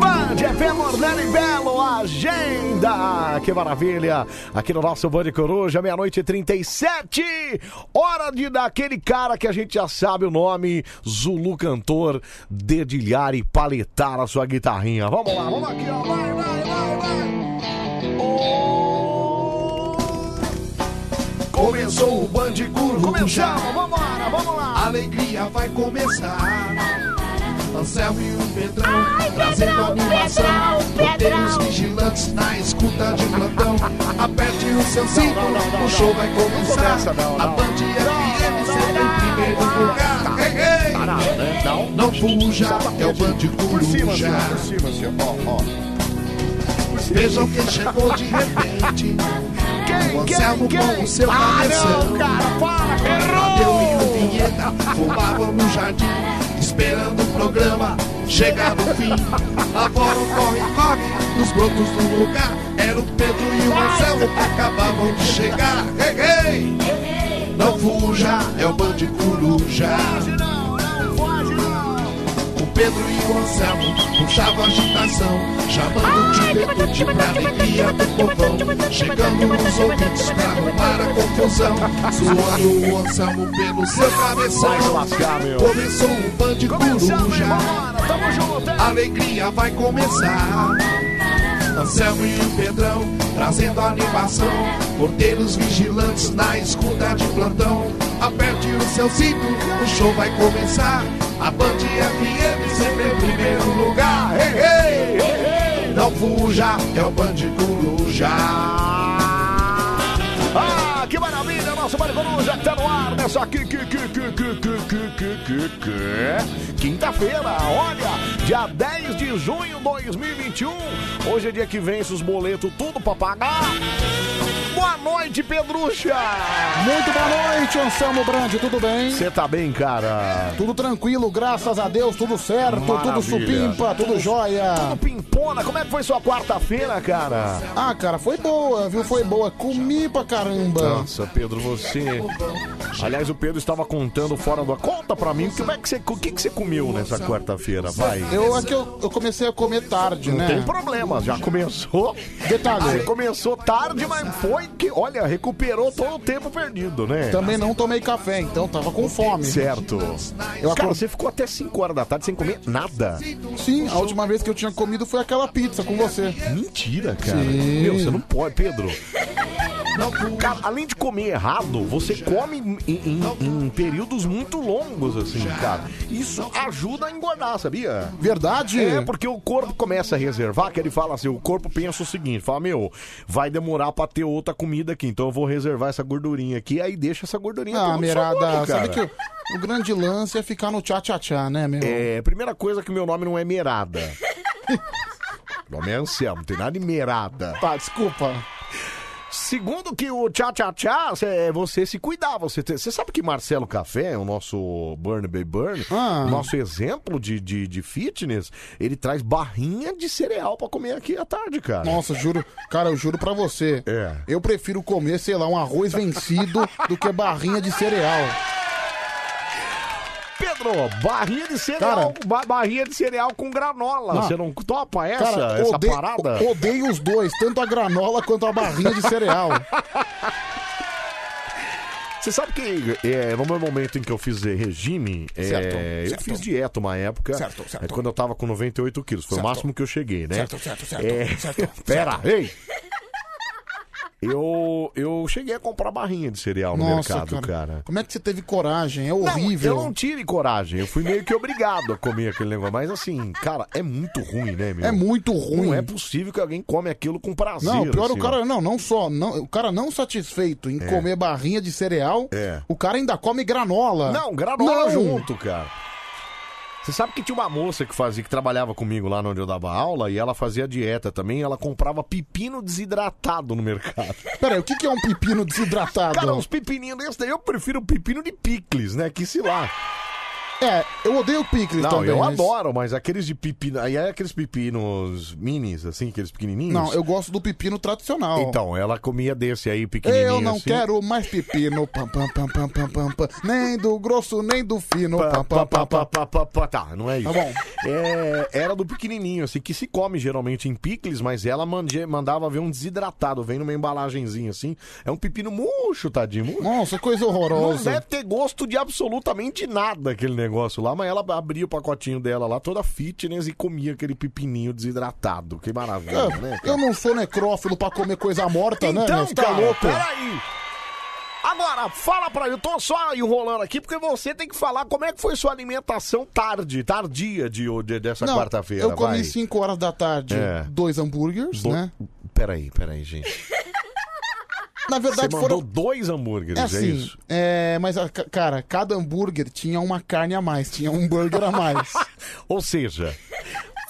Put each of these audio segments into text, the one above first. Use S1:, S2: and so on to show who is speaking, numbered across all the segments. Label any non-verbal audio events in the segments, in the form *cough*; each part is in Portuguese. S1: tarde, é Belo Ornelli Belo, agenda! Que maravilha! Aqui no nosso Bande Coruja, meia-noite e 37, hora de dar aquele cara que a gente já sabe o nome, Zulu Cantor, dedilhar e paletar a sua guitarrinha. Vamos lá, vamos aqui, ó, vai, vai, vai, vai!
S2: Oh.
S1: Ô! Começou o Band Coruja. Começamos, vambora, vamos lá!
S2: A alegria vai começar. Anselmo e o Pedrão, trazendo
S3: Pedrão,
S2: animação.
S3: Pedrão,
S2: Mantém
S3: Pedrão.
S2: os vigilantes na escuta de plantão. Aperte o seu cinto, o show vai começar. A Band FM será em primeiro
S1: Tá,
S2: lugar. Ei, ei.
S1: né? Não,
S2: Não fuja, é o Band
S1: Por cima,
S2: Coruja.
S1: senhor, por cima, senhor. Ó, ó.
S2: Vejam quem chegou de repente. O Anselmo com o seu
S1: Ah, não,
S2: cabeção.
S1: cara, para,
S2: Eu e o Vinheta fumavam no jardim, esperando o programa chegar no fim. Lá fora o corre-corre, nos brotos do lugar. Era o Pedro e o Marcelo que acabavam de chegar. Ei, ei! Não fuja, é o bando de coruja. O Pedro e o Anselmo puxavam agitação, chamando de virtude pra alegria do povão. Chegando nos ouvintes pra arrumar a confusão, zoando o Anselmo pelo seu
S1: Vai
S2: cabeção.
S1: lascar, meu.
S2: Começou o band de
S1: Começamos,
S2: coruja,
S1: vambora, tamo junto, hein?
S2: a alegria vai começar. Anselmo e o Pedrão trazendo animação, porteiros vigilantes na escuta de plantão. Aperte o seu cinto, o show vai começar. A Band FM sempre em primeiro lugar. Ei, ei, Não fuja, é o Band Coruja.
S1: Ah, que maravilha, nosso Mário Coruja que tá no ar nessa qui- qui- qui- qui- qui- qui- qui- qui- qui- qui- quinta-feira, olha, dia 10 de junho de 2021. Hoje é dia que vence os boletos, tudo pra pagar. Boa noite, Pedrucha!
S4: Muito boa noite, Anselmo Brandi, tudo bem?
S1: Você tá bem, cara?
S4: Tudo tranquilo, graças a Deus, tudo certo,
S1: Maravilha.
S4: tudo supimpa, tudo jóia.
S1: Tudo pimpona, como é que foi sua quarta-feira, cara?
S4: Ah, cara, foi boa, viu? Foi boa. Comi pra caramba.
S1: Nossa, Pedro, Ah, você. Aliás, o Pedro estava contando fora da conta pra mim. Como é que você, o que, que você comeu nessa quarta-feira? Vai.
S4: Eu, é que eu, eu comecei a comer tarde,
S1: Não
S4: né?
S1: tem problema, já começou. Você
S4: Detalhe,
S1: começou tarde, mas foi que, olha, recuperou todo o tempo perdido, né?
S4: também não tomei café, então tava com fome.
S1: Certo.
S4: Eu
S1: Cara,
S4: acor-
S1: você ficou até 5 horas da tarde sem comer nada.
S4: Sim, a última vez que eu tinha comido foi aquela pizza com você.
S1: Mentira, cara.
S4: Sim.
S1: Meu, você não tá pode, Pedro. Cara, além de comer errado, você come em, em- em períodos muito longos, assim, cara. Isso ajuda a engordar, sabia?
S4: Verdade?
S1: É, porque o corpo começa a reservar, que ele fala assim, o corpo pensa o seguinte, fala, meu, vai demorar pra ter outra comida aqui, então eu vou reservar essa gordurinha aqui, aí deixa essa gordurinha
S4: Ah,
S1: toda no seu
S4: merada,
S1: nome,
S4: sabe que
S1: cara.
S4: o, o grande lance é ficar no tchá-tchá-tchá, né, meu?
S1: É, primeira coisa que meu nome não
S4: *laughs*
S1: é Merada. Meu nome é Anselmo, não tem nada de Merada.
S4: Tá, desculpa.
S1: Segundo que o tchá tchá tchá cê- é você se cuidar. Você, te- cê sabe que Marcelo Café, o nosso Burn Baby Burn,
S4: Ah.
S1: nosso exemplo de, de, de fitness, ele traz barrinha de cereal pra comer aqui à tarde, cara.
S4: Nossa, juro, cara, eu juro pra você.
S1: É.
S4: Eu prefiro comer, sei lá, um arroz vencido do que barrinha de cereal.
S1: Pedro, barrinha de cereal,
S4: Cara.
S1: ba- barrinha de cereal com granola.
S4: Não.
S1: Você não topa essa,
S4: Cara,
S1: essa
S4: odeio-
S1: parada?
S4: o- Odeio os dois, tanto a granola quanto a barrinha de
S1: *laughs*
S4: cereal.
S1: Você sabe que é, no meu momento em que eu fiz eh, regime, é,
S4: Certo,
S1: eu
S4: certo.
S1: fiz dieta uma época,
S4: Certo, certo.
S1: é, quando eu tava com 98 quilos, foi
S4: Certo.
S1: o máximo que eu cheguei, né?
S4: Certo, certo, certo,
S1: É,
S4: certo,
S1: *laughs* Pera, ei! Eu, eu cheguei a comprar barrinha de cereal Tá no
S4: Nossa,
S1: mercado,
S4: cara.
S1: cara.
S4: Como é que você teve coragem? É
S1: Não,
S4: horrível.
S1: eu não tive coragem, eu fui meio que obrigado a comer aquele negócio, mas assim, cara, é muito ruim, né, meu?
S4: É muito ruim.
S1: Não é possível que alguém come aquilo com prazer.
S4: Não, pior é
S1: assim,
S4: o
S1: ó.
S4: cara, não, não só, não, o cara não satisfeito em comer barrinha de cereal,
S1: É.
S4: o cara ainda come granola.
S1: Não, granola
S4: Não.
S1: junto, cara. Você sabe que tinha uma moça que fazia, que trabalhava comigo lá onde eu dava aula e ela fazia dieta também. Ela comprava pepino desidratado
S4: *laughs*
S1: no mercado.
S4: Pera aí, o que que é um pepino
S1: *laughs*
S4: desidratado?
S1: Um Cara, uns pepininhos desse daí eu prefiro pepino de picles, né? Que se lá.
S4: É, eu odeio picles
S1: Não,
S4: também.
S1: eu
S4: mas-
S1: adoro, mas aqueles de pepino. Aí é aqueles pepinos minis, assim, aqueles pequenininhos.
S4: Não, eu gosto do pepino tradicional.
S1: Então, ela comia desse aí, pequenininho.
S4: Eu não
S1: assim.
S4: quero mais pepino, pam, pam, pam, pam, pam, pam, pam. nem do grosso, nem do fino. Pam, pam, pam, pam.
S1: Pá, pá, pá, tá, não é isso.
S4: Tá bom.
S1: É, era do pequenininho, assim, que se come geralmente em picles, mas ela mande- mandava ver um desidratado, vem numa embalagenzinha assim. É um pepino murcho, tadinho.
S4: Nossa, coisa horrorosa.
S1: Não deve ter gosto de absolutamente nada aquele negócio lá, mas ela abria o pacotinho dela lá, toda fitness, e comia aquele pepininho desidratado. Que maravilha,
S4: É,
S1: né?
S4: eu não sou necrófilo pra comer coisa morta, né?
S1: Então,
S4: meu? Você tá
S1: cara,
S4: louco?
S1: peraí. Agora, fala pra mim, eu tô só enrolando aqui porque você tem que falar como é que foi sua alimentação tarde, tardia de hoje, dessa
S4: Não,
S1: quarta-feira,
S4: Eu
S1: vai.
S4: comi 5 horas da tarde
S1: É.
S4: dois hambúrgueres,
S1: Do-
S4: né?
S1: Peraí, peraí, gente.
S4: Na
S1: Você
S4: verdade
S1: mandou
S4: foram.
S1: dois hambúrgueres,
S4: É
S1: é,
S4: assim,
S1: isso?
S4: é, mas, a- ca- cara, cada hambúrguer tinha uma carne a mais, tinha um burger a
S1: *laughs*
S4: mais.
S1: Ou seja,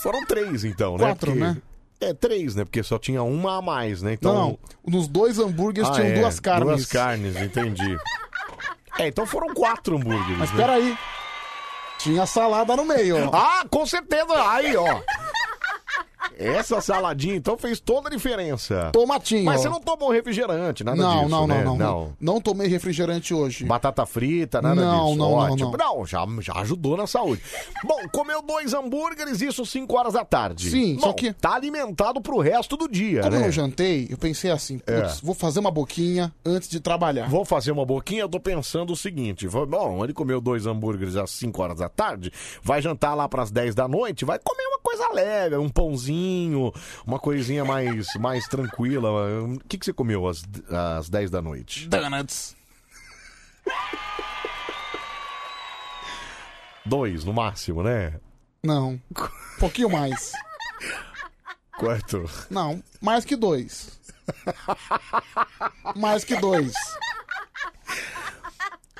S1: foram três então, né?
S4: Quatro,
S1: Porque-
S4: né?
S1: É, três, né? Porque só tinha uma a mais, né? Então...
S4: Não, não, nos dois hambúrgueres
S1: Ah,
S4: tinham
S1: é,
S4: duas carnes.
S1: Duas carnes, entendi. É, então foram quatro hambúrgueres,
S4: Mas
S1: né?
S4: peraí, tinha salada no meio. ó.
S1: Ah, com certeza. Aí, ó. Essa saladinha, então, fez toda a diferença.
S4: Tomatinho.
S1: Mas
S4: ó.
S1: você não tomou refrigerante, nada
S4: não,
S1: disso,
S4: não,
S1: né?
S4: não, não, não. Não tomei refrigerante hoje.
S1: Batata frita, nada
S4: Não,
S1: disso.
S4: não, não,
S1: Ótimo.
S4: não.
S1: já, já ajudou na saúde. Bom, comeu dois hambúrgueres, isso 5 horas da tarde.
S4: Sim,
S1: Bom,
S4: só que-
S1: Tá alimentado pro resto do dia,
S4: Como
S1: né?
S4: eu jantei, eu pensei assim,
S1: É.
S4: putz, vou fazer uma boquinha antes de trabalhar.
S1: Vou fazer uma boquinha, eu tô pensando o seguinte. vou- Bom, ele comeu dois hambúrgueres às 5 horas da tarde, vai jantar lá pras 10 da noite, vai comer uma coisa leve, um pãozinho, uma coisinha mais, *laughs* mais tranquila. O que, que você comeu às, às 10 da noite?
S4: Donuts.
S1: Dois, no máximo, né? *laughs*
S4: Não. Um pouquinho mais.
S1: Quanto?
S4: Não, mais que dois. Mais que dois.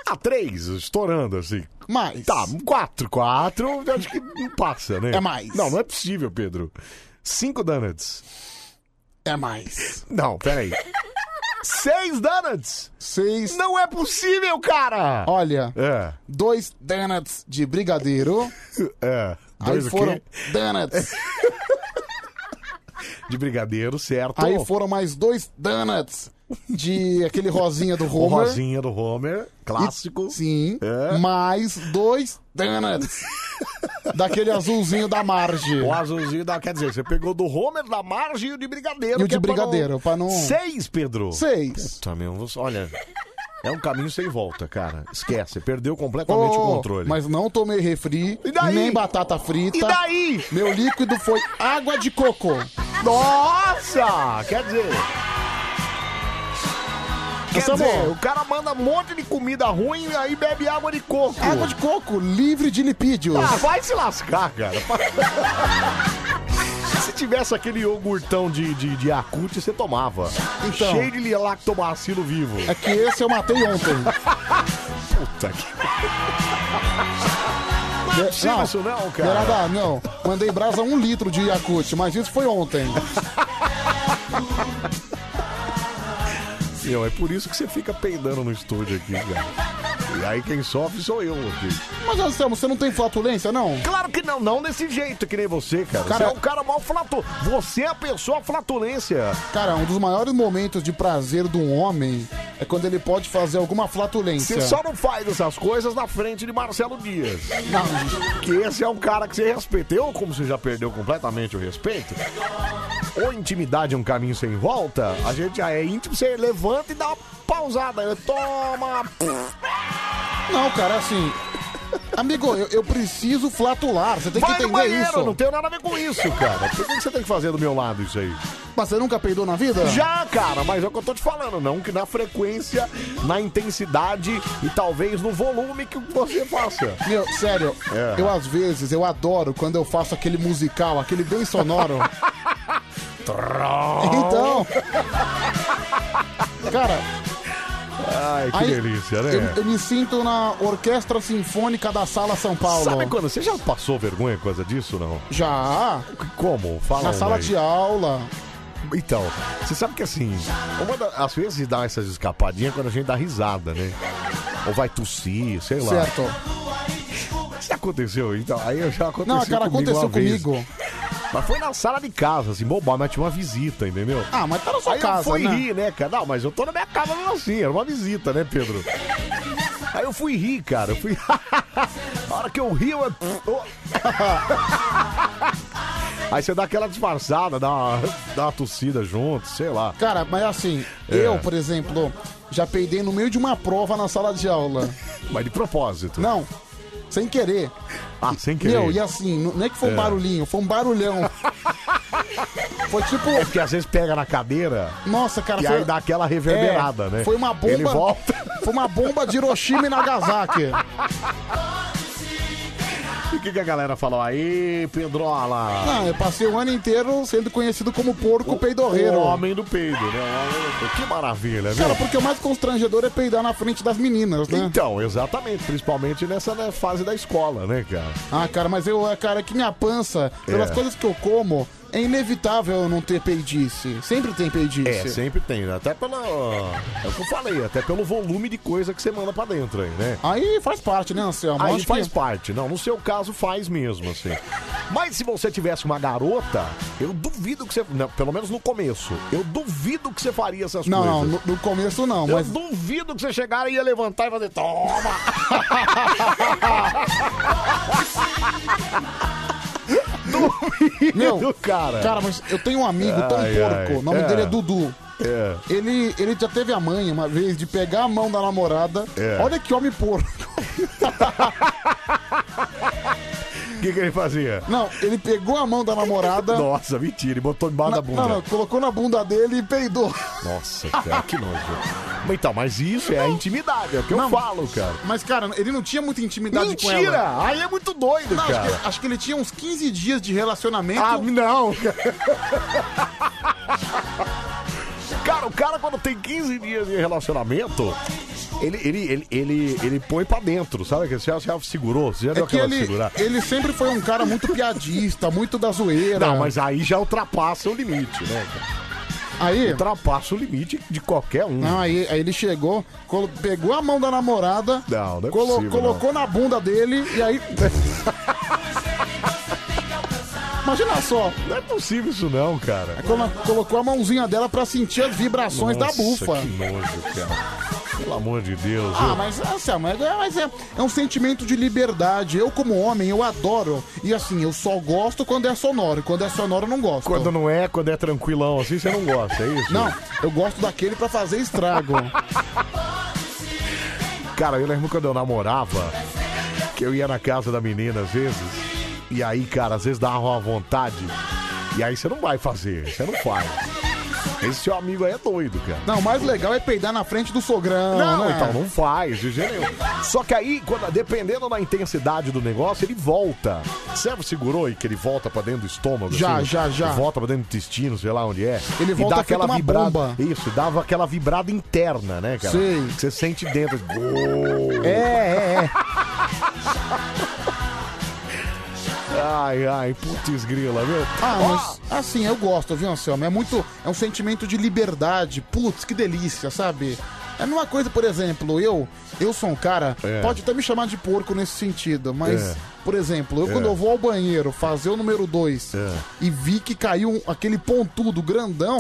S1: Ah, três, estourando assim.
S4: Mais.
S1: Tá, quatro, quatro, eu acho que não passa, né?
S4: É mais.
S1: Não, não é possível, Pedro. Cinco donuts.
S4: É mais.
S1: Não, peraí. Seis donuts!
S4: Seis.
S1: Não é possível, cara!
S4: Olha,
S1: É,
S4: dois donuts de brigadeiro.
S1: é.
S4: Aí
S1: Dois o
S4: foram
S1: quê?
S4: donuts.
S1: *laughs* De brigadeiro, certo.
S4: Aí foram mais dois donuts de aquele rosinha do
S1: o
S4: Homer.
S1: Rosinha do Homer, clássico.
S4: Sim.
S1: É.
S4: Mais dois donuts daquele azulzinho da Marge.
S1: O azulzinho da. Quer dizer, você pegou do Homer, da margem e o de brigadeiro.
S4: E o
S1: que
S4: de
S1: é pra não-
S4: brigadeiro, pra não.
S1: Seis, Pedro.
S4: Seis.
S1: Tá mesmo, você- olha. É um caminho sem volta, cara. Esquece, perdeu completamente o
S4: Oh,
S1: controle.
S4: mas não tomei refri,
S1: E daí?
S4: nem batata frita.
S1: E daí?
S4: Meu líquido foi água de coco.
S1: Nossa! Quer dizer. Quer
S4: Essa
S1: dizer,
S4: boa.
S1: o cara manda um monte de comida ruim e aí bebe água de coco.
S4: Água de coco, livre de lipídios.
S1: Ah, vai se lascar, cara. *laughs* Se tivesse aquele iogurtão de, de, de Yakult, você tomava.
S4: Então.
S1: Cheio de lactobacilo vivo.
S4: É que esse eu matei
S1: *laughs*
S4: ontem.
S1: Puta que... Não é possível isso não, cara.
S4: Gerada, não. Mandei brasa um litro de Yakut, mas isso foi ontem.
S1: Meu, é por isso que você fica peidando no estúdio aqui, cara. E aí quem sofre sou eu aqui.
S4: Mas, Anselmo, você não tem flatulência, não?
S1: Claro que não, não desse jeito que nem você, cara.
S4: Cara-
S1: Você é um cara mal flatu... Você é a pessoa flatulência.
S4: Cara, um dos maiores momentos de prazer de um homem é quando ele pode fazer alguma flatulência.
S1: Você só não faz essas coisas na frente de Marcelo Dias.
S4: Não,
S1: Que esse é um cara que você respeita. Eu, como você já perdeu completamente o respeito, ou intimidade é um caminho sem volta, a gente já é íntimo, você levanta e dá uma pausada. Toma!
S4: não, cara, assim... Amigo, eu, eu preciso flatular, você tem
S1: Vai
S4: que
S1: no
S4: entender
S1: banheiro,
S4: isso.
S1: não tenho nada a ver com isso, cara. Por que que você tem que fazer do meu lado isso aí?
S4: Mas você nunca peidou na vida?
S1: Já, cara, mas é o que eu tô te falando, não que na frequência, na intensidade e talvez no volume que você faça.
S4: Meu, sério,
S1: É.
S4: eu às vezes, eu adoro quando eu faço aquele musical, aquele bem
S1: *laughs*
S4: sonoro.
S1: Oh.
S4: então... Cara,
S1: Ai, que
S4: aí
S1: delícia, né?
S4: eu, eu me sinto na Orquestra Sinfônica da Sala São Paulo.
S1: Sabe quando? Você já passou vergonha coisa disso, não?
S4: Já,
S1: Como? Fala
S4: na
S1: uma
S4: sala
S1: aí.
S4: de aula.
S1: Então, você sabe que assim, uma da- às vezes dá essas escapadinhas quando a gente dá risada, né? Ou vai tossir, sei lá.
S4: Certo.
S1: aconteceu. Então, aí eu já aconteceu
S4: Não, cara,
S1: comigo
S4: aconteceu
S1: uma vez.
S4: comigo.
S1: Mas foi na sala de casa, assim, boba, mas tinha uma visita, entendeu?
S4: Ah, mas tá na sua
S1: aí
S4: casa,
S1: eu fui
S4: né?
S1: rir, né, cara? Não, mas eu tô na minha casa mesmo assim, era uma visita, né, Pedro? Aí eu fui rir, cara. Eu fui. *laughs* a hora que eu ri, eu. *laughs* Aí você dá aquela disfarçada, dá uma, dá uma tossida junto, sei lá.
S4: Cara, mas assim,
S1: É.
S4: eu, por exemplo, já peidei no meio de uma prova na sala de aula.
S1: Mas de propósito.
S4: Não, sem querer.
S1: Ah, sem querer.
S4: Meu, e assim, não é que foi um
S1: É.
S4: barulhinho, foi um barulhão. foi tipo.
S1: É porque às vezes pega na cadeira.
S4: Nossa, cara,
S1: E
S4: foi... É,
S1: aí dá aquela reverberada, né?
S4: Foi uma bomba.
S1: Ele volta.
S4: Foi uma bomba de Hiroshima e Nagasaki.
S1: E o que, que a galera falou? Aí, Pedrola.
S4: Não, eu passei o ano inteiro sendo conhecido como porco peidorreiro.
S1: O homem do peido, né? O homem do peido. Que maravilha, viu?
S4: Cara, porque o mais constrangedor é peidar na frente das meninas, né?
S1: Então, exatamente, principalmente nessa né, fase da escola, né, cara?
S4: Ah, cara, mas eu, é, cara, que minha pança, pelas
S1: É.
S4: coisas que eu como, é inevitável eu não ter peidice. Sempre tem peidice.
S1: É, sempre tem, né? até pela. É o que eu falei, até pelo volume de coisa que você manda pra dentro aí, né?
S4: Aí faz parte, né, Anselmo?
S1: Aí
S4: Acho
S1: faz
S4: que-
S1: parte, não, no seu caso faz mesmo, assim. Mas se você tivesse uma garota, eu duvido que você. não, pelo menos no começo, eu duvido que você faria essas
S4: Não,
S1: coisas.
S4: não, no, no começo não,
S1: Eu
S4: mas.
S1: duvido que você chegar e ia levantar e fazer. Toma! duvido,
S4: Meu,
S1: cara.
S4: Cara, mas eu tenho um amigo tão
S1: Ai,
S4: porco,
S1: ai.
S4: o nome
S1: É.
S4: dele é Dudu.
S1: É.
S4: Ele, ele já teve a mãe uma vez de pegar a mão da namorada.
S1: É.
S4: Olha que homem porco.
S1: O *laughs* que, que ele fazia?
S4: Não, ele pegou a mão da namorada.
S1: Nossa, mentira, ele botou embaixo da bunda.
S4: Não, não, colocou na bunda dele e peidou.
S1: Nossa, cara, que nojo. Mas Então, mas isso é a intimidade, é o que eu
S4: Não.
S1: falo, cara.
S4: Mas, cara, ele não tinha muita intimidade com ela.
S1: Mentira! Aí é muito doido,
S4: Não, acho,
S1: cara.
S4: que, acho que ele tinha uns 15 dias de relacionamento.
S1: Ah,
S4: *laughs*
S1: não! Cara, o cara quando tem 15 dias de relacionamento, ele, ele, ele, ele, ele põe pra dentro, sabe? Que você já, já segurou, você já
S4: é
S1: deu
S4: que
S1: aquela
S4: ele,
S1: segurar.
S4: ele sempre foi um cara muito piadista, muito da zoeira.
S1: Não, mas aí já ultrapassa o limite, né? cara?
S4: Aí,
S1: Ultrapassa o limite de qualquer um.
S4: não, aí, aí ele chegou, colo- pegou a mão da namorada,
S1: Não, não é
S4: colo-
S1: possível,
S4: colocou na bunda dele e
S1: *laughs*
S4: aí. Imagina só,
S1: Não é possível isso não, cara.
S4: colo- colocou a mãozinha dela pra sentir as vibrações da
S1: Nossa,
S4: bufa.
S1: Que nojo, cara. Pelo amor de Deus.
S4: Ah,
S1: viu?
S4: mas, assim, mas, é, mas é, é um sentimento de liberdade. Eu, como homem, eu adoro. E assim, eu só gosto quando é sonoro. Quando é sonoro, eu não gosto.
S1: Quando não é, quando é tranquilão assim, você não gosta, é isso?
S4: Não, eu gosto daquele pra fazer estrago.
S1: Cara, eu lembro quando eu namorava, que eu ia na casa da menina às vezes, e aí, cara, às vezes dava uma vontade, e aí você não vai fazer, você não faz. Esse seu amigo aí é doido, cara.
S4: não, o mais legal é peidar na frente do sogrão.
S1: Não,
S4: né?
S1: então não faz, de jeito nenhum. Só que aí, quando- dependendo da intensidade do negócio, ele volta. Servo segurou e que ele volta pra dentro do estômago?
S4: Já,
S1: assim?
S4: já, já.
S1: Volta pra dentro do intestino, sei lá onde é.
S4: Ele
S1: e
S4: volta
S1: dá
S4: feito
S1: aquela
S4: uma
S1: vibrada.
S4: bomba.
S1: Isso, dava aquela vibrada interna, né, cara?
S4: Sei.
S1: Que você sente
S4: *laughs*
S1: dentro. Uou.
S4: É, é, é.
S1: Ai, ai, putz grila, viu?
S4: Ah, mas assim, eu gosto, viu, Anselmo? É muito. É um sentimento de liberdade. Putz, que delícia, sabe? É uma coisa, por exemplo, eu, eu sou um cara,
S1: É.
S4: pode até me chamar de porco nesse sentido, mas,
S1: É.
S4: por exemplo, eu
S1: É.
S4: quando eu vou ao banheiro fazer o número 2
S1: É.
S4: e vi que caiu um- aquele pontudo
S1: *laughs*
S4: grandão,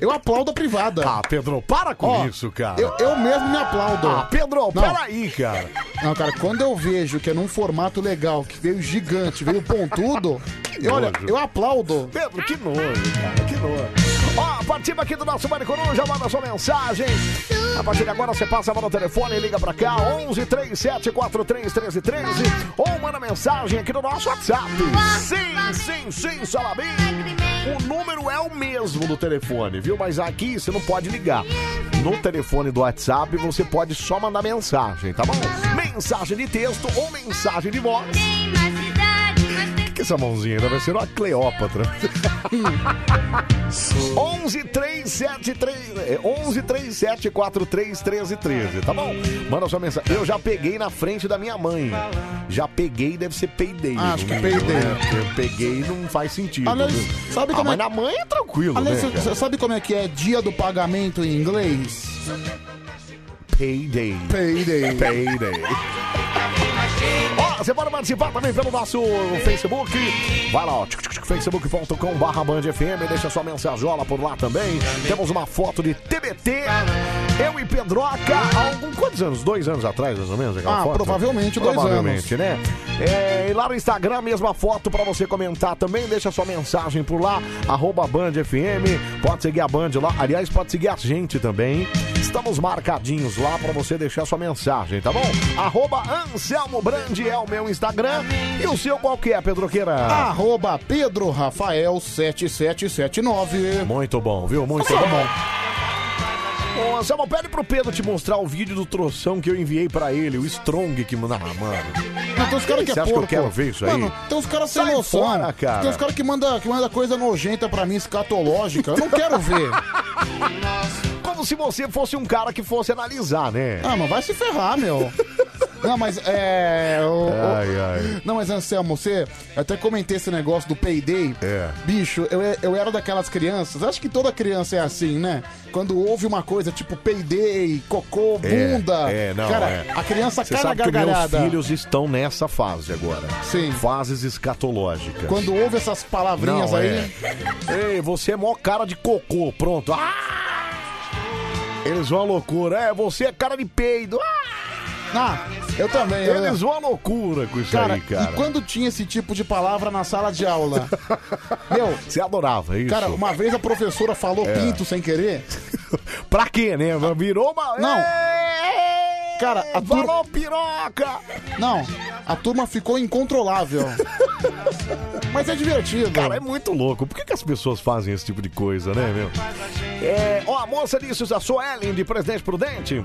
S4: eu aplaudo a privada.
S1: Ah, Pedro, para com
S4: Ó,
S1: isso, cara.
S4: Eu, eu mesmo me aplaudo.
S1: Ah, Pedro, peraí, cara.
S4: Não, cara, quando eu vejo que é num formato legal, que veio gigante, veio pontudo, eu, olha,
S1: nojo.
S4: eu aplaudo.
S1: Pedro, que nojo, cara, que nojo. Ó, participa aqui do nosso Bande Coruja, manda sua mensagem. A partir de agora você passa a mão no telefone e liga pra cá, 11 37 431313, ou manda mensagem aqui no nosso WhatsApp. Sim, sim, sim, Salabim. O número é o mesmo do telefone, viu? Mas aqui você não pode ligar. No telefone do WhatsApp você pode só mandar mensagem, tá bom? Mensagem de texto ou mensagem de voz. Que essa mãozinha ainda vai ser
S4: *laughs*
S1: uma Cleópatra. 11 373 é, 11 37 43 13 13, tá bom? Manda sua mensagem. Eu já peguei na frente da minha mãe. Já peguei, deve ser peidei.
S4: Ah, acho que
S1: Não,
S4: peidei.
S1: né? Eu peguei não faz sentido.
S4: Aliás,
S1: viu?
S4: sabe
S1: ah,
S4: como
S1: mas
S4: é-
S1: na mãe é tranquilo,
S4: Aliás,
S1: né,
S4: você
S1: cara?
S4: você sabe como é que é dia do pagamento em inglês?
S1: Payday.
S4: Payday.
S1: Payday. Você pode participar também pelo nosso Facebook. Vai lá, ó, tchuc, tchuc, tchuc, facebook.com barra bandfm, deixa sua mensajola por lá também. Temos uma foto de TBT, eu e Pedroca, há algum, um, quantos anos? Dois anos atrás, mais ou menos? aquela
S4: Ah,
S1: foto?
S4: provavelmente dois
S1: Provavelmente, né? É, e lá no Instagram, mesma foto pra você comentar também, deixa sua mensagem por lá, arroba Band FM, pode seguir a Band lá, aliás, pode seguir a gente também. Estamos marcadinhos lá pra você deixar sua mensagem, tá bom? Arroba Anselmo Brand é o meu Instagram e o seu qual que é, Pedroqueira?
S4: Arroba Pedro Rafael 7779.
S1: Muito bom, viu? Muito bom. Ô, Anselmo, pede pro Pedro te mostrar o vídeo do troção que eu enviei pra ele, o Strong que... Ah, mano...
S4: Não, tem uns caras que é
S1: Você acha que eu
S4: porco.
S1: quero ver isso aí?
S4: Mano, tem uns caras sem
S1: Sai
S4: noção.
S1: fora, cara.
S4: Tem uns caras que mandam que manda coisa nojenta pra mim, escatológica. Eu não quero ver.
S1: *laughs* Como se você fosse um cara que fosse analisar, né?
S4: Ah, mas vai se ferrar,
S1: *laughs*
S4: meu. Não, mas é. o- o-
S1: Ai, ai.
S4: Não, mas Anselmo, você. Eu até comentei esse negócio do payday.
S1: É.
S4: Bicho, eu, é- eu era daquelas crianças. Acho que toda criança é assim, né? Quando ouve uma coisa tipo payday, cocô,
S1: É,
S4: bunda.
S1: É, não,
S4: cara,
S1: é.
S4: a criança
S1: Você
S4: cai na
S1: sabe que meus
S4: gargalhada.
S1: filhos estão nessa fase agora.
S4: Sim.
S1: Fases escatológicas.
S4: Quando ouve essas palavrinhas
S1: Não,
S4: aí.
S1: é. Ei, você é mó cara de cocô, pronto. Ah! Eles vão à loucura. É, você é cara de peido.
S4: Ah, eu também. eu-
S1: Eles vão à loucura com isso
S4: Cara,
S1: aí, cara.
S4: e quando tinha esse tipo de palavra na sala de
S1: *laughs*
S4: aula? Meu,
S1: Você adorava isso?
S4: cara, uma vez a professora falou
S1: É.
S4: pinto sem querer.
S1: *laughs* Pra quê, né? Virou uma...
S4: Não.
S1: Ei,
S4: Cara, a turma-
S1: Falou piroca!
S4: Não, a turma ficou incontrolável. Mas é divertido.
S1: Cara, é muito louco. Por que, que as pessoas fazem esse tipo de coisa, né, meu? É, ó, a moça disse, eu sou Ellen, de Presidente Prudente.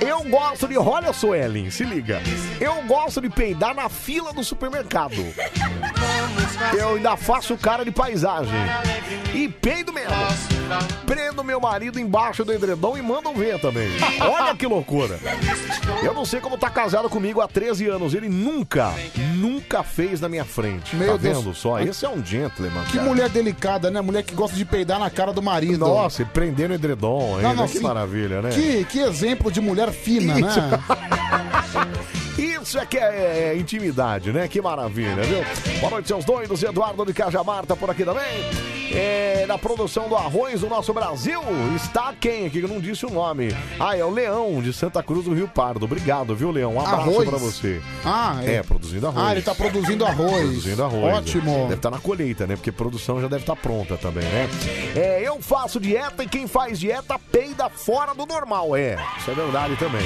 S1: Eu gosto de... Olha, eu sou Ellen, se liga. Eu gosto de peidar na fila do supermercado. Eu ainda faço cara de paisagem. E peido mesmo. Prendo meu marido embaixo do edredom e mandam ver também. Olha que loucura. Eu não sei como tá casado comigo há 13 anos. Ele nunca, nunca fez na minha frente.
S4: Meu
S1: tá
S4: Deus.
S1: vendo só? Esse é um gentleman,
S4: Que
S1: cara.
S4: mulher delicada, né? Mulher que gosta de peidar na cara do marido.
S1: Nossa, e prendendo edredom ainda. que
S4: sim.
S1: maravilha, né?
S4: Que, que exemplo de mulher fina, né?
S1: Isso é que é, é intimidade, né? Que maravilha, viu? Boa noite, seus doidos. Eduardo de Cajamar tá por aqui também. É, na produção do arroz do nosso Brasil está quem aqui que eu não disse o nome? Ah, é o Leão de Santa Cruz do Rio Pardo. Obrigado, viu, Leão? Um abraço
S4: Arroz?
S1: pra você.
S4: Ah,
S1: é.
S4: é.
S1: produzindo arroz.
S4: Ah, ele tá produzindo arroz.
S1: Produzindo arroz.
S4: Ótimo.
S1: Deve estar na colheita, né? Porque produção já deve estar pronta também, né? É, eu faço dieta e quem faz dieta peida fora do normal, é. Isso é verdade também.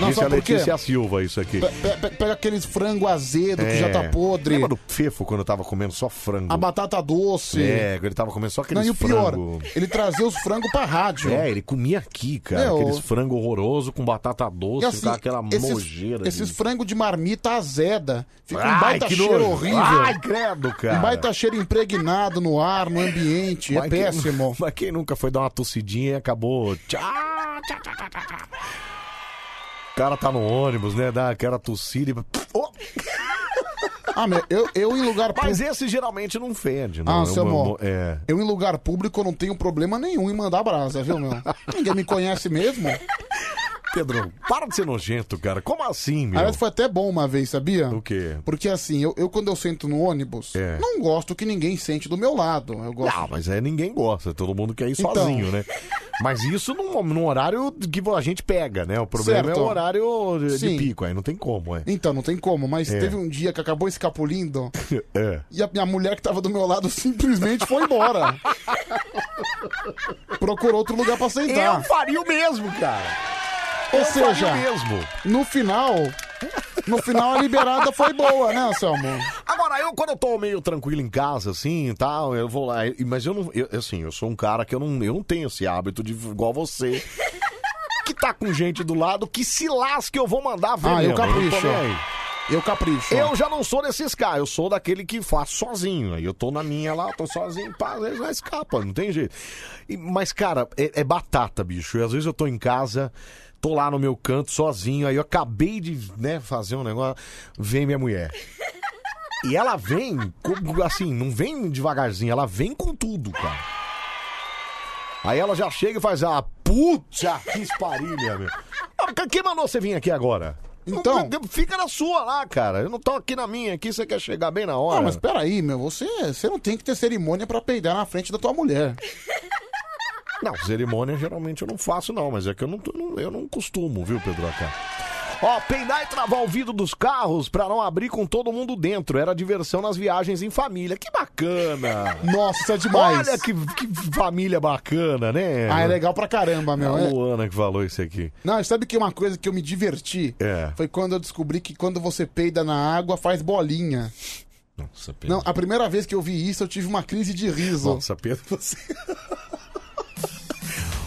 S4: Não,
S1: Disse
S4: sabe
S1: a
S4: por quê?
S1: Letícia Silva isso aqui.
S4: Pe- pe- Pega aqueles frango azedo que
S1: É.
S4: já tá podre.
S1: Lembra do Fefo quando eu tava comendo só frango?
S4: A batata doce.
S1: É, ele tava comendo só aqueles
S4: Não, e o pior,
S1: frango.
S4: ele trazia os frangos pra rádio.
S1: É, ele comia aqui, cara.
S4: Meu,
S1: Aqueles frango horroroso com batata
S4: E
S1: doce,
S4: assim,
S1: ficava aquela
S4: esses,
S1: mojeira. de-
S4: Esses frangos de marmita azeda. Fica um
S1: Ai,
S4: baita
S1: que
S4: cheiro
S1: nojo.
S4: horrível.
S1: Ai, credo, cara.
S4: Um baita cheiro impregnado no ar, no ambiente. é
S1: Mas quem-
S4: péssimo.
S1: *laughs* mas quem nunca foi dar uma tossidinha e acabou. Tchá, tchá, tchá, tchá, tchá, tchá. O cara tá no ônibus, né? Dá aquela tossida e. Oh,
S4: Ah, meu, eu, eu em lugar
S1: mas
S4: público.
S1: esse geralmente não fede, não.
S4: Ah,
S1: Eu-
S4: seu
S1: eu-
S4: amor.
S1: É.
S4: Eu em lugar público não tenho problema nenhum em mandar brasa, viu, meu? Ninguém me conhece mesmo.
S1: Pedro, para de ser nojento, cara. Como assim, meu?
S4: Aliás, foi até bom uma vez, sabia?
S1: O quê?
S4: Porque assim, eu, eu quando eu sento no ônibus,
S1: É.
S4: não gosto que ninguém sente do meu lado. Eu gosto.
S1: Não, mas é ninguém gosta, todo mundo quer ir
S4: Então.
S1: sozinho, né? Mas isso num, num horário que a gente pega, né? O problema
S4: Certo.
S1: é o horário de, de
S4: Sim.
S1: pico, aí não tem como, é. *laughs*
S4: Então, não tem como, mas
S1: É.
S4: teve um dia que acabou escapulindo
S1: É.
S4: e a minha mulher que tava do meu lado simplesmente foi embora. Procurou outro lugar pra
S1: Eu
S4: sentar.
S1: faria o mesmo, cara.
S4: Ou
S1: Eu faria
S4: seja,
S1: o mesmo.
S4: no final, no final a liberada foi boa, né, Anselmo?
S1: Agora, eu quando eu tô meio tranquilo em casa, assim, e tal, eu vou lá. e- Mas eu não. eu- assim, eu sou um cara que eu não, eu não tenho esse hábito de igual você. Que tá com gente do lado, que se lasque, eu vou mandar ver.
S4: Ah, eu
S1: mesmo, não tô
S4: capricho.
S1: nem aí.
S4: Eu capricho.
S1: é? Eu já não sou desses caras, eu sou daquele que faço sozinho. Aí eu tô na minha lá, tô sozinho, pá, às vezes já escapa, não tem jeito. E- mas, cara, é, é batata, bicho. E às vezes eu tô em casa, tô lá no meu canto sozinho, aí eu acabei de né, fazer um negócio, vem minha mulher. E ela vem, com- assim, não vem devagarzinho, ela vem com tudo, cara. Aí ela já chega e faz a puta que esparilha, meu. Ah, Quem mandou você vir aqui agora?
S4: Então.
S1: Fica na sua lá, cara. Eu não tô aqui na minha, aqui você quer chegar bem na hora.
S4: Não, Ah, mas peraí, meu, você, você não tem que ter cerimônia pra peidar na frente da tua mulher.
S1: Não, cerimônia geralmente eu não faço, não, mas é que eu não, tô- não- eu não costumo, viu, Pedro Acá? Ó, peidar e travar o vidro dos carros pra não abrir com todo mundo dentro. Era diversão nas viagens em família. Que bacana!
S4: Nossa, isso é demais.
S1: Olha que, que família bacana, né?
S4: Ah, é legal pra caramba,
S1: É a
S4: meu. é.
S1: Luana que falou isso aqui.
S4: Não, sabe que uma coisa que eu me diverti?
S1: É.
S4: Foi quando eu descobri que quando você peida na água, faz bolinha.
S1: Nossa, Pedro.
S4: Não, a primeira vez que eu vi isso, eu tive uma crise de riso.
S1: Nossa, Pedro, você.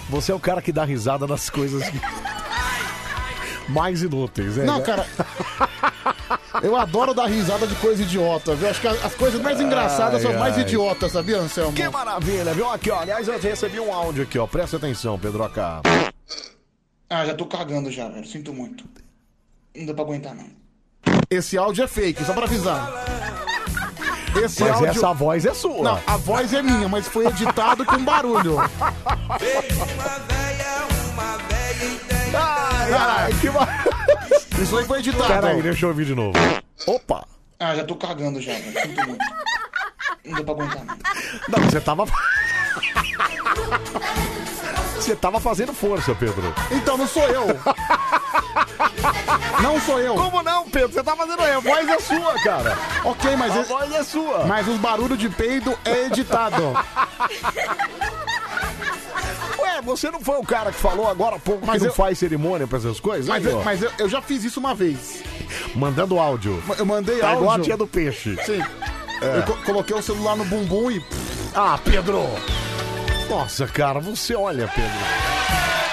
S1: Você é o cara que dá risada nas coisas que- mais inúteis, né?
S4: Não,
S1: *laughs*
S4: cara. Eu adoro dar risada de coisa idiota, viu? Acho que as as coisas mais engraçadas
S1: Ai,
S4: são as mais
S1: ai.
S4: idiotas, sabia, Anselmo?
S1: Que maravilha, viu? Aqui, ó. Aliás, eu recebi um áudio aqui, ó. Presta atenção, Pedro Acá.
S5: Ah, já tô cagando já, velho. Sinto muito. Não dá pra aguentar, não.
S4: Esse áudio é fake, só pra avisar. Esse
S1: Mas
S4: áudio.
S1: essa voz é sua.
S4: Não, a voz é minha, mas foi editado com barulho.
S1: Ai, ai, que maravilha.
S4: Isso aí foi editado.
S1: Peraí, deixa eu ouvir de novo. Opa!
S5: Ah, já tô cagando já, velho. Sinto muito. Não dá pra aguentar, não.
S1: Não, você tava. *laughs* Você tava fazendo força, Pedro.
S4: Então não sou
S1: *laughs*
S4: eu. Não sou eu.
S1: Como não, Pedro? Você tá fazendo aí. A voz é sua, cara.
S4: Ok, mas,
S1: A
S4: esse-
S1: voz é sua.
S4: mas os barulhos de peido é editado.
S1: *laughs* Ué, você não foi o cara que falou agora há pouco
S4: Mas
S1: que
S4: eu-
S1: não faz cerimônia pra essas coisas?
S4: Mas,
S1: Aí, ó,
S4: eu, mas eu- eu já fiz isso uma vez.
S1: Mandando áudio.
S4: Eu mandei
S1: Tá
S4: áudio.
S1: igual a tia do peixe. É.
S4: Sim. Eu co- coloquei o celular no bumbum e.
S1: Ah, Pedro! Nossa, cara, você olha, Pedro.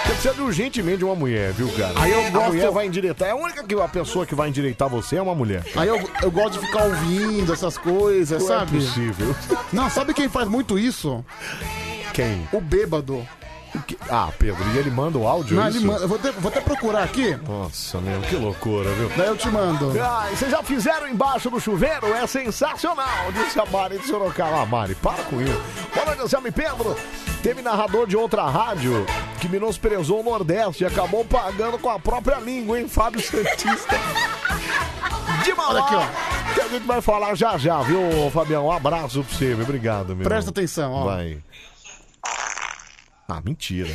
S1: Você precisa de, urgentemente de uma mulher, viu, cara?
S4: Aí eu
S1: A
S4: gosto-
S1: mulher vai endireitar. É a única que, a pessoa que vai endireitar você é uma mulher.
S4: Aí eu, eu gosto de ficar ouvindo essas coisas,
S1: Não é
S4: sabe?
S1: possível.
S4: Não, sabe quem faz muito isso?
S1: Quem?
S4: O bêbado.
S1: O que- Ah, Pedro, e ele manda o áudio? é
S4: Não,
S1: isso?
S4: ele manda- eu vou, até, vou até procurar aqui,
S1: Nossa, meu, que loucura, viu?
S4: daí eu te mando.
S1: Ai, vocês já fizeram embaixo do chuveiro? É sensacional, disse a Mari de Sorocaba. Ah, Mari, para com isso. Olá, Anselmo e Pedro. Teve narrador de outra rádio que menosprezou o Nordeste e acabou pagando com a própria língua, hein? Fábio Santista.
S4: *laughs*
S1: De
S4: Olha
S1: Mauá,
S4: aqui,
S1: que a gente vai falar já já, viu, Fabião? Um abraço pra você, meu. obrigado, meu.
S4: Presta atenção, ó.
S1: Vai. Ah, mentira.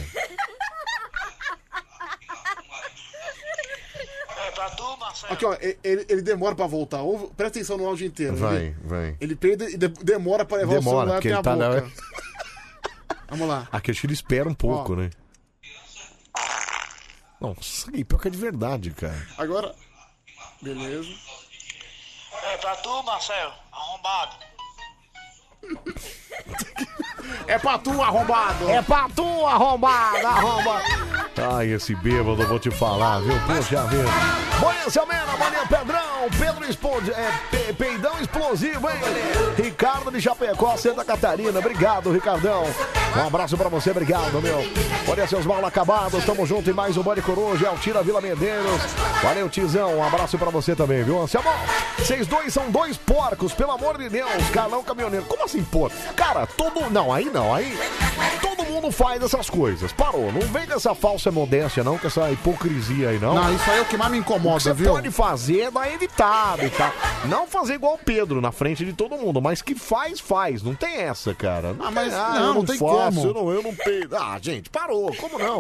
S1: É
S4: Aqui, ó, e- ele, ele demora pra voltar. Ouve, presta atenção no áudio inteiro.
S1: Vai,
S4: Ele,
S1: vai.
S4: ele peida e de- demora pra levar o
S1: Demora,
S4: celular até
S1: porque ele
S4: a
S1: tá na-
S4: boca. *laughs* Vamos lá.
S1: Aqui acho que ele espera um pouco,
S4: Ó.
S1: né? Nossa, e pior que é de verdade, cara.
S4: Agora. Beleza.
S6: É pra tu, Marcelo, arrombado.
S4: É pra tu, arrombado!
S1: É pra tu, arrombada, arrombada. Ai, esse bêbado, eu vou te falar, viu? Poxa vida. Boninha Selmena, Boninha Pedrão, Pedro Esponde, é, Pe- Peidão Explosivo, hein? Ricardo de Chapecó, Santa Catarina. Obrigado, Ricardão. Um abraço pra você, obrigado, meu. Olha seus mal acabados, tamo junto em mais um Bode Coruja, Altira Vila Medeiros. Valeu, Tizão, um abraço pra você também, viu, Anselmo? Vocês dois são dois porcos, pelo amor de Deus, Carlão Caminhoneiro. Como assim, porco? Cara, todo... Não, aí não, aí... Todo mundo faz essas coisas. Parou. Não vem com essa falsa modéstia, não, com essa hipocrisia aí, não.
S4: Não, isso aí é o que mais me
S1: O que
S4: incomoda,
S1: você
S4: viu?
S1: pode fazer, dá evitada e tal. Não fazer igual o Pedro, na frente de todo mundo, mas que faz, faz. Não tem essa, cara.
S4: Ah,
S1: Não tem,
S4: mas não,
S1: eu
S4: não tem
S1: faço,
S4: como.
S1: Eu não, eu não peido. Ah, gente, parou. Como não?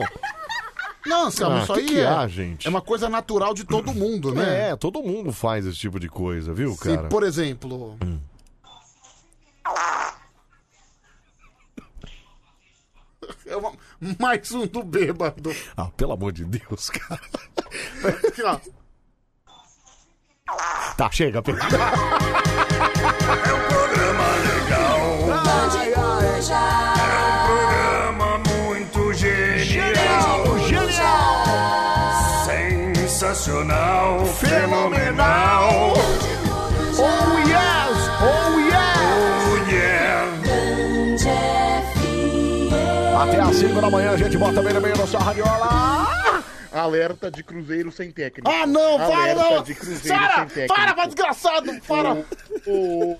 S4: Não, Anselmo,
S1: Ah,
S4: isso
S1: que
S4: aí
S1: que
S4: é,
S1: há, gente?
S4: é uma coisa natural de todo mundo, né?
S1: É, todo mundo faz esse tipo de coisa, viu,
S4: Se,
S1: cara?
S4: por exemplo. É uma- Mais um do bêbado.
S1: Ah, pelo amor de Deus, *laughs* cara.
S4: Aqui, ó.
S1: Tá, chega, Pedro.
S7: É um É um Programa muito genial, sensacional, fenomenal.
S1: Oh, yes! Oh, yes!
S7: Oh yeah!
S1: Até às 5 da manhã a gente bota bem no meio da sua radiola.
S8: Alerta de Cruzeiro sem técnico.
S4: Ah, não, para,
S8: Alerta
S4: não!
S8: de Cruzeiro
S4: Para,
S8: sem técnico.
S4: para, vai desgraçado! Para!
S8: Ô,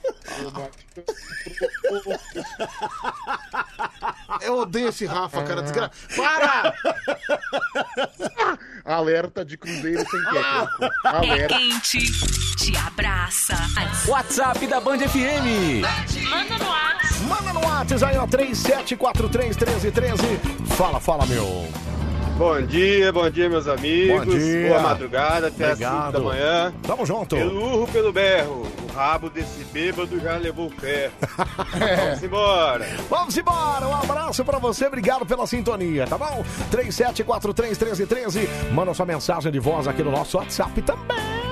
S4: Eu odeio esse Rafa, cara, desgraçado. Para!
S8: Alerta de Cruzeiro sem técnico. Alerta.
S9: É quente, te abraça.
S1: WhatsApp da Band FM.
S9: Manda no ar.
S1: Manda no WhatsApp aí, ó, 37431313. Fala, fala, meu.
S10: Bom dia, bom dia, meus amigos.
S1: Bom dia.
S10: Boa madrugada, até as
S1: Obrigado.
S10: 5 da manhã.
S1: Tamo junto.
S10: Pelo urro, pelo berro. O rabo desse bêbado já levou o pé. Vamos embora.
S1: É. Vamos embora, um abraço pra você, obrigado pela sintonia, tá bom? 37431313, manda sua mensagem de voz aqui no nosso WhatsApp também.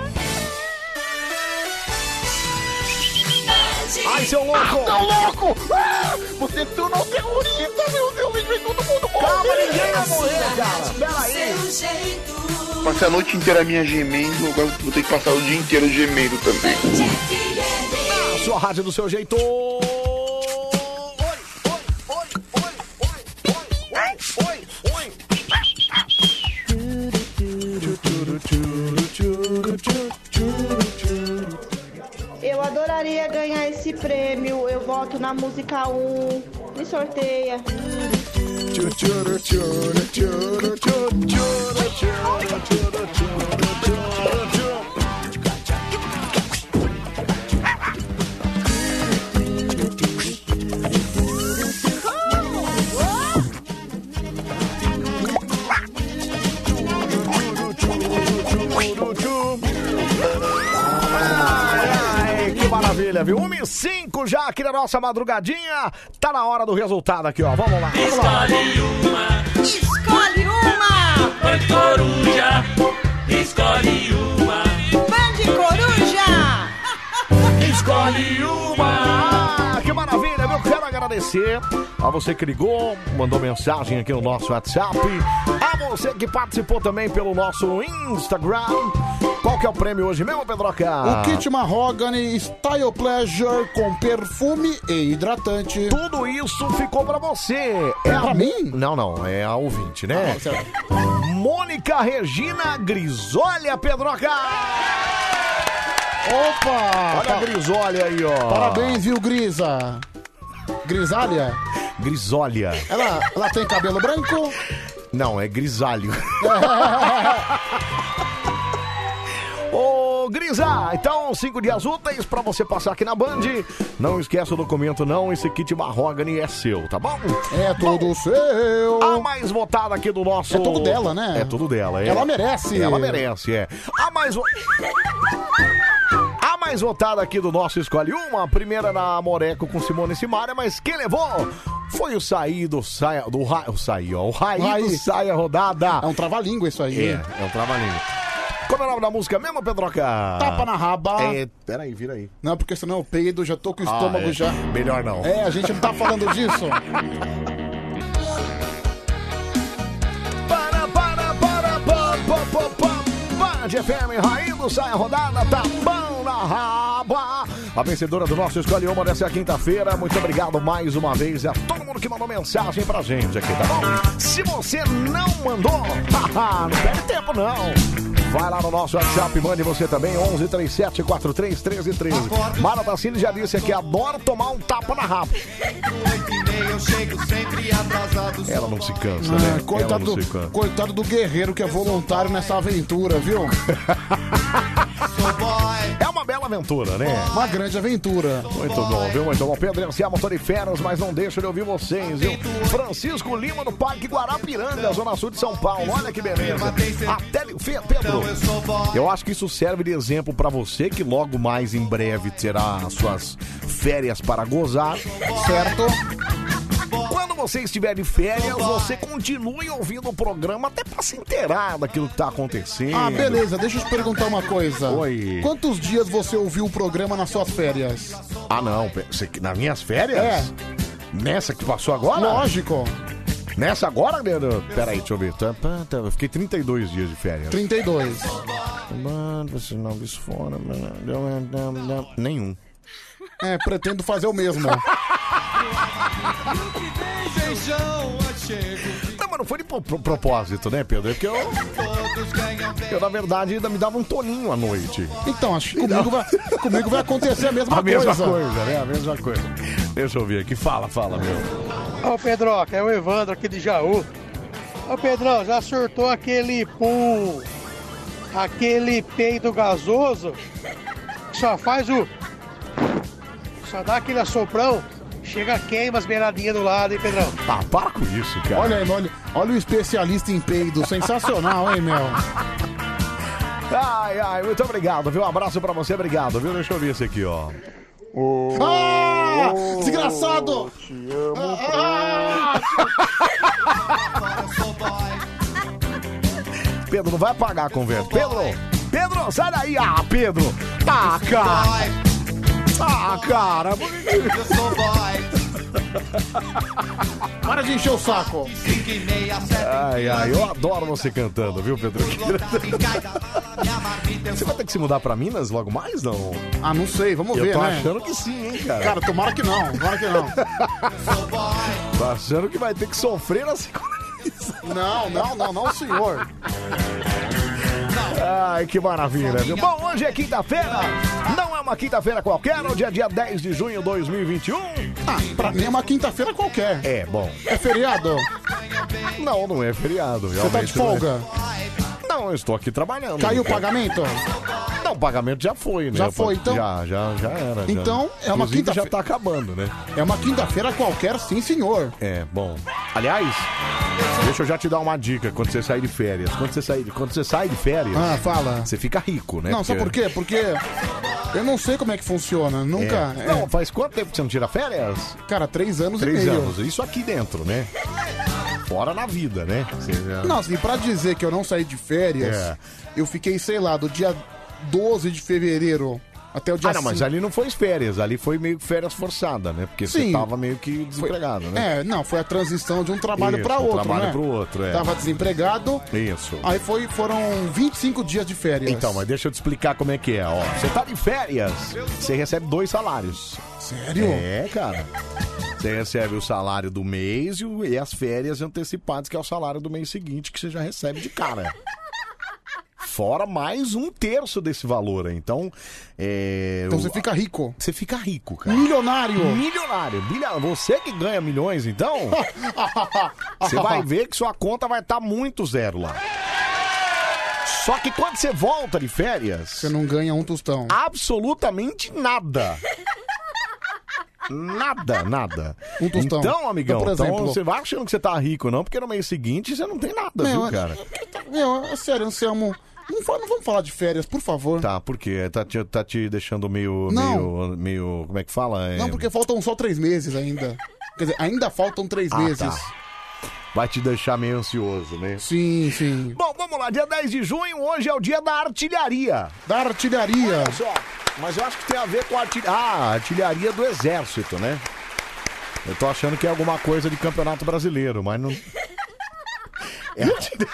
S1: Ai, seu louco!
S4: Ah, seu louco! Ah, você se tornou terrorista, meu Deus! Vem todo mundo
S1: Calma,
S4: ninguém vai
S1: morrer,
S4: cara!
S1: Pera aí!
S8: Passei a noite inteira minha gemendo, agora vou ter que passar o dia inteiro gemendo também.
S1: A sua rádio do seu jeito.
S11: Eu adoraria ganhar esse prêmio. Eu voto na música 1. Me sorteia.
S1: Ai, que maravilha, viu? 1 e 5 já aqui na nossa madrugadinha. Tá na hora do resultado aqui, ó. Vamos lá. Vamos lá.
S2: Escolhe uma, um
S3: Escolhe uma!
S2: Band Coruja. Escolhe uma,
S3: Bande Coruja!
S1: *laughs* Escolhe uma! Ah, que maravilha, meu! Quero agradecer a você que ligou, mandou mensagem aqui no nosso WhatsApp, a você que participou também pelo nosso Instagram. Qual que é o prêmio hoje mesmo, Pedroca?
S4: O kit Mahogany Style Pleasure com perfume e hidratante.
S1: Tudo isso ficou pra você. É pra mim? Não, não, é a ouvinte,
S4: Ah, tá
S1: né? Mônica Regina Grisolha, Pedroca!
S4: Opa!
S1: Olha a Grisolha aí, ó.
S4: Tá. Parabéns, viu, Grisa? Grisalha?
S1: Grisolha.
S4: Ela, ela tem cabelo branco? *laughs*
S1: Não, é grisalho. Ô, Grisa, então cinco dias úteis pra você passar aqui na Band. Não esquece o documento, não. Esse kit Mahogany é seu, tá bom?
S4: É tudo seu.
S1: A mais votada aqui do nosso.
S4: É tudo dela, né?
S1: É tudo dela, é.
S4: Ela merece.
S1: Ela merece, é. A mais. vo- A mais votada aqui do nosso Escolhe Uma, a primeira na Moreco com Simone e Simaria, mas quem levou foi o saí do saia. Do ra... O saí, ó. O raí,
S4: Raí.
S1: do saia rodada.
S4: É um trava-língua isso aí.
S1: É, é um trabalhinho. Como é o nome da música mesmo, Pedroca?
S4: Ah. Tapa na raba.
S1: É, peraí, vira aí.
S4: Não, porque senão eu peido, já tô com o
S1: Ah,
S4: estômago
S1: é.
S4: já.
S1: Melhor não.
S4: É, a gente não tá falando disso.
S1: Para, para, para, pam, pam, pam, pam. Band FM, Rainho, sai a rodada, tapão na raba. A vencedora do nosso Escolhe Uma dessa quinta-feira. Muito obrigado mais uma vez a todo mundo que mandou mensagem pra gente aqui, tá bom? Se você não mandou, *laughs* haha, não perde tempo não. Vai lá no nosso WhatsApp, mande você também, 11 37 43 13 13. Mara Tassini já disse aqui, adoro tomar um tapa na raba. Ela não se cansa, né?
S4: Ah, coitado,
S1: Ela não se cansa.
S4: do, coitado do guerreiro que é voluntário nessa aventura, viu?
S1: É uma bela aventura, né?
S4: Uma grande aventura.
S1: Muito bom, viu? Muito bom. Pedro Enciá, motoriferas, mas não deixo de ouvir vocês, viu? Francisco Lima, do Parque Guarapiranga, Zona Sul de São Paulo. Olha que beleza. A tele... Fe- Pedro, *laughs* eu acho que isso serve de exemplo pra você, que logo mais em breve terá as suas férias para gozar, certo? Quando você estiver de férias, você continue ouvindo o programa até pra se inteirar daquilo que tá acontecendo.
S4: Ah, beleza, deixa eu te perguntar uma coisa.
S1: Oi.
S4: Quantos dias você ouviu o programa nas suas férias?
S1: Ah, não. pe- você- nas minhas férias? Nessa que passou agora?
S4: É. Lógico,
S1: Nessa agora, Leandro? Peraí, deixa eu ver. Tá, pá, tá, Eu fiquei 32 dias de férias.
S4: 32.
S1: Mano, você não viu isso fora, mano. Não, não, não. Nenhum.
S4: É, pretendo fazer o
S1: *laughs*
S4: mesmo.
S1: Não, mas não foi de pro- pro- propósito, né, Pedro? É porque eu, eu, na verdade, ainda me dava um toninho à noite.
S4: Então, acho que comigo vai, comigo vai acontecer a mesma
S1: *laughs* A mesma
S4: coisa.
S1: coisa, né? A mesma coisa. Deixa eu ver aqui. Fala, fala, meu.
S12: Ô Pedroca, é o Evandro aqui de Jaú. Ô Pedrão, já surtou aquele pum, aquele peido gasoso? Só faz o. Só dá aquele assoprão, chega queima as beiradinhas do lado, hein, Pedrão?
S1: Ah, para com isso, cara.
S4: Olha, aí, olha, olha o especialista em peido, sensacional, hein, meu?
S1: Ai, ai, muito obrigado, viu? Um abraço pra você, obrigado, viu? Deixa eu ver esse aqui, ó.
S4: Ah, desgraçado!
S1: Ah, Pedro, não vai apagar a conversa. Pedro! Pedro, sai daí! Ah, Pedro! Ah, cara! Ah, cara! por que que-
S4: Para de encher o saco.
S1: Ai, ai, eu adoro você cantando, viu, Pedro? *laughs* Você vai ter que se mudar pra Minas logo mais, não?
S4: Ah, não sei, vamos
S1: eu
S4: ver,
S1: tô
S4: né?
S1: achando que sim, hein, cara.
S4: Cara, tomara que não, tomara que não.
S1: *laughs* Tô achando que vai ter que sofrer na sequência.
S4: Não, não, não, não, senhor.
S1: Ai, que maravilha, viu? Bom, hoje é quinta-feira, não é uma quinta-feira qualquer, hoje é dia 10 de junho
S4: *laughs*
S1: de 2021.
S4: Ah, pra mim é uma quinta-feira qualquer.
S1: É, bom.
S4: É feriado?
S1: Não, não é feriado.
S4: Você tá de
S1: realmente não é.
S4: folga?
S1: Não, eu estou aqui trabalhando.
S4: Caiu o pagamento?
S1: É Não, o pagamento já foi, né?
S4: Já foi, então?
S1: Já, já, já era. já.
S4: Então, é uma
S1: Inclusive,
S4: quinta-feira.
S1: já tá acabando, né?
S4: É uma quinta-feira qualquer, sim, senhor.
S1: É, bom. Aliás, deixa eu já te dar uma dica quando você sair de férias. Quando você sair, quando você sai de férias,
S4: Ah, fala.
S1: você fica rico, né?
S4: Não, sabe por
S1: Porque-
S4: quê? Porque eu não sei como é que funciona. Nunca.
S1: É.
S4: é.
S1: Não, faz quanto tempo que você não tira férias?
S4: Cara, três anos
S1: Três
S4: e meio.
S1: anos. Isso aqui dentro, né? Fora na vida, né? Você já-
S4: Não, assim, pra dizer que eu não saí de férias,
S1: É.
S4: eu fiquei, sei lá, do dia 12 de fevereiro até o dia
S1: Ah, não, mas
S4: cinco.
S1: ali não foi férias, ali foi meio que férias forçada, né? Porque você
S4: Sim.
S1: tava meio que desempregado, né?
S4: É, não, foi a transição de um trabalho
S1: Isso,
S4: pra
S1: um
S4: outro,
S1: trabalho
S4: né?
S1: pro outro, é.
S4: Tava desempregado,
S1: Isso.
S4: aí foi, foram 25 dias de férias.
S1: Então, mas deixa eu te explicar como é que é, ó. Você tá de férias, você recebe dois salários.
S4: Sério?
S1: É, cara. Você recebe o salário do mês e o- e as férias antecipadas, que é o salário do mês seguinte, que você já recebe de cara. Fora mais um terço desse valor, hein? então. É,
S4: Então
S1: o-
S4: você fica rico.
S1: Você fica rico, cara.
S4: Milionário!
S1: Milionário, bilha- Você que ganha milhões, então,
S4: *laughs*
S1: você vai ver que sua conta vai estar muito zero lá. Só que quando você volta de férias, você
S4: não ganha um tostão.
S1: Absolutamente nada. Nada, nada.
S4: Um tostão.
S1: Então, amigão,
S4: Então, por
S1: então,
S4: exemplo-
S1: você vai achando que você tá rico, não, porque no mês seguinte você não tem nada,
S4: Meu,
S1: viu, cara?
S4: Meu, é sério, Anselmo, não, fa- não vamos falar de férias, por favor.
S1: Tá, por quê? Tá te, tá te deixando meio,
S4: Não.
S1: meio. meio. Como é que fala? É...
S4: Não, porque faltam só três meses ainda. Quer dizer, ainda faltam três
S1: Ah,
S4: meses.
S1: tá. Vai te deixar meio ansioso, né?
S4: Sim, sim.
S1: Bom, vamos lá, dia 10 de junho, hoje é o dia da artilharia.
S4: Da artilharia.
S1: Olha só, mas eu acho que tem a ver com a artilharia. Ah, a artilharia do exército, né? Eu tô achando que é alguma coisa de campeonato brasileiro, mas
S4: *laughs*
S1: não. É a, artil-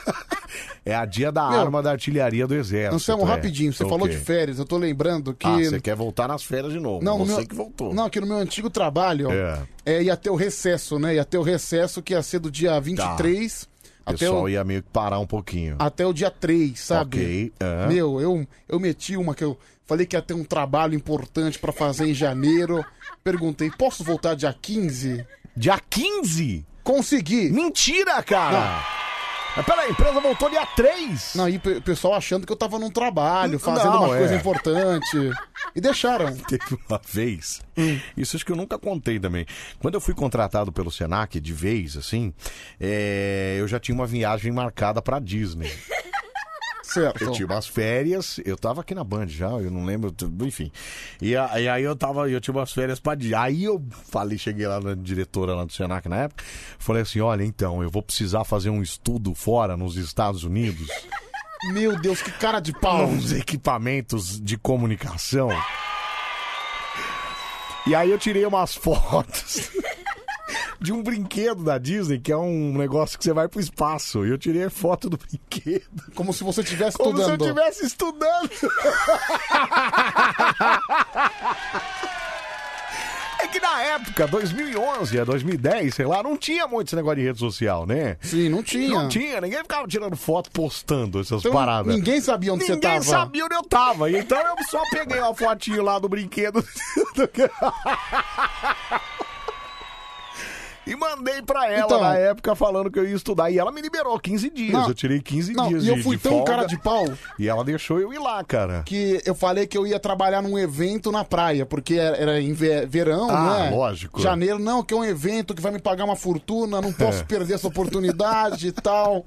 S1: é a dia da
S4: Meu,
S1: arma da artilharia do exército.
S4: Anselmo,
S1: é.
S4: rapidinho, você
S1: Ok.
S4: falou de férias, eu tô lembrando que.
S1: Ah, você quer voltar nas férias de novo.
S4: Não,
S1: Não,
S4: no
S1: você
S4: meu...
S1: que voltou.
S4: Não, que no meu antigo trabalho
S1: É.
S4: é, ia ter o recesso, né? Ia ter o recesso que ia ser do dia 23
S1: Tá. O
S4: até,
S1: pessoal
S4: o...
S1: ia meio que parar um pouquinho.
S4: até o dia 3, sabe?
S1: Ok. é.
S4: Meu, eu, eu meti uma que eu falei que ia ter um trabalho importante pra fazer em janeiro. Perguntei, posso voltar dia 15?
S1: Dia 15?
S4: Consegui!
S1: Mentira, cara! Mas peraí, a empresa voltou dia 3?
S4: Não, e o pessoal achando que eu tava num trabalho, fazendo
S1: Não,
S4: uma
S1: é.
S4: coisa importante. E deixaram.
S1: *laughs* Teve uma vez, isso acho que eu nunca contei também. Quando eu fui contratado pelo Senac de vez, assim, é, eu já tinha uma viagem marcada pra Disney.
S4: *laughs* Certo.
S1: Eu tinha umas férias, eu tava aqui na Band já, eu não lembro, tu- enfim. E, a- e aí eu tava, eu tinha umas férias pra Disney. Aí eu falei, cheguei lá na diretora lá do Senac na época, falei assim: olha, então, eu vou precisar fazer um estudo fora nos Estados Unidos
S4: Meu Deus, que cara de pau.
S1: uns equipamentos de comunicação. E aí eu tirei umas *laughs* fotos de um brinquedo da Disney, que é um negócio que você vai pro espaço. E eu tirei foto do brinquedo.
S4: Como se você estivesse
S1: Como se eu
S4: estudando.
S1: estivesse estudando. *laughs* É que na época, 2011 a 2010, sei lá, não tinha muito esse negócio de rede social, né?
S4: Sim, não tinha.
S1: Não tinha, ninguém ficava tirando foto, postando essas
S4: Então,
S1: paradas.
S4: ninguém sabia onde você tava.
S1: Ninguém sabia onde eu tava. Então eu só peguei uma fotinho lá do brinquedo. *laughs* E mandei pra ela
S4: Então.
S1: na época falando que eu ia estudar. E ela me liberou 15 dias.
S4: Não.
S1: eu tirei 15
S4: Não,
S1: dias.
S4: e eu
S1: de-
S4: fui
S1: de
S4: tão
S1: folga.
S4: cara de pau.
S1: E ela deixou eu ir lá, cara.
S4: que eu falei que eu ia trabalhar num evento na praia, porque era era em ve- verão,
S1: Ah,
S4: né?
S1: lógico.
S4: Janeiro, não, que é um evento que vai me pagar uma fortuna, não posso
S1: É.
S4: perder essa oportunidade e
S1: *laughs*
S4: tal.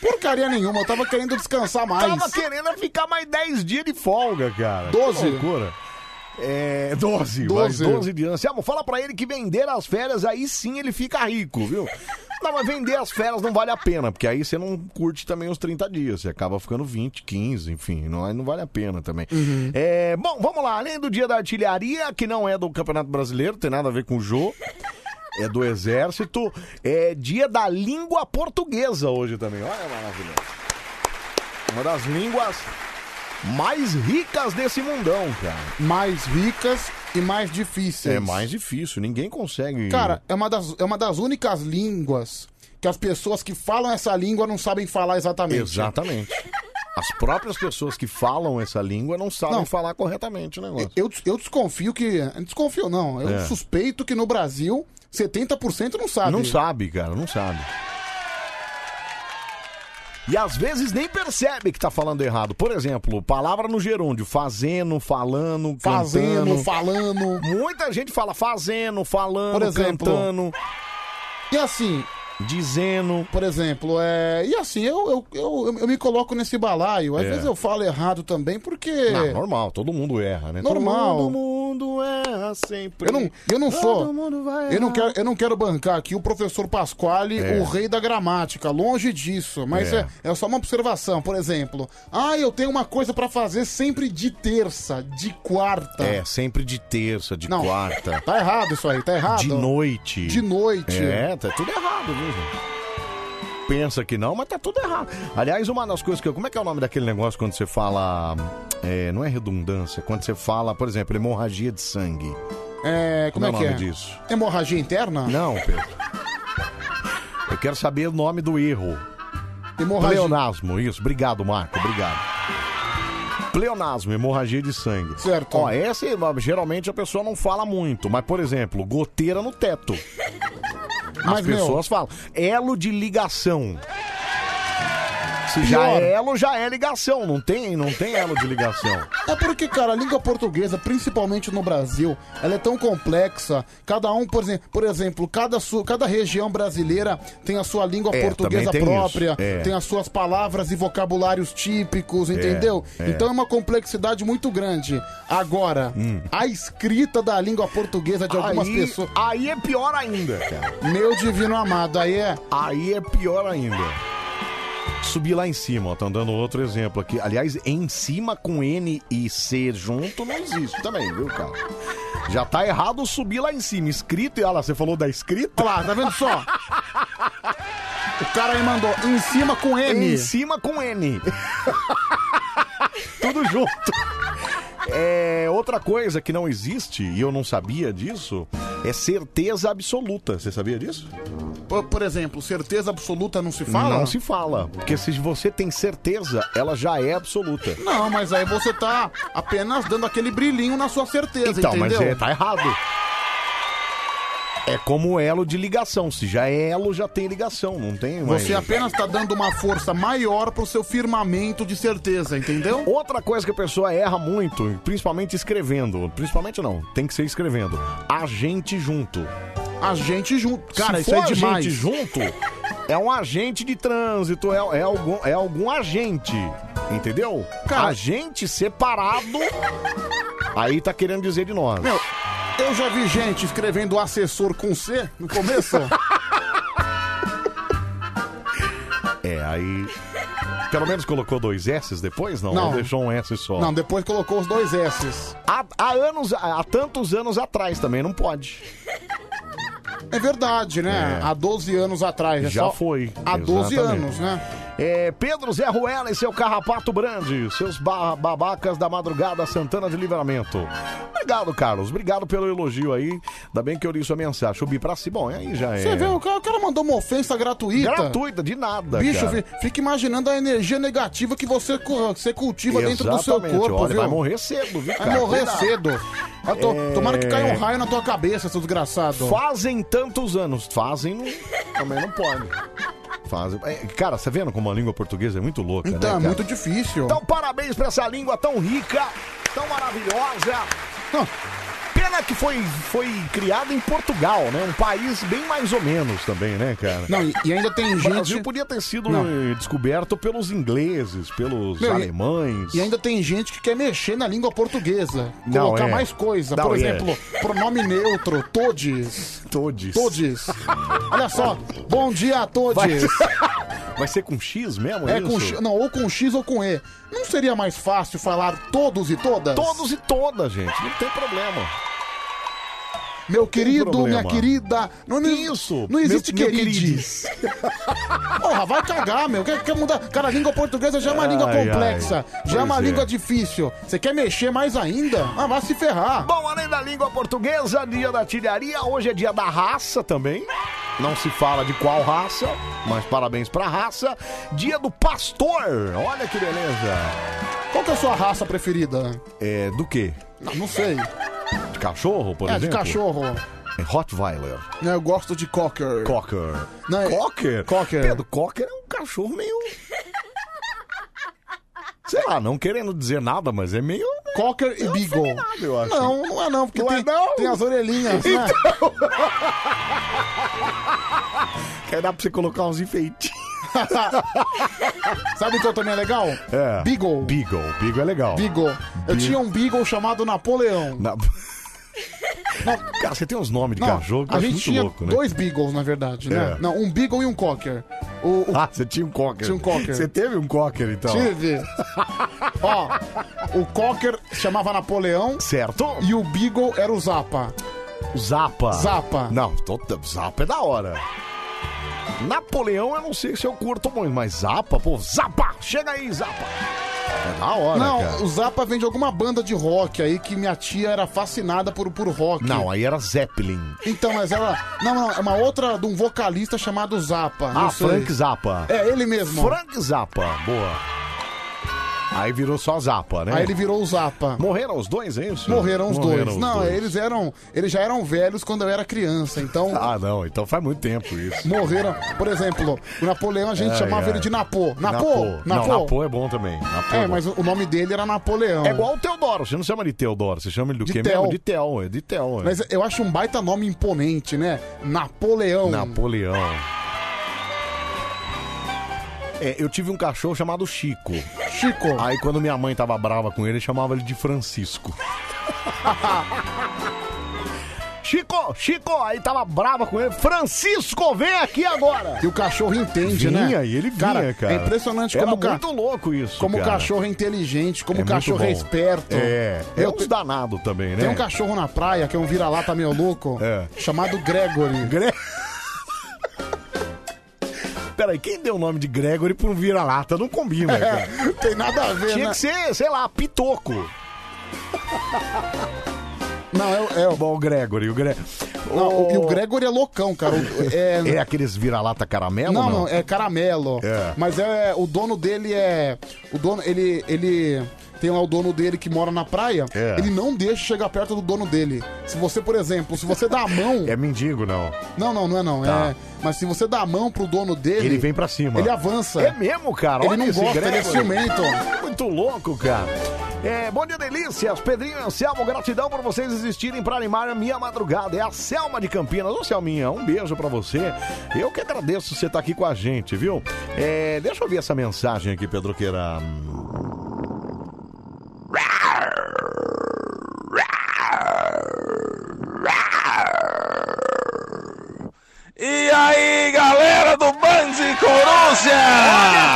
S4: Porcaria nenhuma, eu tava querendo descansar mais.
S1: Tava querendo é ficar mais 10 dias de folga, cara.
S4: Doze.
S1: Que loucura. É, 12,
S4: Doze.
S1: 12. 12 dias. Anselmo, fala pra ele que vender as férias, aí sim ele fica rico, viu? Não, mas vender as férias não vale a pena, porque aí você não curte também os 30 dias. Você acaba ficando 20, 15, enfim. Não, aí não vale a pena também. É, bom, vamos lá. Além do dia da artilharia, que não é do Campeonato Brasileiro, tem nada a ver com o jogo. É do Exército. É dia da língua portuguesa hoje também. Olha, maravilhoso. Uma das línguas mais ricas desse mundão, cara.
S4: Mais ricas e mais difíceis.
S1: É mais difícil, ninguém consegue.
S4: Cara, é uma, das, é uma das únicas línguas que as pessoas que falam essa língua não sabem falar exatamente.
S1: exatamente. As próprias pessoas que falam essa língua não sabem
S4: Não.
S1: falar corretamente o negócio.
S4: Eu, eu desconfio que. Desconfio não. Eu
S1: É.
S4: suspeito que no Brasil 70% não sabe.
S1: Não sabe, cara, não sabe. E às vezes nem percebe que tá falando errado. Por exemplo, palavra no gerúndio, fazendo, falando,
S4: Fazendo,
S1: cantando.
S4: falando.
S1: Muita gente fala fazendo, falando,
S4: Por exemplo.
S1: cantando.
S4: E assim.
S1: Dizendo.
S4: Por exemplo, é. E assim, eu, eu, eu, eu me coloco nesse balaio. Às
S1: É.
S4: vezes eu falo errado também, porque.
S1: Não, normal, todo mundo erra, né?
S4: Normal.
S1: Todo mundo erra sempre.
S4: Eu não, eu não sou.
S1: Todo mundo vai
S4: Eu não,
S1: errar.
S4: quero, eu não quero bancar aqui o professor Pasquale,
S1: É.
S4: o rei da gramática. Longe disso. Mas é.
S1: É.
S4: É, só uma observação. Por exemplo, ah, eu tenho uma coisa pra fazer sempre de terça, de quarta.
S1: É, sempre de terça, de
S4: Tá. Não.
S1: quarta.
S4: Tá errado isso aí, tá errado.
S1: De noite.
S4: De noite.
S1: É, tá tudo errado, viu? gente? Pensa que não, mas tá tudo errado. Aliás, uma das coisas que eu. Como é que é o nome daquele negócio quando você fala. é, não é redundância, quando você fala, por exemplo, hemorragia de sangue.
S4: É, como
S1: Como
S4: é,
S1: é o
S4: que é?
S1: nome disso?
S4: Hemorragia interna?
S1: Não, Pedro. Eu quero saber o nome do erro.
S4: Hemorragia.
S1: Pleonasmo, isso. Obrigado, Marco. Obrigado. Pleonasmo, hemorragia de sangue.
S4: Certo.
S1: Ó, essa geralmente a pessoa não fala muito, mas, por exemplo, goteira no teto. As
S4: Mas, meu-
S1: pessoas falam. Elo de ligação. Se
S4: Pior.
S1: já é elo, já é ligação. Não tem, não tem elo de ligação.
S4: É porque, cara, a língua portuguesa, principalmente no Brasil, ela é tão complexa. Cada um, por exemplo, por exemplo cada, su- cada região brasileira tem a sua língua
S1: É,
S4: portuguesa
S1: também tem
S4: própria,
S1: isso, é.
S4: tem as suas palavras e vocabulários típicos,
S1: É,
S4: entendeu?
S1: é.
S4: Então é uma complexidade muito grande. Agora,
S1: Hum.
S4: a escrita da língua portuguesa de algumas
S1: Aí-
S4: pessoas.
S1: Aí é pior ainda, cara.
S4: Meu divino amado, aí é.
S1: Aí é pior ainda. Subir lá em cima, ó, tá dando outro exemplo aqui. Aliás, em cima com N e C junto não existe também, viu, cara? Já tá errado subir lá em cima. Escrito, e olha lá, você falou da escrita?
S4: Olha lá, tá vendo só? O cara aí mandou em cima com N.
S1: Em cima com N. *laughs* Tudo junto. É, outra coisa que não existe, e eu não sabia disso, é certeza absoluta. Você sabia disso?
S4: Por, por exemplo, certeza absoluta não se fala?
S1: Não se fala. Porque se você tem certeza, ela já é absoluta.
S4: Não, mas aí você tá apenas dando aquele brilhinho na sua certeza,
S1: Então,
S4: entendeu?
S1: mas é, tá errado. É como elo de ligação. Se já é elo, já tem ligação, não tem mais.
S4: Você apenas tá dando uma força maior pro seu firmamento de certeza, entendeu?
S1: Outra coisa que a pessoa erra muito, principalmente escrevendo. Principalmente não, tem que ser escrevendo. A gente junto.
S4: A gente junto. Cara,
S1: Se
S4: isso
S1: for
S4: é demais.
S1: A gente junto é um agente de trânsito, é, é algum, é algum agente. Entendeu?
S4: Cara-
S1: agente separado. Aí tá querendo dizer de nós.
S4: Meu, eu já vi gente escrevendo assessor com C no começo.
S1: É, aí. Pelo menos colocou dois S's depois, não?
S4: Não.
S1: Ou deixou um S *laughs* só?
S4: Não, depois colocou os dois S's.
S1: Há, há anos, há há tantos anos atrás também, não pode.
S4: É verdade, né?
S1: É.
S4: Há 12 anos atrás. é
S1: Já
S4: só-
S1: foi.
S4: Há 12
S1: exatamente.
S4: anos, né?
S1: É, Pedro Zé Ruela e seu Carrapato Brande, seus ba- babacas da madrugada Santana de Livramento. Obrigado, Carlos. Obrigado pelo elogio aí. Ainda bem que eu li sua mensagem. Subi pra si. Bom, aí já é.
S4: Você vê, o cara, o cara mandou uma ofensa gratuita.
S1: Gratuita, de nada.
S4: Bicho,
S1: cara.
S4: fi- fica imaginando a energia negativa que você, cu- você cultiva dentro do seu
S1: Exatamente,
S4: corpo,
S1: olha,
S4: viu?
S1: vai morrer cedo, viu, cara?
S4: Vai morrer
S1: Cuidado.
S4: cedo. Ah, to-
S1: É.
S4: Tomara que caia um raio na tua cabeça, seu desgraçado.
S1: Fazem tantos anos. Fazem, não- também não pode. Fazem. É, cara, você vendo como a língua portuguesa é muito louca, né?
S4: Então, é
S1: cara?
S4: muito difícil.
S1: Então, parabéns pra essa língua tão rica, tão maravilhosa. Pena que foi, foi criada em Portugal, né? Um país bem mais ou menos também, né, cara?
S4: Não, e- e ainda tem
S1: O Brasil
S4: gente-
S1: podia ter sido
S4: Não.
S1: eh, descoberto pelos ingleses, pelos
S4: Meu, e-
S1: alemães.
S4: E ainda tem gente que quer mexer na língua portuguesa.
S1: Não,
S4: colocar
S1: é.
S4: mais coisa.
S1: Não,
S4: Por
S1: é.
S4: exemplo, pronome neutro, todes.
S1: Todes.
S4: Todes. Olha só, bom dia a todes.
S1: Vai ser com X mesmo?
S4: É
S1: isso?
S4: com X, não, ou com X ou com E. Não seria mais fácil falar todos e todas?
S1: Todos e todas, gente. Não tem problema.
S4: Meu querido,
S1: problema.
S4: minha querida. Não, não, isso. Não existe
S1: meu- meu
S4: querides. *laughs* Porra, vai cagar, meu. Quer, quer mudar? Cara, a língua portuguesa já é uma língua
S1: Ai,
S4: complexa.
S1: ai.
S4: Já é uma
S1: Pois é.
S4: língua difícil. Você quer mexer mais ainda? Ah, vai se ferrar.
S1: Bom, além da língua portuguesa, dia da artilharia, hoje é dia da raça também. Não se fala de qual raça, mas parabéns pra raça. Dia do pastor, olha que beleza.
S4: Qual que é a sua raça preferida?
S1: É, do quê?
S4: Não, não sei.
S1: De cachorro, por
S4: é, de
S1: exemplo?
S4: cachorro.
S1: É Rottweiler.
S4: Não, Eu gosto de cocker.
S1: Cocker.
S4: Não, é-
S1: Cocker?
S4: Cocker.
S1: Pedro, Cocker é um cachorro meio... Sei lá, não querendo dizer nada, mas é meio...
S4: Cocker e Beagle.
S1: eu acho.
S4: Não, não é não, porque tem, tem as orelhinhas, né? *laughs*
S1: Quer dar pra você colocar uns enfeitinhos.
S4: *laughs* Sabe qual também é legal?
S1: É.
S4: Beagle.
S1: Beagle. Beagle é legal.
S4: Beagle. Eu
S1: Be-
S4: tinha um Beagle chamado Napoleão.
S1: Na- Cara, você tem uns nomes de
S4: Não,
S1: cachorro que eu
S4: a
S1: acho
S4: gente
S1: muito
S4: tinha
S1: louco, né?
S4: dois Beagles, na verdade, né?
S1: É.
S4: Não, um Beagle e um Cocker. O, o-
S1: Ah, você tinha um cocker.
S4: Tinha um cocker.
S1: Você teve um cocker, então?
S4: Tive.
S1: *laughs*
S4: Ó, o Cocker se chamava Napoleão
S1: Certo?
S4: e o Beagle era o Zapa.
S1: O Zapa.
S4: Zapa.
S1: Não, tô... Zapa é da hora. Napoleão, eu não sei se eu curto muito, mas Zapa, pô, Zapa! Chega aí, Zapa! É da hora,
S4: Não,
S1: cara.
S4: o Zapa vem de alguma banda de rock aí que minha tia era fascinada por, por rock.
S1: Não, aí era Zeppelin.
S4: Então, mas ela. Não, não, é uma outra de um vocalista chamado Zappa. não
S1: Ah,
S4: sei.
S1: Frank Zappa.
S4: É, ele mesmo.
S1: Frank Zappa, boa. Aí virou só Zappa, né?
S4: Aí ele virou o Zappa.
S1: Morreram os dois, é isso?
S4: Morreram os dois.
S1: os
S4: não,
S1: dois.
S4: eles eram. Eles já eram velhos quando eu era criança, então.
S1: *laughs* Ah, não, então faz muito tempo isso.
S4: Morreram. Por exemplo, o Napoleão a gente
S1: Ai,
S4: chamava
S1: ai.
S4: ele de Napô.
S1: Napô.
S4: Napô?
S1: Não,
S4: Napô?
S1: Napô é bom também. Napô
S4: É,
S1: bom.
S4: mas o nome dele era Napoleão.
S1: É igual o Teodoro, você não chama de Teodoro, você chama ele do
S4: De
S1: quê
S4: Tel.
S1: mesmo? De Tel, é de Tel. É.
S4: Mas eu acho um baita nome imponente, né? Napoleão.
S1: Napoleão. É, eu tive um cachorro chamado Chico.
S4: Chico.
S1: Aí quando minha mãe tava brava com ele, chamava ele de Francisco. Chico, Chico, aí tava brava com ele. Francisco, vem aqui agora.
S4: E o cachorro entende,
S1: vinha,
S4: né?
S1: e ele vinha,
S4: Cara,
S1: cara.
S4: É impressionante
S1: Era
S4: como o ca-
S1: muito louco isso,
S4: Como o
S1: cara.
S4: cachorro é inteligente, como
S1: É
S4: o
S1: muito
S4: cachorro é
S1: bom.
S4: esperto.
S1: É, é
S4: Meu,
S1: uns danado também, né?
S4: Tem um cachorro na praia, que é um vira-lata meio louco,
S1: É.
S4: chamado Gregory.
S1: Gre... Peraí, quem deu o nome de Gregory pra um vira-lata? Não combina, cara.
S4: É, Tem nada a ver,
S1: Tinha
S4: né?
S1: que ser, sei lá, Pitoco.
S4: *laughs* Não, é, o- é o...
S1: Bom, o Gregory, o Gre...
S4: Não,
S1: Ô,
S4: E o Gregory é loucão, cara. O-
S1: *laughs* É aqueles vira-lata caramelo?
S4: Não,
S1: Não,
S4: não, é caramelo.
S1: É.
S4: Mas é o dono dele é o dono ele ele tem lá o dono dele que mora na praia.
S1: É.
S4: Ele não deixa chegar perto do dono dele. Se você, por exemplo, se você dá a mão,
S1: *laughs* É mendigo, não.
S4: não, não, não é não,
S1: Tá.
S4: é, mas se você dá a mão pro dono dele,
S1: Ele vem pra cima.
S4: Ele avança.
S1: É mesmo, cara?
S4: Ele
S1: Olha
S4: não
S1: esse
S4: gosta, ele é
S1: Gregory.
S4: ciumento.
S1: Muito louco, cara. É, bom dia, delícias. Pedrinho e Anselmo, gratidão por vocês existirem pra animar a minha madrugada. É a Selma de Campinas. Ô, Selminha, um beijo pra você. Eu que agradeço você estar aqui com a gente, viu? É, deixa eu ver essa mensagem aqui, Pedro Queira.
S13: E aí, galera do Band Coruja!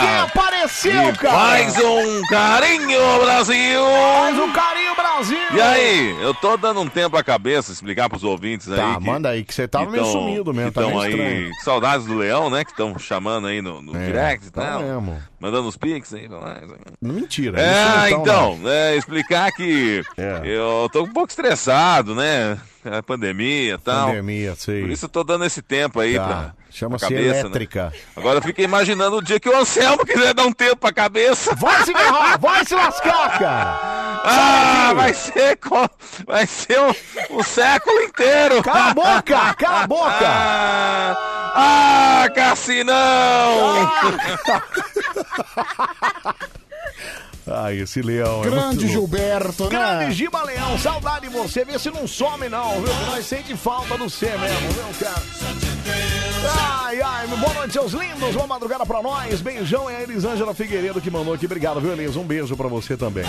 S1: Quem apareceu,
S13: E
S1: cara?
S13: mais um carinho, Brasil!
S1: Mais um carinho, Brasil! Brasil!
S13: E aí, eu tô dando um tempo à cabeça explicar pros ouvintes aí.
S1: Tá,
S13: que-
S1: manda aí, que você tava meio
S13: que tão-
S1: sumido mesmo,
S13: que
S1: tá
S13: tão
S1: meio
S13: Então, aí,
S1: estranho.
S13: que saudades do Leão, né? Que estão chamando aí no, no
S1: É,
S13: direct e
S1: tá
S13: tal.
S1: mesmo.
S13: Mandando os pics aí. pra nós.
S1: Mentira. isso
S13: É,
S1: não tá,
S13: então,
S1: não.
S13: é, explicar que
S1: É.
S13: eu tô um pouco estressado, né? A pandemia e tal.
S1: Pandemia, sei.
S13: Por isso eu tô dando esse tempo aí
S1: Tá.
S13: pra.
S1: Chama-se
S13: pra cabeça,
S1: elétrica.
S13: né? Agora eu fiquei imaginando o dia que o Anselmo quiser dar um tempo pra cabeça.
S1: Vai se ferrar, vai se lascar, cara!
S13: Ah, vai ser, co- vai ser um, um século inteiro!
S1: Cala a boca, cala a boca!
S13: Ah, ah, Cassinão!
S1: Ah, Ai, esse leão. é muito
S4: Grande
S1: louco.
S4: Gilberto, né?
S1: Grande Giba Leão, saudade de você. Vê se não some, não, viu? Que Nós sente falta do C mesmo, viu, cara? Ai, ai, boa noite, seus lindos. Boa madrugada pra nós. Beijão é a Elisângela Figueiredo que mandou aqui. Obrigado, viu, Elis? Um beijo pra você também.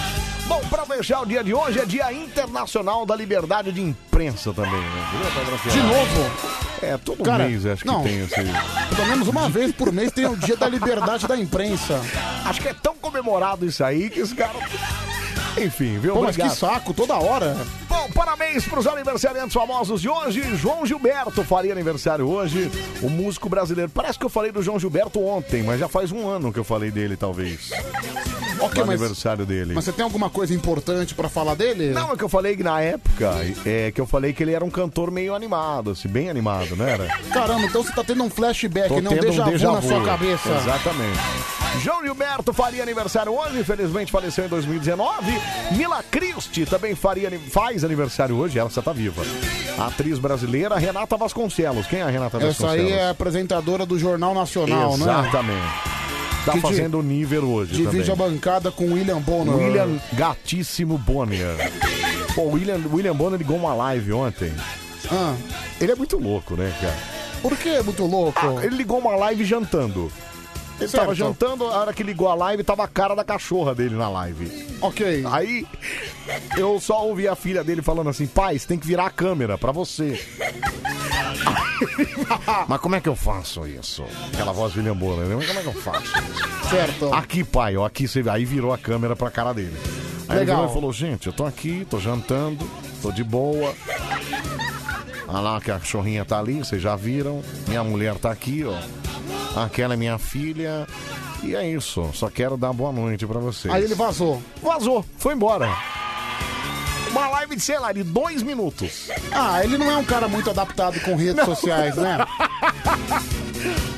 S1: Bom, pra fechar o dia de hoje, é Dia Internacional da Liberdade de Imprensa também, né? Viu, Pedro Afiado?
S4: De novo?
S1: É, todo
S4: Cara,
S1: mês acho
S4: não.
S1: que tem esse.
S4: Pelo menos uma vez por mês tem o dia da liberdade da imprensa.
S1: Acho que é tão comemorado isso aí que os caras.
S4: *laughs*
S1: Enfim, viu?
S4: Pô, mas
S1: Obrigado.
S4: que saco, toda hora.
S1: Bom, parabéns para os aniversariantes famosos de hoje. João Gilberto faria aniversário hoje, o músico brasileiro. Parece que eu falei do João Gilberto ontem, mas já faz um ano que eu falei dele, talvez.
S4: Ok,
S1: do
S4: mas-
S1: aniversário dele.
S4: Mas você tem alguma coisa importante pra falar dele?
S1: Não, é que eu falei que na época, é que eu falei que ele era um cantor meio animado, assim, bem animado, não era?
S4: Caramba, então você tá tendo um flashback,
S1: Tô
S4: não
S1: tendo
S4: déjà,
S1: um déjà
S4: vu na
S1: vu.
S4: sua cabeça.
S1: Exatamente. João Gilberto faria aniversário hoje, infelizmente faleceu em 2019. Mila Christi também faria, ani- faz aniversário hoje, ela só tá viva. A atriz brasileira Renata Vasconcelos. Quem é a Renata
S4: Essa aí
S1: Vasconcelos?
S4: é a apresentadora do Jornal Nacional, né?
S1: Exatamente. Tá
S4: Que di-
S1: fazendo o nível hoje
S4: Divide a
S1: também.
S4: bancada com William Bonner.
S1: William Gatíssimo Bonner. Pô, o William, William Bonner ligou uma live ontem. Ele é muito louco, né, cara?
S4: Ah.
S1: Ah,
S4: Por que é muito louco?
S1: Ele ligou uma live jantando. Ele
S4: Certo.
S1: tava jantando, a hora que ligou a live, tava a cara da cachorra dele na live.
S4: Ok.
S1: Aí eu só ouvi a filha dele falando assim: pai, você tem que virar a câmera pra você. *laughs* Mas como é que eu faço isso? Aquela voz de William Bonner, né? Mas como é que eu faço?
S4: Certo.
S1: Aqui, pai, ó, aqui você vê. Aí virou a câmera pra cara dele.
S4: Legal.
S1: Aí ele virou e falou: gente, eu tô aqui, tô jantando, tô de boa. Olha lá que a cachorrinha tá ali, vocês já viram. Minha mulher tá aqui, ó. Aquela é minha filha. E é isso, só quero dar boa noite pra vocês.
S4: Aí ele vazou.
S1: Vazou, foi embora. Uma live de, sei lá, de dois minutos.
S4: Ah, ele não é um cara muito adaptado com redes sociais, né?
S1: *laughs*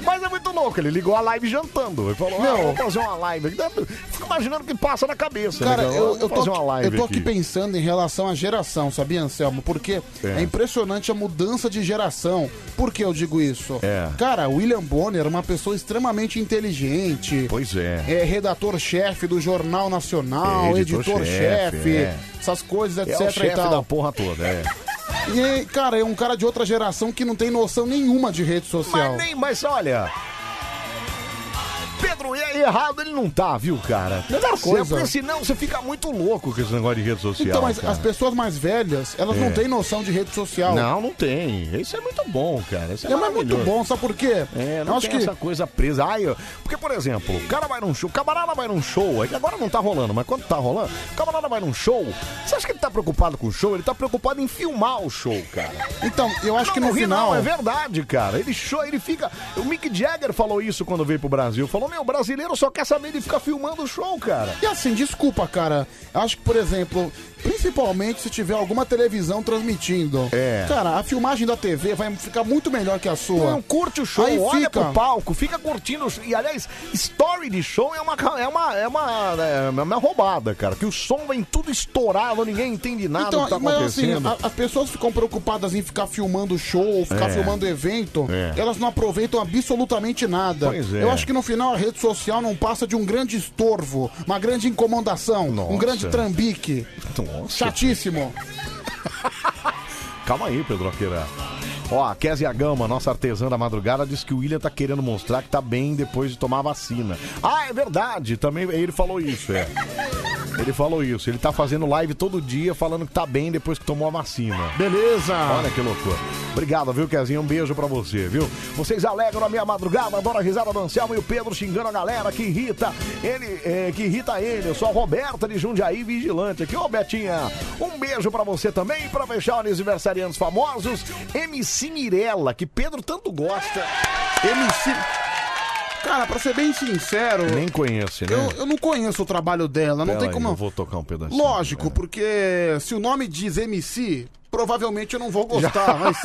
S1: Mas é muito louco, ele ligou a live jantando. Ele falou,
S4: Meu.
S1: ah, vou fazer uma live. aqui. Fico imaginando o que passa na cabeça.
S4: Cara,
S1: né,
S4: eu,
S1: Vou
S4: eu tô,
S1: fazer
S4: aqui-
S1: uma live
S4: eu tô aqui,
S1: aqui.
S4: pensando em relação à geração, sabia, Anselmo? Porque é.
S1: É.
S4: impressionante a mudança de geração. Por que eu digo isso?
S1: É.
S4: Cara, William Bonner era uma pessoa extremamente inteligente.
S1: Pois é.
S4: É redator-chefe do Jornal Nacional,
S1: É,
S4: editor-chefe,
S1: editor-chefe, é.
S4: essas coisas,
S1: É
S4: etc.
S1: o
S4: e
S1: chefe
S4: tal.
S1: da porra
S4: *laughs*
S1: toda, é.
S4: E, cara, é um cara de outra geração que não tem noção nenhuma de rede social.
S1: Mas nem, mas olha. Pedro, e- errado ele não tá, viu, cara?
S4: Melhor
S1: Certo,
S4: é coisa.
S1: é Porque senão você fica muito louco com esse negócio de rede social.
S4: Então, mas
S1: cara.
S4: as pessoas mais velhas, elas não
S1: É.
S4: têm noção de rede social.
S1: Não, não tem. Isso é muito bom, cara. Isso é,
S4: É, mas é muito
S1: maravilhoso.
S4: bom, sabe por quê?
S1: É, não
S4: eu acho
S1: tem
S4: que
S1: essa coisa presa. Ai, eu- Porque, por exemplo, o cara vai num show, o camarada vai num show, aí agora não tá rolando, mas quando tá rolando, o camarada vai num show, você acha que ele tá preocupado com o show? Ele tá preocupado em filmar o show, cara.
S4: Então, eu acho que no
S1: não ri,
S4: final-
S1: Não, é verdade, cara. Ele show, ele fica. O Mick Jagger falou isso quando veio pro Brasil. Falou, meu, brasileiro só quer saber de ficar filmando o show, cara.
S4: E assim, desculpa, cara. Eu Acho que, por exemplo, principalmente se tiver alguma televisão transmitindo.
S1: É.
S4: Cara, a filmagem da TV vai ficar muito melhor que a sua.
S1: Não, curte o show,
S4: Aí
S1: olha
S4: fica.
S1: pro palco, fica curtindo o show. E aliás, story de show é uma, é, uma, é, uma, é uma roubada, cara. Que o som vem tudo estourado, ninguém entende nada do
S4: Então,
S1: que tá
S4: mas assim,
S1: acontecendo.
S4: a- as pessoas ficam preocupadas em ficar filmando show, ficar
S1: É.
S4: filmando evento,
S1: É.
S4: elas não aproveitam absolutamente nada.
S1: Pois é.
S4: Eu acho que no final a rede social não passa de um grande estorvo, uma grande incomodação, um
S1: Nossa.
S4: grande trambique.
S1: Nossa.
S4: Chatíssimo.
S1: Calma aí, Pedro Aqueira. Ó, a Kézia Gama, nossa artesã da madrugada, diz que o William tá querendo mostrar que tá bem depois de tomar a vacina. Ah, é verdade, também ele falou isso, é. Ele falou isso. Ele tá fazendo live todo dia falando que tá bem depois que tomou a vacina.
S4: Beleza!
S1: Olha que loucura. Obrigado, viu, Kezinho? Um beijo pra você, viu? Vocês alegram a minha madrugada, adoro a risada do Anselmo e o Pedro xingando a galera que irrita ele, é, que irrita ele. Eu sou a Roberta de Jundiaí Vigilante aqui. Ô, Betinha, um beijo pra você também. E Pra fechar os aniversariantes famosos, MC Mirella, que Pedro tanto gosta.
S4: MC... Cara, pra ser bem sincero.
S1: Nem conhece, né?
S4: Eu, eu não conheço o trabalho dela, não
S1: Pera
S4: tem
S1: aí,
S4: como.
S1: Eu vou tocar um pedacinho.
S4: Lógico, porque se o nome diz MC, provavelmente eu não vou gostar,
S1: Já. *laughs*
S4: mas.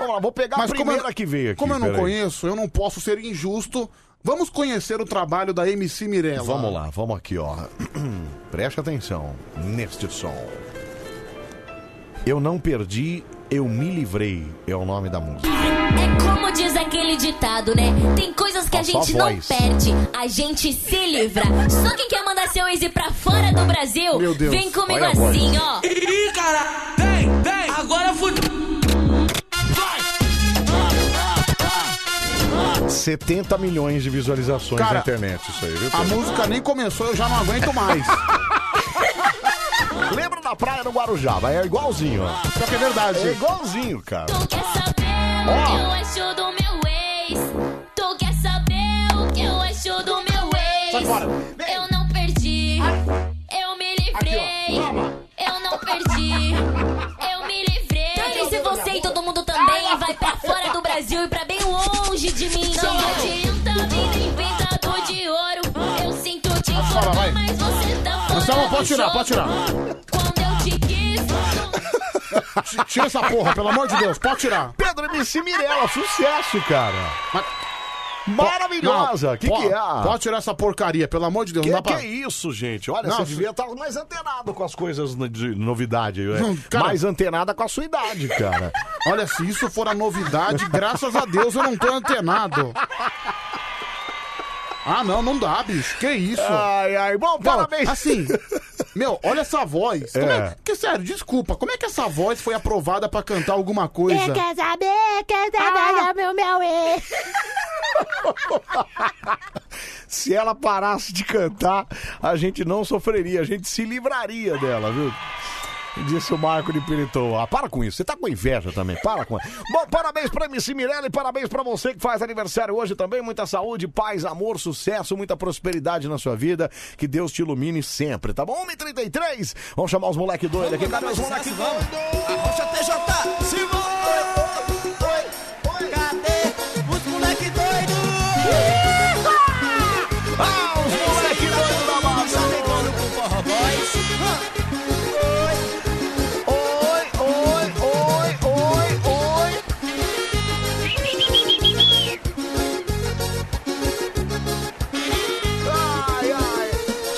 S1: Vamos lá, vou pegar a primeira que veio aqui,
S4: Como eu não
S1: peraí.
S4: conheço, eu não posso ser injusto. Vamos conhecer o trabalho da MC Mirella.
S1: Vamos lá, vamos aqui, ó. *clears throat* Preste atenção neste som. Eu não perdi, eu me livrei, é o nome da música.
S14: É como diz aquele ditado, né? Tem coisas que a
S1: Nossa,
S14: gente
S1: a
S14: não
S1: voz.
S14: perde, a gente se livra. Só quem quer mandar seu ex ir pra fora do Brasil,
S2: Meu Deus.
S14: vem comigo
S2: Olha a voz.
S14: assim, ó.
S2: Ih, cara, vem, vem, agora fui.
S1: 70 milhões de visualizações
S4: Cara,
S1: na internet, isso aí, viu?
S4: A
S1: Pedro?
S4: música nem começou, eu já não aguento
S1: *laughs*
S4: mais.
S1: Lembra da praia do Guarujá, vai, é igualzinho, ó.
S4: Só que é verdade.
S1: É igualzinho, cara.
S14: O que eu acho do meu ex? Tu quer saber o que eu acho do meu
S2: Sai
S14: ex?
S2: fora.
S14: Eu não perdi, eu me livrei. Eu não perdi, eu me livrei. E se você e todo mundo também vai pra fora do Brasil e pra bem longe de mim? Não adianta vir inventador de ouro. Eu sinto te informar, mas você tá fora
S4: Anselmo,
S14: do
S4: pode tirar,
S14: jogo.
S4: pode tirar.
S14: Quando eu te quis,
S4: Ti- Tira essa porra, pelo amor de Deus, pode tirar.
S1: Pedro MC Mirella, sucesso, cara. Maravilhosa, que
S4: pode,
S1: que é?
S4: Pode tirar essa porcaria, pelo amor de Deus,
S1: Que,
S4: não dá pra.
S1: que é isso, gente? Olha,
S4: Não,
S1: você
S4: se-
S1: devia estar mais antenado com as coisas no- de novidade. é.
S4: Não, cara-
S1: Mais antenada com a sua
S4: *laughs*
S1: idade, cara.
S4: Olha, se isso for a novidade, graças a Deus eu não tô antenado. Ah, não, não dá, bicho. Que isso?
S1: Ai, ai, bom, parabéns.
S4: Assim, meu, olha essa voz. Como
S1: É.
S4: é... Porque, sério, desculpa, como é que essa voz foi aprovada pra cantar alguma
S2: Você
S3: É,
S4: coisa?
S2: quer saber, quer saber ah. meu meu ex?
S1: Se ela parasse de cantar, a gente não sofreria, a gente se livraria dela, viu? Disse o Marco de Piritoa. Ah, para com isso, você tá com inveja também, para com Bom, parabéns pra MC Mirella e parabéns pra você que faz aniversário hoje também. Muita saúde, paz, amor, sucesso, muita prosperidade na sua vida. Que Deus te ilumine sempre, tá bom? 1h33, vamos chamar os moleque doido aqui. Cadê
S2: um
S1: os moleque doido?
S2: Arrocha TJ, se Oi, oi, oi, cadê os moleque doido? Ah, os
S1: É
S2: moleque doido da Barça deitando pro Forró Boys. Oi, oi, oi, oi, oi,
S1: Ai, ai,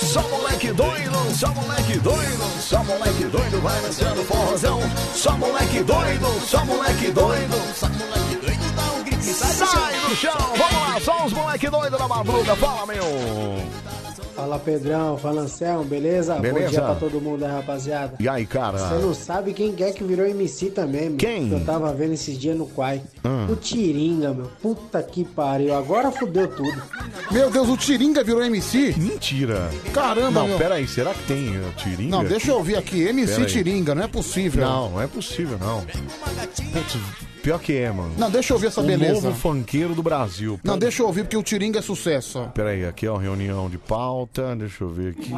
S1: só moleque doido, só moleque doido, só moleque doido vai dançando forrozão. Só moleque doido, só moleque doido, só moleque doido dá um grito. Sai do chão, vamos lá, só os moleque doido da madruga, fala meu.
S15: Fala Pedrão, fala Anselmo, beleza?
S1: Beleza.
S15: Bom dia pra todo mundo aí, rapaziada.
S1: E aí, cara?
S15: Você não sabe quem é que virou MC também, meu.
S1: Quem?
S15: Eu tava vendo esses dias no Quai.
S1: Hum.
S15: O Tiringa, meu. Puta que pariu. Agora fudeu tudo.
S4: Meu Deus, o Tiringa virou MC?
S1: Mentira.
S4: Caramba,
S1: Não,
S4: meu.
S1: pera aí, será que tem eh, tiringa?
S4: Não, deixa eu ouvir aqui. MC
S1: Pera aí.
S4: Tiringa, não é possível.
S1: Não, não é possível, não. Putz, pior que é, mano.
S4: Não, deixa eu ouvir essa beleza.
S1: O novo funkeiro do Brasil.
S4: Não, deixa eu ouvir, porque o Tiringa é sucesso. ó.
S1: Peraí, aqui é uma reunião de pauta, deixa eu ver aqui.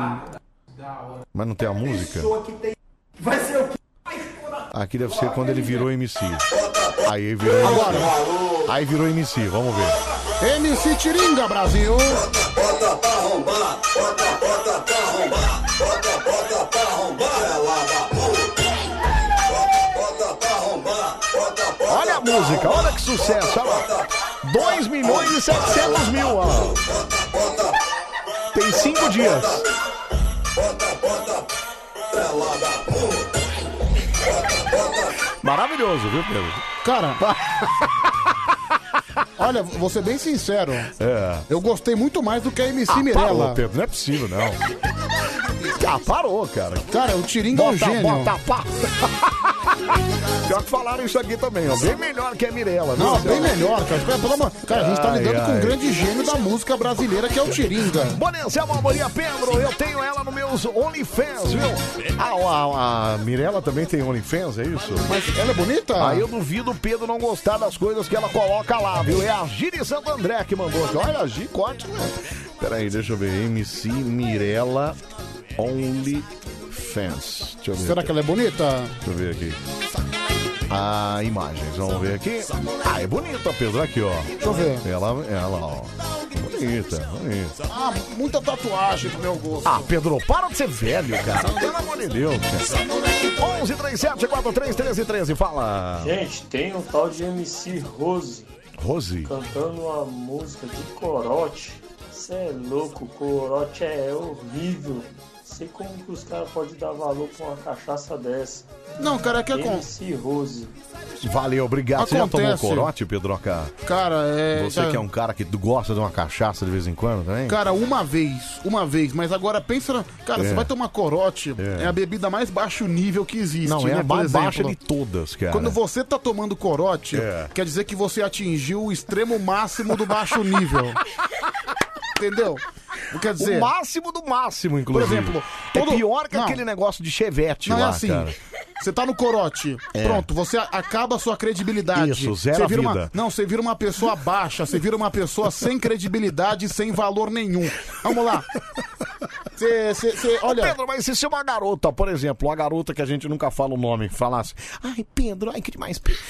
S1: Mas não tem a música?
S2: Vai ser o
S1: Aqui deve ser quando ele virou MC. Aí virou
S4: Agora.
S1: MC. Aí virou MC, vamos ver.
S4: MC Tiringa, Brasil.
S1: Olha a música, olha que sucesso, olha lá. 2 milhões e 700 mil, olha lá. Tem 5 dias. Maravilhoso, viu, Pedro?
S4: Cara. *laughs* Olha, vou ser bem sincero.
S1: É.
S4: Eu gostei muito mais do que a MC
S1: Ah, parou,
S4: Mirella.
S1: Pedro, não é possível,
S4: *laughs*
S1: não. Ah, parou, cara.
S4: Cara, o Tiringa é um
S1: Bota,
S4: gênio.
S1: bota, pá. Pior que falaram isso aqui também, ó. Bem melhor que a Mirella, viu?
S4: Não,
S1: Marcelo?
S4: bem melhor, cara. Cara, pelo amor- cara, a gente tá
S1: Ai,
S4: lidando com
S1: ai.
S4: um grande gênio da música brasileira, que é o Tiringa.
S1: Bonanza, Maria é Pedro, eu tenho ela no meus OnlyFans, viu? Ah, a, a Mirella também tem OnlyFans, é isso?
S4: Mas ela é bonita?
S1: Aí eu duvido o Pedro não gostar das coisas que ela coloca lá, viu? É a Giri Santo André que mandou aqui. Olha, a Gi, corte, né? Peraí, deixa eu ver. MC Mirella OnlyFans. Deixa eu ver.
S4: Será que ela é bonita?
S1: Deixa eu ver aqui. Ah, imagens, vamos ver aqui. Ah, é bonita, Pedro, aqui, ó. Deixa
S4: eu ver.
S1: Ela, ela, ó. Bonita, bonita.
S4: Ah, muita tatuagem pro meu gosto.
S1: Ah, Pedro, para de ser velho, cara. Pelo amor de Deus, cara. 11 37 43 13 13, fala.
S16: Gente, tem um tal de MC Rose
S1: Rose.
S16: cantando uma música de corote. Você é louco, corote é horrível. Sei como que os caras podem dar valor pra uma cachaça dessa.
S4: Não, cara, É que acon-
S16: MC Rose.
S1: Valeu, obrigado. Você já
S4: Acontece.
S1: tomou corote, Pedroca?
S4: Cara, é.
S1: Você que é um cara que gosta de uma cachaça de vez em quando também?
S4: Cara, uma vez, uma vez, mas agora pensa. na- Cara,
S1: É.
S4: você vai tomar corote,
S1: É.
S4: é. a bebida mais baixo nível que existe.
S1: não, é
S4: né?
S1: a
S4: Por
S1: mais baixa
S4: exemplo.
S1: de todas, cara. É.
S4: Quando você tá tomando corote, quer dizer que você atingiu o extremo máximo do baixo
S1: *laughs*
S4: nível. Entendeu? Quer dizer.
S1: O máximo do máximo, inclusive.
S4: Por exemplo,
S1: é pior que aquele negócio de chevette
S4: Não
S1: lá,
S4: é assim.
S1: cara.
S4: Você tá no corote.
S1: É.
S4: Pronto, você a- acaba a sua credibilidade.
S1: Isso, zero
S4: Você
S1: a
S4: vira uma-
S1: vida.
S4: Não, você vira uma pessoa baixa, você vira uma pessoa sem credibilidade, sem valor nenhum. Vamos lá. Você, você, você- olha.
S1: Pedro, mas e se uma garota, por exemplo, uma garota que a gente nunca fala o nome, falasse, ai, Pedro, ai, que demais, Pedro.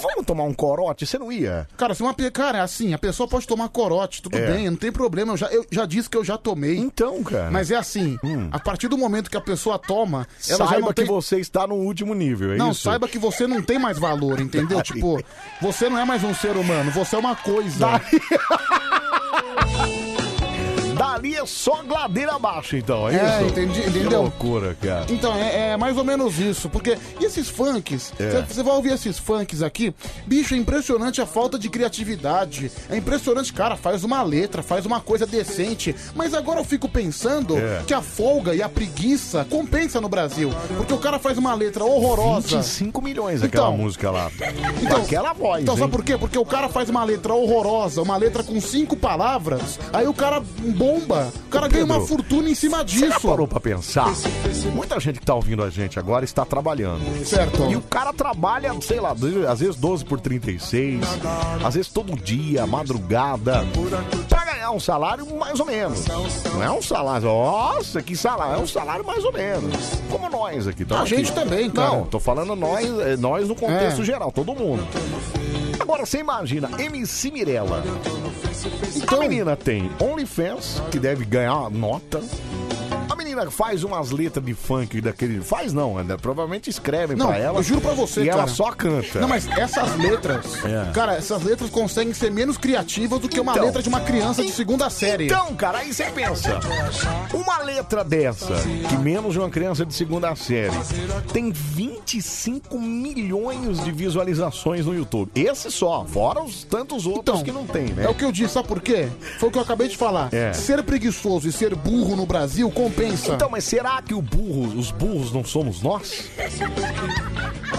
S1: vamos tomar um corote? Você não ia?
S4: Cara, se uma pe- cara, assim, a pessoa pode tomar corote, tudo
S1: É.
S4: bem, não tem problema, eu já, eu já disse que eu já tomei.
S1: Então, cara. Hum.
S4: Mas é assim, a partir do momento que a pessoa toma, ela já
S1: saiba
S4: não
S1: que
S4: tem...
S1: você está no último nível, é
S4: não,
S1: isso?
S4: saiba que você não tem mais valor, entendeu? tipo, você não é mais um ser humano, você é uma *laughs* coisa.
S1: Dali é só gladeira abaixo, então, é,
S4: É,
S1: isso?
S4: entendi-
S1: Que
S4: entendeu?
S1: loucura, cara.
S4: Então, é, é mais ou menos isso, porque. E esses funks?
S1: É.
S4: Você vai ouvir esses funks aqui? Bicho, é impressionante a falta de criatividade. É impressionante, cara, faz uma letra, faz uma coisa decente. Mas agora eu fico pensando
S1: É.
S4: que a folga e a preguiça compensa no Brasil. Porque o cara faz uma letra horrorosa.
S1: 25 milhões aquela música lá.
S4: Então,
S1: aquela voz,
S4: Então,
S1: hein?
S4: sabe por quê? Porque o cara faz uma letra horrorosa, uma letra com cinco palavras, aí o cara bomba. O cara ganha uma
S1: Pedro,
S4: fortuna em cima disso.
S1: Já parou pra pensar? Muita gente que tá ouvindo a gente agora está trabalhando.
S4: Certo.
S1: E o cara trabalha, sei lá, às vezes 12 por 36, às vezes todo dia, madrugada, pra ganhar um salário mais ou menos. Não é um salário, nossa, que salário, é um salário mais ou menos. Como nós aqui. tamo
S4: A gente
S1: aqui.
S4: também, cara.
S1: Não, tô falando nós, eh, nós no contexto
S4: É.
S1: geral, todo mundo. Agora, você imagina, MC Mirella. A menina tem OnlyFans, que deve ganhar uma nota. A menina faz umas letras de funk daquele. Faz não, né? provavelmente escrevem
S4: Não,
S1: pra ela.
S4: eu juro pra você,
S1: e
S4: cara.
S1: ela só canta.
S4: Não, mas essas letras,
S1: É.
S4: cara, essas letras conseguem ser menos criativas do que uma
S1: Então.
S4: letra de uma criança de segunda série.
S1: Então, cara, aí você pensa. Uma letra dessa, que menos de uma criança de segunda série, tem 25 milhões de visualizações no YouTube. Esse só, fora os tantos outros que não tem, né?
S4: É o que eu disse, sabe por quê? Foi o que eu acabei de falar.
S1: É.
S4: Ser preguiçoso e ser burro no Brasil compensa.
S1: Então, mas será que o burro, os burros não somos nós?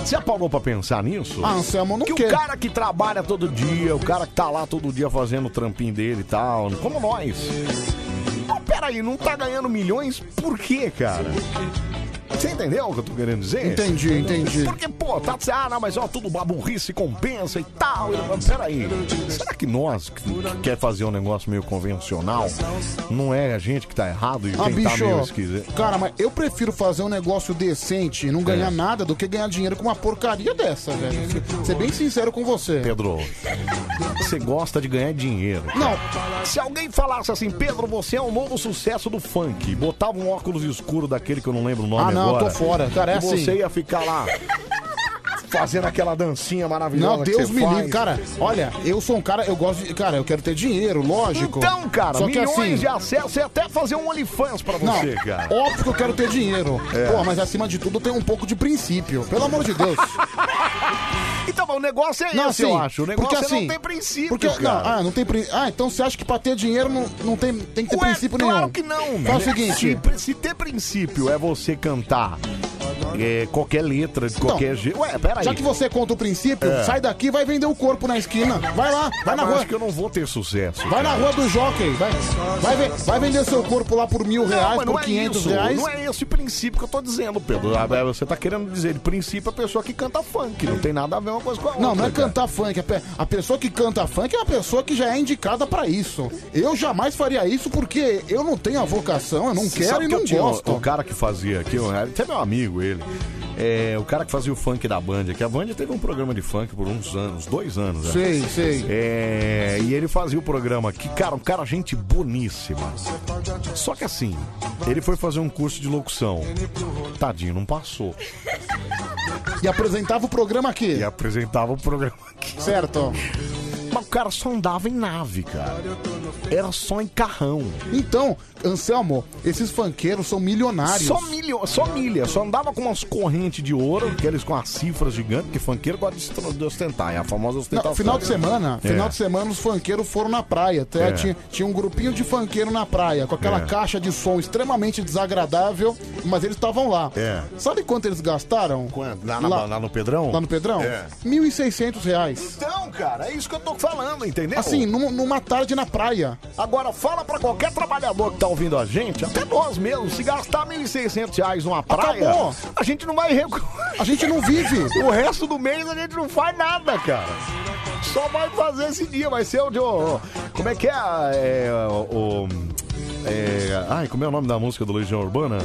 S1: Você já parou pra pensar nisso?
S4: Ah, Anselmo, não
S1: que
S4: quer.
S1: o cara que trabalha todo dia, o cara que tá lá todo dia fazendo o trampinho dele e tal, como nós. Mas peraí, não tá ganhando milhões por quê, cara? Você entendeu o que eu tô querendo dizer?
S4: Entendi, entendi.
S1: Porque, pô, tá dizendo, ah, não, mas ó, tudo baburrice compensa e tal. E, peraí, será que nós que que quer fazer um negócio meio convencional, não é a gente que tá errado e
S4: Ah,
S1: quem tá
S4: bicho,
S1: meio esquisito?
S4: cara, mas eu prefiro fazer um negócio decente e não ganhar
S1: É.
S4: nada do que ganhar dinheiro com uma porcaria dessa, velho. Ser bem sincero com você.
S1: Pedro, você gosta de ganhar dinheiro.
S4: Não.
S1: Se alguém falasse assim, Pedro, você é um novo sucesso do funk, botava um óculos escuro daquele que eu não lembro o nome
S4: Ah, não,
S1: agora.
S4: tô fora. Cara, é
S1: e
S4: assim.
S1: você ia ficar lá fazendo aquela dancinha maravilhosa.
S4: Não,
S1: que
S4: Deus
S1: você
S4: me
S1: faz.
S4: livre, cara. Olha, eu sou um cara, eu gosto de. Cara, eu quero ter dinheiro, lógico.
S1: Então, cara,
S4: Só que
S1: milhões
S4: assim-
S1: de acessos e até fazer um OnlyFans pra
S4: Não,
S1: você, cara.
S4: óbvio que eu quero ter dinheiro.
S1: É.
S4: Pô, mas acima de tudo tem um pouco de princípio. Pelo amor de
S1: *laughs*
S4: Deus.
S1: Então, mas o negócio é esse, eu acho. O negócio
S4: porque,
S1: é
S4: assim,
S1: não tem princípio,
S4: Porque,
S1: cara.
S4: Não, ah, não tem prin- Ah, então você acha que pra ter dinheiro não, não tem, tem que ter
S1: Ué,
S4: princípio
S1: claro né?
S4: nenhum.
S1: que não.
S4: Faz o
S1: Então, Se-
S4: seguinte.
S1: Se, ter princípio é você cantar é, qualquer letra, de qualquer jeito. Ué, peraí.
S4: Já que você conta o princípio,
S1: É.
S4: sai daqui, vai vender o corpo na esquina. Vai lá, vai na
S1: Mas
S4: rua.
S1: acho que eu não vou ter sucesso.
S4: Vai na
S1: cara.
S4: rua do jockey, vai, vai, ve- vai vender seu corpo lá por mil
S1: Não,
S4: reais,
S1: mas
S4: por
S1: não é
S4: 500
S1: isso,
S4: reais.
S1: Não é esse o princípio que eu tô dizendo, Pedro. Ah, Você tá querendo dizer, de princípio, a pessoa que canta funk. Não tem nada a ver uma coisa com a outra.
S4: Não, não é
S1: cara.
S4: cantar funk. A pe- A pessoa que canta funk é uma pessoa que já é indicada pra isso. Eu jamais faria isso porque eu não tenho a vocação, eu não
S1: Você
S4: quero
S1: sabe
S4: e
S1: que eu
S4: não
S1: tinha
S4: gosto.
S1: Um, um cara que fazia aqui, um, até meu amigo ele. É, o cara que fazia o funk da Band aqui. A Band teve um programa de funk por uns anos, dois anos. né?
S4: Sei, sei.
S1: É, e ele fazia o programa aqui, cara, um cara, gente boníssima. Só que assim, ele foi fazer um curso de locução. Tadinho, não passou.
S4: E apresentava o programa aqui. E
S1: apresentava o programa aqui.
S4: Certo.
S1: Mas o cara só andava em nave, cara. Era só em carrão.
S4: Então, Anselmo, esses funkeiros são milionários.
S1: Só, milho, só milha, só andava com umas correntes de ouro, aqueles com as cifras gigantes, porque funkeiro gosta de ostro- de ostentar, é a famosa ostentação.
S4: Não, final de semana,
S1: É.
S4: final de semana os funkeiros foram na praia. Até
S1: É.
S4: tinha, tinha um grupinho de funkeiro na praia, com aquela
S1: É.
S4: caixa de som extremamente desagradável, mas eles estavam lá.
S1: É.
S4: Sabe quanto eles gastaram?
S1: Quanto? Lá, na- lá no Pedrão?
S4: Lá no Pedrão?
S1: É.
S4: 1.600 reais.
S1: Então, cara, é isso que eu tô falando, entendeu?
S4: Assim, num- numa tarde na praia.
S1: Agora, fala pra qualquer trabalhador que tá ouvindo a gente, até nós mesmo, se gastar 1.600 reais numa praia,
S4: Acabou.
S1: a gente não vai... recu-
S4: A gente não vive.
S1: *laughs* o resto do mês a gente não faz nada, cara. Só vai fazer esse dia, vai ser o de... o- Como é que é, a- é, o... é, ai, como é o nome da música do Legião Urbana?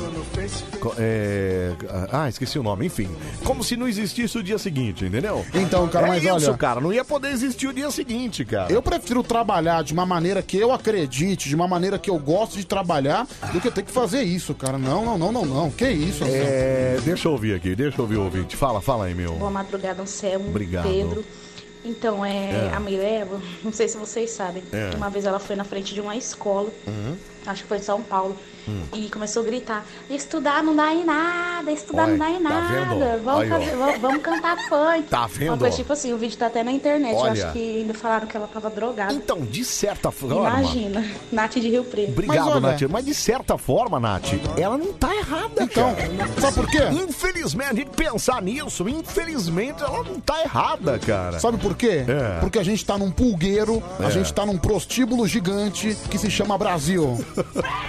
S1: Co- é, ah, esqueci o nome, enfim. Como se não existisse o dia seguinte, entendeu?
S4: Então, cara,
S1: é
S4: mas
S1: isso,
S4: olha-
S1: cara, não ia poder existir o dia seguinte, cara.
S4: Eu prefiro trabalhar de uma maneira que eu acredite, de uma maneira que eu gosto de trabalhar, do que ter que fazer isso, cara. Não, não, não, não, não. Que isso, Anselmo?
S1: É, deixa eu ouvir aqui, deixa eu ouvir o ouvinte. Fala, fala aí, meu.
S17: Boa madrugada, Anselmo,
S1: Obrigado.
S17: Pedro. Então, é,
S1: É.
S17: a Mirella, não sei se vocês sabem,
S1: É.
S17: uma vez ela foi na frente de uma escola,
S1: Uhum.
S17: acho que foi em São Paulo,
S1: Hum.
S17: e começou a gritar, estudar não dá em nada, estudar
S1: Olha,
S17: não dá em
S1: tá
S17: nada,
S1: vendo?
S17: Vamos,
S1: Aí, ó.
S17: fazer- vamos- vamos cantar funk.
S1: Tá vendo?
S17: Uma coisa tipo assim, o vídeo tá até na internet,
S1: Olha.
S17: eu acho que ainda falaram que ela tava drogada.
S1: Então, de certa forma.
S17: Imagina, Nath de Rio Preto.
S1: Obrigado, Nath. Mas de certa forma, Nath, ela não tá errada, então, cara.
S4: Sabe por quê?
S1: Infelizmente, a gente pensar nisso, infelizmente ela não tá errada, cara.
S4: Sabe por quê?
S1: É.
S4: Porque a gente tá num pulgueiro,
S1: É.
S4: a gente tá num prostíbulo gigante que se chama Brasil.
S1: *laughs*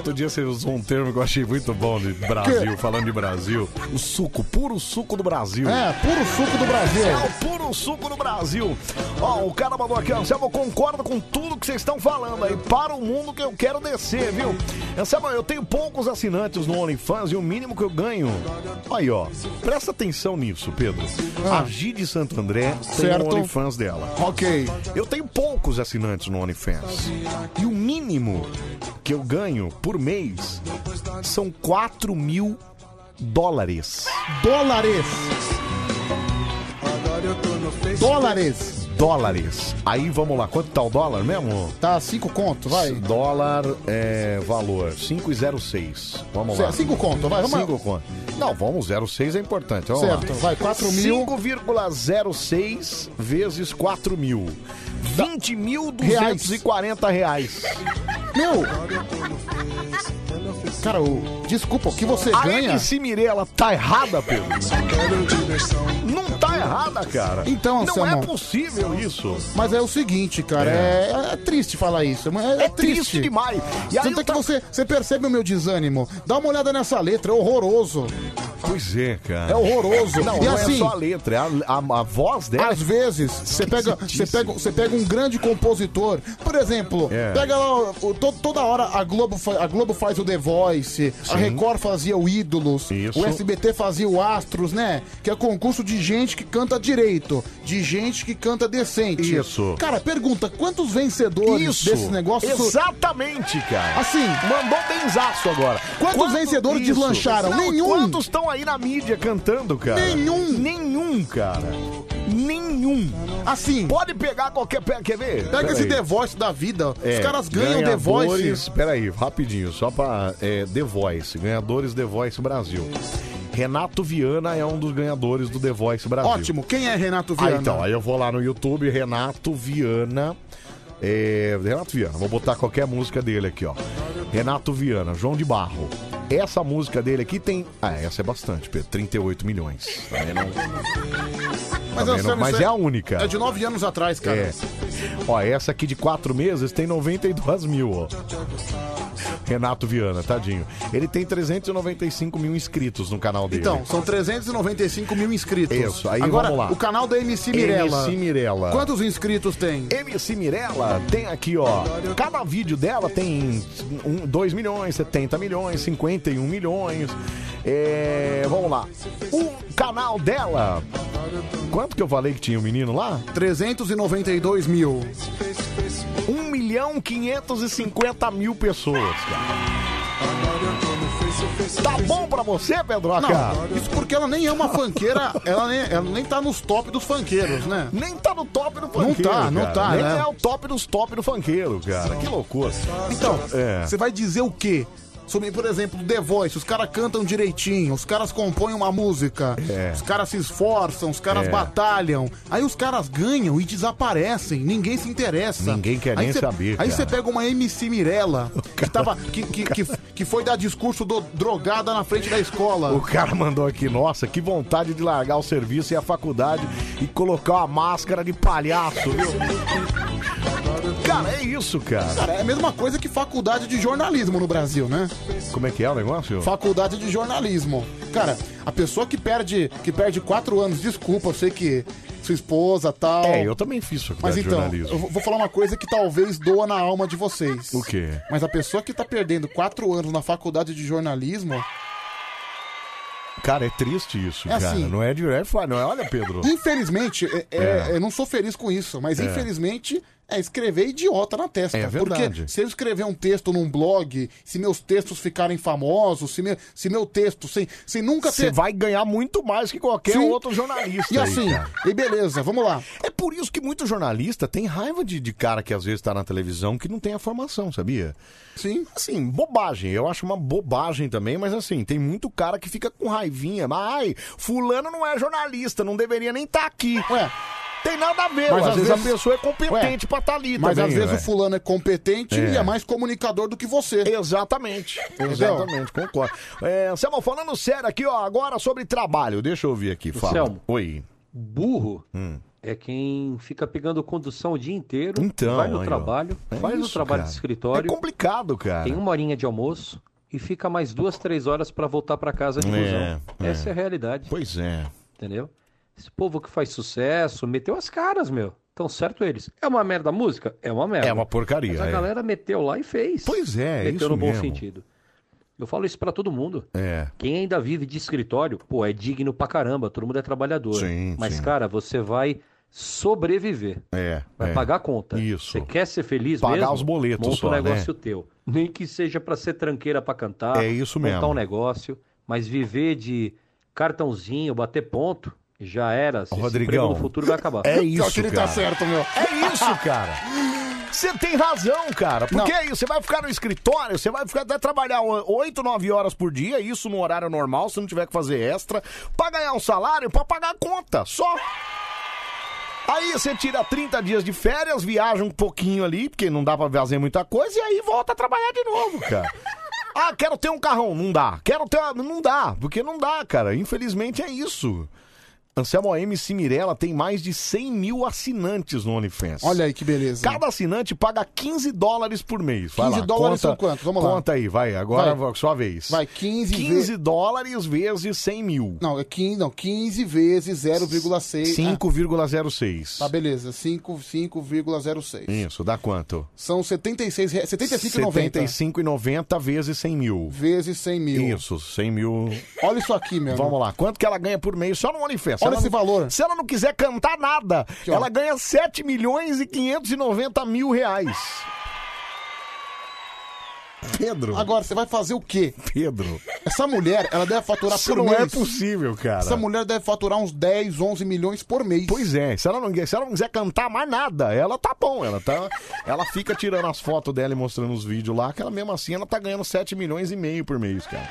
S1: Outro dia você usou um termo que eu achei muito bom de Brasil,
S4: Quê?
S1: falando de Brasil. O suco, puro suco do Brasil.
S4: É, puro suco do Brasil.
S1: É o puro suco do Brasil. Ó, o cara mandou aqui, Anselmo, eu concordo com tudo que vocês estão falando aí. Para o mundo que eu quero descer, viu? Anselmo, eu tenho poucos assinantes no OnlyFans e o mínimo que eu ganho. Aí, ó, presta atenção nisso, Pedro. A Gide Santo André tem
S4: Ah. Certo.
S1: o OnlyFans dela.
S4: Ok.
S1: Eu tenho poucos assinantes no OnlyFans. E o mínimo que eu ganho por mês são 4 mil dólares.
S4: Dólares!
S1: Dólares! Dólares. Aí vamos lá, quanto tá o dólar mesmo?
S4: Tá, cinco conto, vai.
S1: Dólar é valor 5,06. Vamos
S4: Cê-
S1: lá.
S4: cinco conto, vai, vamos lá.
S1: 5 conto. Não, vamos, 0,6 é importante. Vamos
S4: Certo,
S1: lá.
S4: vai, 4 mil.
S1: 5,06 vezes 4 mil. 20.240 reais.
S4: Meu! Cara, o... desculpa, o que você
S1: A
S4: ganha.
S1: MC Mirella tá errada, Pedro. Não tá errada, cara.
S4: Então,
S1: Não
S4: Anselmo.
S1: é possível isso.
S4: Mas é o seguinte, cara, é, é triste falar isso. mas É,
S1: É triste demais. E aí
S4: Tanto é que você, você percebe o meu desânimo. Dá uma olhada nessa letra, é horroroso.
S1: Pois é, cara.
S4: É horroroso.
S1: Não,
S4: E
S1: não é
S4: assim-
S1: só a letra, é a, a- a voz dela.
S4: Às vezes, você pega, você, pega, você pega um grande compositor, por exemplo,
S1: É.
S4: pega lá, o- to- toda hora a Globo, fa- a Globo faz o The Voice, a
S1: Sim.
S4: Record fazia o Ídolos,
S1: Isso.
S4: o SBT fazia o Astros, né? Que é concurso de gente que canta direito, de gente que canta decente.
S1: Isso.
S4: Cara, pergunta, quantos vencedores
S1: Isso.
S4: desse negócio...
S1: Exatamente, cara.
S4: Assim...
S1: Mandou benzaço agora.
S4: Quantos vencedores
S1: isso?
S4: deslancharam?
S1: Não,
S4: Nenhum.
S1: Quantos estão aí na mídia cantando, cara?
S4: Nenhum.
S1: Nenhum, cara. Nenhum.
S4: Assim...
S1: Pode pegar qualquer... pe- Quer ver?
S4: Pega
S1: Pera
S4: esse
S1: aí.
S4: The Voice da vida,
S1: É,
S4: os caras ganham The Voice...
S1: ganhadores- Peraí, rapidinho, só pra. É, The Voice, ganhadores The Voice Brasil. Renato Viana é um dos ganhadores do The Voice Brasil.
S4: Ótimo, quem é Renato
S1: Aí,
S4: Viana?
S1: então, aí eu vou lá no YouTube, Renato Viana. é, Renato Viana, vou botar qualquer música dele aqui, ó. Renato Viana, João de Barro. Essa música dele aqui tem. Ah, essa é bastante, Pedro. 38 milhões. Também não- *laughs*
S4: é Mas,
S1: Também
S4: Anselmo,
S1: não- mas
S4: isso
S1: é a única.
S4: É de nove anos atrás, cara.
S1: É. Ó, essa aqui de quatro meses tem 92 mil, ó. Renato Viana, tadinho. Ele tem 395 mil inscritos no canal dele.
S4: Então, são 395 mil inscritos.
S1: Isso, aí
S4: Agora,
S1: vamos lá.
S4: o canal da MC Mirella.
S1: MC Mirella.
S4: Quantos inscritos tem?
S1: MC Mirella tem aqui, ó. Cada vídeo dela tem 2 milhões, 70 milhões, 51 milhões. É, vamos lá. O canal dela. Quanto que eu falei que tinha o menino lá?
S4: 392 mil.
S1: 1 milhão 550 mil pessoas, cara. Tá bom pra você, Pedroca?
S4: Não, isso porque ela nem é uma
S1: *laughs*
S4: fanqueira, ela nem, ela nem tá nos top dos fanqueiros, né?
S1: Nem tá no top do
S4: Não tá,
S1: funkeiro,
S4: não
S1: cara.
S4: tá,
S1: Nem
S4: né?
S1: é o top dos top do funkeiro, cara. Que loucura.
S4: Então,
S1: É.
S4: você vai dizer o quê? Sobre, por exemplo, The Voice, os caras cantam direitinho, os caras compõem uma música, os caras se esforçam, os caras
S1: É.
S4: batalham, aí os caras ganham e desaparecem, ninguém se interessa.
S1: Ninguém quer
S4: Aí
S1: nem
S4: cê-
S1: saber,
S4: Aí
S1: cara.
S4: você pega uma MC
S1: *laughs*
S4: Mirella, que, tava, que, que, que, que foi dar discurso do, drogada na frente da escola.
S1: O cara mandou aqui, nossa, que vontade de largar o serviço e a faculdade e colocar uma máscara de palhaço, viu? Cara, é isso,
S4: Cara,
S1: cara.
S4: é a mesma coisa que faculdade de jornalismo no Brasil, né?
S1: Como é que é o negócio?
S4: Faculdade de jornalismo. Cara, a pessoa que perde, que perde quatro anos, desculpa, eu sei que sua esposa tal.
S1: É, eu também fiz
S4: Mas
S1: faculdade de
S4: então,
S1: jornalismo.
S4: eu vou- vou falar uma coisa que talvez doa na alma de vocês.
S1: O quê?
S4: Mas a pessoa que tá perdendo quatro anos na faculdade de jornalismo,
S1: Cara, é triste isso,
S4: É
S1: cara.
S4: assim.
S1: Não é de é, fa- não é, olha, Pedro.
S4: infelizmente, é- é-
S1: É.
S4: eu não sou feliz com isso, mas
S1: É.
S4: infelizmente é escrever idiota na testa.
S1: É verdade.
S4: Porque se eu escrever um texto num blog, se meus textos ficarem famosos, se, me- se meu texto, sem, sem nunca
S1: Você
S4: ter...
S1: vai ganhar muito mais que qualquer outro jornalista.
S4: E
S1: aí,
S4: assim,
S1: cara.
S4: e beleza, vamos lá.
S1: É por isso que muito jornalista tem raiva de, de cara que às vezes tá na televisão que não tem a formação, sabia?
S4: Sim.
S1: Assim, bobagem. Eu acho uma bobagem também, mas assim, tem muito cara que fica com raivinha. Mas, ai, fulano não é jornalista, não deveria nem estar aqui.
S4: Ué.
S1: Tem nada a ver, mas às, vezes, a pessoa é competente
S4: Ué,
S1: pra estar ali
S4: Mas
S1: também.
S4: às vezes
S1: ué.
S4: o fulano é competente
S1: É.
S4: e é mais comunicador do que você.
S1: Exatamente. Exatamente, concordo. É, Anselmo, falando sério aqui, ó, agora sobre trabalho. Deixa eu ouvir aqui, fala.
S18: Anselmo.
S1: Oi. Hum.
S18: Burro é quem fica pegando condução o dia inteiro,
S1: Então,
S18: vai no
S1: aí, ó.
S18: trabalho,
S1: É
S18: faz o
S1: isso,
S18: trabalho
S1: cara.
S18: de escritório.
S1: É complicado, cara.
S18: Tem uma horinha de almoço e fica mais duas, três horas pra voltar pra casa de
S1: É,
S18: busão.
S1: é.
S18: Essa é a realidade.
S1: Pois é.
S18: Entendeu? Esse povo que faz sucesso, meteu as caras, meu. Tão certo eles. É uma merda a música? É uma merda.
S1: É uma porcaria,
S18: Mas a
S1: é.
S18: galera meteu lá e fez.
S1: Pois é, é
S18: Meteu
S1: isso
S18: no bom
S1: mesmo.
S18: sentido. Eu falo isso pra todo mundo.
S1: É.
S18: Quem ainda vive de escritório, pô, é digno pra caramba, todo mundo é trabalhador.
S1: Sim,
S18: Mas,
S1: sim.
S18: cara, você vai sobreviver.
S1: É.
S18: Vai
S1: é.
S18: pagar a conta.
S1: Isso.
S18: Você quer ser feliz
S1: Pagar
S18: mesmo?
S1: os boletos
S18: Monta
S1: só,
S18: um
S1: né?
S18: negócio teu. Nem que seja pra ser tranqueira pra cantar.
S1: É isso
S18: Montar
S1: mesmo.
S18: um negócio. Mas viver de cartãozinho, bater ponto, já era. Se esse
S1: Rodrigão,
S18: emprego no futuro vai acabar.
S1: é isso,
S4: Pior que ele tá
S1: cara.
S4: certo, meu.
S1: É isso, cara. Você tem razão, cara. Porque é isso, você vai ficar no escritório, você vai ficar até trabalhar 8, 9 horas por dia, isso no horário normal, se não tiver que fazer extra, pra ganhar um salário, pra pagar a conta, só. Aí você tira 30 dias de férias, viaja um pouquinho ali, porque não dá pra fazer muita coisa, e aí volta a trabalhar de novo,
S4: *laughs*
S1: cara. Ah, quero ter um carrão, não dá. Quero ter, não dá, porque não dá, cara. Infelizmente é isso. Anselmo a MC Mirella tem mais de 100 mil assinantes no OnlyFans.
S4: Olha aí que beleza.
S1: Cada assinante paga 15 dólares por mês. Vai
S4: 15
S1: lá,
S4: dólares
S1: conta,
S4: são quantos? Vamos lá.
S1: Conta aí, vai. Agora
S4: Vai.
S1: sua vez.
S4: Vai, 15 ve-
S1: 15 dólares vezes 100 mil.
S4: Não, é 15, não, 15 vezes 0,6. Ah,
S1: 5,06.
S4: tá, beleza. 5, 5,06.
S1: Isso, dá quanto?
S4: São 76, re- 75,90
S1: 75,90 vezes 100 mil.
S4: vezes 100 mil.
S1: Isso, 100 mil.
S4: Olha isso aqui, meu.
S1: Vamos lá, quanto que ela ganha por mês só no OnlyFans? Se
S4: Olha
S1: ela
S4: esse
S1: não-
S4: valor.
S1: Se ela não quiser cantar nada,
S4: ó.
S1: ela ganha 7 milhões e 590 mil reais. Pedro.
S4: Agora, você vai fazer o quê?
S1: Pedro.
S4: Essa mulher, ela deve faturar
S1: Isso
S4: por
S1: não
S4: mês.
S1: é possível, cara.
S4: Essa mulher deve faturar uns 10, 11 milhões por mês.
S1: Pois é, se ela, não, se ela não quiser cantar mais nada, ela tá bom, ela tá. Ela fica tirando as fotos dela e mostrando os vídeos lá, que ela mesmo assim ela tá ganhando 7 milhões e meio por mês, cara.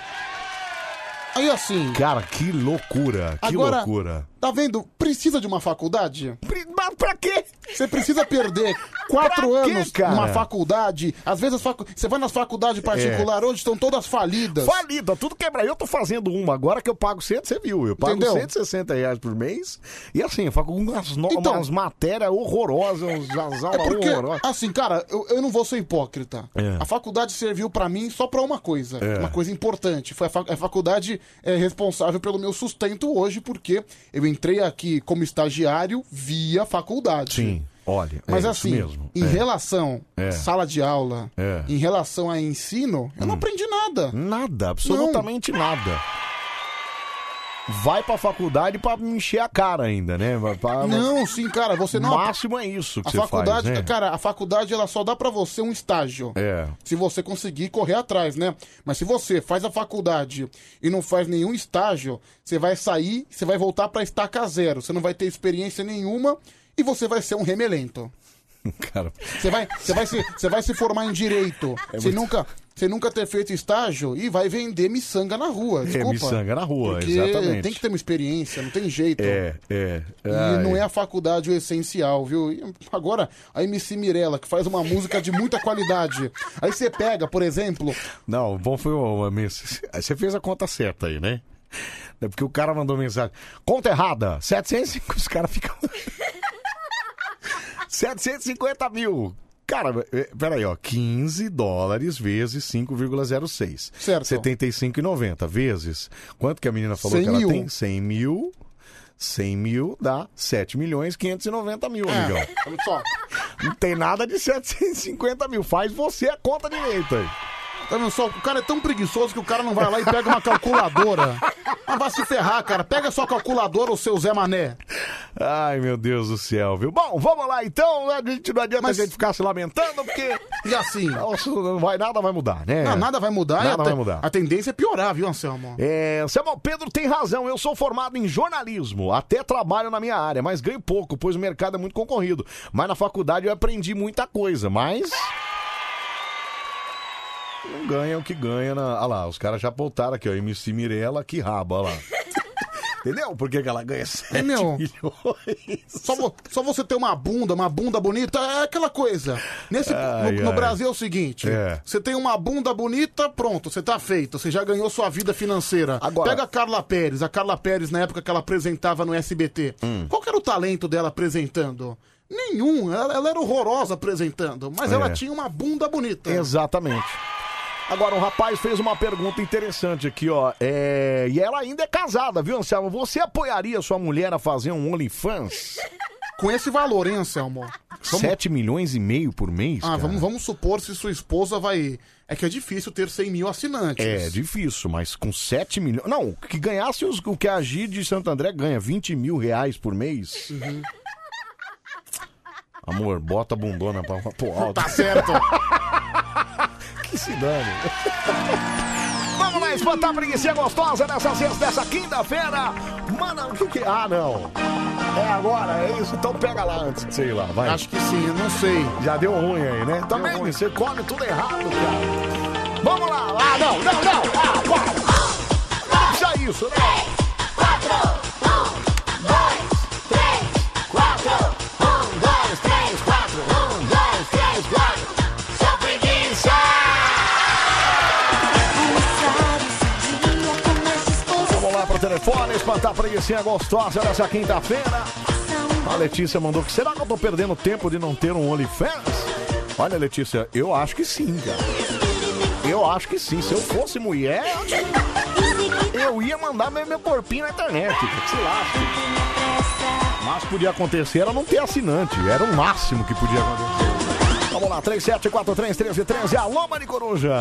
S4: Aí assim.
S1: Cara, que loucura, que
S4: Agora,
S1: loucura.
S4: Tá vendo? Precisa de uma faculdade?
S1: mas pra quê?
S4: Você precisa perder quatro
S1: *laughs* Pra quê,
S4: anos
S1: cara? É.
S4: numa faculdade. Às vezes as facu- você vai nas faculdades particulares, hoje estão todas falidas.
S1: Falida, tudo quebra. Eu tô fazendo uma agora que eu pago 100, você viu? Eu pago
S4: Entendeu?
S1: 160 reais por mês. E assim, eu faço umas, no...
S4: Então-
S1: umas matérias horrorosas,
S4: *laughs*
S1: umas
S4: É
S1: aulas
S4: porque,
S1: horrorosas.
S4: assim, cara, eu, eu não vou ser hipócrita.
S1: É.
S4: A faculdade serviu pra mim só pra uma coisa,
S1: É.
S4: uma coisa importante. Foi a, fa- a faculdade é responsável pelo meu sustento hoje, porque eu entrei aqui como estagiário via faculdade.
S1: Sim, olha.
S4: Mas
S1: é isso
S4: assim,
S1: mesmo.
S4: em
S1: É.
S4: relação
S1: É.
S4: sala de aula,
S1: É. Hum.
S4: em relação a ensino, eu não aprendi nada.
S1: Nada, absolutamente nada. Vai pra faculdade pra me encher a cara ainda, né? Vai pra-
S4: Não, sim, cara, você não.
S1: O máximo é isso que
S4: a
S1: você
S4: faculdade, tá
S1: faz, né?
S4: cara, a faculdade ela só dá pra você um estágio.
S1: É.
S4: Se você conseguir correr atrás, né? Mas se você faz a faculdade e não faz nenhum estágio, você vai sair, você vai voltar pra estaca zero. Você não vai ter experiência nenhuma e você vai ser um remelento.
S1: Cara,
S4: Você vai, você vai, se, você vai se formar em direito.
S1: É
S4: você
S1: muito-
S4: nunca, você nunca ter feito estágio e vai vender miçanga na rua. Desculpa.
S1: É, miçanga na rua,
S4: Porque
S1: exatamente.
S4: Tem que ter uma experiência, não tem jeito.
S1: é, é.
S4: E
S19: Ah,
S4: não é a faculdade o essencial, viu? E agora, a MC Mirella, que faz uma música de muita qualidade. Aí você pega, por exemplo.
S1: Não, o bom foi o. a *laughs* mens- Você fez a conta certa aí, né? É porque o cara mandou mensagem. Conta errada, 705, os caras ficam. *laughs* 750 mil. Cara, eh, peraí, ó. 15 dólares vezes 5,06.
S4: Certo.
S1: 75,90 vezes. Quanto que a menina falou
S4: 100
S1: que ela
S4: mil.
S1: tem? 100 mil. 100 mil dá 7 milhões 590 mil,
S4: É.
S1: amigão.
S4: Olha só.
S1: Não tem nada de 750 mil. Faz você a conta direita aí.
S4: Tá vendo só? O cara é tão preguiçoso que o cara não vai lá e pega uma calculadora. Mas vai se ferrar, cara. Pega sua calculadora, o seu Zé Mané.
S1: Ai, meu Deus do céu, viu? Bom, vamos lá então, né? A gente não adianta a gente ficar se lamentando, porque.
S4: *laughs* E assim?
S1: Nossa, não vai, nada vai mudar, né?
S4: Não, nada vai mudar. e
S1: Nada
S4: a te-
S1: vai mudar.
S4: A tendência é piorar, viu, Anselmo?
S1: É, Samuel Pedro tem razão, eu sou formado em jornalismo, até trabalho na minha área, mas ganho pouco, pois o mercado é muito concorrido. Mas na faculdade eu aprendi muita coisa, mas. Não ganha o que ganha na. Olha lá, os caras já apontaram aqui, ó. MC Mirella, que raba, olha lá.
S4: *laughs*
S1: Entendeu? Por que que ela ganha 7
S4: É meu,
S1: milhões?
S4: Só, vo- só você ter uma bunda, uma bunda bonita, é aquela coisa. Nesse,
S1: Ai,
S4: no, no
S1: ai.
S4: Brasil é o seguinte:
S1: É.
S4: você tem uma bunda bonita, pronto, você tá feito, você já ganhou sua vida financeira. Agora... Pega a Carla Pérez, a Carla Pérez, na época que ela apresentava no SBT.
S1: Hum.
S4: Qual que era o talento dela apresentando? Nenhum, ela, ela era horrorosa apresentando, mas
S1: É.
S4: ela tinha uma bunda bonita.
S1: Exatamente. Agora, um rapaz fez uma pergunta interessante aqui, ó. É, E ela ainda é casada, viu, Anselmo? Você apoiaria sua mulher a fazer um OnlyFans?
S4: Com esse valor, hein, Anselmo? Vamos-
S1: 7 milhões e meio por mês?
S4: Ah,
S1: cara?
S4: vamos, vamos supor se sua esposa vai. É que é difícil ter 100 mil assinantes.
S1: É difícil, mas com 7 milhões. Não, que ganhasse os... o que a Gi de Santo André ganha, 20 mil reais por mês. Amor, bota a bundona pra, pro alto.
S4: Tá certo.
S1: *laughs* que se dane. Vamos lá, espantar a preguiça gostosa dessa sexta, dessa quinta-feira. Mano, o que que... Ah, não. É agora, é isso. Então pega lá antes, sei lá, vai. Acho
S4: que sim, não sei.
S1: Já deu ruim aí, né? Também, você come tudo errado, cara. Vamos lá, ah, não, não, não. Ah, para. Para já isso, né?
S2: 2, 3, 4, 1, 2, 3, 4. Só preguiça!
S1: Vamos lá pro telefone, espantar a preguiça gostosa dessa quinta-feira. A Letícia mandou que será que eu tô perdendo tempo de não ter um OnlyFans? Olha, Letícia, eu acho que sim, cara. Eu acho que sim. Se eu fosse mulher, eu ia mandar meu, meu corpinho na internet. cara, que Se lasque. Mas podia acontecer era não ter assinante. Era o máximo que podia acontecer. Vamos lá, 37431313. Alô, Maricoruja!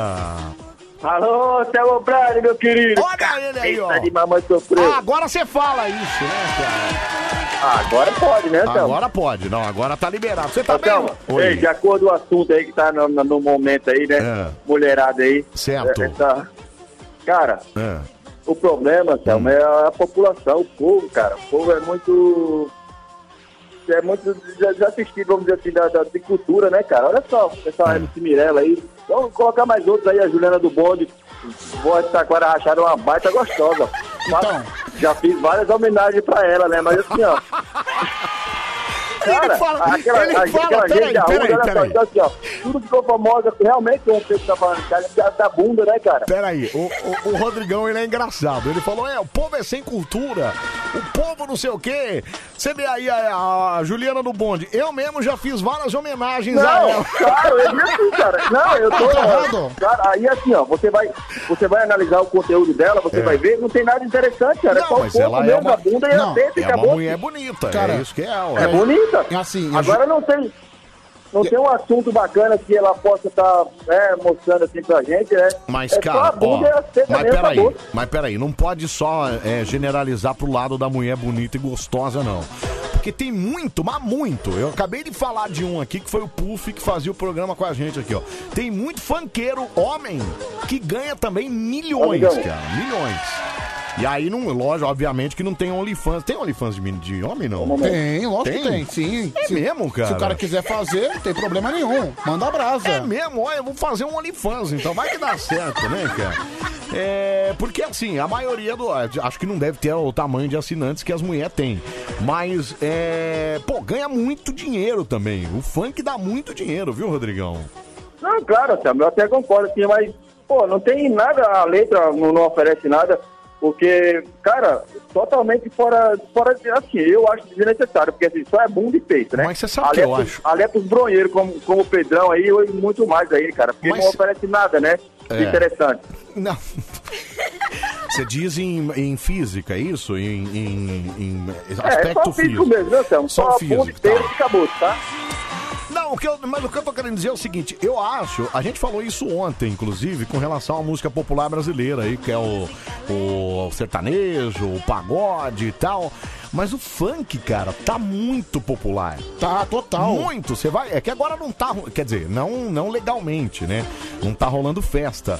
S20: Alô, Thelmo Prado, meu querido. Olha
S1: ele aí, ó.
S20: de mamãe sofreu.
S1: Ah, agora você fala isso, né,
S20: Ah, agora pode, né, Thelmo?
S1: Agora pode, não, agora tá liberado. Você tá
S20: Ô, Thelmo,
S1: bem? Oi.
S20: ei, de acordo com o assunto aí que tá no, no- no momento aí, né? Mulherada aí.
S1: É. Certo.
S20: É, essa- Cara,
S1: É.
S20: o problema, Thelmo, é a população, o povo, cara. O povo é muito... É muito desassistido, vamos dizer assim, da, da de cultura, né, cara? Olha só,
S1: É.
S20: essa MC Mirella aí. Vamos colocar mais outros aí, a Juliana do Bonde. Boa de Taquara Rachada, uma baita gostosa. Então... Já fiz várias homenagens pra ela, né? Mas assim, ó...
S1: Ele fala,
S5: aquela,
S1: ele
S5: aquela
S1: fala,
S5: gente
S1: peraí,
S5: da Umbra,
S1: peraí,
S5: olha só,
S1: peraí.
S5: então, assim, ó, tudo ficou famosa realmente é um
S20: tá
S5: peito da bancada, da- da bunda, né, cara?
S1: Peraí, o, o- o Rodrigão ele é engraçado. Ele falou: é, o povo é sem cultura, o povo não sei o quê. Você vê aí a, a Juliana do Bonde. Eu mesmo já fiz várias homenagens a
S5: Não,
S1: ela.
S5: claro, eu vi assim, cara. Não, eu tô.
S1: Tá
S5: Cara, aí assim, ó, você vai, você vai analisar o conteúdo dela, você vai ver, não tem nada interessante, cara. é só o
S1: É. mas ela
S5: corpo
S1: é
S5: mesmo,
S1: uma-
S5: a bunda e
S1: Não,
S5: a teta e
S1: é uma
S5: acabou.
S1: mulher bonita, é isso que é ela.
S5: É
S1: É.
S5: bonita.
S4: assim, a
S5: Agora não tem. Não tem um assunto bacana que ela possa estar mostrando assim pra gente, né?
S1: Mas,
S5: é só a
S1: cara, ó,
S5: bunda e a teta
S1: mas
S5: mesmo,
S1: peraí,
S5: acabou.
S1: mas peraí, não pode só é, generalizar pro lado da mulher bonita e gostosa, não. Porque tem muito, mas muito. Eu acabei de falar de um aqui que foi o Puff que fazia o programa com a gente aqui, ó. Tem muito funkeiro homem que ganha também milhões,
S5: Amigão.
S1: cara. Milhões. E aí, não, lógico, obviamente que não tem OnlyFans. Tem OnlyFans de, men- de homem, não?
S4: Tem, lógico que tem, sim.
S1: É
S4: Se-
S1: mesmo, cara?
S4: Se o cara quiser fazer, não tem problema nenhum. Manda a brasa.
S1: É mesmo, olha, eu vou fazer um OnlyFans, então vai que dá certo, né, cara? É, porque assim, a maioria do. Acho que não deve ter o tamanho de assinantes que as mulheres têm. Mas, é. Pô, ganha muito dinheiro também. O funk dá muito dinheiro, viu, Rodrigão?
S5: Não, claro, Sam, eu até concordo, assim, mas, pô, não tem nada, a letra não, não oferece nada, porque, cara, totalmente fora, fora de- assim, eu acho desnecessário, porque assim, só é bunda e peito, né? Mas você
S1: sabe o que eu acho.
S5: Ali é pros bronheiros, como, como o Pedrão aí, ou muito mais aí, cara, porque não oferece nada, né?
S1: É.
S5: Interessante.
S1: Não. Você diz em, em física, é isso? Em, em- em
S5: É, é
S1: aspecto
S5: só físico mesmo, né, Sam? Só,
S1: Só
S5: a bunda e
S1: físico, tá.
S5: peito e acabou, tá?
S1: Não, o que eu- mas o que eu tô querendo dizer é o seguinte, eu acho, a gente falou isso ontem, inclusive, com relação à música popular brasileira aí, que é o, o sertanejo, o pagode e tal. Mas o funk, cara, tá muito popular.
S4: Tá, total.
S1: Muito. Você vai. É que agora não tá. ro- Quer dizer, não, não legalmente, né? Não tá rolando festa.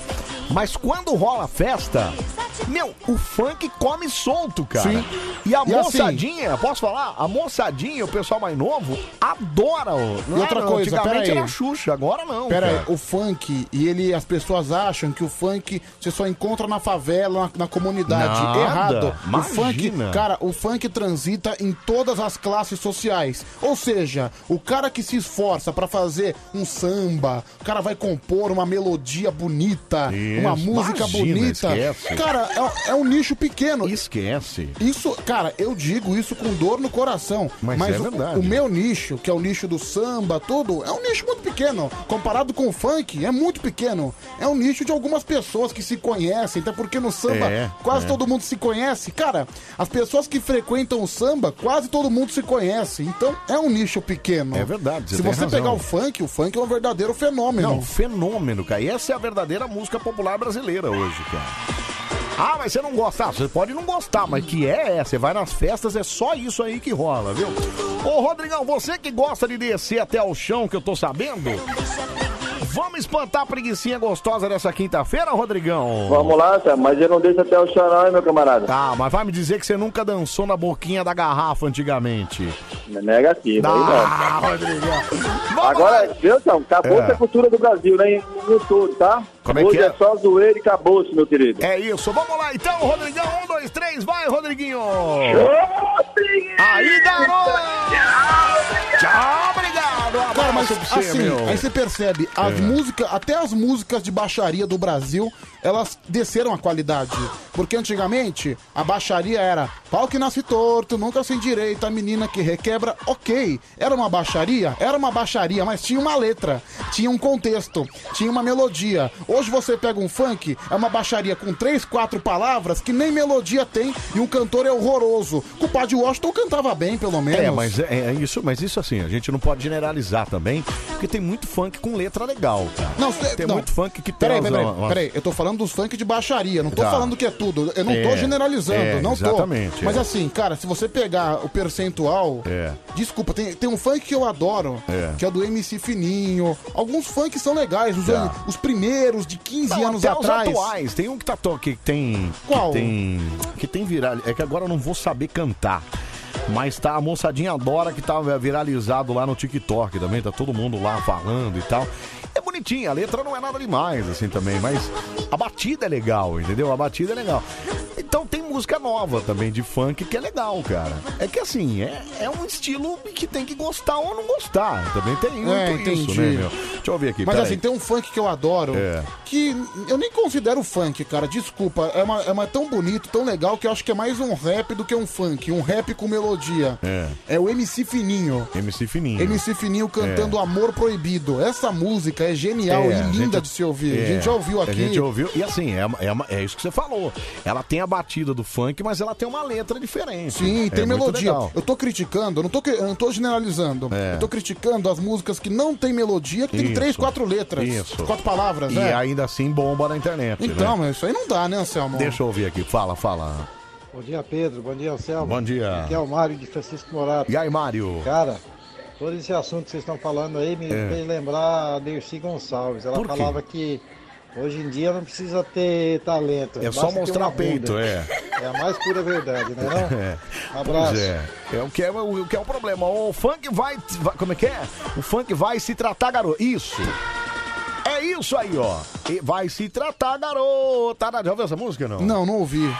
S1: Mas quando rola festa, meu, o funk come solto, cara.
S4: Sim.
S1: E a
S4: E assim-
S1: moçadinha, posso falar? A moçadinha, o pessoal mais novo, adora o.
S4: E outra
S1: Claro,
S4: coisa,
S1: antigamente
S4: peraí.
S1: era Xuxa, agora não.
S4: Pera aí,
S1: cara.
S4: o funk, e ele, as pessoas acham que o funk você só encontra na favela, na, na comunidade.
S1: Nada,
S4: Errado.
S1: imagina.
S4: O funk, cara, o funk transita em todas as classes sociais. Ou seja, o cara que se esforça pra fazer um samba, o cara vai compor uma melodia bonita,
S1: Isso,
S4: uma música
S1: imagina,
S4: bonita.
S1: esquece.
S4: Cara, é, é um nicho pequeno.
S1: Esquece.
S4: Isso, cara, eu digo isso com dor no coração.
S1: Mas
S4: Mas,
S1: é
S4: o,
S1: verdade.
S4: o meu nicho, que é o nicho do samba, tudo, é um nicho muito pequeno. Comparado com o funk, é muito pequeno. É um nicho de algumas pessoas que se conhecem, até porque no samba
S1: É,
S4: quase
S1: é.
S4: todo mundo se conhece. Cara, as pessoas que frequentam o samba, quase todo mundo se conhece. Então é um nicho pequeno.
S1: É verdade, você
S4: Se
S1: tem
S4: você
S1: razão.
S4: pegar o funk, o funk é um verdadeiro fenômeno.
S1: Não, fenômeno, cara. E essa é a verdadeira música popular brasileira hoje, cara. Ah, mas você não gosta? Ah, você pode não gostar, mas que é essa? Você vai nas festas, é só isso aí que rola, viu? Ô, Rodrigão, você que gosta de descer até o chão, que eu tô sabendo, vamos espantar a preguicinha gostosa dessa quinta-feira, Rodrigão?
S5: Vamos lá, Sam, mas eu não deixo até o chão não, hein, meu camarada?
S1: Ah, mas vai me dizer que você nunca dançou na boquinha da garrafa antigamente.
S5: É Negativo, aí não.
S1: Ah, Rodrigão.
S5: Agora, viu, Sam, acabou
S1: É.
S5: essa cultura do Brasil, né? No todo, tá?
S1: Como é que
S5: Hoje
S1: é?
S5: é? só zoeira e acabou-se, meu querido.
S1: É isso, vamos lá então, Rodrigão. Um, dois, três, vai, Rodriguinho! Aí, garoto! Tchau, obrigado! Um
S4: Cara, mas
S1: abraço pra você,
S4: assim,
S1: meu.
S4: aí você percebe, as
S1: É.
S4: músicas, até as músicas de baixaria do Brasil, elas desceram a qualidade. Porque antigamente, a baixaria era pau que nasce torto, nunca se endireita, menina que requebra, ok. Era uma baixaria? Era uma baixaria, mas tinha uma letra, tinha um contexto, tinha uma melodia. Hoje você pega um funk, é uma baixaria com três, quatro palavras que nem melodia tem e o cantor é horroroso. O Padre Washington cantava bem, pelo menos.
S1: É, mas é, é isso, mas isso assim, a gente não pode generalizar também, porque tem muito funk com letra legal, cara.
S4: Não,
S1: tem
S4: não.
S1: muito funk que tem
S4: Peraí,
S1: umas-
S4: peraí,
S1: umas-
S4: peraí, eu tô falando dos funk de baixaria, não tô
S1: Tá.
S4: falando que é tudo, eu não tô
S1: É,
S4: generalizando,
S1: é,
S4: não tô.
S1: exatamente,
S4: Mas
S1: é.
S4: assim, cara, se você pegar o percentual,
S1: É.
S4: desculpa, tem, tem um funk que eu adoro,
S1: É.
S4: que é do MC Fininho, alguns funk são legais, os,
S1: Tá.
S4: os primeiros de 15
S1: Não,
S4: anos
S1: até os
S4: atrás.
S1: atuais. Tem um que tá to- que tem
S4: Qual?
S1: que tem que tem viral, é que agora eu não vou saber cantar. Mas tá a moçadinha adora que tá viralizado lá no TikTok também, tá todo mundo lá falando e tal. É bonitinha, a letra não é nada demais assim também, mas a batida é legal, entendeu? A batida é legal. Então tem mu- música nova também, de funk, que é legal, cara. É que assim, é, é um estilo que tem que gostar ou não gostar. Também tem muito
S4: É,
S1: isso,
S4: entendi.
S1: né, meu? Deixa eu ver aqui,
S4: Mas
S1: peraí.
S4: assim, tem um funk que eu adoro,
S1: É.
S4: que eu nem considero funk, cara, desculpa. É, uma, é uma tão bonito, tão legal, que eu acho que é mais um rap do que um funk. Um rap com melodia.
S1: É.
S4: É o MC Fininho.
S1: MC Fininho.
S4: MC Fininho cantando Amor Proibido. Essa música é genial
S1: É,
S4: e
S1: a
S4: linda
S1: gente-
S4: de se ouvir.
S1: É,
S4: a gente já ouviu aqui.
S1: A gente já ouviu. E assim, é, uma- é, uma- é isso que você falou. Ela tem a batida do funk, mas ela tem uma letra diferente.
S4: Sim,
S1: É
S4: tem
S1: muito
S4: melodia.
S1: legal.
S4: Eu tô criticando, eu não tô, cri- eu não tô generalizando.
S1: É.
S4: Eu tô criticando as músicas que não tem melodia, que tem
S1: Isso.
S4: três, quatro letras.
S1: Isso.
S4: Quatro palavras,
S1: E
S4: né?
S1: ainda assim bomba na internet.
S4: Então,
S1: né?
S4: mas isso aí não dá, né, Anselmo?
S1: Deixa eu ouvir aqui. Fala, fala.
S21: Bom dia, Pedro. Bom dia, Anselmo.
S1: Bom dia.
S21: Aqui é o Mário de Francisco Morato.
S1: E aí, Mário?
S21: Cara, todo esse assunto que vocês estão falando aí me
S1: É.
S21: fez lembrar a Dercy Gonçalves. Ela
S1: Por quê?
S21: falava que hoje em dia não precisa ter talento.
S1: É
S21: basta
S1: só
S21: ter
S1: mostrar
S21: uma bunda.
S1: peito, é.
S21: É a mais pura verdade, né não?
S1: *laughs* É.
S21: Abraço.
S1: Pois é. É o que é o, que é o problema. O funk vai, vai- Como é que é? O funk vai se tratar, garoto. Isso. É isso aí, ó. E vai se tratar, garota. Tá, Já ouviu essa música não?
S4: Não, não ouvi.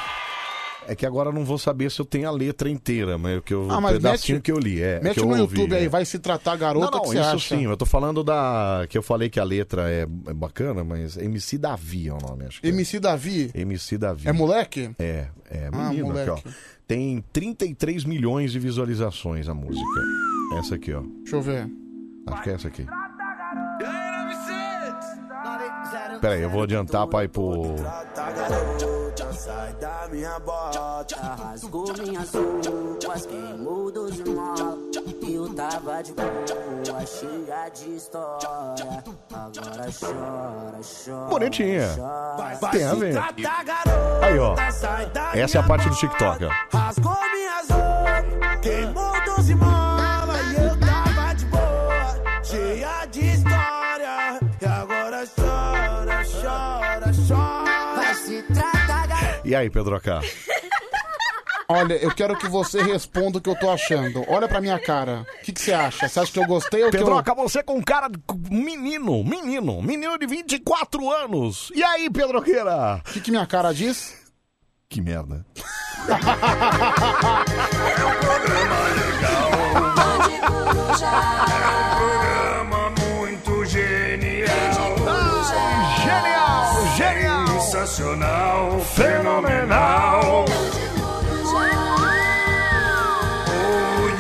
S1: É que agora eu não vou saber se eu tenho a letra inteira, mas é o que eu,
S4: Ah,
S1: o
S4: mas
S1: Um pedacinho
S4: mete-
S1: que eu li. É, que
S4: Mete
S1: eu
S4: no
S1: ouvi,
S4: YouTube
S1: é.
S4: aí, vai se tratar garota
S1: Não, não,
S4: que você
S1: isso
S4: acha.
S1: sim. Eu tô falando da. Que eu falei que a letra é é bacana, mas MC Davi é o nome, acho que.
S4: MC Davi?
S1: MC Davi.
S4: É moleque?
S1: É, é
S4: Ah,
S1: menino aqui, ó.
S4: moleque.
S1: Tem 33 milhões de visualizações a música. Essa aqui, ó.
S4: Deixa eu ver.
S1: Acho que é essa aqui. Peraí, eu vou adiantar pra ir pro.
S22: Sai da minha bota, rasgou minhas roupas, queimou dois móveis. Eu tava de boa, cheia de história. Agora chora, chora.
S1: Bonitinha.
S22: chora.
S1: Tem a ver.
S22: garota,
S1: Aí, ó.
S22: sai da
S1: Essa é a parte do TikTok, ó.
S22: Rasgou minhas roupas, queimou 12 molas e eu tava de boa, cheia de história. E agora chora, chora, chora. Vai se tratar, garota.
S1: E aí, Pedro K?
S22: *laughs*
S4: Olha, eu quero que você responda o que eu tô achando. Olha pra minha cara. O que, que você acha? Você acha que eu gostei ou que eu...
S1: Pedroca, você com cara de com- menino, menino, menino de 24 anos. E aí, Pedroqueira? O
S4: que, minha cara diz?
S1: Que merda.
S7: Programa muito genial.
S1: genial, genial.
S7: Sensacional, fenomenal.
S1: Oh,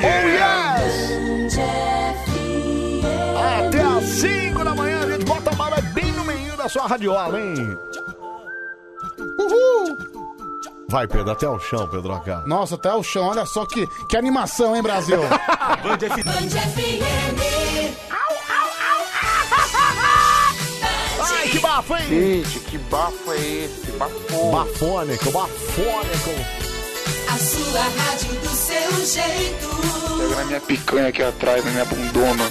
S1: yes! Até às 5 da manhã a gente bota a bala bem no meio da sua radiola, hein?
S4: Uhul!
S1: Vai, Pedro, até o chão, Pedroca.
S4: Nossa, até o chão. Olha só que, que animação, hein, Brasil?
S1: Band
S22: *laughs*
S1: F- *laughs* Ai, que bafo, hein?
S22: Gente, que bafo é esse? Bafo.
S1: Bafônico, bafônico.
S3: A sua rádio do seu jeito.
S8: Pega na minha picanha aqui atrás, na minha bundona.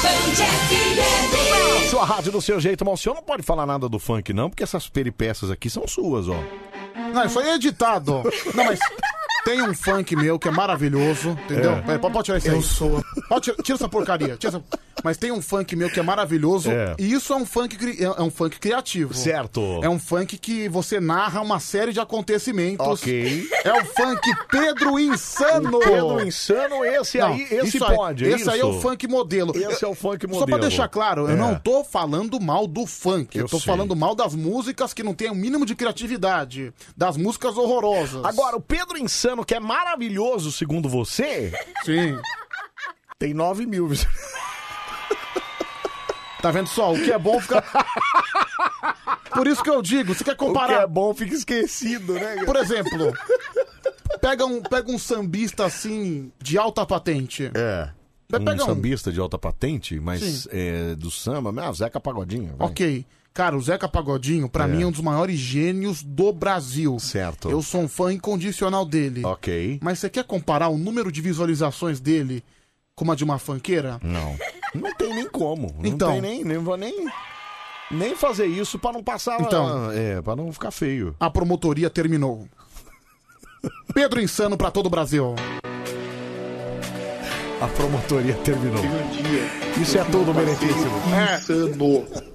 S3: Band FM.
S1: Sua rádio do seu jeito, mas o senhor não pode falar nada do funk, não, porque essas peripécias aqui são suas, ó.
S4: Não, isso aí é editado. Não, mas tem um funk meu que é maravilhoso, entendeu?
S1: É.
S4: Peraí, pode, pode tirar isso aí.
S1: Eu sou.
S4: Pode tirar, tira essa porcaria. Tira essa... Mas tem um funk meu que é maravilhoso.
S1: É.
S4: E isso é um funk cri- é é um funk criativo.
S1: Certo.
S4: É um funk que você narra uma série de acontecimentos.
S1: Ok.
S4: É o funk Pedro Insano.
S1: Pedro Insano, esse aí- esse
S4: isso aí-
S1: pode, é
S4: Esse aí é o
S1: isso?
S4: funk modelo.
S1: Esse é o funk
S4: Só pra
S1: modelo.
S4: deixar claro,
S1: É.
S4: eu não tô falando mal do funk. Eu,
S1: Eu
S4: tô
S1: sei.
S4: falando mal das músicas que não têm o mínimo de criatividade. Das músicas horrorosas.
S1: Agora, o Pedro Insano, que é maravilhoso, segundo você.
S4: Sim.
S1: Tem 9 mil.
S4: Tá vendo só? O que é bom
S1: *laughs*
S4: fica. Por isso que eu digo, você quer comparar.
S1: O que é bom fica esquecido, né?
S4: Por exemplo, pega um, pega um sambista assim, de alta patente.
S1: É.
S4: Vai
S1: um
S4: pegar um-
S1: sambista de alta patente, mas
S4: Sim.
S1: é, do samba, ah, Zeca Pagodinho. vai.
S4: Ok. Cara, o Zeca Pagodinho, pra
S1: É.
S4: mim, é um dos maiores gênios do Brasil.
S1: Certo.
S4: Eu sou um fã incondicional dele.
S1: Ok.
S4: Mas você quer comparar o número de visualizações dele com a de uma funkeira?
S1: Não. Não tem nem como.
S4: Então.
S1: Não tem nem, nem vou nem nem fazer isso pra não passar,
S4: Então.
S1: é, para não ficar feio.
S4: A promotoria terminou. Pedro Insano pra todo o Brasil.
S1: A promotoria terminou.
S8: Um dia,
S1: Isso é tudo meretíssimo.
S8: insano.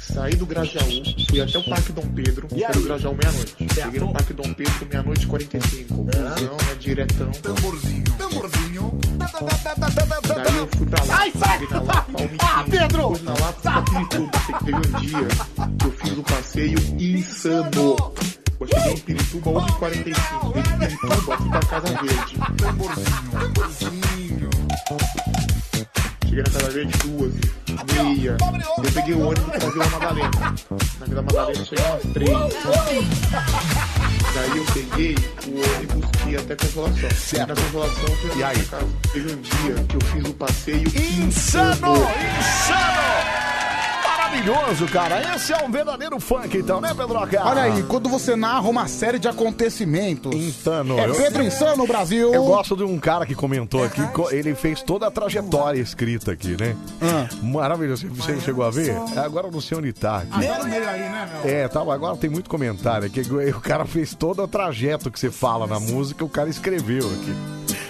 S19: Saí do Grajaú, fui até o Parque Dom Pedro, que era o Grajaú meia-noite. Cheguei no Parque Dom Pedro meia-noite e 45. Busão, é diretão. Tamborzinho, tamborzinho. Daí eu fui pra lá,
S2: Ai,
S1: Tá,
S2: sai!
S19: fui na Lapa, Ah, Pedro! Fui na Lapa, fui tudo. Teve um dia que eu fiz um passeio insano. Eu cheguei em Pirituba 1h45. Dei de Pirituba, fui pra Casa Verde. Tamborzinho, tamborzinho. Cheguei na Casa Verde duas, meia. Eu peguei o ônibus pra Vila Madalena. Na Vila Madalena eu cheguei umas três. Daí eu peguei o ônibus e ia até Consolação. Na Consolação eu fui até casa. Teve um dia que eu fiz o passeio
S1: Insano! Insano! Maravilhoso, cara. Esse é um verdadeiro funk, então, né, Pedroca?
S4: Olha aí, quando você narra uma série de acontecimentos.
S1: Insano.
S4: É
S1: eu-
S4: Pedro Insano, Brasil.
S1: Eu gosto de um cara que comentou aqui, co- ele fez toda a trajetória escrita aqui, né?
S4: Ah.
S1: Maravilhoso. Você não chegou a ver? Agora eu não sei onde tá. aqui.
S4: Tá no meio aí, né, meu?
S1: É, tá, agora tem muito comentário aqui. O cara fez todo o trajeto que você fala na música, o cara escreveu aqui.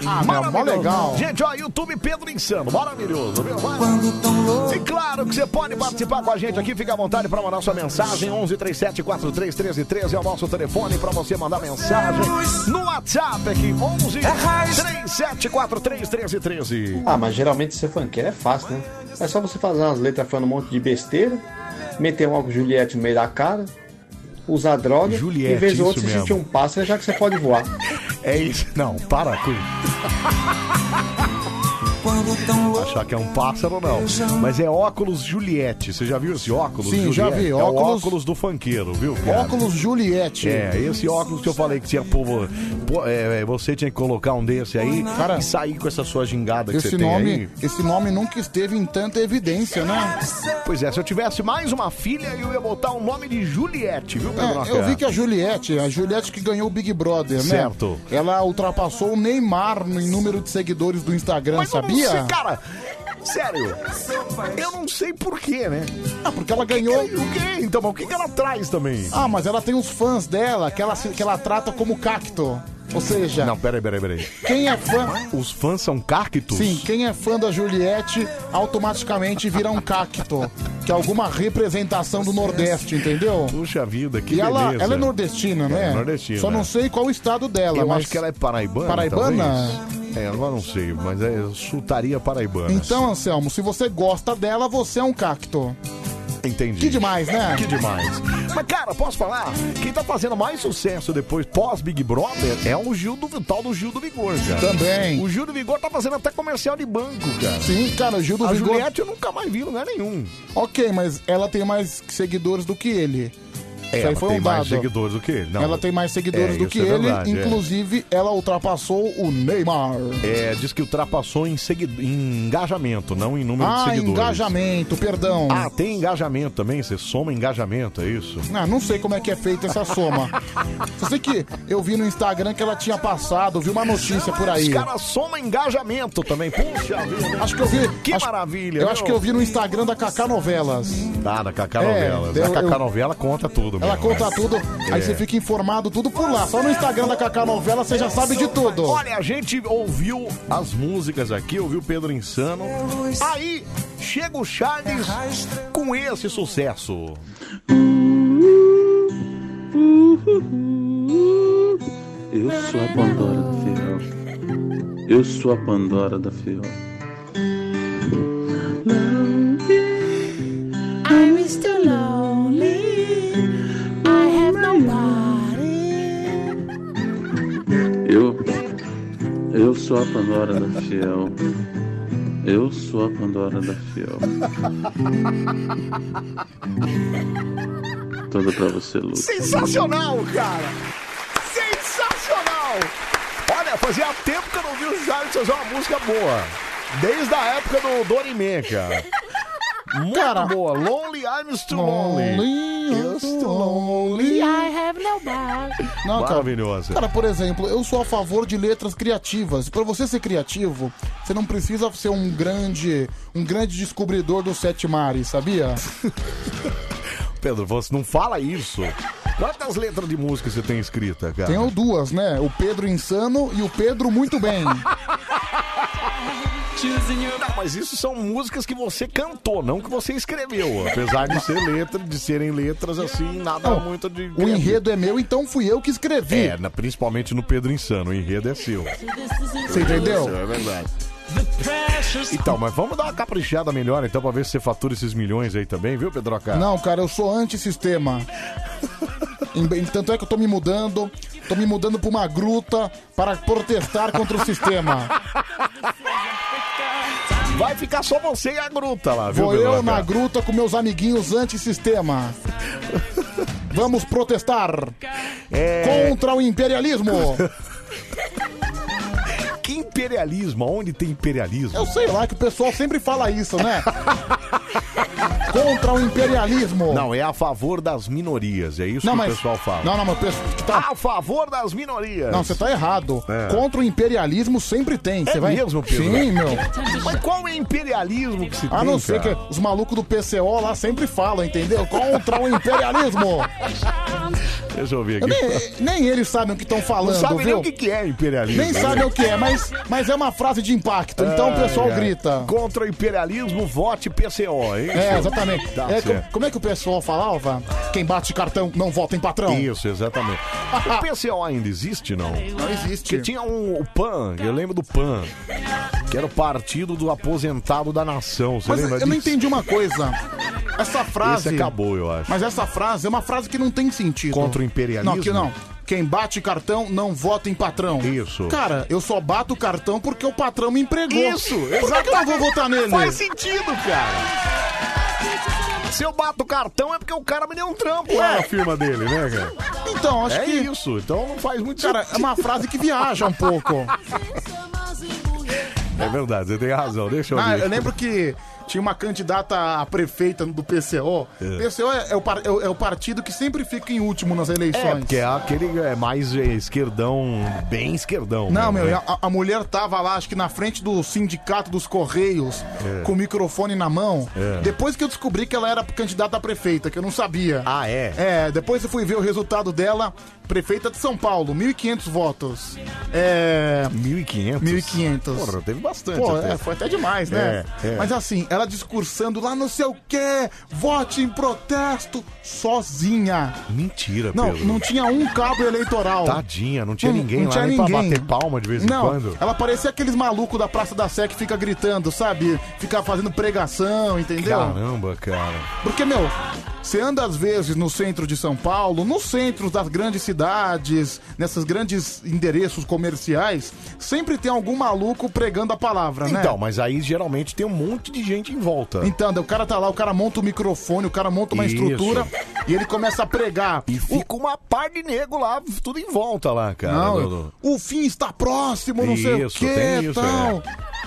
S4: Ah, meu, mó
S1: Maravilhoso.
S4: legal.
S1: Gente, ó, YouTube Pedro Insano, maravilhoso, viu? Quando tão louco. E claro que você pode participar com a gente aqui, fica à vontade para mandar sua mensagem. 11 37 43 13 13 é o nosso telefone para você mandar mensagem no WhatsApp aqui. 11 37 43 13 13.
S5: Ah, mas geralmente ser funkeiro é fácil, né? É só você fazer umas letras falando um monte de besteira, meter um álcool Juliette no meio da cara, usar droga,
S1: Juliette,
S5: e vez ou outra
S1: isso
S5: você
S1: mesmo.
S5: sentir um pássaro, já que você pode voar.
S1: É isso. Não, para com isso. Achar que é um pássaro, não. Mas é óculos Juliette. Você já viu esse óculos?
S4: Sim, já
S1: Juliette?
S4: vi.
S1: É o
S4: Óculos-
S1: óculos do funkeiro, viu? cara?
S4: Óculos Juliette.
S1: É, esse óculos que eu falei que tinha povo. pô, é, é, você tinha que colocar um desse aí e sair com essa sua gingada que
S4: Esse
S1: você tem
S4: nome,
S1: aí.
S4: esse nome nunca esteve em tanta evidência, né?
S1: Pois é, se eu tivesse mais uma filha, eu ia botar o nome de Juliette, viu, Pedro?
S4: É, eu vi que a Juliette, a Juliette que ganhou o Big Brother, né?
S1: Certo.
S4: Ela ultrapassou o Neymar no número de seguidores do Instagram,
S1: Mas eu não
S4: sabia?
S1: sei, cara, sério, eu não sei porquê, né?
S4: Ah, porque ela ganhou.
S1: O quê? Então, mas o que, que ela traz também?
S4: Ah, mas ela tem os fãs dela que ela, se- que ela trata como cacto. é, Ou seja,
S1: Não, peraí, peraí, peraí.
S4: quem é fã.
S1: Os fãs são cactos?
S4: Sim, quem é fã da Juliette automaticamente vira um cacto. Que é alguma representação do Nordeste, entendeu?
S1: Puxa vida, que
S4: e ela,
S1: beleza.
S4: ela é nordestina, né?
S1: É, nordestina.
S4: Só não sei qual o estado dela,
S1: eu
S4: mas...
S1: acho que ela é paraibana.
S4: Paraibana?
S1: talvez. É, agora não sei, mas é chutaria paraibana.
S4: Então, Anselmo, se você gosta dela, você é um cacto.
S1: Entendi.
S4: Que demais, né?
S1: Que demais. Mas, cara, posso falar? Quem tá fazendo mais sucesso depois, pós-Big Brother, é o Gil do o tal do Gil do Vigor, cara.
S4: Também.
S1: O Gil do Vigor tá fazendo até comercial de banco, cara.
S4: Sim, cara, o Gil do
S1: A
S4: Vigor-
S1: Juliette eu nunca mais vi em lugar nenhum.
S4: Ok, mas ela tem mais seguidores do que ele.
S1: É,
S4: Isso aí
S1: ela
S4: foi
S1: tem
S4: um
S1: mais
S4: dado.
S1: seguidores do que ele. Não.
S4: Ela tem mais seguidores
S1: É,
S4: do
S1: isso
S4: que
S1: é
S4: ele,
S1: verdade, é.
S4: inclusive ela ultrapassou o Neymar.
S1: É, diz que ultrapassou em, segui- em engajamento, não em número de
S4: Ah,
S1: seguidores.
S4: engajamento, perdão.
S1: Ah, tem engajamento também? Você soma engajamento, é isso?
S4: Ah, não sei como é que é feita essa
S1: *laughs*
S4: soma. Só sei que eu vi no Instagram que ela tinha passado, vi uma notícia por aí.
S1: Os caras somam engajamento também. Puxa vida.
S4: Acho que eu vi.
S1: Que
S4: acho-
S1: maravilha.
S4: Eu
S1: viu?
S4: acho que eu vi no Instagram da Cacá Novelas.
S1: Tá, da Cacá
S4: É,
S1: Novelas.
S4: eu-
S1: a Cacá
S4: eu-
S1: Novela conta tudo.
S4: Ela
S1: mesmo,
S4: conta
S1: né?
S4: tudo, aí
S1: É.
S4: você fica informado tudo por lá. Só no Instagram da Cacá Novela você já sabe de tudo.
S1: Olha, a gente ouviu as músicas aqui, ouviu Pedro Insano. Aí *laughs* chega o Charles com esse sucesso.
S23: Eu sou a Pandora da Fiel. Eu sou a Pandora da Fiel.
S2: I'm still lonely. I have nobody.
S23: Eu. Eu sou a Pandora da Fiel. Eu sou a Pandora da Fiel. Toda pra você, Lu.
S1: Sensacional, cara! Sensacional! Olha, fazia tempo que eu não vi o Charles fazer uma música boa. Desde a época do Dorimê, cara. Muito boa. Lonely, I'm still lonely.
S4: Eu estou lonely.
S2: I have nobody.
S4: Não, cara.
S1: Maravilhosa.
S4: Cara, por exemplo, eu sou a favor de letras criativas. Pra você ser criativo, você não precisa ser um grande, um grande descobridor dos sete mares, sabia?
S1: Pedro, você não fala isso. Quantas letras de música você tem escrita, *laughs* cara? *laughs*
S4: Tenho duas, né? O Pedro Insano e o Pedro Muito Bem.
S1: Não, mas isso são músicas que você cantou, não que você escreveu. Apesar de ser letra, de serem letras assim, nada
S4: Não,
S1: muito de.
S4: O enredo é meu, então fui eu que escrevi.
S1: É, na- principalmente no Pedro Insano, o enredo é seu.
S4: Você entendeu?
S1: É verdade. Então, mas vamos dar uma caprichada melhor então pra ver se você fatura esses milhões aí também, viu, Pedroca?
S4: Não, cara, eu sou anti-sistema. Em- em- Tanto é que eu tô me mudando, tô me mudando pra uma gruta para protestar contra o sistema.
S1: Vai ficar só você e a gruta lá, viu,
S4: Vou eu
S1: Pedroca?
S4: na gruta com meus amiguinhos anti-sistema. Vamos protestar
S1: É.
S4: contra o imperialismo.
S1: *laughs* Que imperialismo? Onde tem imperialismo?
S4: Eu sei lá que o pessoal sempre fala isso,
S1: *laughs*
S4: né? Contra o imperialismo.
S1: Não, é a favor das minorias, é isso
S4: Não,
S1: que
S4: mas-
S1: o pessoal fala. É
S4: Não, não, mas o pessoal tá-
S1: A favor das minorias.
S4: Não, você tá errado.
S1: É.
S4: Contra o imperialismo sempre tem. Você
S1: É
S4: vai...
S1: mesmo, Pedro?
S4: Sim, meu.
S1: Mas qual é o imperialismo que se
S4: A
S1: tem,
S4: não ser que
S1: cara?
S4: os malucos do PCO lá sempre falam, entendeu? Contra o imperialismo.
S1: Deixa eu ver
S4: Eu
S1: aqui.
S4: nem, nem eles sabem o que estão falando,
S1: não sabe
S4: viu?
S1: nem o que, que é imperialismo.
S4: Nem
S1: né?
S4: sabem o que é, mas, mas é uma frase de impacto. Então o pessoal
S1: Ai, ai.
S4: grita.
S1: Contra o imperialismo, vote PCO, hein?
S4: É, exatamente.
S1: Tá
S4: É,
S1: certo.
S4: co- como é que o pessoal falava? Quem bate cartão não vota em patrão.
S1: Isso, exatamente. O PCO ainda existe, não?
S4: Não existe.
S1: Porque tinha um, o PAN, eu lembro do PAN, que era o Partido do Aposentado da Nação. Você
S4: Mas
S1: lembra
S4: eu não
S1: disso?
S4: entendi uma coisa. Essa frase.
S1: Esse acabou, eu acho.
S4: Mas essa frase é uma frase que não tem sentido.
S1: Contra o imperialismo?
S4: Não, que não. Quem bate cartão não vota em patrão.
S1: Isso.
S4: Cara, eu só bato cartão porque o patrão me empregou.
S1: Isso,
S4: Por que que eu não vou votar nele?
S1: Faz sentido, cara. Se eu bato o cartão é porque o cara me deu um trampo lá na firma dele, né, cara?
S4: Então, acho
S1: é
S4: que-
S1: isso. Então não faz muito
S4: Cara,
S1: sentido.
S4: é uma frase que viaja um pouco.
S1: É verdade, você tem *laughs* razão. Deixa eu
S4: Ah,
S1: ver.
S4: eu lembro que tinha uma candidata a prefeita do PCO.
S1: É.
S4: PCO é, é o par- é o- é o partido que sempre fica em último nas
S1: É,
S4: eleições.
S1: porque é aquele é mais é, esquerdão, bem esquerdão.
S4: Não,
S1: mesmo,
S4: meu, e
S1: né?
S4: a, a mulher tava lá, acho que na frente do sindicato dos Correios,
S1: É.
S4: com o microfone na mão.
S1: É.
S4: Depois que eu descobri que ela era candidata a prefeita, que eu não sabia.
S1: Ah, é?
S4: É, depois eu fui ver o resultado dela, prefeita de São Paulo, 1.500 votos. É.
S1: 1.500?
S4: 1.500.
S1: Porra, teve bastante
S4: Pô,
S1: até.
S4: é, foi até demais, né?
S1: É, é.
S4: Mas assim, ela discursando lá, não sei o quê, vote em protesto, sozinha.
S1: Mentira,
S4: Não,
S1: Pedro.
S4: não tinha um cabo eleitoral.
S1: Tadinha, não tinha
S4: Não,
S1: ninguém
S4: não
S1: lá
S4: tinha
S1: nem pra
S4: ninguém.
S1: bater palma de vez
S4: não,
S1: em quando.
S4: ela parecia aqueles malucos da Praça da Sé que fica gritando, sabe? Fica fazendo pregação, entendeu?
S1: Caramba, cara.
S4: Porque, meu, você anda às vezes no centro de São Paulo, nos centros das grandes cidades, nesses grandes endereços comerciais, sempre tem algum maluco pregando a palavra, né?
S1: Então, mas aí geralmente tem um monte de gente em volta. né?
S4: Então, daí o cara tá lá, o cara monta o microfone, o cara monta uma
S1: Isso.
S4: estrutura e ele começa a pregar.
S1: E fica uma par de nego lá, tudo em volta lá, cara.
S4: Não,
S1: do- do-
S4: o fim está próximo, não sei o
S1: Isso, tem
S4: que
S1: isso, é.
S4: tal.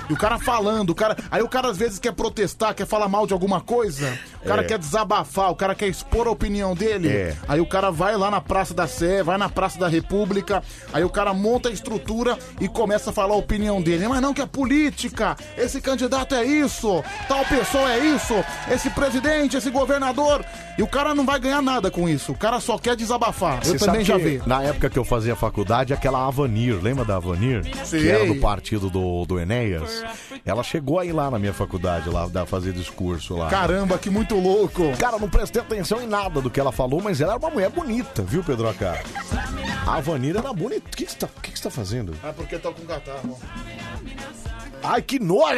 S4: E o cara falando, o cara. Aí o cara às vezes quer protestar, quer falar mal de alguma coisa, o cara
S1: É.
S4: quer desabafar, o cara quer expor a opinião dele.
S1: É.
S4: Aí o cara vai lá na Praça da Sé, vai na Praça da República, aí o cara monta a estrutura e começa a falar a opinião dele. Mas não que é política, esse candidato é isso, tal pessoa é isso, esse presidente, esse governador. E o cara não vai ganhar nada com isso, o cara só quer desabafar.
S1: Você
S4: Eu
S1: sabe
S4: também já
S1: que
S4: vi.
S1: Na época que eu fazia faculdade, aquela Avanir, lembra da Avanir?
S4: Sei.
S1: Que era do partido do, do Enéas. Ela chegou aí lá na minha faculdade, lá, da fazer discurso lá.
S4: Caramba, que muito louco.
S1: Cara, não prestei atenção em nada do que ela falou, mas ela era uma mulher bonita, viu, Pedro Acá? A Vanira era bonita. O que que você tá, o que que você tá fazendo?
S4: É porque tô com catarro.
S1: Ai, que nojo!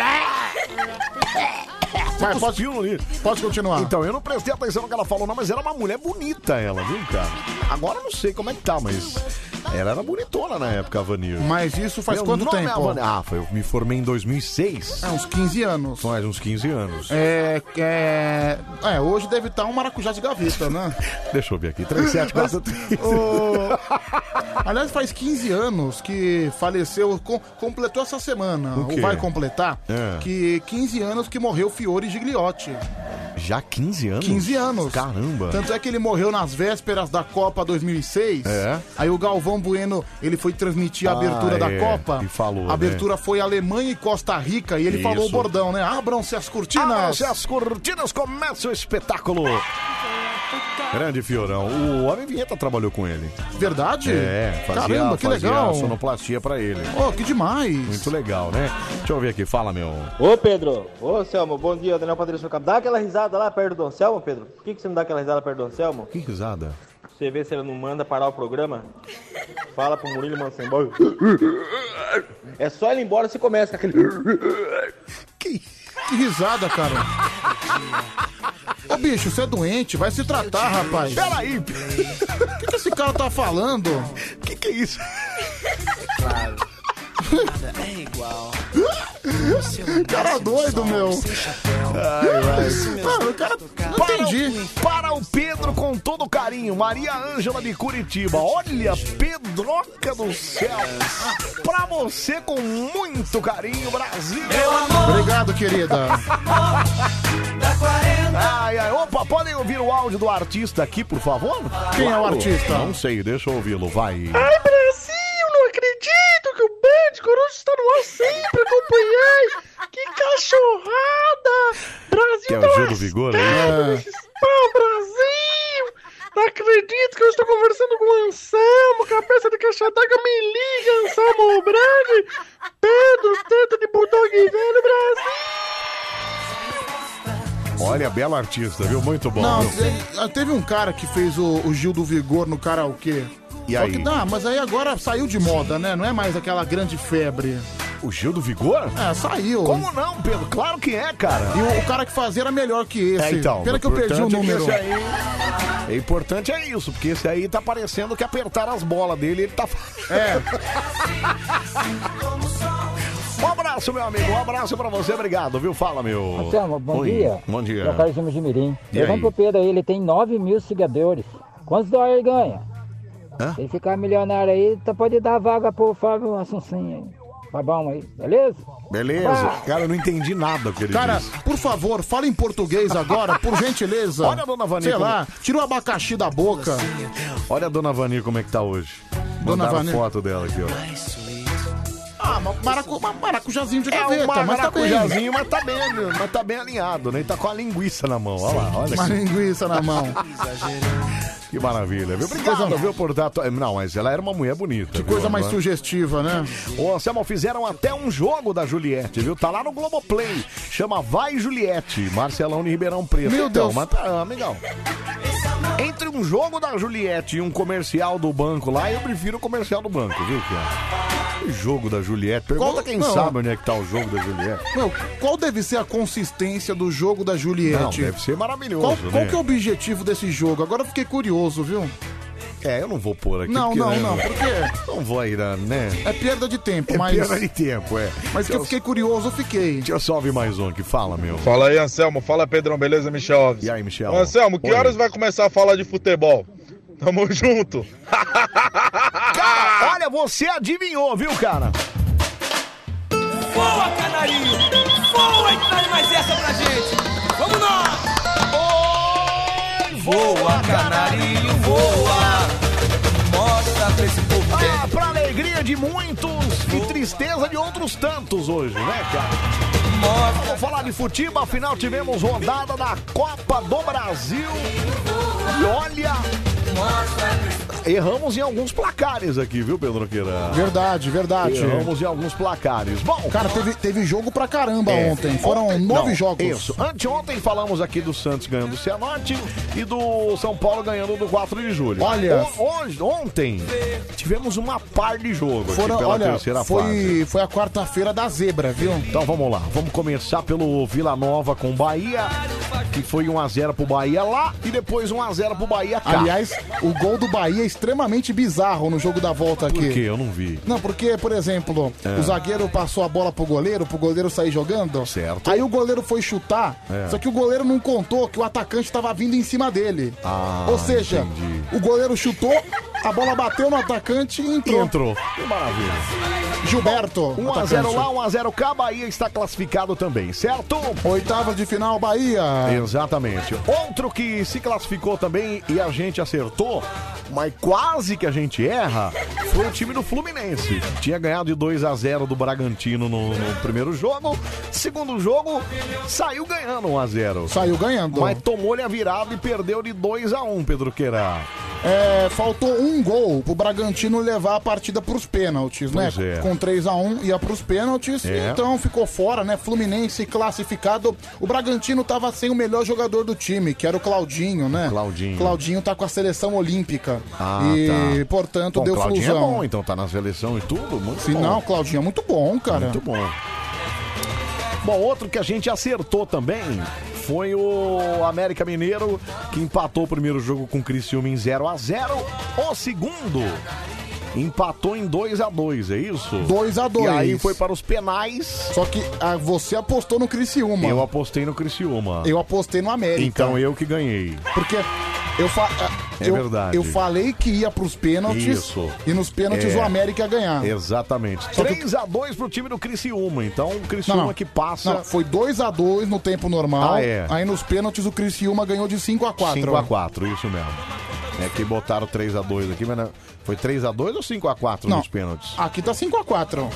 S4: Mas pode-
S1: pode,
S4: pode continuar.
S1: Então, eu não prestei atenção no que ela falou, não, mas era uma mulher bonita ela, viu, cara? Agora eu não sei como é que tá, mas ela era bonitona na época, a Vanir.
S4: Mas isso faz
S1: Meu
S4: quanto
S1: nome
S4: tempo?
S1: É Avanir. ah, foi, eu me formei em 2006.
S4: É, uns 15 anos.
S1: Faz uns 15 anos.
S4: É, é, é, hoje deve estar um maracujá de gaveta,
S1: *laughs*
S4: né?
S1: Deixa eu ver
S4: *laughs*
S1: aqui. 3743.
S4: Ô, Aliás, faz 15 anos que faleceu, com- completou essa semana,
S1: O
S4: ou
S1: quê?
S4: vai completar,
S1: É.
S4: que 15 anos que morreu Fiore Gigliotti.
S1: Já 15 anos?
S4: 15 anos.
S1: Caramba.
S4: Tanto é que ele morreu nas vésperas da Copa 2006.
S1: É.
S4: Aí o Galvão Bueno, ele foi transmitir a
S1: Ah,
S4: abertura da
S1: é.
S4: Copa.
S1: E falou, né?
S4: A abertura foi Alemanha e Costa Rica e ele
S1: Isso.
S4: falou o bordão, né? Abram-se as cortinas.
S1: Abram-se as cortinas, começa o espetáculo. Grande Fiorão. O Homem Vinheta trabalhou com ele.
S4: Verdade?
S1: É, fazia,
S4: Caramba, que
S1: fazia
S4: legal.
S1: sonoplastia pra ele.
S4: Oh, que demais.
S1: Muito legal, né? Deixa eu ver aqui, fala, meu.
S6: Ô Pedro, ô Selmo, bom dia, Daniel Patrício Campo. Dá aquela risada lá perto do Anselmo, Pedro. Por que, que você não dá aquela risada perto do Anselmo?
S1: Que risada.
S6: Você vê se ele não manda parar o programa? Fala pro Murilo Mansembol. É só ele ir embora você começa com aquele.
S4: Que risada, cara. Ô, bicho, você é doente, vai se tratar, rapaz.
S1: Peraí. O
S4: que, que esse cara tá falando? O
S1: que, que é isso?
S4: Claro.
S2: É igual.
S4: Cara é doido, meu.
S1: Ai, vai.
S4: Mano, o cara. Não entendi.
S1: Para o Pedro com todo carinho, Maria Ângela de Curitiba. Olha, Pedroca do céu. Pra você com muito carinho, Brasil.
S4: Obrigado, querida.
S1: Ai, ai, opa, podem ouvir o áudio do artista aqui, por favor?
S4: Quem é o artista?
S1: Não sei, deixa eu ouvi-lo, vai.
S2: Ai, Brasil, não acredito que o Band Coruja está no ar sempre, acompanhei. Que cachorrada. Brasil
S1: Quer
S2: tá
S1: o
S2: lá
S1: Gil do Vigor aí?
S2: sempre.
S4: Ah.
S2: Pá, Brasil. Não acredito que eu estou conversando com o Anselmo, cabeça de caixa d'água, me liga, Anselmo Brandi. Pedro, teta de bulldog velho, Brasil.
S1: Olha, belo artista, viu? Muito bom.
S4: Não,
S1: viu?
S4: te- teve um cara que fez o, o Gil do Vigor no karaokê.
S1: E
S4: Só
S1: aí?
S4: que tá dá, mas aí agora saiu de moda, né? Não é mais aquela grande febre.
S1: O Gil do Vigor?
S4: É, saiu.
S1: Como não, Pedro? Claro que é, cara.
S4: E o, o cara que fazia era melhor que esse.
S1: É, então,
S4: Pena que eu perdi o
S1: importante é que
S4: número. um.
S1: esse É importante é isso, porque esse aí tá parecendo que apertaram as bolas dele, ele tá. É. *laughs* um abraço, meu amigo, um abraço pra você, obrigado, viu? Fala, meu.
S9: Anselmo, bom
S1: Oi,
S9: dia.
S1: Bom dia.
S9: Meu caro de Mirim.
S1: E aí?
S9: Pergunta pro Pedro aí, ele tem 9 mil seguidores. Quantos dólares ele ganha?
S1: Hã?
S9: Se ele ficar milionário aí, tu pode dar vaga pro Fábio Assuncinho aí. Tá bom aí, beleza?
S1: Beleza? Cara, eu não entendi nada do que ele
S4: Cara,
S1: disse.
S4: por favor, fala em português agora, por gentileza.
S1: *laughs* Olha a dona Vani
S4: Sei
S1: como- é
S4: lá, tira o abacaxi da boca.
S1: Olha a dona Vani como é que tá hoje.
S4: Dona
S1: Mandaram
S4: Vani.
S1: Tá foto dela aqui, ó.
S4: Ah, ma- maracu, ma- maracujazinho de
S1: É
S4: gaveta,
S1: um
S4: mas tá bem.
S1: maracujazinho, mas tá bem, mas tá bem alinhado, né? E tá com a linguiça na mão, olha lá, olha
S4: Uma
S1: aqui.
S4: linguiça na mão.
S1: Que maravilha, viu? Obrigado, viu, por dar... to- Não, mas ela era uma mulher bonita. Que
S4: Coisa mais sugestiva, né?
S1: Ô, Anselmo, fizeram até um jogo da Juliette, viu? Tá lá no Globoplay. Chama Vai Juliette, Marcelão de Ribeirão Preto.
S4: Meu
S1: Então,
S4: Deus.
S1: Mas tá, amigão. Entre um jogo da Juliette e um comercial do banco lá, eu prefiro o comercial do banco, viu, cara? O jogo da Juliette. Pergunta
S4: Qual-
S1: quem
S4: não.
S1: sabe onde é que tá o jogo da Juliette.
S4: Meu, qual deve ser a consistência do jogo da Juliette?
S1: Não, deve ser maravilhoso,
S4: Qual,
S1: né?
S4: qual que é o objetivo desse jogo? Agora eu fiquei curioso, viu?
S1: É, eu não vou pôr aqui.
S4: Não,
S1: porque,
S4: não,
S1: né,
S4: não, porque-
S1: Não vou ir, né?
S4: É perda de tempo,
S1: É
S4: mas.
S1: perda de tempo, é.
S4: Mas que eu fiquei curioso, eu fiquei.
S1: Deixa eu só ouvir mais um que fala, meu.
S10: Fala aí, Anselmo. Fala, Pedrão. Beleza, Michel Alves?
S1: E aí, Michel?
S10: Ô, Anselmo, que
S1: Oi.
S10: horas *laughs* vai começar a falar de futebol? Tamo junto.
S2: Ah.
S1: Olha, você adivinhou, viu, cara?
S2: Boa, canarinho! Boa, e traz mais essa pra gente! Vamos nós! Oi, voa, canarinho, voa! Mostra pra esse povo que é
S1: Ah, pra alegria de muitos e tristeza de outros tantos hoje, né, cara? Vamos falar de futebol, afinal tivemos rodada da Copa do Brasil. E olha, erramos em alguns placares aqui, viu, Pedro Queira?
S4: Verdade, verdade.
S1: Erramos em alguns placares. Bom,
S4: Cara, teve, teve jogo pra caramba
S1: É.
S4: ontem. Foram nove
S1: não,
S4: jogos.
S1: Isso. Anteontem falamos aqui do Santos ganhando do Cianorte e do São Paulo ganhando do 4 de julho.
S4: Olha.
S1: O- hoje, ontem tivemos uma par de jogo
S4: Foram,
S1: aqui pela
S4: olha,
S1: terceira fase.
S4: foi, foi a quarta-feira da zebra, viu?
S1: Então vamos lá, vamos começar pelo Vila Nova com Bahia, que foi 1x0 pro Bahia lá e depois 1x0 pro Bahia cá.
S4: Aliás, o gol do Bahia é extremamente bizarro no jogo da volta aqui.
S1: por quê? Eu não vi.
S4: Não, porque, por exemplo,
S1: É.
S4: o zagueiro passou a bola pro goleiro, pro goleiro sair jogando.
S1: Certo.
S4: Aí o goleiro foi chutar,
S1: É.
S4: só que o goleiro não contou que o atacante tava vindo em cima dele.
S1: Ah,
S4: Ou seja,
S1: entendi.
S4: o goleiro chutou, A bola bateu no atacante e entrou.
S1: Entrou. Que maravilha.
S4: Gilberto.
S1: 1x0 lá, 1x0 cá, Bahia está classificado também, certo?
S4: Oitavas de final, Bahia.
S1: Exatamente. Outro que se classificou também e a gente acertou, mas quase que a gente erra, foi o time do Fluminense. Tinha ganhado de 2x0 do Bragantino no, no primeiro jogo. Segundo jogo, saiu ganhando 1x0.
S4: Saiu ganhando.
S1: Mas tomou-lhe a virada e perdeu de 2x1, Pedro Queira.
S4: É, faltou um gol pro Bragantino levar a partida pros pênaltis,
S1: Pois
S4: né?
S1: é.
S4: Com 3 a 1 ia pros pênaltis,
S1: É.
S4: então ficou fora, né? Fluminense classificado. O Bragantino tava sem o melhor jogador do time, que era o Claudinho, né?
S1: Claudinho.
S4: Claudinho tá com a seleção olímpica.
S1: Ah,
S4: e,
S1: tá.
S4: portanto,
S1: Bom,
S4: deu
S1: Claudinho
S4: fusão.
S1: é bom, então tá na seleção e tudo, muito
S4: Se
S1: bom.
S4: não, Claudinho é muito bom, cara.
S1: Muito bom. Bom, outro que a gente acertou também foi o América Mineiro, que empatou o primeiro jogo com o Criciúma em 0 a 0 O segundo empatou em 2 a 2 é isso?
S4: 2 a 2
S1: E aí foi para os penais. Só
S4: que ah, você apostou no Criciúma.
S1: Eu apostei no Criciúma.
S4: Eu apostei no América.
S1: Então eu que ganhei.
S4: Porque eu, fa... ah,
S1: É
S4: eu,
S1: verdade.
S4: eu falei que ia pros pênaltis.
S1: Isso.
S4: E nos pênaltis
S1: É.
S4: o América ia ganhar.
S1: Exatamente. 3x2 pro time do Criciúma. Então, o Criciúma
S4: Não, não.
S1: que passa.
S4: Não, foi 2x2 no tempo normal.
S1: Ah, é.
S4: Aí nos pênaltis o Criciúma ganhou de 5x4.
S1: 5x4, isso mesmo. É que botaram 3x2 aqui, mas não- foi 3x2 ou 5x4
S4: Não.
S1: nos pênaltis?
S4: Aqui tá 5x4.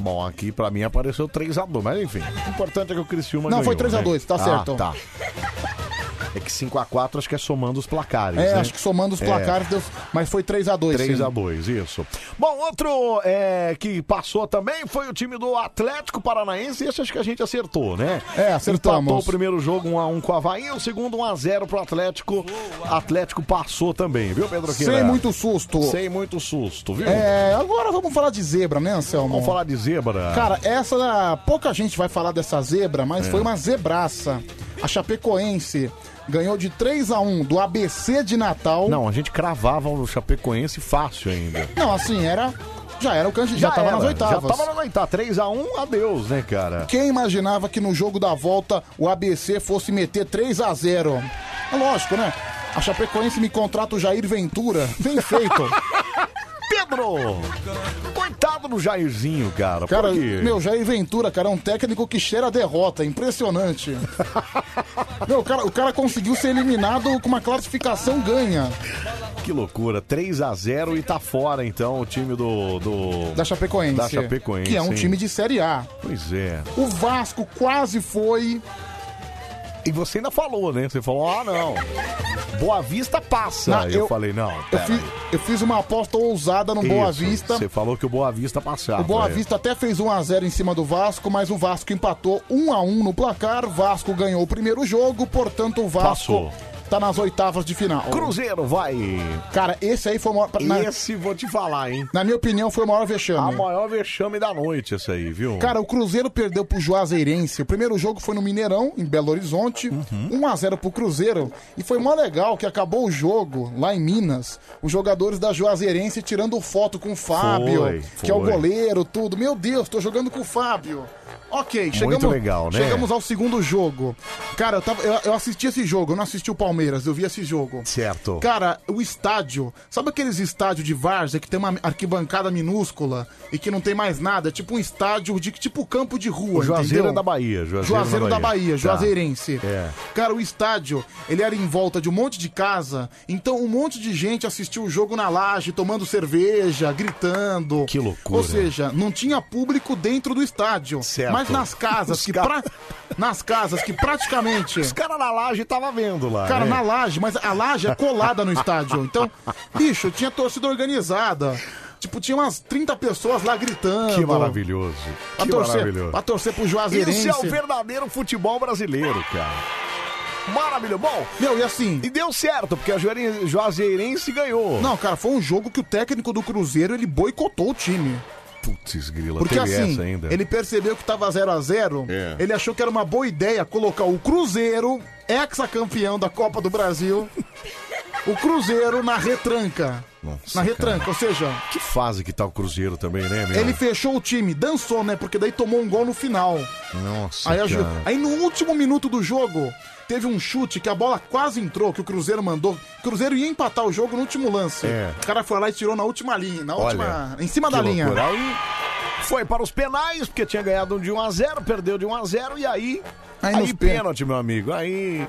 S1: Bom, aqui pra mim apareceu 3x2, mas enfim. O importante é que o Criciúma
S4: Não,
S1: ganhou,
S4: foi 3x2,
S1: né?
S4: tá
S1: Ah,
S4: certo.
S1: tá. É que 5x4 acho que é somando os placares,
S4: É,
S1: né?
S4: acho que somando os
S1: É.
S4: placares, deu- mas foi 3x2.
S1: 3x2, isso. Bom, outro é, que passou também foi o time do Atlético Paranaense. Esse acho que a gente acertou, né?
S4: É, acertamos.
S1: Empatou o primeiro jogo 1x1 com o Havaí, o segundo 1x0 pro Atlético. Atlético passou também, viu, Pedro Queira?
S4: Sem muito susto.
S1: Sem muito susto, viu?
S4: É, agora vamos falar de zebra, né, Anselmo?
S1: Vamos falar de zebra.
S4: Cara, essa. Pouca gente vai falar dessa zebra, mas
S1: É.
S4: foi uma zebraça. A Chapecoense ganhou de 3x1 do ABC de Natal.
S1: Não, a gente cravava o Chapecoense fácil ainda.
S4: Não, assim, era. Já era o candidato. Já, tava
S1: era,
S4: nas oitavas.
S1: Já tava nas oitavas. 3x1, adeus,
S4: *laughs*
S1: né, cara?
S4: Quem imaginava que no jogo da volta o ABC fosse meter 3 a 0 É lógico, né? A Chapecoense me contrata o Jair Ventura. Bem
S1: *laughs*
S4: feito.
S1: Pedro! Coitado do Jairzinho, cara.
S4: Cara,
S1: por quê?
S4: meu, Jair Ventura, cara, é um técnico que cheira a derrota. é
S1: *laughs*
S4: Impressionante. meu, o cara, o cara conseguiu ser eliminado com uma classificação ganha.
S1: Que loucura, 3 a 0 e tá fora então o time do, do-
S4: Da Chapecoense.
S1: Da Chapecoense.
S4: Que é um
S1: hein?
S4: time de Série A.
S1: Pois é.
S4: O Vasco quase foi.
S1: E você ainda falou, né? Você falou: "Ah, não. Boa Vista passa".
S4: Não,
S1: eu,
S4: eu-
S1: falei: "Não,
S4: Eu,
S1: pera
S4: fi-
S1: aí."
S4: eu fiz uma aposta ousada no Boa
S1: Isso,
S4: Vista.
S1: Você falou que o Boa Vista passava.
S4: O Boa
S1: é.
S4: Vista até fez 1 a 0 em cima do Vasco, mas o Vasco empatou 1 a 1 no placar. Vasco ganhou o primeiro jogo, portanto o Vasco
S1: Passou.
S4: tá nas oitavas de final.
S1: Cruzeiro vai.
S4: Cara, esse aí foi o maior na,
S1: Esse vou te falar, hein.
S4: na minha opinião foi o maior
S1: A
S4: vexame.
S1: maior vexame da noite essa aí, viu?
S4: Cara, o Cruzeiro perdeu pro Juazeirense. O primeiro jogo foi no Mineirão, em Belo Horizonte.
S1: Uhum.
S4: 1 a 0 pro Cruzeiro. E foi mó legal que acabou o jogo lá em Minas. Os jogadores da Juazeirense tirando foto com o Fábio,
S1: Foi,
S4: que é o
S1: foi.
S4: goleiro, tudo. Meu Deus, tô jogando com o Fábio. Ok, chegamos,
S1: legal, né?
S4: chegamos ao segundo jogo. Cara, eu, tava- eu- eu assisti esse jogo, eu não assisti o Palmeiras, eu vi esse jogo.
S1: Certo.
S4: Cara, o estádio. Sabe aqueles estádios de várzea que tem uma arquibancada minúscula e que não tem mais nada? É tipo um estádio de tipo campo de rua,
S1: o Juazeiro
S4: entendeu?
S1: é da Bahia, Juazeiro,
S4: Juazeiro da Bahia,
S1: Tá.
S4: Juazeirense.
S1: É.
S4: Cara, o estádio, ele era em volta de um monte de casa, então um monte de gente assistiu o jogo na laje, tomando cerveja, gritando. Que
S1: loucura.
S4: Ou seja, não tinha público dentro do estádio,
S1: Certo.
S4: mas nas casas
S1: Os
S4: que
S1: ca-
S4: pra... nas casas que praticamente
S1: Os caras na laje tava vendo lá.
S4: Cara,
S1: né?
S4: na laje, mas a laje é colada no
S1: *laughs*
S4: estádio. Então, bicho, tinha torcida organizada. Tipo, tinha umas 30 pessoas lá gritando.
S1: Que maravilhoso.
S4: Pra
S1: que
S4: torcer,
S1: maravilhoso.
S4: pra torcer pro Juazeirense.
S1: Isso é o verdadeiro futebol brasileiro, cara. Maravilhoso. Bom,
S4: meu, e assim.
S1: E deu certo, porque a Juazeire- Juazeirense ganhou.
S4: Não, cara, foi um jogo que o técnico do Cruzeiro, ele boicotou o time.
S1: Putz, grila,
S4: Porque
S1: teve
S4: assim,
S1: essa ainda.
S4: ele percebeu que tava 0 a 0
S1: É.
S4: ele achou que era uma
S1: *laughs*
S4: boa ideia colocar o Cruzeiro, ex-campeão da Copa do Brasil, O Cruzeiro na retranca. na retranca, ou seja,
S1: Que fase que tá o Cruzeiro também, né, meu?
S4: ele fechou o time, dançou, né? Porque daí tomou um gol no final.
S1: Nossa,
S4: Aí,
S1: cara.
S4: ajuda. Aí no último minuto do jogo, teve um chute que a bola quase entrou, que o Cruzeiro mandou. O Cruzeiro ia empatar o jogo no último lance.
S1: É.
S4: O cara foi lá e tirou na última linha, na última.
S1: Olha,
S4: Em cima da
S1: que
S4: linha.
S1: loucura. Aí foi para os penais, porque tinha ganhado um de 1 a 0 perdeu de 1 a 0 e aí.
S4: Aí
S1: Aí,
S4: nos pen-
S1: pênalti, meu amigo. Aí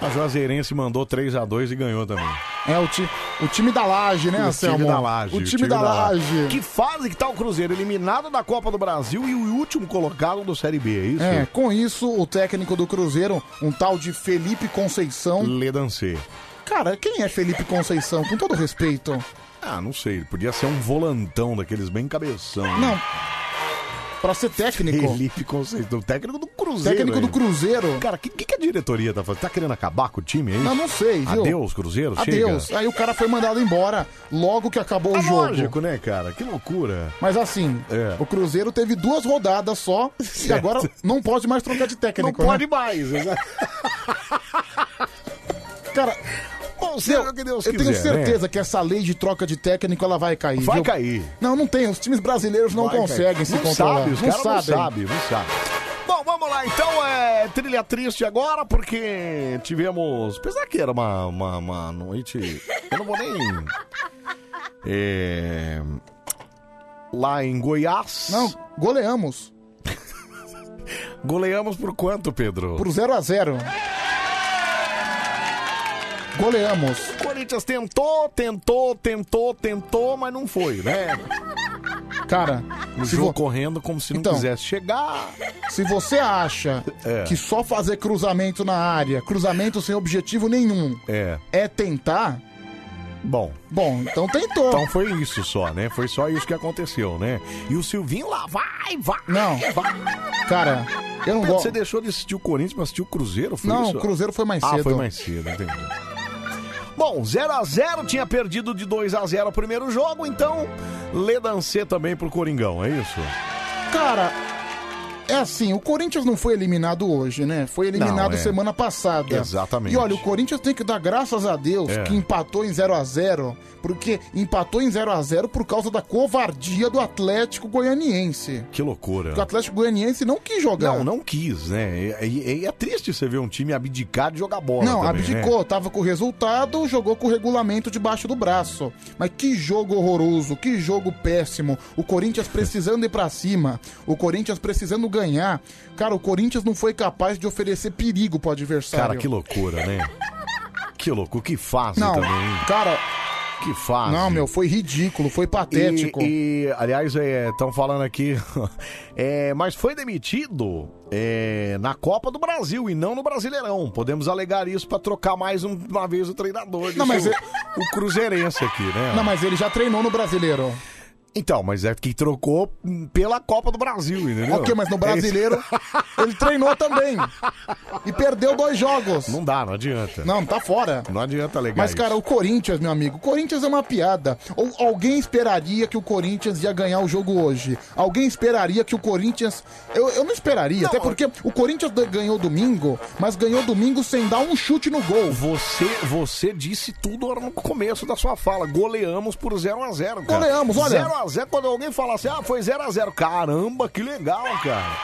S1: a Juazeirense mandou 3 a 2 e ganhou também.
S4: É o, ti... o time da Laje, né,
S1: o
S4: Anselmo?
S1: time da Laje.
S4: O time da Laje.
S1: Que fase que tá o Cruzeiro? Eliminado da Copa do Brasil e o último colocado do Série B, é isso?
S4: É, com isso, o técnico do Cruzeiro, um tal de Felipe Conceição.
S1: Ledancê.
S4: Cara, quem é Felipe Conceição? Com todo respeito.
S1: Ah, não sei. Podia ser um volantão daqueles bem cabeção. né?
S4: Não. Pra ser técnico.
S1: Felipe Conceição. Técnico do Cruzeiro.
S4: Técnico do
S1: hein?
S4: Cruzeiro.
S1: Cara, o que, que, que a diretoria tá fazendo? Tá querendo acabar com o time, é isso?
S4: Não, não sei, viu?
S1: Adeus, Cruzeiro,
S4: Adeus.
S1: chega.
S4: Aí o cara foi mandado embora logo que acabou o jogo.
S1: Lógico, né, cara? Que loucura.
S4: Mas assim,
S1: É.
S4: o Cruzeiro teve duas rodadas só e
S1: Certo.
S4: agora não pode mais trocar de técnico. né?
S1: Não pode né?
S4: mais. *laughs* Cara,
S1: seja o que Deus
S4: eu tenho
S1: quiser, né?
S4: certeza que essa lei de troca de técnico ela vai cair.
S1: Vai
S4: viu?
S1: cair.
S4: Não, não tem. Os times brasileiros não
S1: Vai,
S4: conseguem
S1: cara.
S4: se
S1: não
S4: controlar.
S1: Sabe, os
S4: não
S1: caras não
S4: sabem.
S1: sabem, não sabem. Bom, vamos lá então, é trilha triste agora, porque tivemos. Apesar que era uma, uma, uma noite. Eu não vou nem. É, Lá em Goiás. Não,
S4: goleamos.
S1: *laughs* goleamos por quanto, Pedro?
S4: Pro 0 a 0 Goleamos.
S1: O Corinthians tentou, tentou, tentou, tentou, mas não foi, né?
S4: Cara,
S1: o
S4: se
S1: jogo
S4: vo-
S1: correndo como se não
S4: Então.
S1: quisesse chegar.
S4: Se você acha
S1: É.
S4: que só fazer cruzamento na área, cruzamento sem objetivo nenhum,
S1: É.
S4: é tentar,
S1: Bom.
S4: Bom, então tentou.
S1: Então foi isso só, né? Foi só isso que aconteceu, né? E o Silvinho lá, vai, vai.
S4: Não. Cara, eu não
S1: Pedro,
S4: gosto.
S1: Você deixou de assistir o Corinthians pra assistir o Cruzeiro? Foi
S4: Não,
S1: isso?
S4: o Cruzeiro foi mais
S1: Ah,
S4: cedo.
S1: foi mais cedo, entendi. Bom, 0x0, tinha perdido de 2x0 o primeiro jogo, então Ledancê também pro Coringão, é isso?
S4: Cara, é assim, o Corinthians não foi eliminado hoje, né? Foi eliminado
S1: Não, é.
S4: semana passada.
S1: Exatamente.
S4: E olha, o Corinthians tem que dar graças a Deus
S1: É.
S4: que empatou em 0 a 0 porque empatou em 0 a 0 por causa da covardia do Atlético Goianiense.
S1: Que loucura.
S4: Porque o Atlético Goianiense não quis jogar.
S1: Não, não quis, né? E, e- e é triste você ver um time abdicar de jogar bola.
S4: Não,
S1: também, né?
S4: abdicou, tava com o resultado, jogou com o regulamento debaixo do braço. Mas que jogo horroroso, que jogo péssimo. O Corinthians
S1: *laughs*
S4: precisando ir pra cima, o Corinthians precisando ganhar. Cara, o Corinthians não foi capaz de oferecer perigo pro adversário.
S1: Cara, que loucura, né? Que louco, que fase
S4: Não,
S1: também. hein?
S4: cara.
S1: Que fase.
S4: Não, meu, foi ridículo, foi patético.
S1: E, e, aliás, estão falando aqui. *laughs* é, mas foi demitido é, na Copa do Brasil e não no Brasileirão. Podemos alegar isso pra trocar mais um- uma vez o treinador.
S4: Não, mas
S1: Isso,
S4: é-
S1: o, Cruzeirense aqui, né?
S4: Não, mas ele já treinou no Brasileiro.
S1: Então, mas é que trocou hum, pela Copa do Brasil, entendeu?
S4: Ok, mas no
S1: É isso. *laughs*
S4: Brasileiro ele treinou também. E perdeu dois jogos.
S1: Não dá, não adianta.
S4: Não, tá fora.
S1: Não adianta alegar
S4: Mas, cara, o Corinthians, meu amigo, o Corinthians é uma piada. Ou alguém esperaria que o Corinthians ia ganhar o jogo hoje. Alguém esperaria que o Corinthians. Eu, eu não esperaria, até porque o Corinthians da- ganhou domingo, mas ganhou domingo sem dar um chute no gol.
S1: Você, você disse tudo no começo da sua fala. Goleamos por 0x0, cara.
S4: Goleamos, olha.
S1: 0x0, quando alguém fala assim, ah, foi 0x0. Caramba, que legal, cara.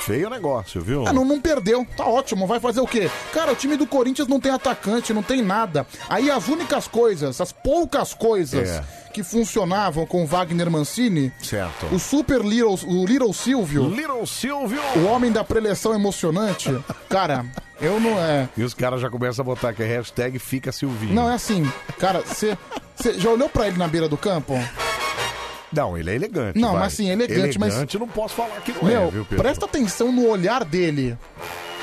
S1: Feio negócio, viu?
S4: Ah, não, não perdeu, tá ótimo, vai fazer o quê? Cara, o time do Corinthians não tem atacante, não tem nada. Aí as únicas coisas, as poucas coisas
S1: É.
S4: que funcionavam com o Wagner Mancini,
S1: Certo.
S4: o Super Little, o Little Silvio,
S1: Little Silvio.
S4: o homem da preleção
S1: *laughs*
S4: emocionante, cara, eu não é.
S1: E os caras já começam a botar aqui, hashtag fica Silvinho.
S4: Não, é assim, cara, você já olhou pra ele na beira do campo?
S1: Não, ele é elegante.
S4: Não,
S1: vai.
S4: mas assim, elegante, mas-
S1: Elegante, não posso falar que não
S4: Meu,
S1: é, viu, Pedro?
S4: presta atenção no olhar dele.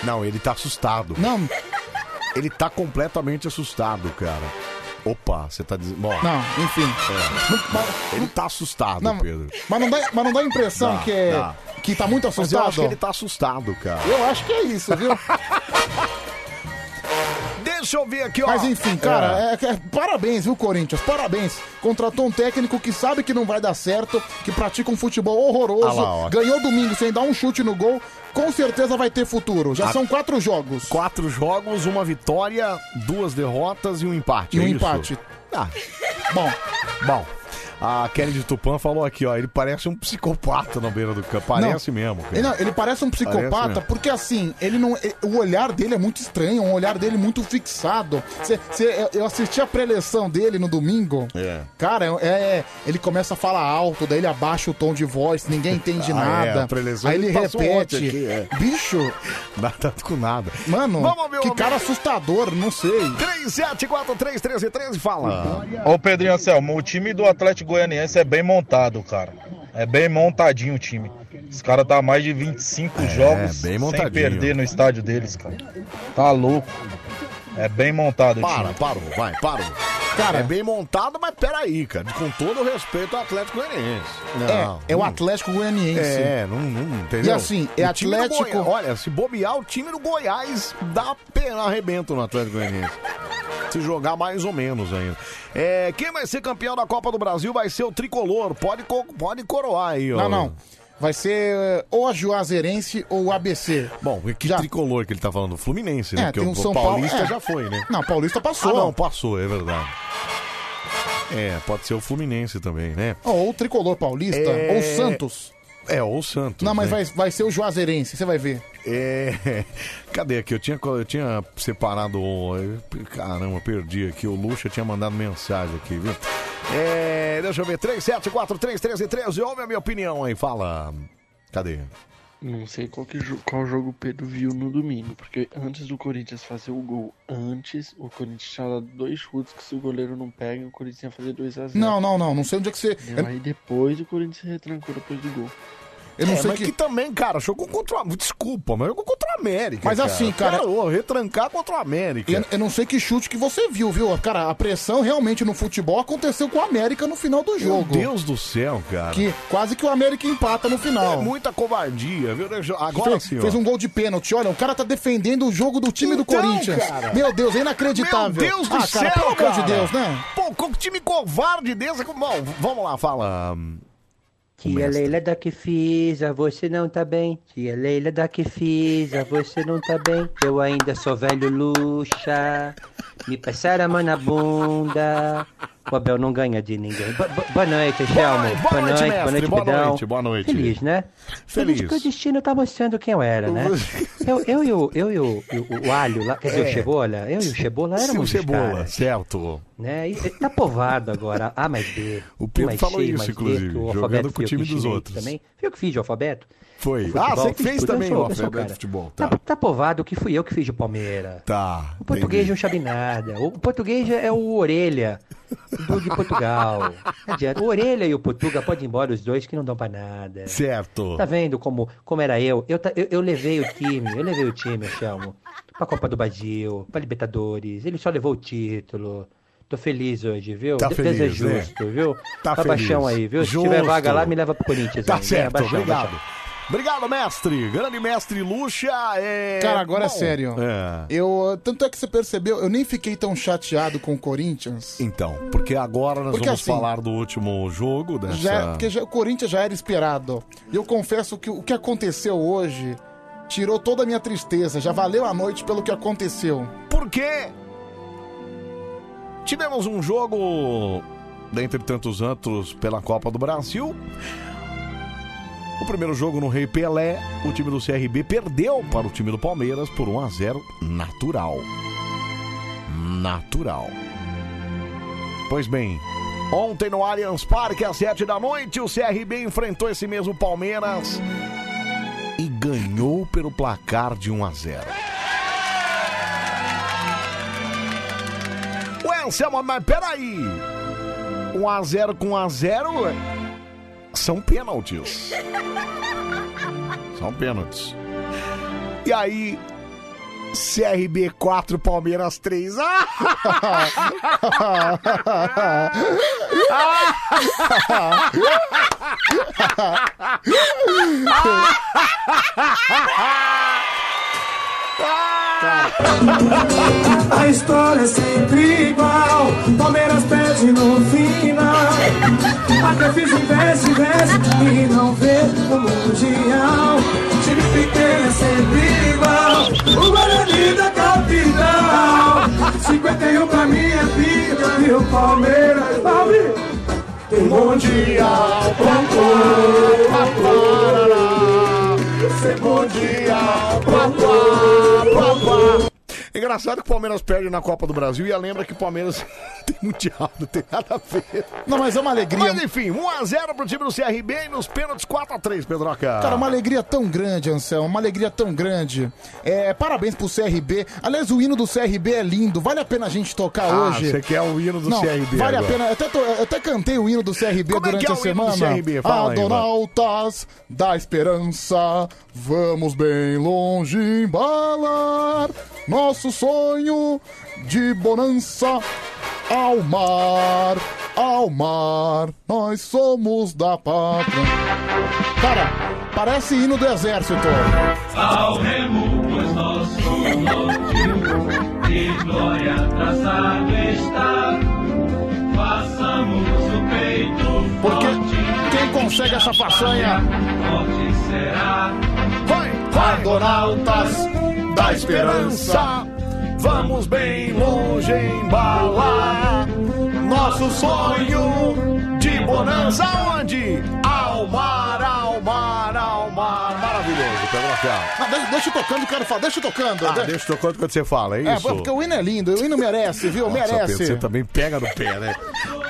S1: Não, ele tá assustado.
S4: Não.
S1: Ele tá completamente assustado, cara. Opa, você tá dizendo. Bom,
S4: Não, enfim.
S1: É. Ele tá assustado,
S4: Não,
S1: Pedro.
S4: Mas não dá, mas não dá a impressão
S1: Dá,
S4: que é,
S1: dá.
S4: que tá muito
S1: Mas eu
S4: assustado? é
S1: acho que ele tá assustado, cara.
S4: Eu acho que é isso, viu?
S1: *laughs* Deixa eu ver aqui, ó.
S4: Mas enfim, cara, é- é- parabéns, viu, Corinthians? Parabéns. Contratou um técnico que sabe que não vai dar certo, que pratica um futebol horroroso.
S1: Ah lá, ó.
S4: ganhou domingo sem dar um chute no gol. Com certeza vai ter futuro. Já
S1: Ah.
S4: são quatro jogos.
S1: Quatro jogos, uma vitória, duas derrotas e um empate.
S4: E um
S1: é isso?
S4: empate.
S1: Ah.
S4: Bom.
S1: Bom. A Kelly de Tupã falou aqui, ó. Ele parece um psicopata na beira do campo. Parece mesmo, cara.
S4: Ele, não, ele parece um
S1: é? Parece né?
S4: psicopata
S1: mesmo.
S4: porque assim, ele não. ele- o olhar dele é muito estranho, um olhar dele muito fixado. Cê- cê- eu assisti a preleção dele no domingo.
S1: É.
S4: Cara, é, ele começa a falar alto, daí ele abaixa o tom de voz, ninguém entende
S1: *laughs* Ah, é, a
S4: nada.
S1: preleção
S4: aí ele
S1: ele passou
S4: repete.
S1: ontem aqui, é.
S4: Bicho,
S1: nada com nada.
S4: Mano,
S1: Vamos ver o
S4: que
S1: homem.
S4: cara assustador, não sei.
S1: 37431313 fala.
S10: Ô Pedrinho Anselmo, o time do Atlético Goianiense é bem montado, cara. É bem montadinho o time. Os caras tá há mais de 25 jogos
S1: É, bem
S10: sem
S1: montadinho.
S10: perder no estádio deles, cara. Tá louco. É bem montado o
S1: Para,
S10: time.
S1: parou, vai, parou. Cara, é bem montado, mas peraí, cara. Com todo o respeito ao Atlético Goianiense. Não, Hum.
S4: é, é o
S1: não.
S4: Atlético Goianiense.
S1: É, não, não entendeu?
S4: E assim, é
S1: O time do
S4: Atlético-
S1: Goiás- Olha, se bobear, o time do Goiás dá pena, arrebento no Atlético Goianiense. Se jogar mais ou menos ainda. É, quem vai ser campeão da Copa do Brasil vai ser o Tricolor. Pode, co- pode coroar aí, ó.
S4: Não, não. Vai ser eh, ou a Juazeirense ou o ABC.
S1: Bom, e que tricolor que ele tá falando? Fluminense, né?
S4: É,
S1: Porque
S4: tem um
S1: o
S4: São Paulo-
S1: Paulista
S4: é.
S1: já foi, né?
S4: Não, Paulista passou.
S1: Ah, não, passou, é verdade. É, pode ser o Fluminense também, né?
S4: Ou o Tricolor Paulista,
S1: É.
S4: ou o Santos.
S1: É, ou o Santos.
S4: Não, mas
S1: né?
S4: vai, vai ser o Juazeirense, você vai ver.
S1: É. *laughs* Cadê aqui? Eu tinha, co- eu tinha separado. o- eu- Caramba, perdi aqui. O Luxa tinha mandado mensagem aqui, viu? É. Deixa eu ver. 37431313. Ouve a minha opinião aí, fala. Cadê?
S11: Não sei qual, que jo- qual jogo o Pedro viu no domingo, porque antes do Corinthians fazer o gol, antes o Corinthians tinha dado dois chutes que se o goleiro não pega, o Corinthians ia fazer 2x0.
S4: Não, não, não. Não sei onde é que você.
S1: Hum.
S4: eu-
S11: Aí depois o Corinthians se retrancou depois do gol.
S4: Eu não
S1: É,
S4: sei
S1: mas que...
S4: que-
S1: também, cara, jogou contra. o- Desculpa, mas jogou contra o América.
S4: Mas assim, cara-
S1: ô, retrancar contra o América.
S4: Eu, eu não sei que chute que você viu, viu? Cara, a pressão realmente no futebol aconteceu com o América no final do
S1: Meu
S4: jogo.
S1: Deus do céu, cara.
S4: Que quase que o América empata no final.
S1: É muita covardia, viu? né, Jo- Agora
S4: fez,
S1: sim, ó.
S4: fez um gol de pênalti. Olha, o cara tá defendendo o jogo do time do
S1: Então,
S4: Corinthians.
S1: cara.
S4: Meu Deus, é inacreditável.
S1: Meu Deus do
S4: ah,
S1: céu,
S4: cara, pelo amor de
S1: cara.
S4: Deus, né?
S1: Pô, com que time covarde desse. Bom, vamos lá, fala.
S12: Tia Leila é da que fisa, você não tá bem. Tia Leila da que fisa, você não tá bem. Eu ainda sou velho luxa. Me passaram a mão na bunda. O Abel não ganha de ninguém. Bo- bo- boa noite, Anselmo.
S1: noite, boa noite, mestre. Boa
S12: Pedrão.
S1: noite, boa noite.
S12: Feliz, né?
S1: Feliz.
S12: que o destino tá mostrando quem eu
S1: *laughs*
S12: era, né? Eu, eu e o, eu e o, o, o Alho lá, quer dizer,
S1: É.
S12: o Cebola, eu e o Cebola éramos
S1: Sim,
S12: os
S1: Cebola,
S12: caras
S1: certo.
S12: né? E tá povado agora, A mais B.
S1: *laughs* O Pedro
S12: mais
S1: falou isso,
S12: mais
S1: inclusive,
S12: que o
S1: jogando
S12: alfabeto
S1: com o
S12: que eu
S1: time
S12: que
S1: dos
S12: ensinei
S1: outros.
S12: Também. Fui eu que fiz o alfabeto.
S1: Foi.
S12: O
S1: Ah,
S12: futebol,
S1: você que
S12: fiz
S1: fez
S12: tudo, eu
S1: também
S12: sou-
S1: o
S12: eu sou
S1: alfabeto
S12: cara.
S1: do futebol, tá.
S12: Tá, tá povado que fui eu que fiz o Palmeira.
S1: Tá.
S12: O português não sabe nada. O português é o Orelha do, de
S1: *laughs*
S12: Portugal. Não adianta. O Orelha e o Portuga podem ir embora os dois que não dão pra nada.
S1: Certo.
S12: Tá vendo como, como era eu? Eu, ta- eu? eu levei o time, eu levei o time, Anselmo, pra Copa do Brasil, pra Libertadores. Ele só levou o título. Tô feliz hoje, viu?
S1: Tá
S12: Defesa
S1: feliz, né?
S12: justo, viu?
S1: Tá
S12: Pra baixão
S1: feliz.
S12: aí, viu? Se
S1: Justo.
S12: tiver vaga lá, me leva pro Corinthians.
S1: Tá
S12: aí, né?
S1: certo,
S12: Baixão,
S1: obrigado.
S12: baixão.
S1: Obrigado, mestre. Grande mestre Luxa. É...
S4: Cara, agora é
S1: Bom,
S4: sério.
S1: É.
S4: Eu, tanto é que você percebeu, eu nem fiquei tão chateado com o Corinthians.
S1: Então, porque agora nós
S4: Porque
S1: vamos
S4: assim,
S1: falar do último jogo dessa.
S4: Já, é- porque já- o Corinthians já era esperado. E eu confesso que o que aconteceu hoje tirou toda a minha tristeza. Já valeu a noite pelo que aconteceu.
S1: Porque tivemos um jogo, dentre tantos outros, pela Copa do Brasil. O primeiro jogo no Rei Pelé, o time do CRB perdeu para o time do Palmeiras por 1 a 0 natural. Natural. Pois bem, ontem no Allianz Parque, às 7 da noite, o CRB enfrentou esse mesmo Palmeiras e ganhou pelo placar de 1 a 0. Ué, Anselmo, mas peraí. 1x0 com 1x0 é? são pênaltis. São pênaltis. E aí, CRB 4, Palmeiras 3. Ah!
S4: Cara,
S22: A história é sempre igual. Palmeiras perde no final. Até fiz investe, investe e não vê o Mundial. Time pequeno é sempre igual. O Guarani da capital. 51 pra mim é pica e o Palmeiras. Palmeiras. O Mundial contou.
S1: Ser bom dia, pá, pá, pá, pá. Engraçado que o Palmeiras perde na Copa do Brasil e ela lembra que o Palmeiras *laughs* tem mundial, não tem nada a ver.
S4: Não, mas é uma alegria.
S1: Mas enfim, 1x0 pro time do CRB e nos pênaltis 4x3, Pedroca.
S4: Cara, uma alegria tão grande, Anselmo, uma alegria tão grande. É, parabéns pro CRB. Aliás, o hino do CRB é lindo, vale a pena a gente tocar
S1: Ah,
S4: hoje.
S1: você quer o hino do
S4: Não,
S1: CRB
S4: Vale
S1: agora.
S4: a pena, É, eu até, tô- eu até cantei o hino do CRB
S1: Como é que
S4: durante
S1: é
S4: a
S1: o hino do
S4: semana.
S1: CRB? Fala aí,
S4: Adonautas da esperança, vamos bem longe embalar nosso sonho de bonança ao mar, ao mar, nós somos da pátria. Cara, parece hino do exército.
S22: Ao remo, pois nosso motivo de glória traçado está. Façamos o peito
S4: Porque quem consegue essa façanha?
S22: forte será.
S1: Vai, vai,
S4: Donautas
S1: da esperança. Vamos bem longe embalar nosso sonho de bonança. Onde? Ao mar, ao mar, ao mar. Maravilhoso, Pedroca.
S4: Não, Ah, deixa, deixa eu tocando, quero falar, deixa eu tocando.
S1: Ah,
S4: De-
S1: deixa eu tocar quando você fala, é
S4: É,
S1: isso?
S4: porque o hino é lindo, o hino merece, viu?
S1: Nossa,
S4: merece.
S1: Pedro, você também pega no pé, né?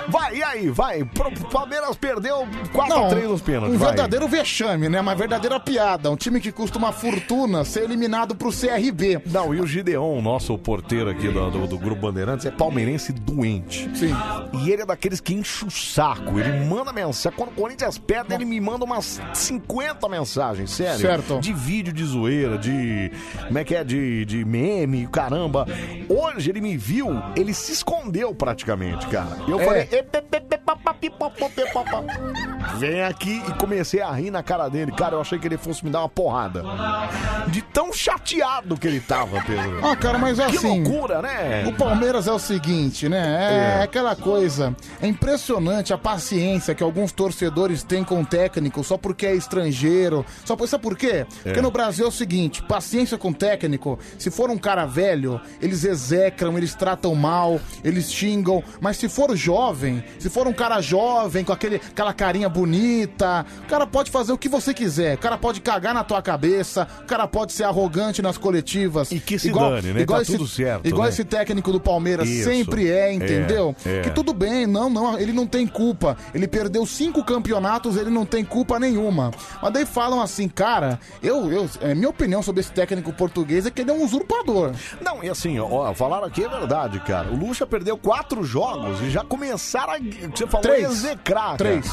S1: Vai, e aí, vai. O Palmeiras perdeu
S4: Não,
S1: 4x3 nos pênaltis.
S4: um
S1: vai.
S4: verdadeiro vexame, né? Uma verdadeira piada. Um time que custa uma fortuna ser eliminado pro CRB.
S1: Não, e o Gideon, nosso porteiro aqui do, do- do Grupo Bandeirantes, é palmeirense doente.
S4: Sim.
S1: E ele é daqueles que enche o saco. Ele manda mensagem. Quando o Corinthians perde, ele me manda umas 50 mensagens, sério.
S4: Certo.
S1: De vídeo de zoeira, de. Como é que é? De, de meme, caramba. Hoje ele me viu, ele se escondeu praticamente, cara. E eu
S4: É.
S1: falei. "Ê, pê, pê, pê, pá, pá, pi, pó, pó, pê, pó, pá." Vem aqui e comecei a rir na cara dele. Cara, eu achei que ele fosse me dar uma porrada. De tão *laughs* chateado que ele tava, Pedro.
S4: Ah, cara, mas
S1: que
S4: assim.
S1: loucura, né?
S4: O Palmeiras é o seguinte, né? É,
S1: É.
S4: aquela coisa. É impressionante a paciência que alguns torcedores têm com o técnico só porque é estrangeiro. Só por, sabe por quê?
S1: É.
S4: Porque no Brasil é o seguinte: paciência com o técnico. Se for um cara velho, eles execram, eles tratam mal, eles xingam. Mas se for jovem, se for um cara jovem, com aquele, aquela carinha bonita, o cara pode fazer o que você quiser. O cara pode cagar na tua cabeça, o cara pode ser arrogante nas coletivas. E que
S1: se dane, né? Tá tudo certo,
S4: Igual
S1: né?
S4: esse técnico do Palmeiras
S1: Isso.
S4: sempre é, entendeu?
S1: É, é.
S4: Que tudo bem, não, não, ele não tem culpa. Ele perdeu cinco campeonatos, ele não tem culpa nenhuma. Mas daí falam assim, cara, eu, eu, é, minha opinião sobre esse técnico português é que ele é um usurpador.
S1: Não, e assim, ó, falaram aqui é verdade, cara. O Lucha perdeu quatro jogos e já começaram a. o que Você falou
S4: Três.
S1: a execrar, cara.
S4: Três.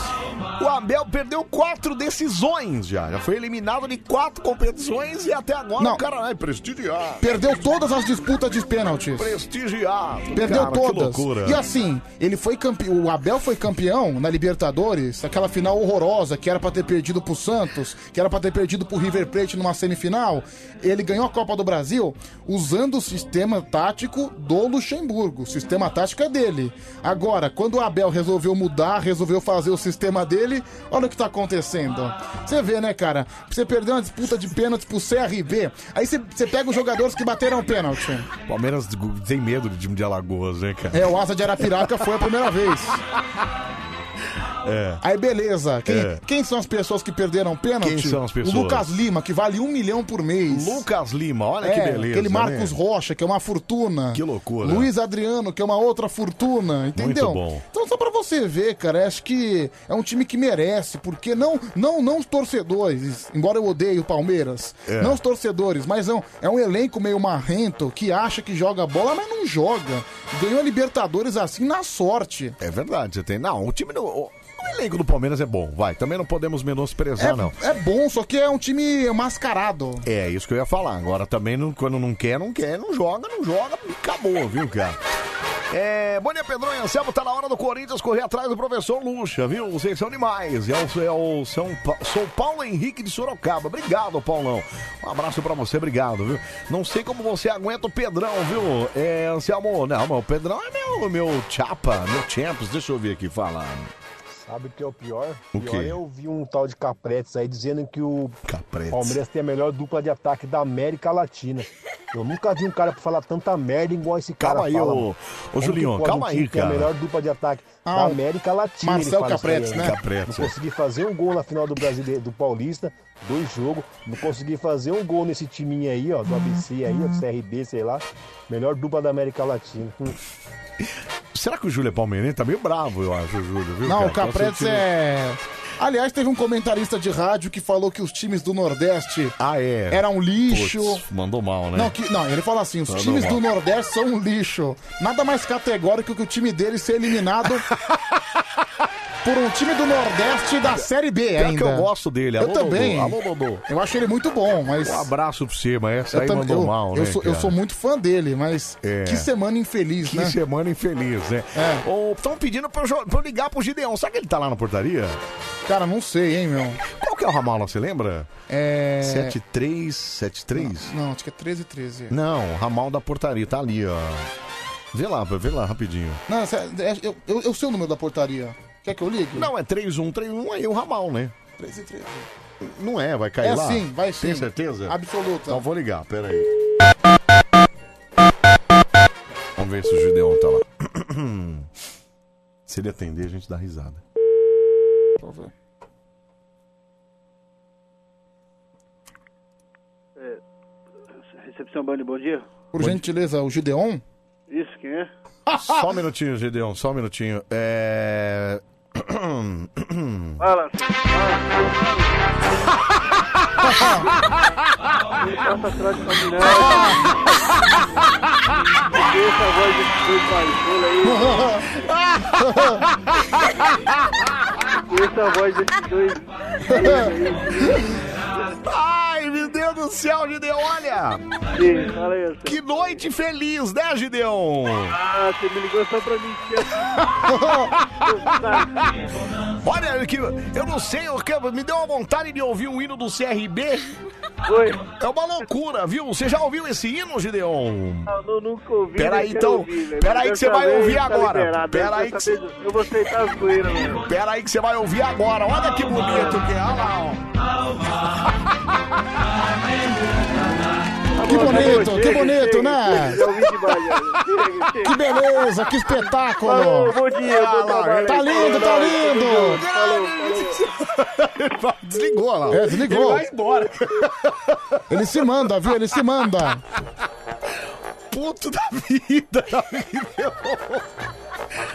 S1: O Abel perdeu quatro decisões já. Já foi eliminado de quatro competições e até agora
S4: Não.
S1: o cara é prestigiado.
S4: Perdeu todas as disputas de pênaltis.
S1: Prestigiado.
S4: Perdeu
S1: cara, Que
S4: todas.
S1: loucura.
S4: E assim, ele foi campeão. O Abel foi campeão na Libertadores, aquela final horrorosa que era pra ter perdido pro Santos, que era pra ter perdido pro River Plate numa semifinal. Ele ganhou a Copa do Brasil usando o sistema tático do Luxemburgo. O sistema tático é dele. Agora, quando o Abel resolveu mudar, resolveu fazer o sistema dele, olha o que tá acontecendo. Você vê, né, cara? Você perdeu uma disputa de pênalti pro CRB, aí você você pega os jogadores que bateram pênalti.
S1: O Palmeiras tem medo do time de Alagoas, né, cara?
S4: É, o Asa de Arapiraca foi a primeira vez.
S1: É.
S4: Aí beleza. Quem,
S1: É.
S4: quem são as pessoas que perderam pênalti?
S1: Quem são as pessoas?
S4: O Lucas Lima, que vale um milhão por mês. É,
S1: Lucas Lima, olha que beleza,
S4: Aquele Marcos
S1: né?
S4: Rocha, que é uma fortuna.
S1: Que loucura.
S4: Luiz Adriano, que é uma outra fortuna, entendeu?
S1: Muito bom.
S4: Então só pra você ver, cara, acho que é um time que merece, porque não, não, não os torcedores, embora eu odeie o Palmeiras,
S1: É.
S4: não os torcedores, mas é um, é um elenco meio marrento que acha que joga bola, mas não joga. Ganhou a Libertadores assim na sorte.
S1: É verdade, você tem. Não, o time do. O, o elenco do Palmeiras é bom, vai. Também não podemos menosprezar, não.
S4: É bom, só que é um time mascarado.
S1: É, isso que eu ia falar. Agora também, não- quando não quer, não quer, não joga, não joga, acabou, viu, cara? É, bom dia, Pedrão e Anselmo. Tá na hora do Corinthians correr atrás do professor Lucha, viu? Vocês são demais. É o, é o São, Pa- sou Paulo Henrique de Sorocaba. Obrigado, Paulão. Um abraço pra você, obrigado, viu? Não sei como você aguenta o Pedrão, viu? É, Anselmo, não, mas o Pedrão é meu, meu chapa, meu champs. Deixa eu ver aqui, fala.
S13: Sabe o que é o pior?
S1: O
S13: pior
S1: quê?
S13: eu vi um tal de Capretes aí dizendo que o
S1: Capretes.
S13: Palmeiras tem a melhor dupla de ataque da América Latina. Eu nunca vi um cara pra falar tanta merda igual esse cara
S1: Calma aí,
S13: fala.
S1: ô-
S13: mano.
S1: ô,
S13: Como que
S1: Julinho,
S13: pode um
S1: calma aí,
S13: time que tem
S1: cara.
S13: a melhor dupla de ataque
S1: Ah,
S13: da
S1: o
S13: América Latina. ele
S1: Marcel
S13: fala isso aí
S1: Capretes,
S13: ainda.
S1: né? Capretes,
S13: Não
S1: é.
S13: consegui fazer um gol na final do Brasileiro, do Paulista, dois jogos. Não consegui fazer um gol nesse timinho aí, ó, do ABC aí, ó, do CRB, sei lá. Melhor dupla da América Latina.
S1: Será que o Júlio é palmeirense? Tá meio bravo, eu acho, o Júlio, viu?
S4: Não,
S1: cara?
S4: o Capretes
S1: Tá sentindo-
S4: é. Aliás, teve um comentarista de rádio que falou que os times do Nordeste
S1: ah, é.
S4: era um lixo.
S1: Putz, mandou mal, né?
S4: Não, que, não, ele fala assim: os
S1: Tá
S4: times
S1: normal.
S4: do Nordeste são um lixo. Nada mais categórico que o time dele ser
S1: *laughs*
S4: eliminado por um time do Nordeste da Série B
S1: Pior
S4: ainda.
S1: que eu gosto dele. Alô,
S4: eu também.
S1: Dodô. Alô, Dodô.
S4: Eu acho ele muito bom, mas.
S1: Um abraço pra você, mas essa
S4: Eu
S1: aí
S4: também-
S1: mandou
S4: eu-
S1: mal,
S4: eu
S1: né?
S4: sou- eu
S1: cara?
S4: sou muito fã dele, mas
S1: É.
S4: que semana infeliz,
S1: Que
S4: né? É.
S1: semana infeliz, né? Estão pedindo pra eu, jo- pra eu ligar pro Gideon. Será que ele tá lá na portaria?
S4: Cara, não sei, hein, meu.
S1: Qual que é o ramal lá, você lembra?
S4: É.
S1: 73, 73?
S4: Não, acho que é 13 e 13.
S1: Não, ramal da portaria, tá ali, ó. Vê lá, vê lá rapidinho.
S4: Não, essa- é- eu, eu, eu sei o número da portaria. Quer que eu ligue?
S1: Não, é 3131 aí o ramal, né?
S4: 13 e 13.
S1: Não é, vai cair
S4: É
S1: lá?
S4: sim, vai sim.
S1: Tem certeza?
S4: Absoluta.
S1: Então vou ligar, peraí. Vamos ver se o Gideon tá lá. *clears throat* Se ele atender, a gente dá risada.
S4: Deixa eu ver.
S14: É, recepção Band, bom dia.
S4: Por gentileza, o Gideon?
S14: Isso, quem é?
S1: *laughs* Só um minutinho, Gideon, só um minutinho. É. *laughs*
S14: Fala. fala. Não faça atrás pra mim, não. Deixa a voz desse baixola aí. Deixa a voz desses dois.
S1: Ai, meu Deus do céu, Gideon, olha! Que noite feliz, né, Gideon?
S14: Ah, você me ligou só pra mim.
S1: Olha, que, eu não sei, eu, que- me deu uma vontade de ouvir um hino do CRB.
S14: Foi.
S1: É uma loucura, viu? Você já ouviu esse hino, Gideon?
S14: Não, não, Ah, nunca ouvi.
S1: Peraí,
S14: nem quero
S1: então.
S14: ouvir, velho.
S1: Peraí que
S14: Dessa
S1: você vai
S14: vez
S1: ouvir
S14: tá
S1: agora.
S14: liberado.
S1: Peraí
S14: Dessa
S1: que você-
S14: vez Eu vou aceitar as zoeiras, mano.
S1: Peraí que você vai ouvir agora. Olha que bonito que é. Olha lá,
S4: Que bonito, que bonito, né? Que
S14: Que
S4: beleza, que espetáculo!
S14: Falou, bom dia, bom trabalho.
S4: tá lindo, tá lindo!
S1: Desligou olha lá.
S4: É, *laughs* desligou.
S1: Ele vai embora.
S4: Ele se manda, viu? Ele se manda.
S1: Puto da vida, *laughs*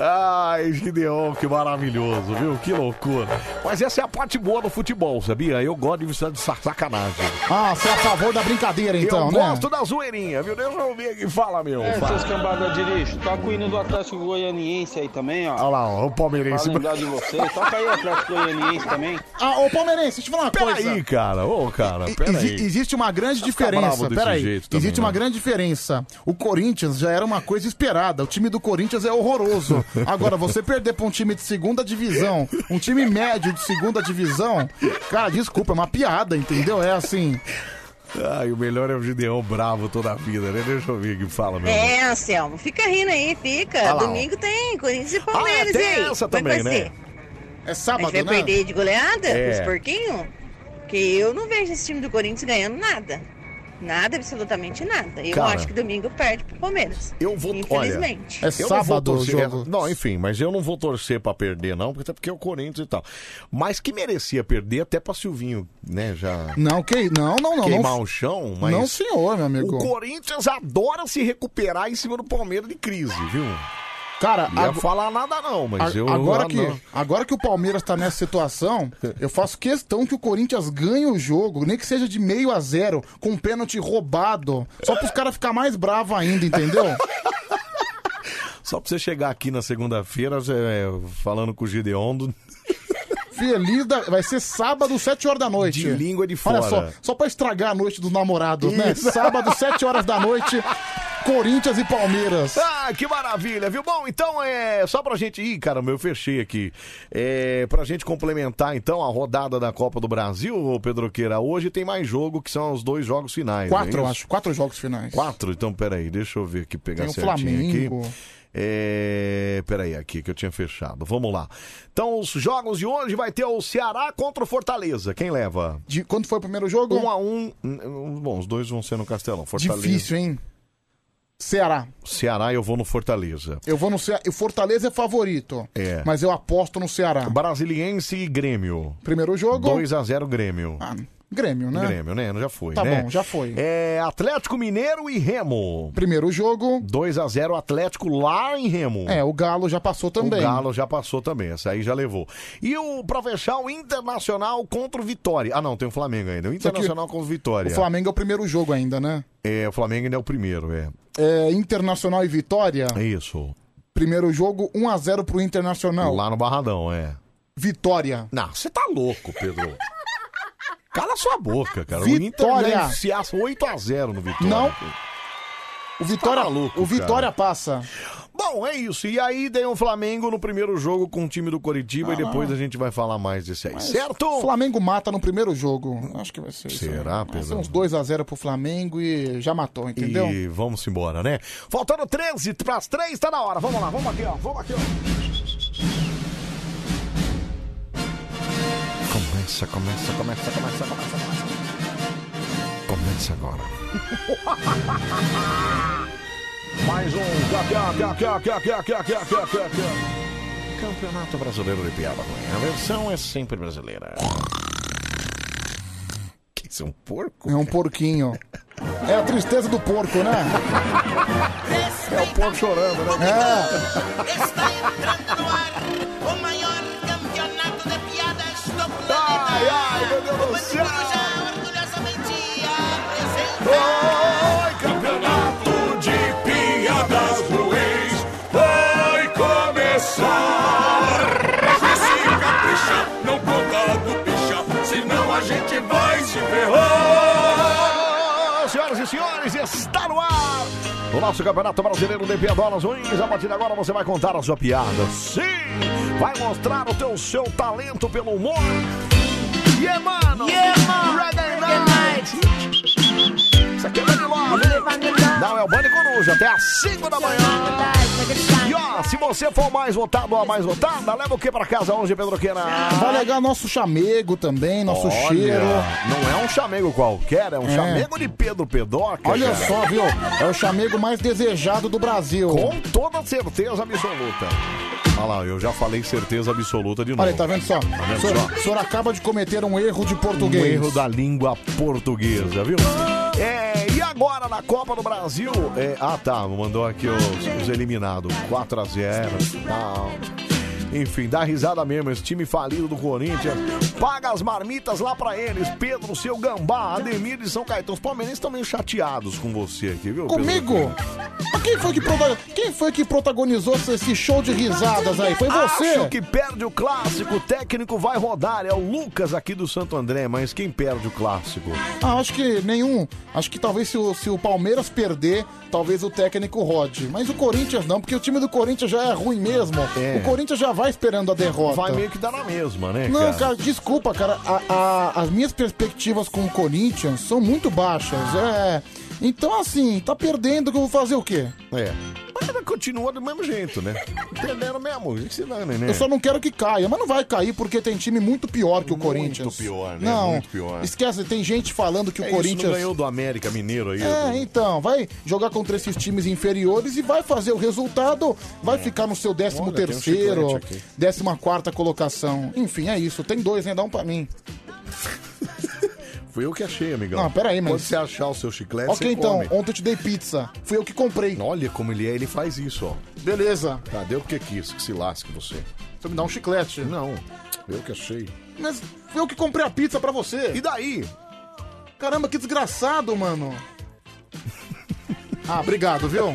S1: Ai, Gideon, que maravilhoso, viu? Que loucura. Mas essa é a parte boa do futebol, sabia? Eu gosto de estar de sa- sacanagem.
S4: Ah, você é a favor da brincadeira, então,
S1: eu
S4: né?
S1: gosto da zoeirinha, viu? Deixa eu ver aqui. Fala, meu.
S15: É,
S1: fala.
S15: seus cambada de lixo, toca o hino do Atlético Goianiense aí também, ó.
S1: Olha lá, ó, o
S15: Pra
S1: palmeirense.
S15: lembrar de você, toca aí o Atlético Goianiense também.
S4: Ah, ô Palmeirense, deixa eu falar uma coisa.
S1: Peraí, cara. Ô, cara,
S4: E-
S1: peraí.
S4: exi- Existe uma grande
S1: Vai ficar bravo
S4: diferença.
S1: desse
S4: Peraí.
S1: jeito também,
S4: Existe uma
S1: né?
S4: grande diferença. O Corinthians já era uma coisa esperada. O time do Corinthians é horroroso. Agora, você perder pra um time de segunda divisão, um time médio de segunda divisão, cara, desculpa, é uma piada, entendeu? É assim.
S1: Ai, o melhor é o Gideon bravo toda a vida, né? Deixa eu ver aqui. Fala, meu.
S24: É, Anselmo, fica rindo aí, fica.
S1: Ah lá, ó.
S24: Domingo tem Corinthians e Palmeiras,
S1: Ah, é,
S24: e
S1: tem
S24: aí?
S1: essa
S24: Como é que
S1: também,
S24: vai
S1: né?
S4: É
S24: ser? A
S4: sábado,
S24: gente vai
S4: né?
S24: perder de goleada
S1: É.
S24: os porquinhos? Porque eu não vejo esse time do Corinthians ganhando nada. Nada, absolutamente nada. Eu
S1: Cara.
S24: acho que domingo perde pro Palmeiras.
S1: Eu vou.
S24: Infelizmente.
S1: Olha, é eu não vou torcer- Não, enfim, mas eu não vou torcer pra perder, não, porque até porque é o Corinthians e tal. Mas que merecia perder até pra Silvinho, né? Já
S4: Não, que... não, não, não.
S1: queimar
S4: não...
S1: o chão, mas.
S4: Não, senhor, meu amigo.
S1: O Corinthians adora se recuperar em cima do Palmeiras de crise, viu?
S4: Cara,
S1: não ia
S4: ago-
S1: falar *laughs* nada, não, mas
S4: A-
S1: eu.
S4: agora,
S1: ah,
S4: que,
S1: não.
S4: agora que o Palmeiras tá nessa
S1: *laughs*
S4: situação, eu faço questão que o Corinthians ganhe o jogo, nem que seja de meio a zero, com um pênalti roubado, só pros caras ficar mais bravo ainda,
S1: *laughs*
S4: entendeu?
S1: Só pra você chegar aqui na segunda-feira é, falando com o Gideon. do-
S4: Feliz da... Vai ser sábado, 7 horas da noite.
S1: De língua de
S4: Olha
S1: fora.
S4: só, só pra estragar a noite dos namorados, né?
S1: Isso.
S4: Sábado, 7 horas da noite, Corinthians e Palmeiras.
S1: Ah, que maravilha, viu? Bom, então é só pra gente ir, cara, meu, eu fechei aqui. É, pra gente complementar então a rodada da Copa do Brasil, ô, Pedro Queira, hoje tem mais jogo que são os dois jogos finais. não *laughs* é
S4: Quatro, eu
S1: isso?
S4: acho. Quatro jogos finais.
S1: Quatro? Então, peraí, deixa eu ver aqui, pegar
S4: Tem o
S1: certinho
S4: Flamengo.
S1: aqui. É, peraí, aqui que eu tinha fechado. Vamos lá. Então, os jogos de hoje vai ter o Ceará contra o Fortaleza. Quem leva?
S4: De quando foi o primeiro jogo?
S1: Um a um. Hum, Bom, os dois vão ser no Castelão. Fortaleza.
S4: Difícil, hein? Ceará.
S1: Ceará, eu vou no Fortaleza.
S4: Eu vou no Ceará. O Fortaleza é favorito.
S1: É.
S4: Mas eu aposto no Ceará.
S1: Brasiliense e Grêmio.
S4: Primeiro jogo.
S1: 2x0 Grêmio.
S4: Grêmio, né?
S1: Grêmio, né? Já foi,
S4: Tá
S1: né?
S4: bom, já foi.
S1: É Atlético Mineiro e Remo.
S4: Primeiro jogo.
S1: 2x0 Atlético lá em Remo.
S4: É, o Galo já passou também.
S1: O Galo já passou também, essa aí já levou. E o pra fechar, o Internacional contra o Vitória. Ah, não, tem o Flamengo ainda.
S4: Só
S1: O
S4: que
S1: Internacional contra o Vitória.
S4: O Flamengo é o primeiro jogo ainda, né?
S1: É, o Flamengo ainda é o primeiro, é.
S4: É, Internacional e Vitória.
S1: Isso.
S4: Primeiro jogo, 1x0 pro Internacional.
S1: Lá no Barradão, é.
S4: Vitória.
S1: Não, você tá louco, Pedro. Cala sua boca, cara. O
S4: Vitória!
S1: Inter enfiaça 8x0 no Vitória.
S4: Não.
S1: cara.
S4: O Vitória,
S1: Tá maluco,
S4: o Vitória
S1: cara.
S4: passa.
S1: Bom, é isso. E aí tem o Flamengo no primeiro jogo com o time do Coritiba e
S4: Ah.
S1: depois a gente vai falar mais desse aí. Certo?
S4: O Flamengo mata no primeiro jogo. Acho que vai ser isso.
S1: Será,
S4: Vai ser
S1: Pedro?
S4: uns 2x0 pro Flamengo e já matou, entendeu?
S1: E vamos embora, né? Faltando 13 pras 3, tá na hora. Vamos lá, vamos aqui, ó. Vamos aqui, ó. Começa, começa, começa, começa, começa. Começa agora. *laughs* Mais um Campeonato Brasileiro de Piada Ruim. A versão é sempre brasileira. Que isso é um porco?
S4: É um porquinho. É a tristeza do porco, né?
S1: *laughs* É o porco chorando, né?
S4: É.
S3: O maior campeonato de piadas do planeta.
S1: Ai, ai, meu Deus do céu.
S3: orgulhosamente
S1: Oi,
S7: campeonato de piadas ruins vai começar. Mas vê se capricha, não conta do picha, senão a gente vai se ferrar.
S1: Senhoras e senhores, está no ar o nosso Campeonato Brasileiro de Piadolas Ruins. A partir de agora você vai contar a sua piada. Sim, vai mostrar o teu seu talento pelo humor. é Yeah, mano! Yeah, mano! Reggae Night! Isso aqui é Band Love! Não, é o Band Coruja, até às 5 da manhã. E ó, se você for mais votado ou a mais votada, leva o que pra casa hoje, Pedro Queira?
S4: Vai legal nosso chamego também, nosso
S1: Olha,
S4: cheiro.
S1: Não é um chamego qualquer, é um
S4: É.
S1: chamego de Pedro Pedoca.
S4: Olha
S1: cara.
S4: só, viu? É o chamego mais desejado do Brasil.
S1: Com toda certeza absoluta. Olha lá, eu já falei certeza absoluta de novo.
S4: Olha aí, tá vendo só?
S1: vendo
S4: o, senhor,
S1: só?
S4: o senhor acaba de cometer um erro de
S1: Um
S4: português.
S1: erro da língua portuguesa, viu? É, e agora na Copa do Brasil? É, ah, tá, mandou aqui os, os eliminados. 4 a 0 tal. Enfim, dá risada mesmo. Esse time falido do Corinthians. Paga as marmitas lá pra eles. Pedro, seu gambá, Ademir de São Caetano. Os palmeirenses estão meio chateados com você aqui, viu? Pedro?
S4: Comigo? Mas quem foi, que protago- quem foi que protagonizou esse show de risadas aí? Foi você?
S1: Acho que perde o clássico, o técnico vai rodar. É o Lucas aqui do Santo André, mas quem perde o clássico?
S4: Ah, acho que nenhum. Acho que talvez se o, se o Palmeiras perder, talvez o técnico rode. Mas o Corinthians não, porque o time do Corinthians já é ruim mesmo. O Corinthians já vai esperando a derrota.
S1: É. Vai meio que dar na mesma, né?
S4: Não, cara, desculpa, cara. A- a- as minhas perspectivas com o Corinthians são muito baixas. É. Então, assim, tá perdendo, que eu vou fazer o quê?
S1: É. Mas ela continua do mesmo jeito,
S4: É
S1: né? Entenderam mesmo? A gente se dane, né?
S4: Eu só não quero que caia, mas não vai cair porque tem time muito pior que o Corinthians.
S1: pior, né?
S4: Não,
S1: Muito pior.
S4: esquece, tem gente falando que
S1: É
S4: o
S1: isso,
S4: Corinthians.
S1: não ganhou do América Mineiro aí.
S4: É, então, vai jogar contra esses times inferiores e vai fazer o resultado, vai ficar no seu 13
S1: É. Olha, tem um
S4: terceiro,
S1: chiclete aqui.
S4: 14 colocação. Enfim, é isso. Tem dois, né? Dá um pra mim.
S1: Fui eu que achei, amigão.
S4: Não, peraí, mas-
S1: Quando você achar o seu chiclete,
S4: ok,
S1: Né, você
S4: então.
S1: come.
S4: Ontem eu te dei pizza. Fui eu que comprei.
S1: Olha como ele é, ele faz isso, ó.
S4: Beleza.
S1: Ah, deu porque quis, que se lasque você.
S4: Você me dá um chiclete.
S1: Não, eu que achei.
S4: Mas fui eu que comprei a pizza pra você.
S1: E daí?
S4: Caramba, que desgraçado, mano. ah, obrigado,
S1: *laughs*
S4: viu?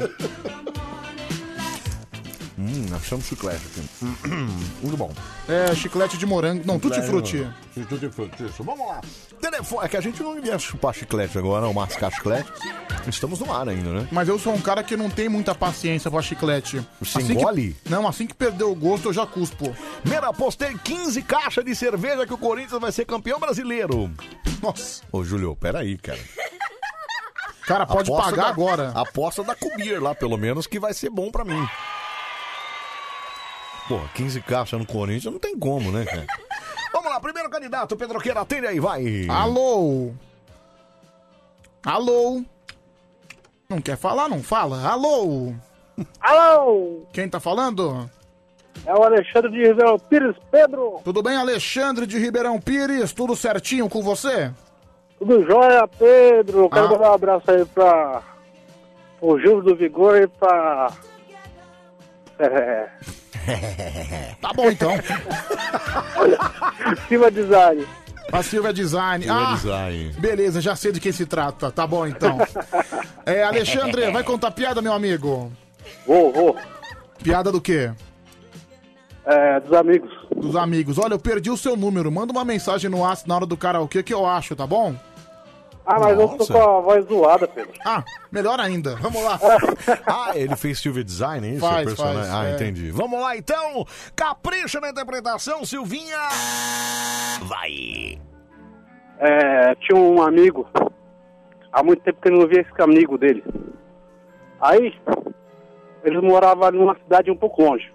S1: Hum, achamos chiclete aqui. *clears throat* Muito bom.
S4: É, chiclete de morango. Não, tutti frutti.
S1: Tutti frutti, isso. Vamos lá. Telefone. É que a gente não devia chupar chiclete agora, não, mascar chiclete. Estamos no ar ainda, né?
S4: Mas eu sou um cara que não tem muita paciência pra chiclete.
S1: Você
S4: Assim que-
S1: engole?
S4: Não, assim que perdeu o gosto, eu já cuspo.
S1: Mira, apostei 15 caixas de cerveja que o Corinthians vai ser campeão brasileiro.
S4: Nossa.
S1: Ô, Júlio, peraí, cara.
S4: *laughs* Cara, pode
S1: Aposta
S4: pagar
S1: da-
S4: agora.
S1: Aposta da Cubir lá, pelo menos, que vai ser bom pra mim. Pô, 15 caixas no Corinthians não tem como, né,
S4: *laughs*
S1: cara? Vamos lá, primeiro candidato, Pedro Queira, atende aí, vai.
S4: Alô? Alô? Não quer falar? Não fala. Alô? Alô? Quem tá falando? É o Alexandre de Ribeirão Pires, Pedro. Tudo bem, Alexandre de Ribeirão Pires? Tudo certinho com você?
S5: Tudo jóia, Pedro.
S1: Ah.
S5: Quero mandar um abraço aí pra o Gil do Vigor e pra. É.
S4: Tá bom *laughs* então.
S5: Silva Design.
S4: A Silvia Design.
S1: Silvia
S4: ah,
S1: Design.
S4: Beleza, já sei de quem se trata. Tá
S5: *laughs*
S4: bom então. É, Alexandre, vai contar piada, meu amigo?
S5: Vou, vou.
S4: Piada do quê?
S5: É, dos amigos.
S4: Dos amigos. Olha, eu perdi o seu número. Manda uma mensagem no WhatsApp na hora do karaokê que eu acho, tá bom?
S5: Ah, mas eu tô
S1: Nossa.
S5: com a voz zoada, Pedro.
S4: Ah, melhor ainda. Vamos lá.
S1: *laughs* Ah, ele fez Silvia Design, é isso?
S4: Faz,
S1: O personagem?
S4: faz,
S1: ah,
S4: é.
S1: entendi. Vamos lá, então. Capricha na interpretação, Silvinha. Vai.
S5: É, tinha um amigo, há muito tempo que eu não via esse amigo dele. Aí, eles moravam numa cidade um pouco longe.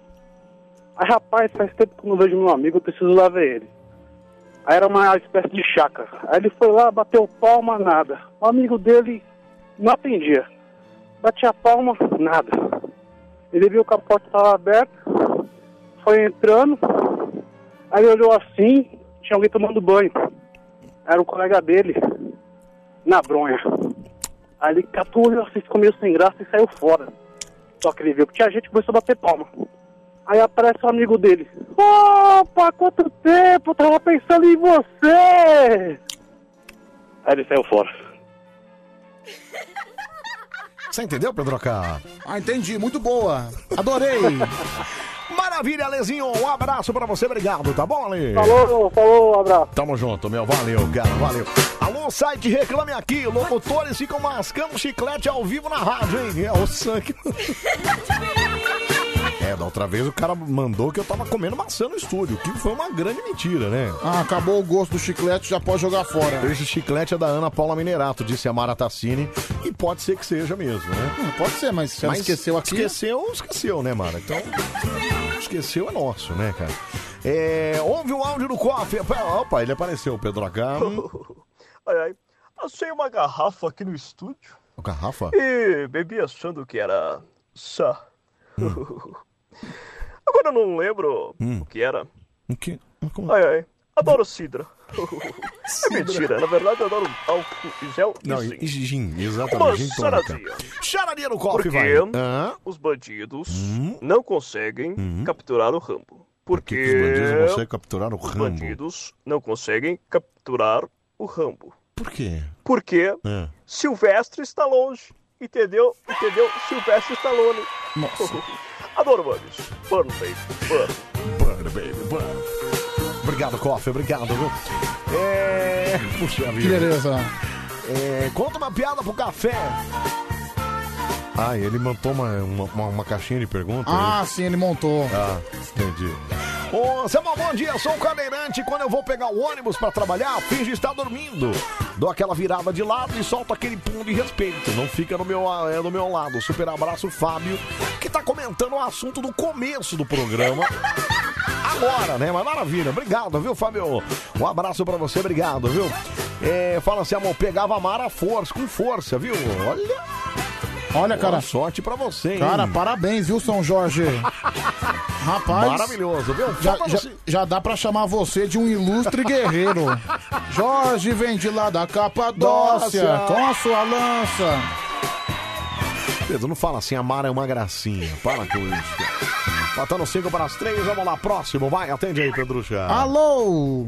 S5: Aí, rapaz, faz tempo que eu não vejo meu amigo, eu preciso lá ver ele. Aí era uma espécie de chácara. Aí ele foi lá, bateu palma, nada. O amigo dele não atendia. Batia palma, nada. Ele viu que a porta estava aberta, foi entrando, aí ele olhou assim, tinha alguém tomando banho era o colega dele, na bronha. Aí ele catou o assim, ficou meio sem graça e saiu fora. Só que ele viu que tinha gente e começou a bater palma. Aí aparece um amigo dele. Opa, quanto tempo, tava pensando em você! Aí ele saiu fora.
S1: Você entendeu, Pedro K?
S4: Ah, entendi. Muito boa. Adorei.
S1: *laughs* Maravilha, Alezinho. Um abraço pra você. Obrigado, tá bom, Ale?
S5: Falou, falou, um abraço.
S1: Tamo junto, meu. Valeu, cara. Valeu. Alô, site Reclame Aqui. Locutores ficam mascando chiclete ao vivo na rádio, hein? É o sangue. É, da outra vez o cara mandou que eu tava comendo maçã no estúdio, que foi uma grande mentira, né?
S4: Ah, acabou o gosto do chiclete, já pode jogar fora.
S1: Esse chiclete é da Ana Paula Minerato, disse a Mara Tassini, e pode ser que seja mesmo, né?
S4: Hum, pode ser, mas se ela esqueceu aqui-
S1: Esqueceu, esqueceu, né, Mara? Então, esqueceu é nosso, né, cara? É, ouve o áudio do cofre. Opa, ele apareceu, Pedro H.
S16: Ai, ai. Achei uma garrafa aqui no estúdio
S1: O garrafa?
S16: e bebi achando que era chá. Agora eu não lembro
S1: Hum.
S16: o que era.
S1: O quê?
S16: Ai, ai. Adoro
S1: *laughs*
S16: sidra. É
S1: Sidra.
S16: mentira, na verdade eu adoro um álcool em gel
S1: Não,
S16: e
S1: e-
S16: zinco.
S1: e gin,
S16: Uma
S1: exatamente. Gin tônica.
S16: charadinha.
S1: Charadinha no cofre,
S16: Porque
S1: vai. Hum?
S16: os bandidos não conseguem capturar o Rambo. Porque
S1: que os bandidos não conseguem capturar o
S16: os
S1: Rambo?
S16: bandidos não conseguem capturar o Rambo.
S1: Por quê?
S16: Porque
S1: É.
S16: Silvestre está longe. Entendeu? Entendeu? Silvestre Stallone. *laughs* Adoro Manos. Mano, baby. Mano.
S1: Burn, baby, burn. Obrigado, cofre, obrigado, viu? É. Puxa vida.
S4: beleza.
S1: É, conta uma piada pro café. Ah, ele montou uma, uma, uma- uma caixinha de perguntas? né?
S4: Ah, sim, ele montou.
S1: Ah, entendi. Ô, Samuel, bom dia. Eu sou um cadeirante. Quando eu vou pegar o ônibus pra trabalhar, finge estar dormindo. Dou aquela virada de lado e solto aquele pum de respeito. Não fica no meu, é, no meu lado. Super abraço, Fábio, que tá comentando o assunto do começo do programa. Agora, né? Mas maravilha. Obrigado, viu, Fábio? Um abraço pra você, obrigado, viu? É, fala assim, amor, pegava a Mara força, com força, viu? Olha.
S4: Olha, cara.
S1: Boa sorte pra você, hein?
S4: Cara, parabéns, viu, São
S1: *laughs*
S4: Jorge? Rapaz.
S1: Maravilhoso, viu?
S4: Já,
S1: Falta
S4: já-
S1: você-
S4: já dá pra chamar você de um ilustre
S1: *laughs*
S4: guerreiro. Jorge vem de lá da Capadócia
S1: Dócia.
S4: com a sua lança.
S1: Pedro, não fala assim, a Mara é uma gracinha. Para com isso. cara. Faltando 5 para as 3, vamos lá, próximo, vai, atende aí, Pedro Chá.
S4: Alô!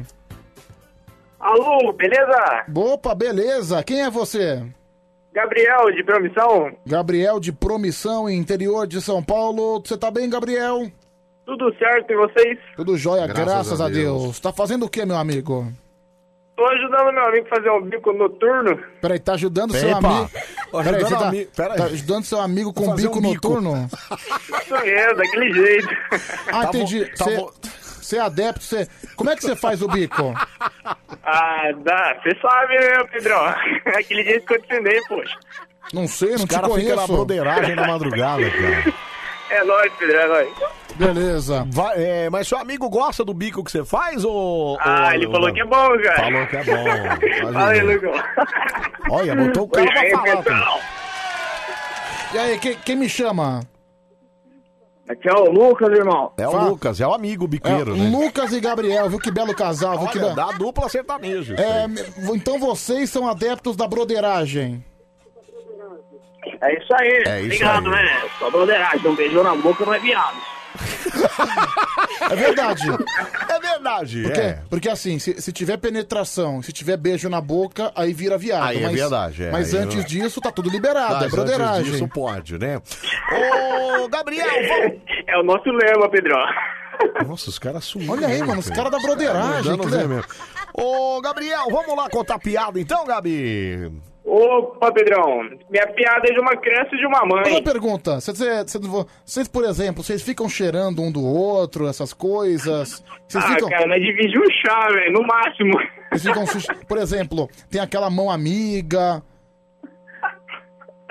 S25: Alô, beleza?
S4: Opa, beleza. Quem é você?
S25: Gabriel, de promissão?
S4: Gabriel de Promissão, interior de São Paulo. Você tá bem, Gabriel?
S25: Tudo certo e vocês?
S4: Tudo jóia,
S25: Graças
S4: graças,
S25: a
S4: a Deus. Tá fazendo o que, meu amigo?
S5: Tô ajudando meu amigo a fazer o bico noturno.
S4: Peraí, tá ajudando seu
S5: Epa.
S4: amigo.
S5: Ó,
S4: Peraí,
S5: ajudando
S4: você tá,
S5: ami- peraí.
S4: tá ajudando seu amigo com
S5: fazer
S4: bico,
S5: um bico.
S4: noturno?
S1: Tá
S5: Isso mesmo, é, daquele jeito.
S4: Ah, entendi.
S1: tá
S4: Você você é adepto, você. Como é que você faz o bico?
S5: Ah, dá. Você sabe, né, Pedrão? *laughs* Aquele jeito que eu te ensinei, poxa.
S4: Não sei, não
S1: Os
S4: te
S1: caras
S4: conheço.
S1: ficam na broderagem na madrugada, cara.
S5: É nóis, Pedrão, é nóis.
S4: Beleza.
S1: é, mas seu amigo gosta do bico que você faz, ou...
S5: Ah,
S1: ou-
S5: ele
S1: ou
S5: falou
S1: não?
S5: que é bom, cara.
S1: Falou que é
S5: *laughs*
S1: bom.
S5: Fala aí, Lucão.
S1: Olha, botou o cara
S5: Pois é,
S1: pra falar.
S5: Pedrão.
S1: cara.
S4: E aí, quem, quem me chama?
S5: Aqui é o Lucas, irmão.
S1: É o
S4: Fala.
S1: Lucas, é o amigo biqueiro, né?
S4: Lucas e Gabriel, viu que belo casal, viu que
S1: Olha,
S4: be-
S1: dá dupla sertaneja. isso
S4: É,
S1: aí.
S4: me- então vocês são adeptos da broderagem.
S5: É isso aí.
S4: É isso
S5: Obrigado,
S4: aí.
S5: né? Só broderagem. Um beijão na boca, não é viado.
S4: É verdade.
S1: É verdade.
S4: Porque,
S1: é.
S4: porque assim, se, se tiver penetração, se tiver beijo na boca, aí vira viado.
S1: Aí é
S4: mas,
S1: verdade, é,
S4: mas
S1: aí
S4: antes
S1: eu-
S4: disso, tá tudo liberado,
S1: Mas
S4: é
S1: antes
S4: broderagem.
S1: disso pode, né?
S5: Ô, Gabriel, vamos. É o nosso lema, Pedrão.
S1: Nossa, os caras sumiram.
S4: Olha aí, mano, os caras da broderagem,
S1: Não
S4: que
S1: vê
S4: le-
S1: mesmo. Ô, Gabriel, vamos lá contar piada então, Gabi?
S5: Opa, Pedrão. Minha piada é de uma criança e de uma mãe.
S4: Uma pergunta, vocês- é, vocês- vocês, por exemplo, vocês ficam cheirando um do outro, essas coisas? Vocês
S5: ah,
S4: ficam...
S5: cara, nós dividimos o chá, velho, no máximo.
S4: Vocês ficam sus- Por exemplo, tem aquela mão amiga.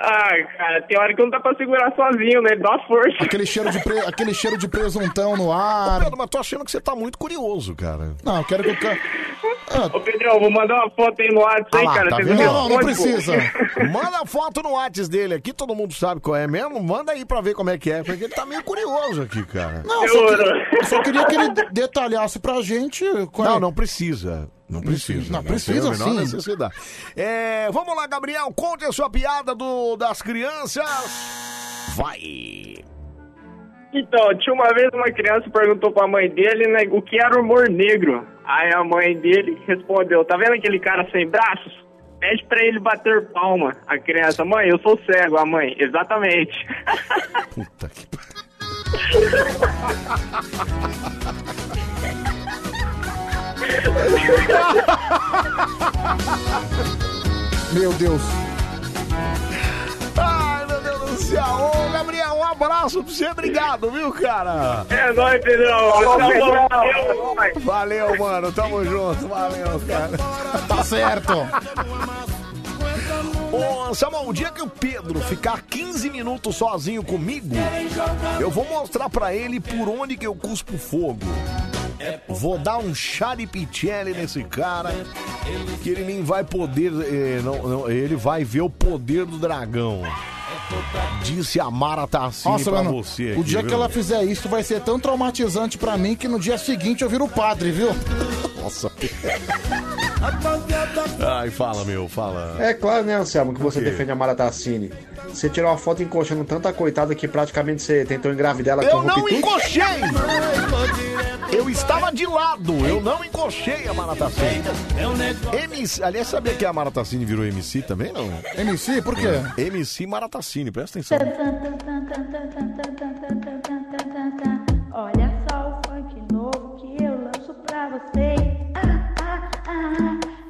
S5: Ah, cara, tem hora que não dá pra segurar sozinho, né? Dá uma força.
S4: Aquele cheiro de, pre... aquele cheiro de presuntão no ar.
S1: Pedro, mas tô achando que você tá muito curioso, cara.
S4: Não, eu quero que o Ah, cara.
S5: Ô, Pedrão, vou mandar uma foto aí no WhatsApp,
S1: Ah
S5: aí,
S1: lá,
S5: cara.
S1: tá
S5: Você
S1: vendo?
S5: me
S1: Não, não
S5: responde, pô. *laughs*
S1: precisa. Manda a foto no Whats dele aqui, todo mundo sabe qual é mesmo. Manda aí pra ver como é que é, porque ele tá meio curioso aqui, cara.
S4: Não, só, que- só queria que ele detalhasse pra gente. Qual
S1: Não,
S4: é...
S1: não precisa. Não precisa.
S4: Não,
S1: né?
S4: precisa
S1: Tem a menor
S4: sim.
S1: necessidade. É, vamos lá, Gabriel, conte a sua piada do, das crianças. Vai. *laughs*
S5: Então, tinha uma vez uma criança perguntou pra mãe dele, né, o que era o humor negro. Aí a mãe dele respondeu, tá vendo aquele cara sem braços? Pede pra ele bater palma. A criança, mãe, eu sou cego. A mãe, exatamente.
S1: Puta que
S4: Meu Deus.
S1: Ai, meu Deus do céu. Ô, Gabriel, um abraço pra você. Obrigado, viu, cara?
S5: É nóis, Pedrão.
S1: Falou,
S5: Tá bom,
S1: Pedrão. Valeu, mano. Tamo junto. Valeu, cara.
S4: Tá certo.
S1: Ô, Samuel, o dia que o Pedro ficar 15 minutos sozinho comigo, eu vou mostrar pra ele por onde que eu cuspo fogo. Vou dar um charipicelli nesse cara, que ele nem vai poder, eh, não, não, ele vai ver o poder do dragão. Disse a Mara Tassini
S4: Nossa,
S1: pra
S4: mano.
S1: você.
S4: o dia
S1: aqui,
S4: que
S1: viu?
S4: ela fizer isso vai ser tão traumatizante pra mim que no dia seguinte eu viro padre, viu?
S1: Nossa. Ai, fala, meu, fala.
S2: É claro, né, Anselmo, que você
S1: quê?
S2: defende a Maratacine. Você tirou uma foto encoxando tanta coitada que praticamente você tentou engravidar ela
S1: Eu
S2: com
S1: não
S2: ruptura.
S1: *laughs* encochei! Eu estava de lado, eu não encochei a Maratacine. MC, aliás, sabia que a Maratacine virou MC também, não? É.
S4: MC, por quê?
S1: MC Maratacine, presta atenção.
S8: Olha só o funk novo que eu lanço pra vocês. Ah, ah, ah,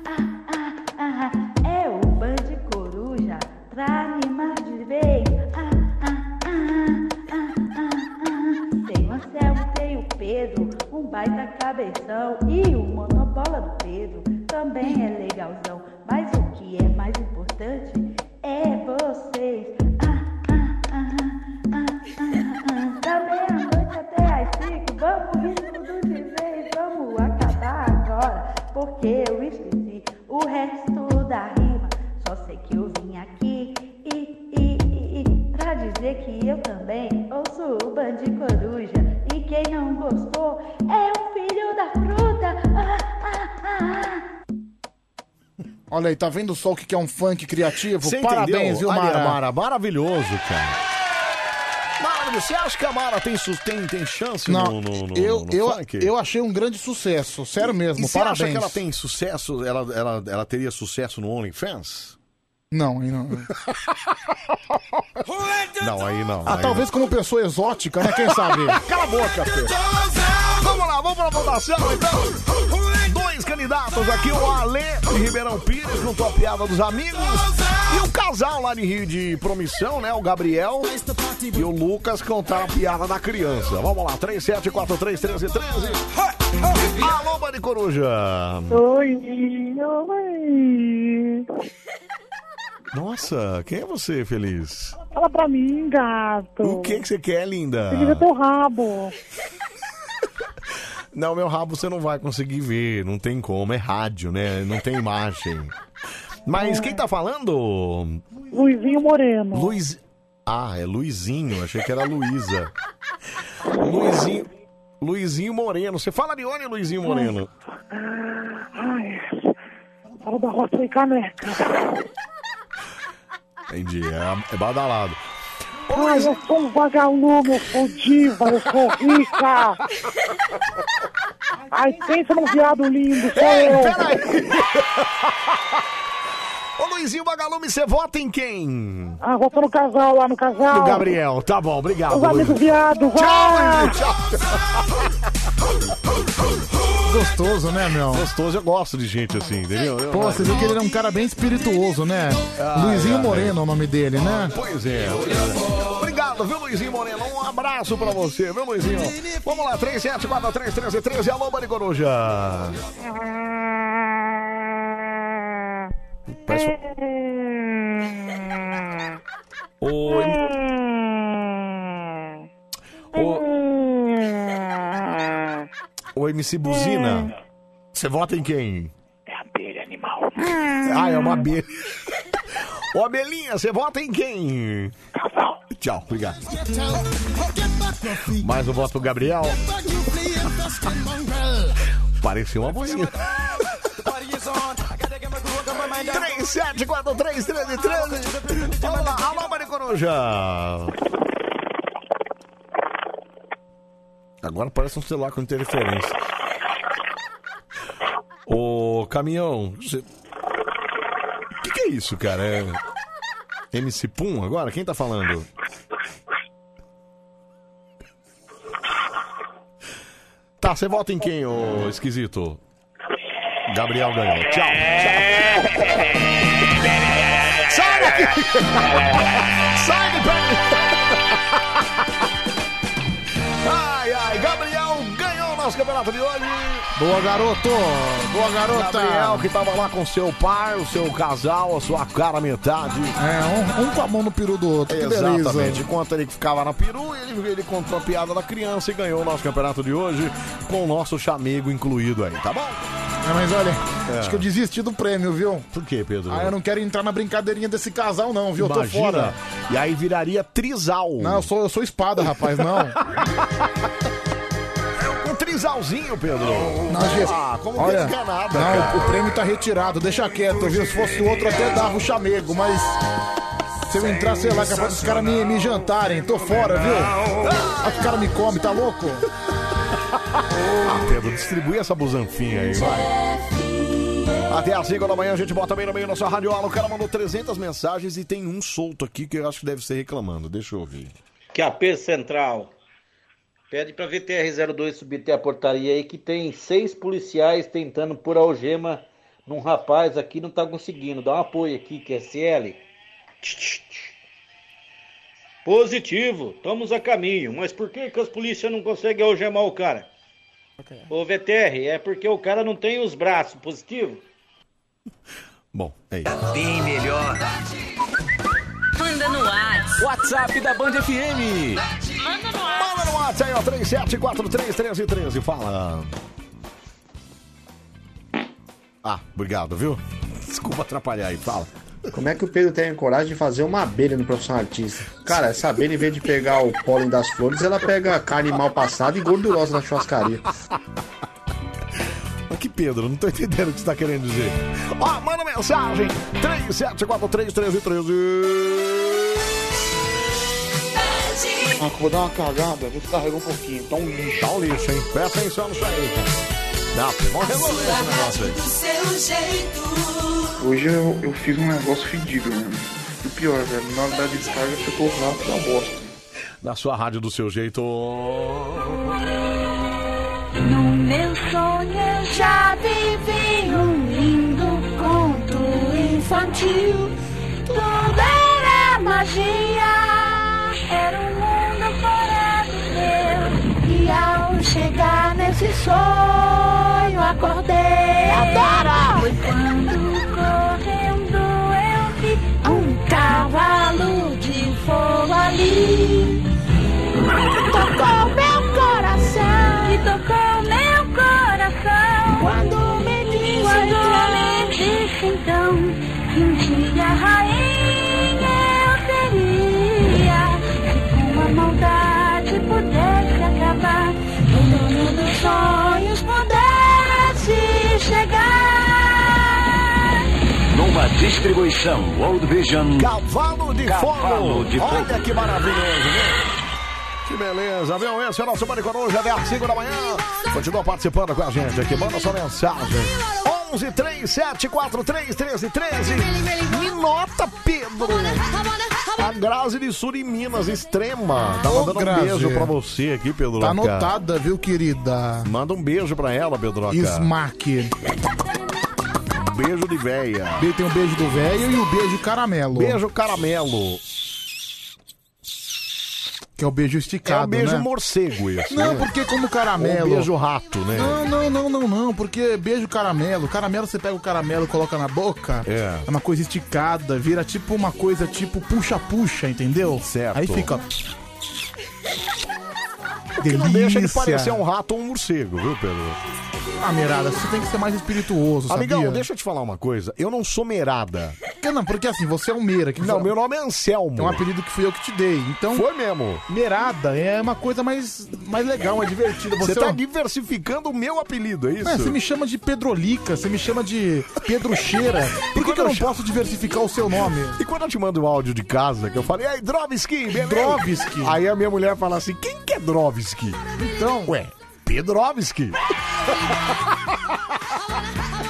S8: ah, ah, ah. É o Band Coruja pra animar de vez. Ah, ah, ah, ah, ah, ah. Tem o Anselmo, tem o Pedro, um baita cabeção. E o monobola do Pedro também é legalzão. Mas o que é mais importante é vocês. Ah, Da meia-noite até às cinco, vamos rir tudo de vez, vamos acabar agora, porque eu esqueci o resto da rima. Só sei que eu vim aqui e, e, e, e pra dizer que eu também ouço o Band Coruja. E quem não gostou é um filho da fruta. Ah, ah, ah.
S4: Olha aí, tá vendo só o que que é um funk criativo?
S1: Você
S4: Parabéns,
S1: entendeu?
S4: viu,
S1: Olha,
S4: Mara?
S1: Mara, maravilhoso, cara. Mara, você acha que a Mara tem, sus- tem, tem chance
S4: Não,
S1: no, no, no,
S4: eu,
S1: no
S4: eu,
S1: funk?
S4: eu achei um grande sucesso, sério mesmo,
S1: E você
S4: parabéns.
S1: acha que ela tem sucesso, ela, ela, ela teria sucesso no OnlyFans?
S4: Não,
S1: *laughs*
S4: aí não.
S1: Não, aí não.
S4: Ah,
S1: aí
S4: talvez como pessoa exótica,
S1: *laughs*
S4: né? Quem sabe?
S1: Cala a boca, Pedro. Vamos lá, vamos pra votação então. dois candidatos aqui, o Ale de Ribeirão Pires, com tua piada dos amigos. E o casal lá de Rio de Promissão, né? O Gabriel e o Lucas contaram a piada da criança. Vamos lá, 37431313. Alô, Bande Coruja!
S7: Oi, oi.
S1: Nossa, quem é você, Feliz?
S7: Fala pra mim, gato.
S1: O que, que você quer, linda?
S7: Você quer ver teu rabo.
S1: Não, meu rabo você não vai conseguir ver, não tem como, é rádio, né? Não tem imagem. Mas quem tá falando?
S7: Luizinho
S5: É.
S7: Moreno.
S1: Luiz. Ah, é Luizinho, achei que era Luísa. Luizinho. Luizinho Moreno. Você fala de onde, Luizinho Moreno?
S7: Ai, fala da roça e caneca.
S1: Entendi, é, é badalado.
S7: Ai, eu sou um vagalume, eu sou diva, eu sou
S15: *laughs*
S7: rica. Ai, pensa num viado lindo, sou eu.
S1: *laughs* Ô Luizinho Vagalume, você vota em quem?
S7: Ah, vou no casal, lá no casal.
S1: No Gabriel, tá bom, obrigado.
S7: Os amigos
S1: Luiz.
S7: viado, vai.
S1: Tchau,
S4: Gostoso, né, meu?
S1: Gostoso, eu gosto de gente assim, entendeu? Eu-
S4: Pô, você viu que ele era um cara bem espirituoso, né?
S1: Ai,
S4: Luizinho
S1: ai.
S4: Moreno é o nome dele, né?
S1: Pois é. Obrigado, viu, Luizinho Moreno? Um abraço pra você, viu, Luizinho? Vamos lá, 37431313, alô, Bande Coruja. Parece... um- Ô, ô, MC Buzina, você vota em quem? Ah, é uma abelha. Ô, abelhinha, você vota em quem? Tchau, obrigado. Mais um voto pro Gabriel. Pareceu uma bolinha. 37431313. Vamos lá, alô, Mari Coruja. Agora parece um celular com interferência. Ô, caminhão, você... O que, que é isso, cara? É... MC Pum agora? Quem tá falando? Tá, você vota em quem, ô esquisito? Gabriel ganhou. Tchau. tchau. Sai daqui! Sai daqui! Ai, ai, Gabriel ganhou o nosso campeonato de hoje.
S4: Boa, garoto. Boa, garota.
S1: Gabriel que tava lá com seu par, o seu casal, a sua cara metade.
S4: É, um, um com a mão no peru do outro. Que
S1: Exatamente.
S4: beleza.
S1: Enquanto ele ficava na peru, ele, ele contou a piada da criança e ganhou o nosso campeonato de hoje com o nosso chamego incluído aí, tá bom?
S4: É, mas olha, acho que eu desisti do prêmio, viu?
S1: Por quê, Pedro?
S4: Ah, eu não quero entrar na brincadeirinha desse casal, não, viu? Eu tô
S1: Imagina.
S4: fora.
S1: E aí viraria trisal.
S4: Não, eu sou, eu sou espada, rapaz, não.
S1: Um trisalzinho, Pedro.
S4: Não, gente.
S1: Ah, como
S4: Olha,
S1: que ele quer nada,
S4: não,
S1: cara?
S4: o prêmio tá retirado, deixa quieto, viu? Se fosse outro, até dava o chamego, mas. Se eu entrar, sei lá, capaz dos caras me, me jantarem, tô fora, viu? Ah, os caras me comem, tá louco?
S1: Ah, Pedro, distribui essa busanfinha aí, vai. Até às 5 da manhã a gente bota bem no meio da nossa radiola. O cara mandou 300 mensagens e tem um solto aqui que eu acho que deve ser reclamando. Deixa eu ouvir.
S15: QAP Central. Pede pra VTR-02 subir até a portaria aí que tem seis policiais tentando pôr algema num rapaz aqui, não tá conseguindo. Dá um apoio aqui, QSL. Positivo, estamos a caminho. Mas por que, que as polícias não conseguem algemar o cara? Ô VTR, é porque o cara não tem os braços. Positivo?
S1: Bom, é isso.
S15: Bem melhor.
S7: Manda no ar.
S1: WhatsApp da Band FM.
S7: Manda no
S1: Manda no WhatsApp aí, ó, 37431313. Fala. Ah, obrigado, viu? Desculpa atrapalhar aí, fala.
S5: Como é que o Pedro tem a coragem de fazer uma abelha no profissional artista? Cara, essa abelha, em vez de pegar o pólen das flores, ela pega carne mal passada e gordurosa na churrascaria.
S1: Mas que Pedro, não tô entendendo o que você tá querendo dizer. Ó, manda mensagem: 37431313.
S11: Marco, vou dar uma cagada, vê se carregou um pouquinho, tá um lixo.
S1: Tá um lixo, hein? Presta atenção nisso aí. Dá, vamos resolver esse negócio aí.
S3: Do seu jeito.
S11: Hoje eu, eu fiz um negócio fedido, mano. E o pior, velho, na hora da descarga ficou o rato da bosta.
S1: Na sua rádio do seu jeito.
S7: Não
S3: Meu sonho eu já vivi num lindo conto infantil. Tudo era magia, era um mundo fora do meu. E ao chegar nesse sonho, acordei. Adora! Foi quando correndo eu vi um cavalo de fogo ali. Tocou meu coração. E tocou meu coração. Quando me disse, Quando me disse então que um dia rainha eu seria. Se com a maldade pudesse acabar, o dono dos sonhos pudesse chegar.
S2: Numa distribuição Old Vision.
S1: Cavalo de
S2: Cavalo
S1: fogo!
S2: de fogo.
S1: Olha que maravilhoso, né? Que beleza, viu? Esse é o nosso Bande Coruja, até às 5 da manhã. Continua participando com a gente aqui. Manda sua mensagem. 11 37 43 13 13. Me nota, Pedro. A Grazi de Suriminas, extrema. Tá
S4: Ô,
S1: mandando um
S4: Grazi.
S1: beijo pra você aqui, Pedro.
S4: Tá anotada, viu, querida?
S1: Manda um beijo pra ela, Pedroca.
S4: Smack.
S1: Beijo de véia.
S4: Tem o beijo do velho e o beijo caramelo.
S1: Beijo caramelo.
S4: Que é o beijo esticado,
S1: É um beijo
S4: né?
S1: morcego esse,
S4: Não,
S1: né?
S4: porque como caramelo...
S1: Ou um beijo rato, né?
S4: Não, não, não, não, não, porque beijo caramelo. Caramelo, você pega o caramelo e coloca na boca,
S1: É.
S4: é uma coisa esticada, vira tipo uma coisa tipo puxa-puxa, entendeu? Certo. Aí fica...
S1: O que não deixa de
S4: Delícia.
S1: parecer um rato ou um morcego, viu, Pedro?
S4: Ah, Merada, você tem que ser mais espirituoso, sabia?
S1: Amigão, deixa eu te falar uma coisa. Eu não sou merada.
S4: Porque não, porque assim, você é um meira. Que
S1: Não, meu nome é Anselmo.
S4: É um apelido que fui eu que te dei, então...
S1: Foi mesmo.
S4: Merada é uma coisa mais, mais legal, é divertida.
S1: Você tá
S4: diversificando
S1: o meu apelido, é isso?
S4: É, você me chama de Pedrolica, você me chama de Pedrocheira. Por que, que eu não posso diversificar o seu nome?
S1: E quando eu te mando o áudio de casa, que eu falei, aí, Drovski, beleza?
S4: Drovski.
S1: Aí a minha mulher fala assim, quem que é Drovski?
S4: Então...
S1: Ué, Pedrovski.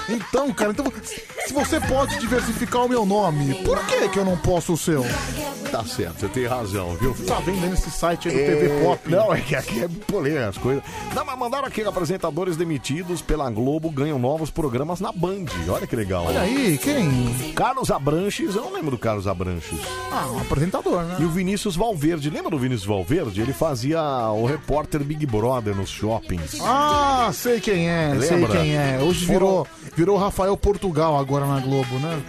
S4: Então, cara, então, se você pode diversificar o meu nome, por que, que eu não posso o seu?
S1: Tá certo, você tem razão, viu?
S4: Tá vendo nesse site aí do
S1: É,
S4: TV Pop?
S1: Não, é que aqui é polêmico as coisas. Não, mas mandaram aqui apresentadores demitidos pela Globo ganham novos programas na Band. Olha que legal.
S4: Olha aí, quem?
S1: Carlos Abranches, eu não lembro do Carlos Abranches.
S4: Ah, um apresentador, né?
S1: E o Vinícius Valverde, lembra do Vinícius Valverde? Ele fazia o repórter Big Brother nos shoppings.
S4: Ah, sei quem é, sei
S1: Lembra?
S4: quem é. Hoje virou, virou Rafael Portugal agora na Globo, né?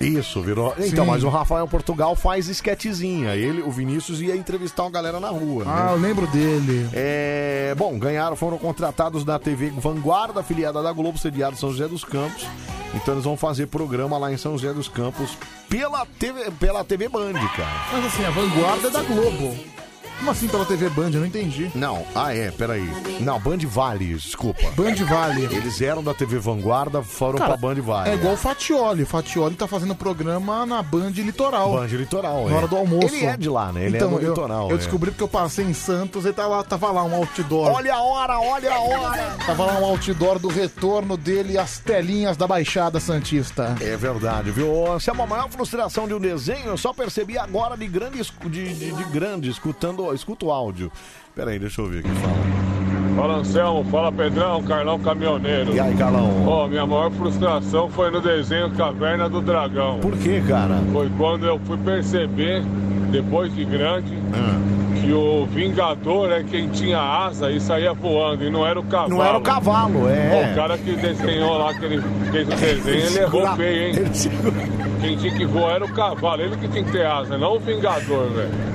S1: Isso, virou. Então,
S4: Sim.
S1: mas o Rafael Portugal faz esquetezinha. Ele, o Vinícius ia entrevistar uma galera na rua. né?
S4: Ah, eu lembro dele.
S1: É, bom, ganharam, foram contratados da TV Vanguarda, afiliada da Globo, sediado em São José dos Campos. Então eles vão fazer programa lá em São José dos Campos pela TV, pela TV Band, cara.
S4: Mas assim, a vanguarda é da Globo. Como assim pela TV Band? Eu não entendi.
S1: Não, ah é, peraí. Não, Band Vale, desculpa.
S4: Band Vale.
S1: Eles eram da TV Vanguarda, foram
S4: Cara,
S1: pra Band Vale.
S4: É igual o Fatioli. O Fatioli tá fazendo programa na Band Litoral.
S1: Band Litoral,
S4: Na
S1: é.
S4: hora do almoço.
S1: Ele é de lá, né? Ele é
S4: então,
S1: do
S4: eu,
S1: litoral,
S4: Eu
S1: é.
S4: descobri porque eu passei em Santos e tava, lá- tava lá um outdoor.
S1: Olha a hora, olha a hora.
S4: Tava lá um outdoor do retorno dele às telinhas da Baixada Santista.
S1: É verdade, viu? Se é uma maior frustração de um desenho, eu só percebi agora de grande, escu- de, de, de grande escutando, escuto o áudio. Peraí, deixa eu ver o que fala.
S20: Fala Anselmo, fala Pedrão, Carlão Caminhoneiro.
S1: E aí, Carlão?
S20: Ó, minha maior frustração foi no desenho Caverna do Dragão.
S1: Por quê, cara?
S20: Foi quando eu fui perceber, depois de grande,
S1: Ah.
S20: que o Vingador é quem tinha asa e saía voando, e não era o cavalo.
S1: Não era o cavalo, é.
S20: O cara que desenhou lá, que ele fez o desenho, ele
S1: segura-
S20: errou feio, hein? Quem tinha que voar era o cavalo, ele que tinha que ter asa, não o Vingador, velho.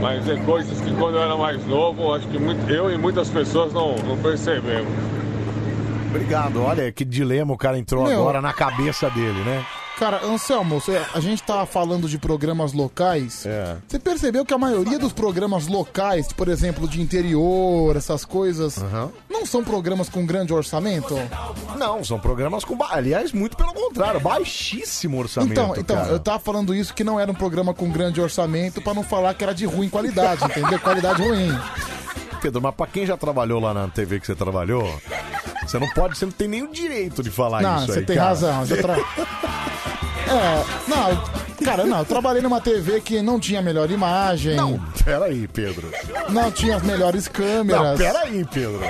S20: Mas é coisas que quando eu era mais novo, acho que muito- eu e muitas pessoas não, não percebemos.
S1: Obrigado, olha que dilema o cara entrou
S4: Meu.
S1: agora na cabeça dele, né?
S4: Cara, Anselmo, você- a gente tava falando de programas locais.
S1: É.
S4: Você percebeu que a maioria dos programas locais, por exemplo, de interior, essas coisas, não são programas com grande orçamento? Então,
S1: Não, são programas com. ba- Aliás, muito pelo contrário, baixíssimo orçamento.
S4: Então, então
S1: cara.
S4: eu tava falando isso que não era um programa com grande orçamento pra não falar que era de ruim qualidade, entendeu? Qualidade
S1: *laughs*
S4: ruim.
S1: Pedro, mas pra quem já trabalhou lá na TV que você trabalhou, você não pode, você não tem nenhum direito de falar
S4: não,
S1: isso aí.
S4: você tem
S1: cara.
S4: razão. já
S1: *laughs*
S4: tra- É, não, eu- cara, não, eu trabalhei numa TV que não tinha a melhor imagem, não,
S1: Peraí, Pedro.
S4: tinha as melhores câmeras.
S1: Não, peraí, Pedro.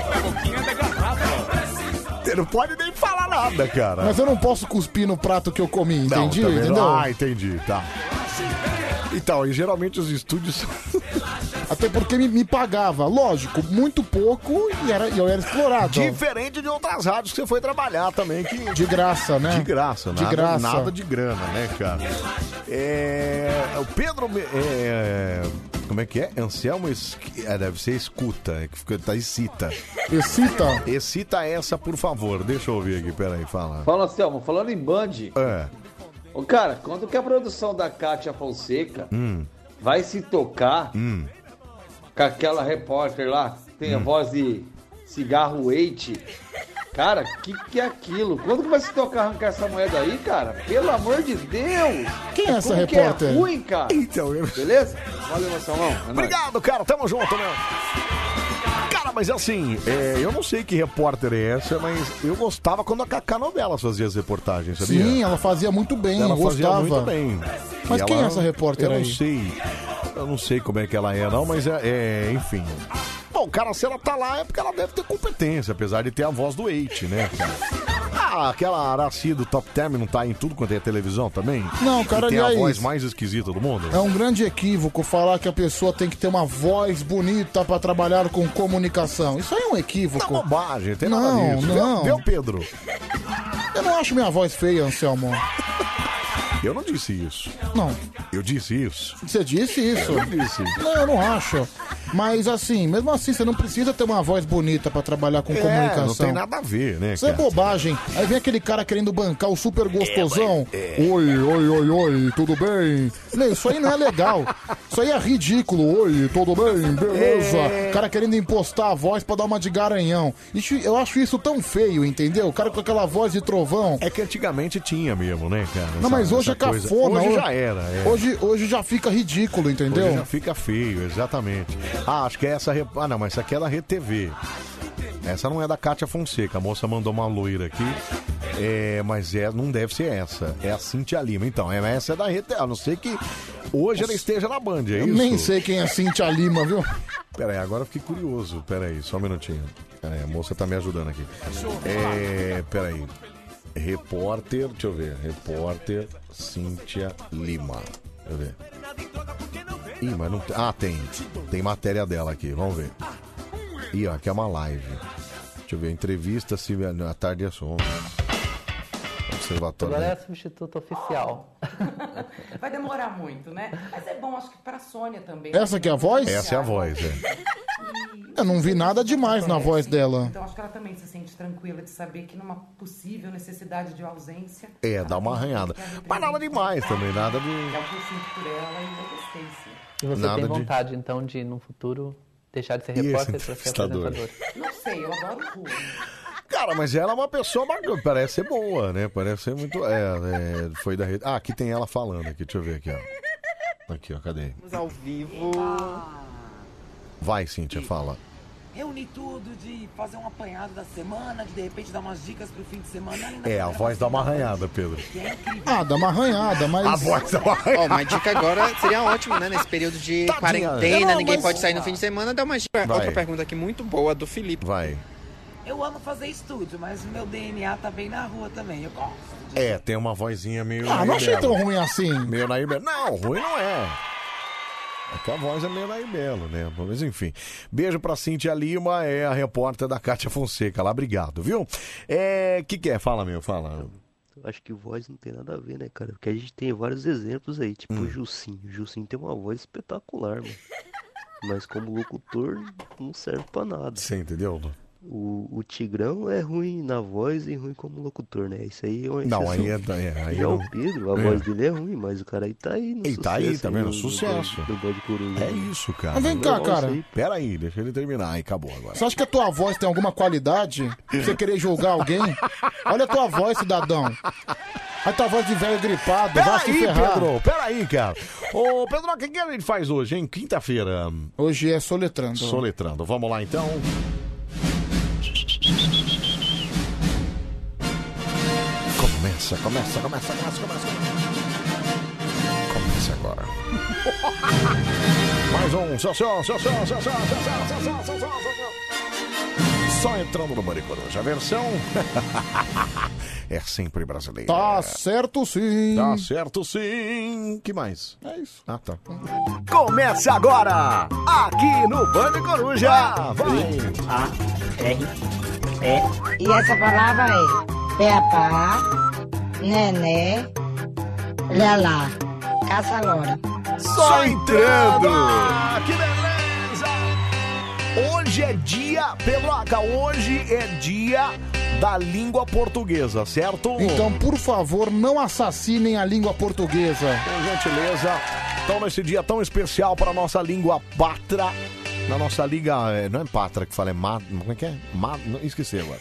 S1: Você não pode nem falar nada, cara.
S4: Mas eu não posso cuspir no prato que eu comi,
S1: Não,
S4: entendi?
S1: também não.
S4: Entendeu?
S1: Ah, entendi, tá. Então, e geralmente os *laughs* estúdios.
S4: Até porque me, me pagava, lógico, muito pouco e era, e eu era explorado.
S1: Diferente de um outras rádios que você foi trabalhar também. Que...
S4: De graça, né?
S1: De graça, nada,
S4: De graça.
S1: nada de grana, né, cara? É, O Pedro. Me- é, Como é que é? Anselmo. Esqui- é, deve ser escuta, é que fica- tá excita.
S4: Excita?
S1: Excita essa, por favor. Deixa eu ouvir aqui, peraí, fala.
S2: Fala, Selmo, falando em Band,
S1: É.
S2: ô, cara, quando que a produção da Kátia Fonseca
S1: Hum,
S2: vai se tocar
S1: hum.
S2: com aquela repórter lá, que tem a
S1: Hum.
S2: voz de cigarro Eight? Cara, que que é aquilo? Quando que vai se tocar arrancar essa moeda aí, cara? Pelo amor de Deus!
S4: Quem é essa
S2: Como que
S4: repórter?
S2: é ruim, cara?
S1: Então, eu...
S2: Beleza? Valeu, Anselmão. É nóis.
S1: Obrigado, cara. Tamo junto, meu. Cara, mas assim, é, eu não sei que repórter é essa, mas eu gostava quando a Cacá Novelas fazia as reportagens, sabia?
S4: Sim, ela fazia muito bem,
S1: ela
S4: eu gostava.
S1: fazia muito bem.
S4: Mas
S1: E
S4: quem
S1: ela-
S4: é essa repórter
S1: eu
S4: aí?
S1: não sei. Eu não sei como é que ela é, não, mas é, é, enfim. Bom, cara, se ela tá lá é porque ela deve ter competência, apesar de ter a voz do Eight, né, cara? Ah, aquela Araci do Top Term não tá em tudo quanto é televisão também?
S4: Não, cara,
S1: E tem a
S4: aliás-
S1: voz mais esquisita do mundo?
S4: É um grande equívoco falar que a pessoa tem que ter uma voz bonita pra trabalhar com comunicação. Isso aí é um equívoco.
S1: Não, Tá bobagem, tem nada
S4: não,
S1: disso. Vê-
S4: não.
S1: vê o Pedro.
S4: Eu não acho minha voz feia, Anselmo.
S1: Eu não disse isso.
S4: Não.
S1: Eu disse isso.
S4: Você disse isso.
S1: Eu disse.
S4: Não, eu não acho. Mas assim, mesmo assim, você não precisa ter uma voz bonita pra trabalhar com
S1: É,
S4: comunicação.
S1: não tem nada a ver, né,
S4: Isso é
S1: cara?
S4: bobagem. Aí vem aquele cara querendo bancar o super gostosão.
S1: É,
S4: Oi, oi, oi, oi, tudo bem? Não, isso aí não é legal. Isso aí é ridículo. Oi, tudo bem? Beleza.
S1: É.
S4: O cara querendo impostar a voz pra dar uma de garanhão. Isso- eu acho isso tão feio, entendeu? O cara com aquela voz de trovão.
S1: É que antigamente tinha mesmo, né, cara?
S4: Não, mas
S1: Essa-
S4: hoje é
S1: essa coisa.
S4: cafona.
S1: Hoje já era, é.
S4: Hoje, hoje já fica ridículo, entendeu?
S1: Hoje já fica feio, exatamente. Ah, acho que é essa. Re... Ah, não, mas essa aqui é da RedeTV. Essa não é da Cátia Fonseca. A moça mandou uma loira aqui. É, mas é, não deve ser essa. É a Cintia Lima. Então, é, essa é da RedeTV. A não ser que hoje ela esteja na Band, é
S4: Eu
S1: isso?
S4: nem sei quem é Cintia Lima, viu?
S1: Peraí, agora eu fiquei curioso. Peraí, só um minutinho. Peraí, a moça tá me ajudando aqui. É, peraí. Repórter, deixa eu ver. Repórter Cíntia Lima. Deixa eu ver. Ih, mas não tem. Ah, tem. Tem matéria dela aqui, vamos ver. Ih, ó, aqui é uma live. Deixa eu ver. Entrevista Silvia. A tarde é som. Observatório.
S12: Agora é
S1: né?
S12: a substituta oficial.
S3: *laughs* Vai demorar muito, né? Mas é bom, acho que pra Sônia também.
S4: Essa que é a voz?
S1: Essa é a voz, é.
S3: *laughs*
S4: Eu não vi nada demais na voz dela.
S3: Então acho que ela também se sente tranquila de saber que numa possível necessidade de ausência.
S1: É, dá uma arranhada. Mas nada demais também, nada de.
S3: É o que eu sinto por ela é e eu gostei, sim.
S12: E você
S1: Nada
S12: tem
S1: de-
S12: vontade, então, de, no futuro, deixar de ser
S1: E esse
S12: repórter para ser
S1: entrevistador?
S12: apresentador?
S3: Não sei, eu adoro rua.
S1: Cara, mas ela é uma pessoa bacana, parece ser boa, né? Parece ser muito. É, é, foi da rede. Ah, aqui tem ela falando aqui, deixa eu ver aqui, ó. Aqui, ó, cadê?
S13: Estamos ao vivo. Ah,
S1: Vai, Cíntia, fala.
S13: Reunir tudo, de fazer um apanhado da semana, de de repente dar umas dicas pro fim de semana. Ainda
S1: É, a voz dá uma arranhada, Pedro.
S4: Ah, dá uma arranhada, mas.
S1: A voz dá uma arranhada.
S19: Ó, uma dica agora seria ótimo, né? Nesse período de
S1: Tadinha.
S19: quarentena,
S1: Não,
S19: ninguém
S1: Tá, mas-
S19: pode sair no fim de semana, dá uma dica.
S1: Vai.
S19: Outra pergunta aqui muito boa do Felipe.
S1: Vai.
S13: Eu amo fazer estúdio, mas meu DNA tá bem na rua também. Eu gosto.
S1: É, tem uma vozinha meio.
S13: Ah, não achei
S1: Naibelo.
S13: tão
S4: ruim assim.
S1: Meio Nair Belo. Não, ruim não é. É que a voz é meio Nair Belo, né? Mas enfim. Beijo pra Cíntia Lima, é a repórter da Cátia Fonseca lá. Obrigado, viu? É. que, que é? Fala, meu, fala.
S5: Eu acho que voz não tem nada a ver, né, cara? Porque a gente tem vários exemplos aí, tipo
S1: Hum.
S5: o Jussim. O Jussim tem uma voz espetacular, mano. *laughs* Mas como locutor, não serve pra nada.
S1: Você entendeu?
S5: O, o Tigrão é ruim na voz e ruim como locutor, né? Isso aí é uma
S1: Não, aí
S5: exceção.
S1: é- é, aí
S5: Já
S1: não-
S5: o Pedro, a
S1: é.
S5: voz dele é ruim, mas o cara aí tá aí no
S1: E tá aí,
S5: sucesso
S1: tá vendo?
S5: no- no
S1: Sucesso.
S5: Band- no Band Coruja,
S1: É
S5: né?
S1: isso, cara.
S5: Mas vem cá,
S1: Negócio
S5: cara.
S1: aí. Pera aí, deixa ele terminar. Aí acabou agora.
S4: Você acha que a tua voz tem alguma qualidade? Pra você querer julgar alguém? Olha a tua voz, cidadão. A tua voz de velho gripado, vai se
S1: Peraí,
S4: ferrar.
S1: Pedro, peraí, cara. Ô, Pedro, o que que a gente faz hoje, hein? Quinta-feira.
S4: Hoje é soletrando.
S1: Soletrando. Vamos lá, então. Começa, começa, começa, começa, começa. Começa agora. *laughs* Mais um. Só, só, só, só, só, só, só, só, só, só, só, só, só. Só entrando no Bande Coruja. A versão *laughs* é sempre brasileira.
S4: Tá certo sim.
S1: Tá certo sim. Que mais?
S4: É isso.
S1: Ah, tá. Começa agora, aqui no Bande Coruja.
S10: A, R, E. E essa palavra é Peapá, Nené, Lelá, Caça-Loura.
S1: Só entrando! Que beleza! Hoje é dia, Pedroca, hoje é dia da língua portuguesa, certo?
S4: Então, por favor, não assassinem a língua portuguesa.
S1: Por gentileza, então nesse dia tão especial para nossa língua patra, na nossa liga, é, não é patra que fala, é ma, como é que é? Ma, não, esqueci
S4: *laughs*
S1: agora.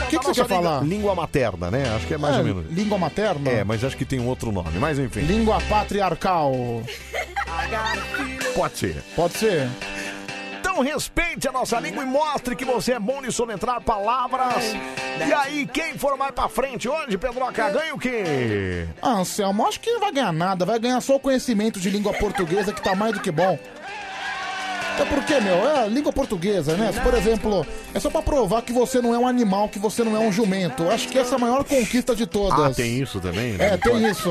S4: O que, que você
S1: Nossa
S4: quer
S1: língua-
S4: falar?
S1: Língua materna, né? Acho que é mais
S4: É,
S1: ou menos.
S4: Língua materna?
S1: É, mas acho que tem um outro nome, mas enfim.
S4: Língua patriarcal.
S1: Pode ser.
S4: Pode ser.
S1: Então respeite a nossa língua e mostre que você é bom de soletrar palavras. E aí, quem for mais pra frente hoje, Pedroca, ganha o quê?
S4: Ah, Anselmo, acho que não vai ganhar nada. Vai ganhar só o conhecimento de língua portuguesa, que tá mais do que bom. É porque, meu, é a língua portuguesa, né? Por exemplo, é só pra provar que você não é um animal, que você não é um jumento. Acho que essa é a maior conquista de todas.
S1: Ah, tem isso também?
S4: É, tem isso.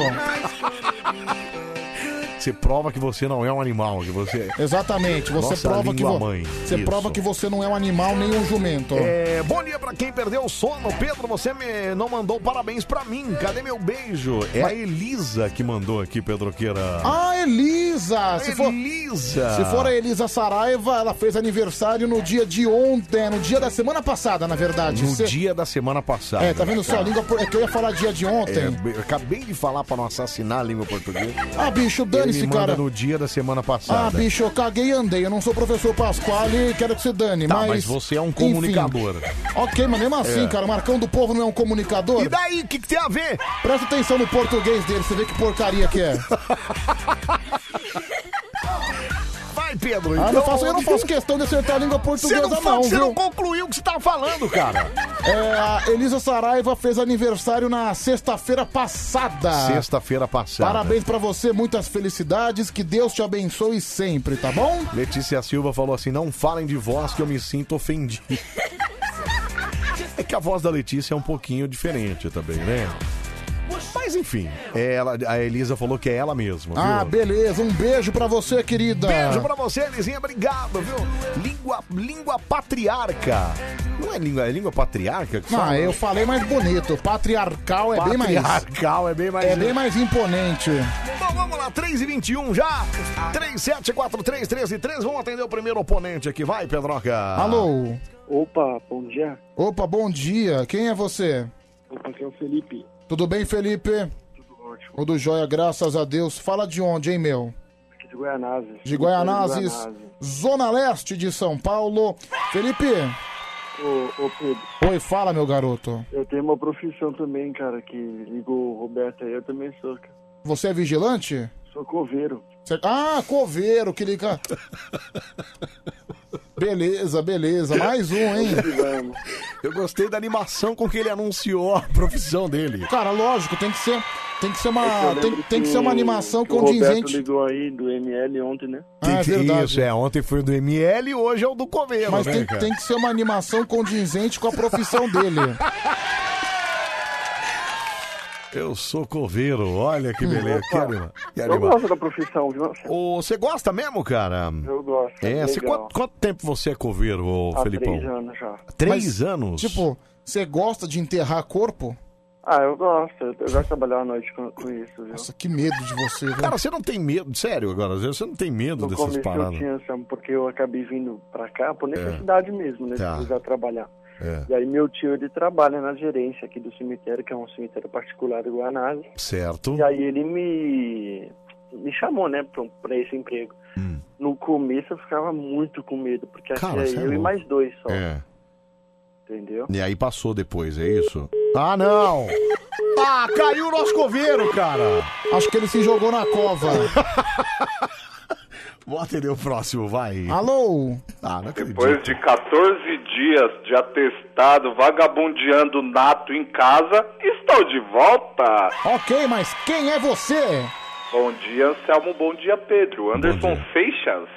S1: Você prova que você não é um animal, que você...
S4: Exatamente. Você
S1: Nossa
S4: prova que
S1: língua
S4: vo-
S1: mãe.
S4: Você
S1: Isso.
S4: prova que você não é um animal nem um jumento.
S1: É, bom dia pra quem perdeu o sono. Pedro, você me- não mandou parabéns pra mim. Cadê meu beijo? É a Elisa que mandou aqui, Pedroqueira.
S4: Ah, Elisa! Se for,
S1: Elisa!
S4: Se for a Elisa Saraiva, ela fez aniversário no dia de ontem, no dia da semana passada, na verdade.
S1: No
S4: Se-
S1: dia da semana passada.
S4: Ah, É, tá vendo só? A língua por- É que eu ia falar dia de
S1: É,
S4: ontem.
S1: be- eu acabei de falar pra não assassinar a língua portuguesa.
S4: Ah, bicho, dane-se,
S1: Ele me manda
S4: cara.
S1: no dia da semana
S4: Ah,
S1: passada.
S4: bicho, eu caguei e andei. Eu não sou professor Pascoal e quero que se dane,
S1: Tá,
S4: mas...
S1: mas... você é um
S4: enfim.
S1: comunicador.
S4: Ok, mas mesmo assim,
S1: É.
S4: cara, o Marcão do Povo não é um comunicador? E
S1: daí, o que, tem a ver?
S4: Presta atenção no português dele, você vê que porcaria
S1: *laughs*
S4: que é.
S1: Vai, Pedro,
S4: Ah,
S1: então-
S4: não faço, eu não faço questão de acertar a língua portuguesa,
S1: Você não fa-
S4: não,
S1: você
S4: viu?
S1: não concluiu o que você tava falando, cara.
S4: É, a Elisa Saraiva fez aniversário na sexta-feira passada.
S1: Sexta-feira passada.
S4: Parabéns pra você, muitas felicidades, que Deus te abençoe sempre, tá bom?
S1: Letícia Silva falou assim: não falem de voz que eu me sinto ofendido. É que a voz da Letícia é um pouquinho diferente também, né? Mas enfim, é ela, a Elisa falou que é ela mesma. Viu?
S4: Ah, beleza, um beijo pra você, querida.
S1: Beijo pra você, Elisinha. Obrigado, viu? Língua, língua patriarca. Não é língua, é língua patriarca? que
S4: Ah,
S1: fala?
S4: eu falei mais bonito, patriarcal é bem mais...
S1: Patriarcal é bem mais-
S4: É bem mais imponente.
S1: Bom, vamos lá, 3 e 21 já. 3743 133. Vamos atender o primeiro oponente aqui, vai, Pedroca.
S4: Alô?
S2: Opa, bom dia.
S4: Opa, bom dia, quem é você?
S2: Opa, aqui é o Felipe.
S4: Tudo bem, Felipe? Tudo ótimo. Tudo jóia, graças a Deus. Fala de onde, hein, meu?
S2: Aqui de Goianazes.
S4: De Goianazes, Zona Leste de São Paulo. Felipe,
S2: Ô, ô Pedro,
S4: oi, fala, meu garoto.
S2: eu tenho uma profissão também, cara, que ligou o Roberto aí, eu também sou, cara.
S4: Você é vigilante?
S2: Sou coveiro.
S4: Você- Ah, coveiro, que *laughs* liga. beleza, beleza. Mais um, hein?
S1: *laughs* Eu gostei da animação com que ele anunciou a profissão dele.
S4: Cara, lógico, tem que ser, tem que ser
S2: Eu
S4: uma,
S2: lembro
S4: Ah, tem, tem que ser uma animação
S2: que O Roberto
S4: condizente.
S2: ligou aí do ML ontem, né?
S4: Ah, é verdade.
S1: Isso, é. Ontem foi o do ML e hoje é o do Coveiro.
S4: Mas
S1: né,
S4: tem,
S1: cara?
S4: tem que ser uma animação condizente com a *laughs* profissão dele.
S1: Eu sou coveiro, olha que beleza. Que anima- que
S2: Eu
S1: animal.
S2: gosto da profissão, viu?
S1: Ô, Você gosta mesmo, cara?
S2: Eu gosto.
S1: É, você,
S2: legal.
S1: quanto, quanto tempo você é coveiro, ô,
S2: Há
S1: Felipão?
S2: três anos já.
S1: Três
S2: Mas,
S1: anos?
S4: Tipo, você gosta de enterrar corpo?
S2: Ah, eu gosto. Eu eu gosto de trabalhar à noite com, com isso, viu?
S4: Nossa, que medo de você, né? velho.
S1: Cara, você não tem medo, sério agora, você não tem medo
S2: No
S1: dessas
S2: começo eu
S1: paradas.
S2: tinha, Sam, porque eu acabei vindo pra cá por
S1: É.
S2: necessidade mesmo, né?
S1: Tá.
S2: De precisar trabalhar.
S1: É,
S2: E aí meu tio, ele trabalha na gerência aqui do cemitério, que é um cemitério particular do Guanás.
S1: certo.
S2: E aí ele me, me chamou, né, pra, um- pra esse emprego. No começo eu ficava muito com medo, porque
S1: Hum. Cara,
S2: aqui
S1: cê é
S2: é eu e
S1: louco.
S2: mais dois só,
S1: É.
S2: entendeu?
S1: E aí passou depois, é isso? Ah, não! Ah, caiu o nosso coveiro, cara!
S4: Acho que ele se jogou na
S1: *laughs*
S4: cova.
S1: Vou atender o próximo, vai.
S4: Alô?
S1: Ah, não acredito.
S12: Depois de 14 dias de atestado vagabundeando nato em casa, estou de volta.
S4: Ok, mas quem é você?
S12: Bom dia, Anselmo. Bom dia, Pedro. Anderson Seixas.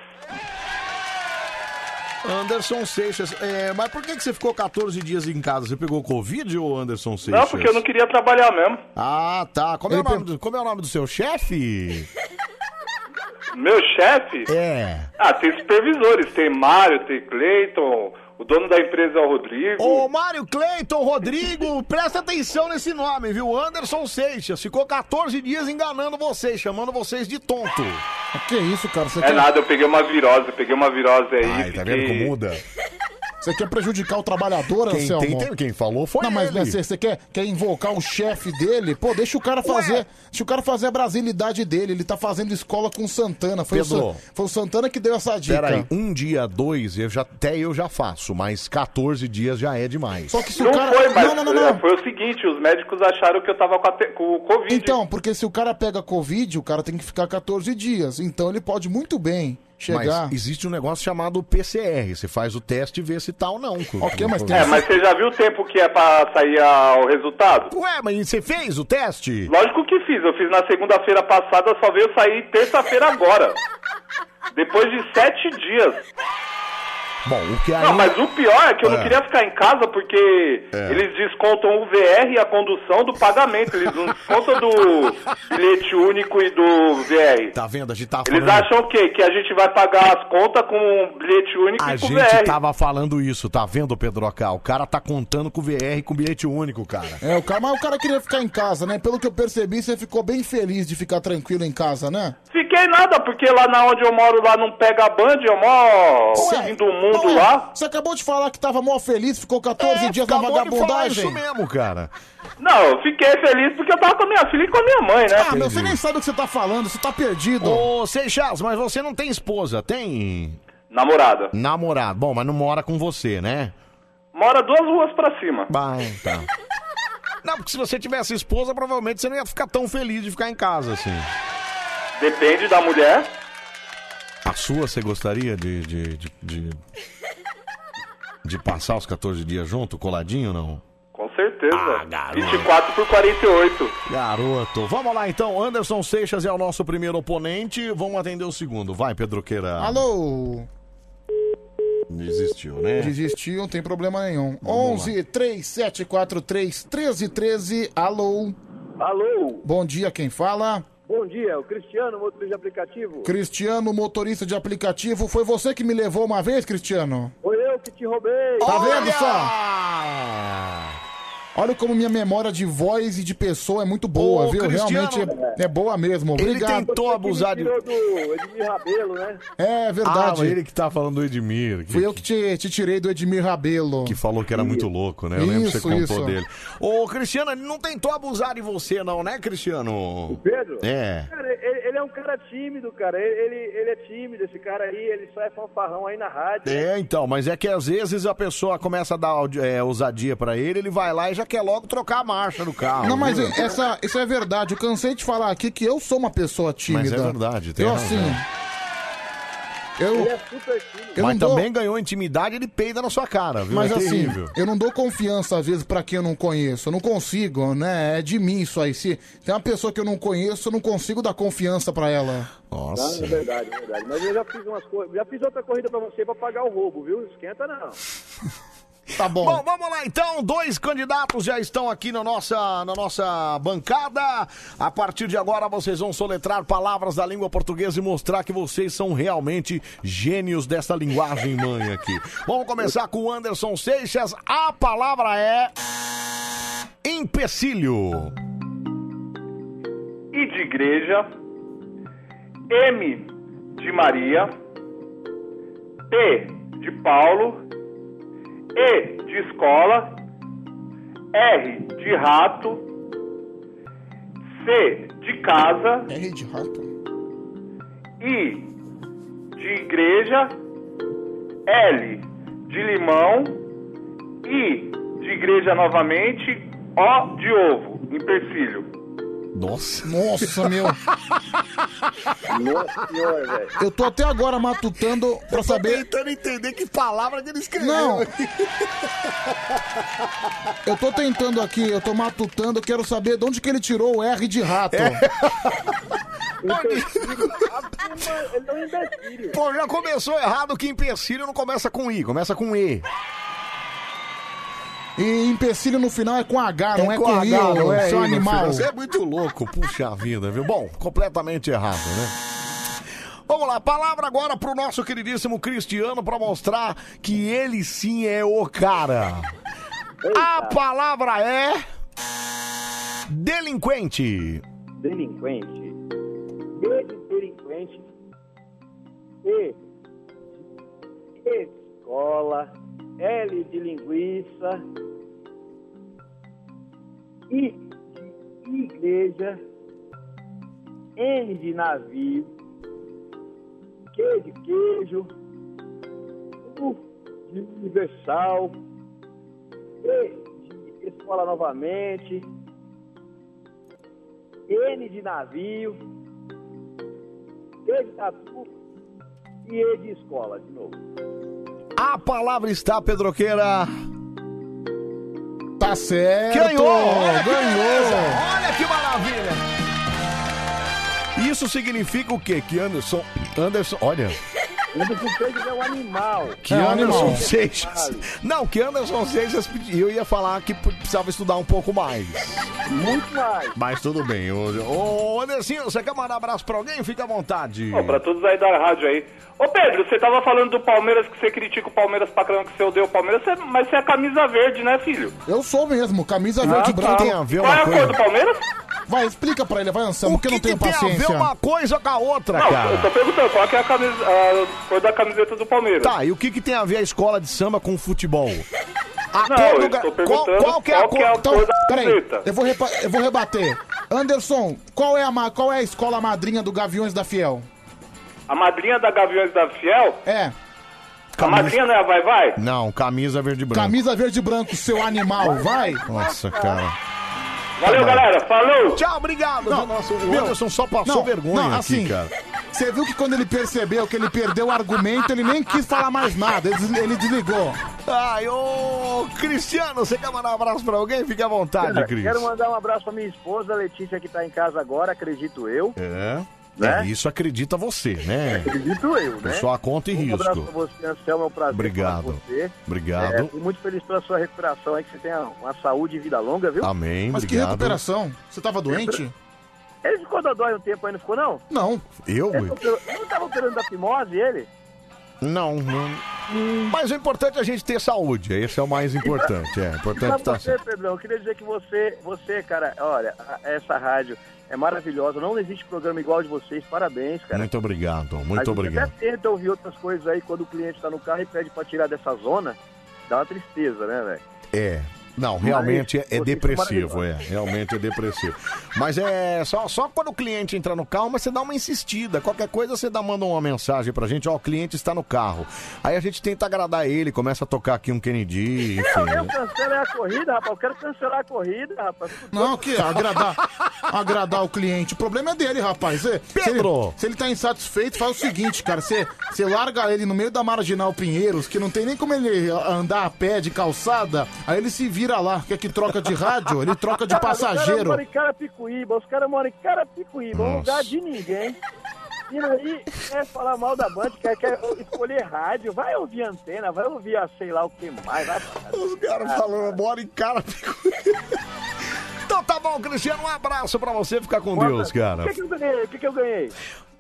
S1: Anderson Seixas, é, mas por que, que você ficou 14 dias em casa? Você pegou Covid ou Anderson Seixas?
S5: Não, porque eu não queria trabalhar mesmo.
S1: Ah, tá. Como, é o, nome do, como é o nome do seu chefe?
S5: Meu chefe?
S1: É.
S5: Ah, tem supervisores. Tem Mário, tem Cleiton. O dono da empresa é o Rodrigo.
S1: Ô, Mário Cleiton Rodrigo, presta atenção nesse nome, viu? Anderson Seixas. Ficou 14 dias enganando vocês, chamando vocês de tonto.
S4: Ah, Que isso, cara? Você
S5: É nada, eu peguei uma virose, eu peguei uma virose é aí.
S1: Ai, tá vendo como muda?
S4: Você quer prejudicar o trabalhador,
S1: Quem
S4: Anselmo?
S1: tem, tem. Quem falou foi
S4: Não, mas
S1: ele.
S4: né, você você quer, quer invocar o chefe dele? Pô, deixa o cara fazer. Deixa o cara fazer a brasilidade dele. Ele tá fazendo escola com o Santana. Foi, o,
S1: Pedro.
S4: San- foi o Santana que deu essa dica.
S1: Peraí, um dia, dois, eu já, até eu já faço, mas 14 dias já é demais.
S4: Só que se
S5: Não
S4: o cara.
S5: foi, mas
S4: não, não, não, não.
S5: foi o seguinte, os médicos acharam que eu tava com, a te- com o Covid.
S4: Então, porque se o cara pega Covid, o cara tem que ficar 14 dias. Então ele pode muito bem chegar.
S1: Mas existe um negócio chamado PCR. Você faz o teste e vê se tá ou não.
S4: Ok, mas
S5: É, mas você já viu o tempo que é pra sair a- o resultado?
S1: Ué, mas você fez o teste?
S5: Lógico que fiz, eu fiz na segunda-feira passada, só veio sair terça-feira agora. Depois de sete dias.
S1: Bom, o que aí...
S5: Não, mas o pior é que eu não
S1: É.
S5: queria ficar em casa porque eles descontam o VR e a condução do pagamento. Eles não
S1: *laughs*
S5: descontam do bilhete único e do VR.
S1: Tá vendo? A gente tá
S5: Eles
S1: falando-
S5: acham o quê? Que a gente vai pagar as contas com bilhete único
S1: A
S5: e É com
S1: gente
S5: VR.
S1: tava falando isso, tá vendo, Pedroca? O cara tá contando com o VR com bilhete único, cara. *laughs*
S4: É, o cara, mas o cara queria ficar em casa, né? Pelo que eu percebi, você ficou bem feliz de ficar tranquilo em casa, né?
S5: Fiquei nada, porque lá na onde eu moro lá não pega band, é o maior
S4: Ué,
S5: fim do mundo
S4: Ué,
S5: lá.
S4: é? Você acabou de falar que tava mó feliz, ficou 14 dias na
S5: É, acabou de falar
S4: vagabundagem.
S5: isso
S1: mesmo, cara.
S5: Não, eu fiquei feliz porque eu tava com a minha filha e com a minha mãe, né?
S4: Ah, meu, você nem sabe o que você tá falando, você tá perdido.
S1: Ô, Seixas, mas você não tem esposa, tem?
S5: Namorada.
S1: Namorado. Bom, mas não mora com você, né?
S5: Mora duas ruas pra cima.
S1: Bah, tá. *laughs* Não, porque se você tivesse esposa, provavelmente você não ia ficar tão feliz de ficar em casa, assim.
S5: Depende da mulher.
S1: A sua, você gostaria de... de, de, de... de passar os 14 dias junto, coladinho ou não?
S5: Com certeza.
S4: Ah,
S5: 24 por 48.
S1: Garoto. Vamos lá então, Anderson Seixas é o nosso primeiro oponente. Vamos atender o segundo. Vai, Pedroqueira.
S4: Alô?
S1: Desistiu, né?
S4: Desistiu, não tem problema nenhum. 11 3743 1313, alô?
S2: Alô?
S4: Bom dia, quem fala?
S2: Bom dia, o Cristiano, motorista de aplicativo.
S4: Cristiano, motorista de aplicativo. Foi você que me levou uma vez, Cristiano?
S2: Foi eu que te roubei.
S4: Tá vendo só? Olha como minha memória de voz e de pessoa é muito boa,
S2: Ô,
S4: viu?
S2: Cristiano,
S4: Realmente é, é boa mesmo.
S1: Ele
S4: Obrigado.
S1: tentou
S2: Você que me tirou do Edmir Rabelo, né?
S4: É
S1: Ah,
S4: verdade.
S1: mas ele que tá falando do Edmir. Que,
S4: Fui eu que te, te tirei do Edmir Rabelo.
S1: que falou que era muito louco, né? Eu lembro que você
S4: Isso,
S1: contou
S4: isso.
S1: dele. Ô, Cristiano, ele não tentou abusar de você, não, né, Cristiano?
S2: Pedro?
S1: É.
S2: Cara, ele, ele é um cara tímido, cara. Ele, ele, ele é tímido, esse cara aí, ele só é fanfarrão aí na rádio.
S1: É, então, mas é que às vezes a pessoa começa a dar audi- é, ousadia pra ele, ele vai lá e já quer logo trocar a marcha do carro.
S4: Não, mas
S1: viu?
S4: essa, isso é verdade. Eu cansei de falar aqui que eu sou uma pessoa tímida.
S1: Mas é verdade, tem
S4: Eu
S1: razão.
S4: assim. Eu,
S2: Ele é super tímido.
S4: eu
S1: mas
S4: não dou-
S1: também ganhou intimidade, ele peida na sua cara, viu?
S4: mas
S1: é
S4: assim,
S1: terrível.
S4: eu não dou confiança às vezes pra quem eu não conheço. Eu não consigo, né? É de mim isso aí. Se tem uma pessoa que eu não conheço, eu não consigo dar confiança pra ela.
S2: Não, é verdade, é verdade. Mas eu já fiz umas coisas. Já fiz outra corrida pra você pra pagar o roubo, viu? Esquenta não.
S4: Tá bom.
S1: Bom, vamos lá então. Dois candidatos já estão aqui na nossa, na nossa bancada. A partir de agora vocês vão soletrar palavras da língua portuguesa e mostrar que vocês são realmente gênios dessa linguagem mãe aqui. Vamos começar com o Anderson Seixas. A palavra é empecilho.
S5: I de igreja. M de Maria. P de Paulo. E de escola. R de rato. C de casa.
S4: R de rato.
S5: I de igreja. L de limão. I de igreja novamente. O de ovo. Empecilho.
S1: Nossa.
S4: Nossa, meu.
S2: Nossa senhora, velho.
S4: Eu tô até agora matutando pra saber.
S1: Tentando entender que palavra que ele escreveu.
S4: Não. *laughs* Eu tô tentando aqui, eu tô matutando, eu
S1: É.
S4: quero saber de onde que ele tirou o R de rato.
S2: Empecilho
S5: uma- ele é um imbecil.
S1: Pô, já começou errado que empecilho não começa com I, começa com E.
S4: E empecilho no final é com H, não é com, I, ô,
S1: não é
S4: seu
S1: I, meu
S4: animal.
S1: filho. Você é muito louco, puxa vida, viu? Bom, completamente errado, né? Vamos lá, palavra agora pro nosso queridíssimo Cristiano pra mostrar que ele sim é o cara. A palavra é delinquente.
S5: Delinquente. B de delinquente. E. de Escola. L de linguiça. I de igreja. N de navio. Q de queijo. U de universal. E de escola novamente. N de navio, T de tatu e E de escola, de novo.
S1: A palavra está, Pedroqueira.
S4: Tá certo.
S1: Ganhou! Olha que beleza,
S4: Ganhou!
S1: Olha que maravilha! Isso significa o quê? Que Anderson. Anderson, olha.
S5: Anderson Seixas é um animal.
S1: Que Anderson Seixas. Não, que Anderson Seixas pedi- Eu ia falar que precisava estudar um pouco mais.
S5: Muito mais.
S1: Mas tudo bem. Ô, ô Anderson, você quer mandar abraço pra alguém? Fica à vontade.
S2: Ó, pra todos aí da rádio aí. Ô Pedro, você tava falando do Palmeiras, que você critica o Palmeiras pra caramba, que você odeia o Palmeiras, você- mas você é camisa verde, né, filho?
S4: Eu sou mesmo, camisa
S2: Ah,
S4: verde e
S2: tá.
S4: branca.
S2: Tem a ver Qual uma é a cor coisa? do Palmeiras?
S4: Vai, explica pra ele, vai, Anselmo, porque eu não tenho
S1: tem a ver
S4: paciência.
S1: uma coisa com a outra,
S2: Não,
S1: cara?
S2: eu tô perguntando qual que é a, camisa, a cor da camiseta do Palmeiras.
S1: Tá, e o que, que tem a ver a escola de samba com o futebol? A
S2: Não,
S1: cor
S2: eu
S1: do
S2: estou
S1: ga-
S2: perguntando
S1: qual que é a cor?
S4: Então,
S1: cor da
S4: peraí,
S1: camiseta.
S4: eu vou, repa- eu vou rebater. Anderson, qual é, a ma- qual é a escola madrinha do Gaviões da Fiel?
S2: A madrinha da Gaviões da Fiel?
S4: É.
S2: A madrinha não é a Vai Vai?
S1: Não, camisa verde e branco.
S4: Camisa verde e branco, seu animal, vai!
S1: Nossa, cara.
S2: Valeu, galera. Falou!
S1: Tchau, obrigado.
S4: Não,
S1: Nossa, o
S4: meu,
S1: Anderson só passou
S4: não,
S1: vergonha
S4: não, assim,
S1: aqui, cara.
S4: Você viu que quando ele percebeu que ele perdeu o argumento, ele nem quis falar mais nada, ele des- ele desligou.
S1: Ai, ô, Cristiano, você quer mandar um abraço pra alguém? Fique à vontade,
S5: Cara,
S1: Cris.
S5: Quero mandar um abraço pra minha esposa, Letícia, que tá em casa agora, acredito eu.
S1: É.
S5: Né?
S1: É, isso acredita você, né?
S5: Acredito eu, né?
S1: Só a conta e
S5: um abraço pra
S1: risco.
S5: você, Anselmo, é um prazer
S1: Obrigado.
S5: falar com você.
S1: Obrigado.
S5: É, fui muito feliz pela sua recuperação, aí que você tenha uma saúde e vida longa, viu?
S1: Amém,
S4: Mas que
S1: obrigado.
S4: recuperação? Você tava doente?
S5: Ele ficou dodói um tempo aí, não ficou não?
S4: Não.
S1: Eu?
S5: Ele operou- não tava operando da fimose, ele?
S1: Não, não. Mas o importante é a gente ter saúde. Esse é o mais importante. É, o
S5: Pra
S1: importante *laughs* tá
S5: você, Pedrão, eu queria dizer que você, você, cara, olha, a- essa rádio é maravilhosa, não existe programa igual ao de vocês, parabéns, cara.
S1: Muito obrigado,
S5: a
S1: muito
S5: gente
S1: obrigado.
S5: Até tenta ouvir outras coisas aí quando o cliente tá no carro e pede pra tirar dessa zona, dá uma tristeza, né, velho?
S1: É. Não, realmente é, é depressivo, é. Realmente é depressivo. Mas é só, só quando o cliente entra no carro, mas você dá uma insistida. Qualquer coisa você dá, manda uma mensagem pra gente, ó, o cliente está no carro. Aí a gente tenta agradar ele, começa a tocar aqui um Kennedy,
S5: Não, eu
S1: enfim.
S5: cancelo é a corrida, rapaz. Eu quero cancelar a corrida, rapaz.
S4: Não, que agradar, agradar o cliente. O problema é dele, rapaz. Cê-
S1: Pedro!
S4: Se ele, se ele tá insatisfeito, faz o seguinte, cara. Você você larga ele no meio da Marginal Pinheiros, que não tem nem como ele andar a pé de calçada, aí ele se vira lá. Quer que troca de rádio? Ele troca de
S5: Os caras moram
S4: passageiro.
S5: em Carapicuíba, os caras moram em Carapicuíba, um
S4: Nossa.
S5: lugar de ninguém. E aí quer falar mal da Band, quer, quer escolher rádio, vai ouvir antena, vai ouvir a sei lá o que mais. Vai...
S1: Os caras falando, bora em cara. Então tá bom, Cristiano, um abraço pra você, fica com Deus, cara.
S5: O que, que eu ganhei? O que, que eu ganhei?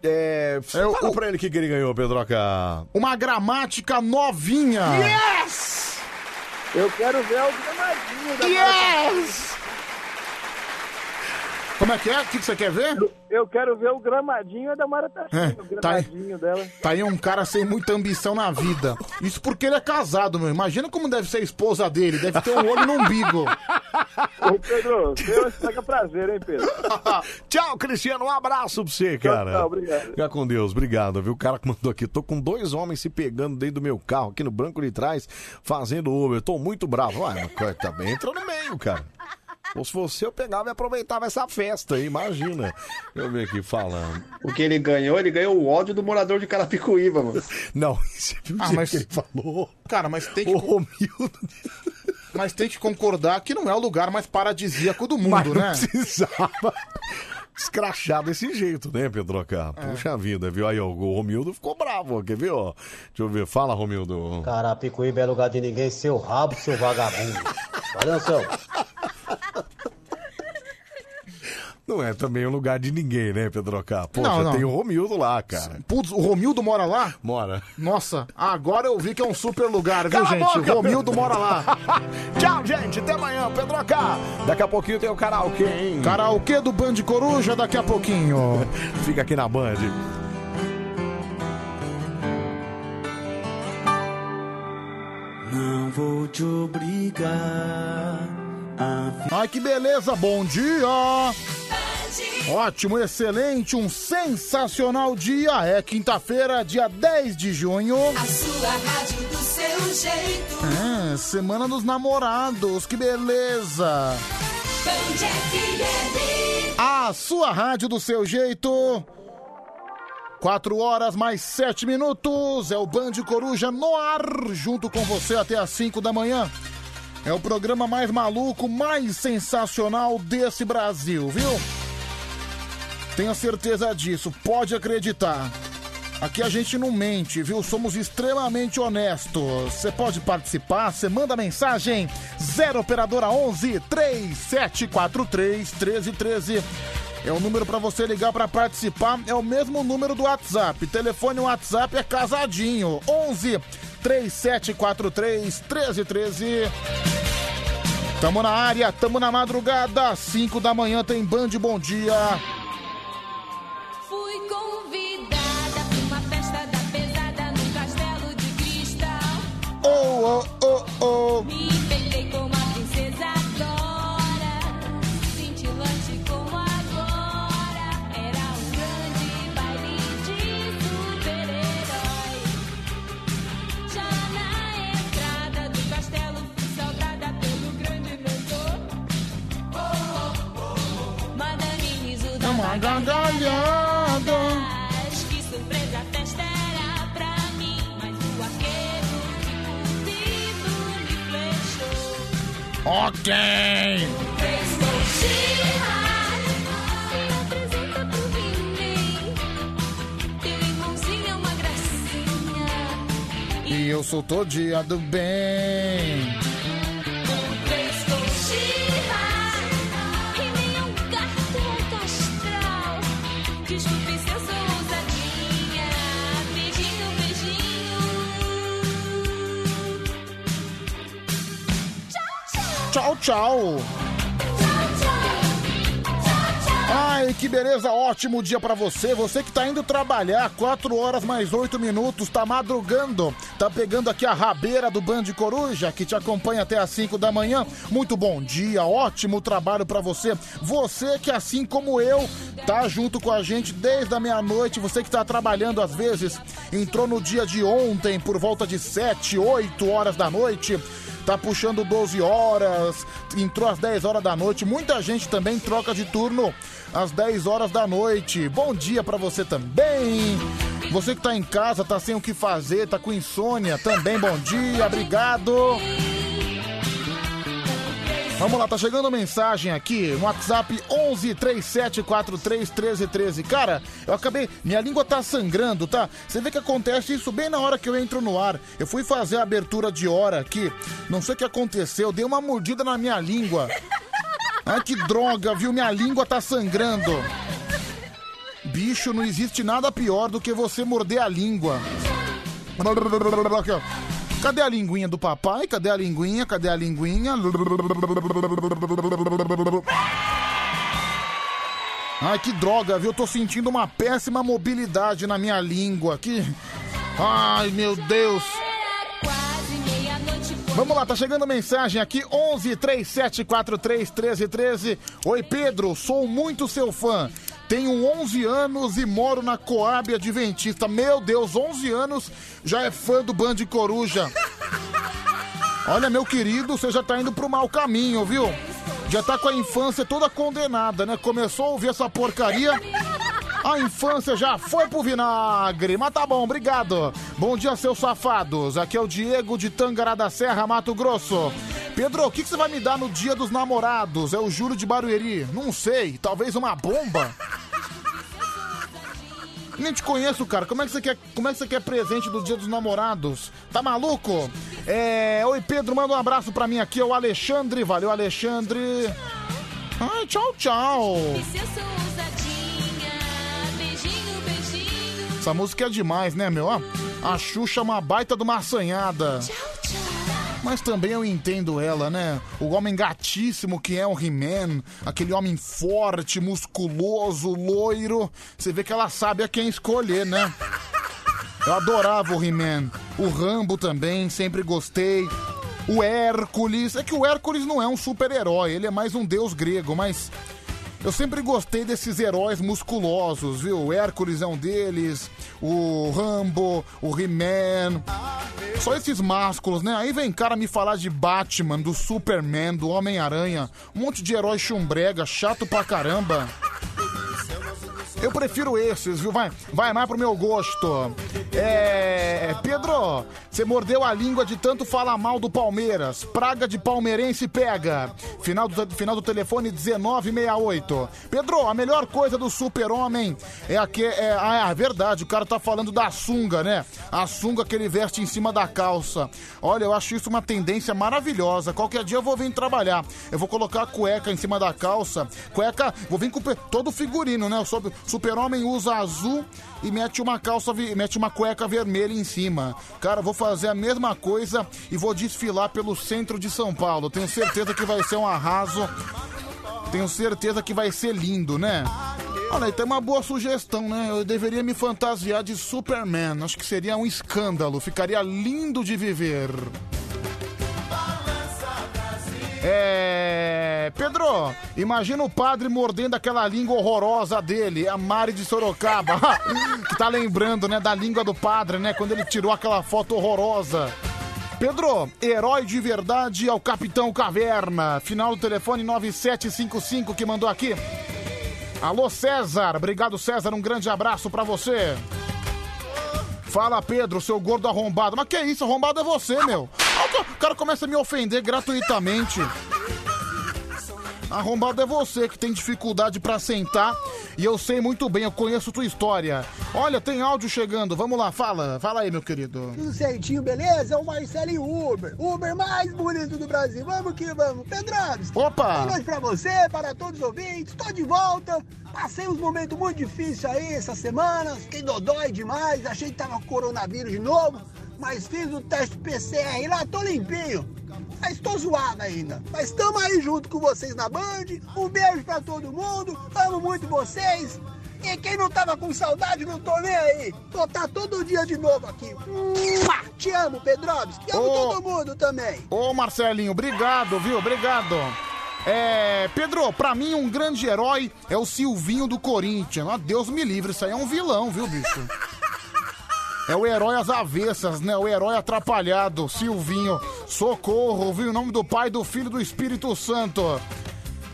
S1: É, fala pra ele o que que ele ganhou, Pedroca.
S4: Uma gramática novinha.
S5: Yes! Eu quero ver o gramadinho da
S4: Yes! Como é que é? O que que você quer ver?
S5: Eu quero ver o gramadinho da Mara Tachinha,
S4: É,
S5: o
S4: tá aí.
S5: gramadinho dela.
S4: Tá aí um cara sem muita ambição na vida. Isso porque ele é casado, meu. Imagina como deve ser a esposa dele. Deve ter um olho no
S5: *laughs*
S4: umbigo.
S5: Ô, Pedro, você estraga prazer, hein, Pedro?
S1: Tchau, Cristiano. Um abraço pra você, cara.
S5: tchau, obrigado.
S1: Fica com Deus, obrigado, viu? O cara que mandou aqui. Tô com dois homens se pegando dentro do meu carro, aqui no branco de trás, fazendo Uber. Tô muito bravo. Ué, mas cara, também entra no meio, cara. Ou se fosse eu pegava e aproveitava essa festa, aí, imagina. Deixa eu ver aqui falando.
S26: O que ele ganhou, ele ganhou o ódio do morador de Carapicuíba, mano.
S1: Não, *laughs* isso é
S4: Ah, mas
S5: *laughs*
S4: ele
S1: falou.
S4: Cara, mas tem que. Mas tem que concordar que não é o lugar mais paradisíaco do mundo,
S1: Mas não
S4: né?
S1: *laughs* precisava. escrachar desse jeito, né, Pedroca?
S4: É.
S1: Puxa vida, viu? Aí ó, o Romildo ficou bravo, ó, quer ver, ó? Deixa eu ver, fala, Romildo.
S4: Tá.
S14: Carapicuíba é lugar de ninguém, seu rabo, seu vagabundo. Valeu, seu.
S1: Não é também um lugar de ninguém, né, Pedroca? Poxa,
S4: Não, não.
S1: tem o Romildo lá, cara.
S4: Putz, o Romildo mora lá?
S1: Mora.
S4: Nossa, agora eu vi que é um super lugar, viu,
S1: Cala a
S4: gente?
S1: boca,
S4: o Romildo
S1: Pedro.
S4: mora lá.
S1: *laughs* Tchau, gente. Até amanhã, Pedroca. Daqui a pouquinho tem o karaokê, hein?
S4: Karaokê do Band Coruja daqui a pouquinho.
S1: *laughs* Fica aqui na Band.
S16: Não vou te obrigar a
S4: Ai, que beleza, bom dia! Ótimo, excelente, um sensacional dia. É quinta-feira, dia 10 de junho.
S3: A sua rádio do seu jeito.
S4: É, semana dos namorados, que beleza!
S3: Band FM.
S4: A sua rádio do seu jeito. 4 horas mais 7 minutos. É o Band Coruja no ar, junto com você até às 5 da manhã. É o programa mais maluco, mais sensacional desse Brasil, viu? Tenha certeza disso, pode acreditar. Aqui a gente não mente, viu? Somos extremamente honestos. Você pode participar, você manda mensagem 0 operadora 11 3743 1313. É o número pra você ligar pra participar, é o mesmo número do WhatsApp. Telefone WhatsApp é casadinho 11 3743 1313. Tamo na área, tamo na madrugada, 5 da manhã tem Band Bom Dia.
S3: Fui convidada pra uma festa da pesada no castelo de cristal.
S4: Oh, oh, oh, oh.
S3: Me peguei com uma princesa agora, cintilante como agora. Era um grande baile de super-heróis. Já na entrada do castelo fui saudada pelo grande mentor. Oh, oh, oh. Madame Nizuda
S4: É uma gargalhada.
S3: Mas que surpresa a festa era pra mim. Mas o arqueiro que contigo me flechou.
S4: Ok!
S3: Estou cheia. Me apresenta pro Vinny. Teu irmãozinho é uma gracinha.
S4: E eu sou todinha do bem.
S3: Estou cheia. E nem é um cartão astral. Desculpe se eu sou ousadinha. Beijinho, beijinho.
S4: Tchau, tchau. Ai, que beleza, ótimo dia pra você. Você que tá indo trabalhar, 4 horas mais 8 minutos, tá madrugando. Tá pegando aqui a rabeira do Band Coruja, que te acompanha até às 5 da manhã. Muito bom dia, ótimo trabalho pra você. Você que, assim como eu, tá junto com a gente desde a meia-noite. Você que tá trabalhando às vezes, entrou no dia de ontem por volta de 7, 8 horas da noite tá puxando 12 horas, entrou às 10 horas da noite. Muita gente também troca de turno às 10 horas da noite. Bom dia pra você também. Você que tá em casa, tá sem o que fazer, tá com insônia, também bom dia, obrigado. Vamos lá, tá chegando mensagem aqui no WhatsApp 11 3743 1313. Cara, eu acabei. Minha língua tá sangrando, tá? Você vê que acontece isso bem na hora que eu entro no ar. Eu fui fazer a abertura de hora aqui. Não sei o que aconteceu, dei uma mordida na minha língua. Ai, que droga, viu? Minha língua tá sangrando. Bicho, não existe nada pior do que você morder a língua. Aqui, ó. Cadê a linguinha do papai? Cadê a linguinha? Cadê a linguinha? Ai, que droga, viu? Eu tô sentindo uma péssima mobilidade na minha língua aqui. Ai, meu Deus. Vamos lá, tá chegando mensagem aqui, 11 3743 1313. Oi Pedro, sou muito seu fã. Tenho 11 anos e moro na Coab Adventista. Meu Deus, 11 anos, já é fã do Band Coruja. Olha, meu querido, você já tá indo pro mau caminho, viu? Já tá com a infância toda condenada, né? Começou a ouvir essa porcaria, A infância já foi pro vinagre. Mas tá bom, obrigado. Bom dia, seus safados. Aqui é o Diego de Tangará da Serra, Mato Grosso. Pedro, o que, que você vai me dar no dia dos namorados? É o juro de Barueri? Não sei. Talvez uma bomba? Nem te conheço, cara. Como é que você quer, como é que você quer presente do Dia dos Namorados? Tá maluco? É... Oi, Pedro, manda um abraço pra mim aqui. É o Alexandre. Valeu, Alexandre. Ai, tchau, tchau.
S3: E se eu sou ousadinha, beijinho, beijinho.
S4: Essa música é demais, né, meu? Ó, A Xuxa é uma baita de uma assanhada. Mas também eu entendo ela, né? O homem gatíssimo que é o He-Man, aquele homem forte, musculoso, loiro. Você vê que ela sabe a quem escolher, né? Eu adorava o He-Man. O Rambo também, sempre gostei. O Hércules. É que o Hércules não é um super-herói, ele é mais um deus grego, mas. Eu sempre gostei desses heróis musculosos, viu? O Hércules é um deles, o Rambo, o He-Man. Só esses másculos, né? Aí vem cara me falar de Batman, do Superman, do Homem-Aranha. Um monte de herói chumbrega, chato pra caramba. Eu prefiro esses, viu? Vai, vai mais pro meu gosto. É. Pedro, você mordeu a língua de tanto falar mal do Palmeiras. Praga de palmeirense pega. Final do, final do telefone 1968. Pedro, a melhor coisa do super-homem é a que. É, ah, é verdade, o cara tá falando da sunga, né? A sunga que ele veste em cima da calça. Olha, eu acho isso uma tendência maravilhosa. Qualquer dia eu vou vir trabalhar. Eu vou colocar a cueca em cima da calça. Cueca, vou vir com pe- todo figurino, né? Eu sou super-homem usa azul e mete uma calça, vi- mete uma cueca vermelha em cima. Cara, eu vou fazer a mesma coisa e vou desfilar pelo centro de São Paulo. Tenho certeza que vai ser um arraso. Tenho certeza que vai ser lindo, né? Olha, aí tem uma boa sugestão, né? Eu deveria me fantasiar de Superman. Acho que seria um escândalo. Ficaria lindo de viver. É. Pedro, imagina o padre mordendo aquela língua horrorosa dele, a Mari de Sorocaba. *laughs* que tá lembrando, né, da língua do padre, né? Quando ele tirou aquela foto horrorosa. Pedro, herói de verdade é o Capitão Caverna. Final do telefone 9755 que mandou aqui. Alô, César. Obrigado, César. Um grande abraço pra você. Fala, Pedro, seu gordo arrombado. Mas que isso, arrombado é você, meu. Ah, o ca- O cara começa a me ofender gratuitamente. Arrombado é você que tem dificuldade pra sentar. E eu sei muito bem, eu conheço tua história. Olha, tem áudio chegando. Vamos lá, fala. Fala aí, meu querido.
S5: Tudo certinho, beleza? É o Marcelinho Uber. Uber mais bonito do Brasil. Vamos que vamos. Pedrados.
S4: Opa!
S5: Boa noite pra você, para todos os ouvintes. Tô de volta. Passei uns momentos muito difíceis aí essas semanas. Fiquei dodói demais. Achei que tava com coronavírus de novo. Mas fiz o teste PCR e lá tô limpinho. Mas tô zoado ainda. Mas tamo aí junto com vocês na Band. Um beijo pra todo mundo. Amo muito vocês. E quem não tava com saudade, não tô nem aí. Vou tá todo dia de novo aqui. Mua! Te amo, Pedroves. Te amo todo mundo também.
S4: Ô Marcelinho, obrigado, viu? Obrigado. É, Pedro, pra mim um grande herói é o Silvinho do Corinthians. Ah, Deus me livre, isso aí é um vilão, viu, bicho? É o herói às avessas, né? O herói atrapalhado, Silvinho. Socorro, viu? Em nome do Pai, do Filho e do Espírito Santo.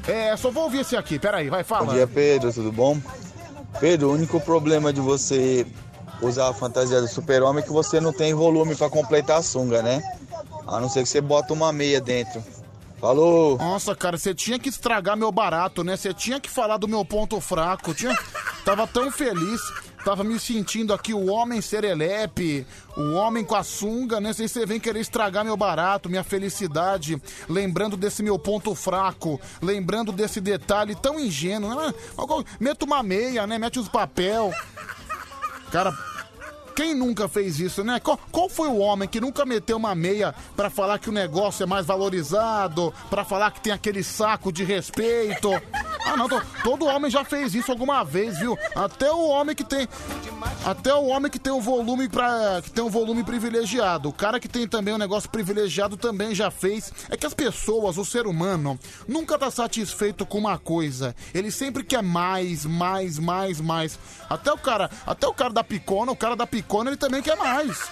S4: É, só vou ouvir esse aqui, peraí, vai, fala.
S8: Bom dia, Pedro, tudo bom? Pedro, o único problema de você usar a fantasia do super-homem é que você não tem volume pra completar a sunga, né? A não ser que você bota uma meia dentro. Falou!
S4: Nossa, cara, você tinha que estragar meu barato, né? Você tinha que falar do meu ponto fraco. Tinha... Tava tão feliz, tava me sentindo aqui o homem serelepe, o homem com a sunga, né? Sei que você vem querer estragar meu barato, minha felicidade, lembrando desse meu ponto fraco, lembrando desse detalhe tão ingênuo. Ah, qual- mete uma meia, né? Mete os papel. Cara, quem nunca fez isso, né? Qual, qual foi o homem que nunca meteu uma meia pra falar que o negócio é mais valorizado, pra falar que tem aquele saco de respeito? Ah, não, to- todo homem já fez isso alguma vez, viu? Até o homem que tem até o homem que tem um volume para que tem um volume privilegiado. O cara que tem também um negócio privilegiado também já fez. É que as pessoas, o ser humano, nunca tá satisfeito com uma coisa. Ele sempre quer mais, mais, mais, mais. Até o cara, até o cara da picona, o cara da picona, ele também quer mais.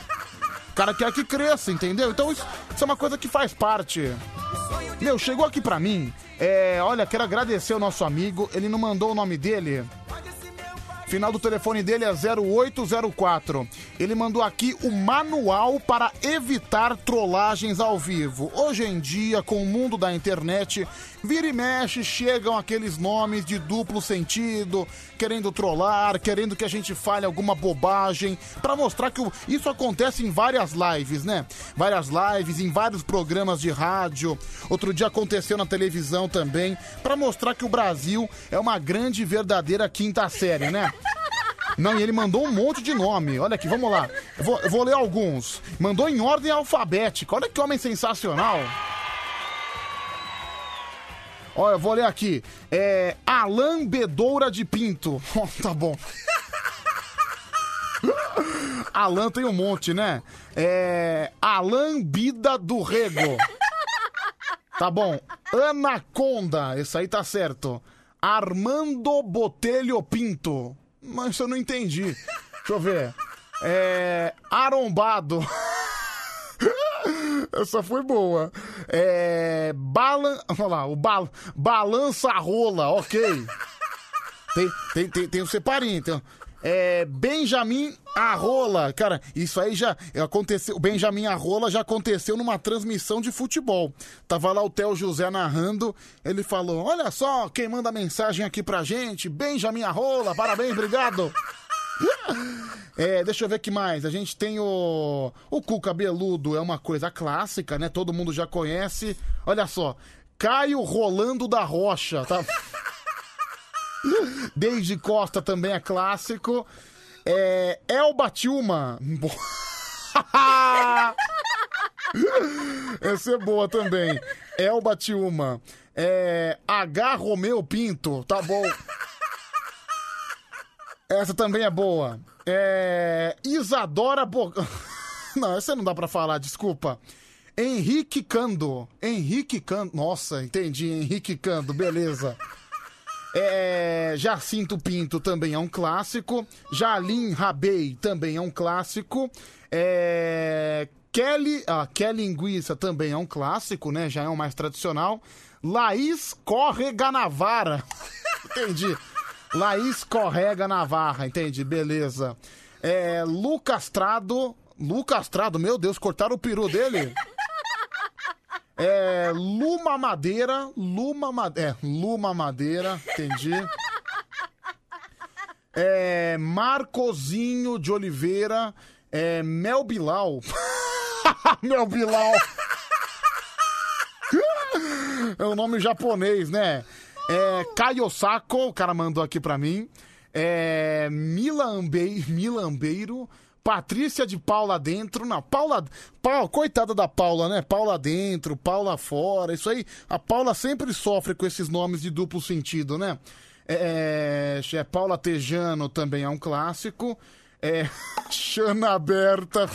S4: O cara quer que cresça, entendeu? Então isso, isso é uma coisa que faz parte. Meu, chegou aqui pra mim. É, olha, quero agradecer o nosso amigo. Ele não mandou o nome dele. Final do telefone dele é 0804. Ele mandou aqui o manual para evitar trollagens ao vivo. Hoje em dia, com o mundo da internet, vira e mexe, chegam aqueles nomes de duplo sentido, querendo trollar, querendo que a gente fale alguma bobagem, para mostrar que o- isso acontece em várias lives, né? Várias lives, em vários programas de rádio. Outro dia aconteceu na televisão também, para mostrar que o Brasil é uma grande e verdadeira quinta série, né? Não, e ele mandou um monte de nome. Olha aqui, vamos lá. Eu vou, eu vou ler alguns. Mandou em ordem alfabética. Olha que homem sensacional. Olha, eu vou ler aqui. É. Alain Bedoura de Pinto. *laughs* Ó, tá bom. *laughs* Alain tem um monte, né? É. Alain Bida do Rego. Tá bom. Anaconda. Esse aí tá certo. Armando Botelho Pinto. Mas isso eu não entendi. Deixa eu ver. É. Arombado. *laughs* Essa foi boa. É. Balan... Olha lá, o bal... Balança rola, ok. Tem, tem, tem, tem um separinho, então. É. Benjamin Arrola. Cara, isso aí já aconteceu. O Benjamin Arrola já aconteceu numa transmissão de futebol. Tava lá o Theo José narrando. Ele falou: Olha só quem manda mensagem aqui pra gente. Benjamin Arrola, parabéns, obrigado. É, deixa eu ver que mais. A gente tem o. O cu cabeludo é uma coisa clássica, né? Todo mundo já conhece. Olha só. Caio Rolando da Rocha, tá? *laughs* David Costa também é clássico. É, Elba Tilma. *laughs* Essa é boa também. Elba Tilma. É, H. Romeu Pinto. Tá bom. Essa também é boa. É. Isadora Bo... *laughs* Não, essa não dá pra falar, desculpa. Henrique Cando. Henrique Cando. Nossa, entendi. Henrique Cando, beleza. É. Jacinto Pinto também é um clássico. Jalim Rabei também é um clássico. É. Kelly. Ah, Kelly Linguiça também é um clássico, né? Já é um mais tradicional. Laís Correga Navara. *laughs* entendi. Laís Correga Navarra, entende? Beleza. É, Lu Castrado. Lu Castrado, meu Deus, cortaram o peru dele. É, Luma Madeira. Luma Madeira. É, Luma Madeira, entendi. É, Marcozinho de Oliveira. É, Mel Bilal. *laughs* Mel Bilal. *laughs* É um nome japonês, né? É, Kaiosako, o cara mandou aqui pra mim. É, Milambei, Milambeiro. Patrícia de Paula dentro. Não, Paula, Paula. Coitada da Paula, né? Paula dentro, Paula fora. Isso aí. A Paula sempre sofre com esses nomes de duplo sentido, né? É, é, Paula Tejano também é um clássico. É, *laughs* Xana Aberta.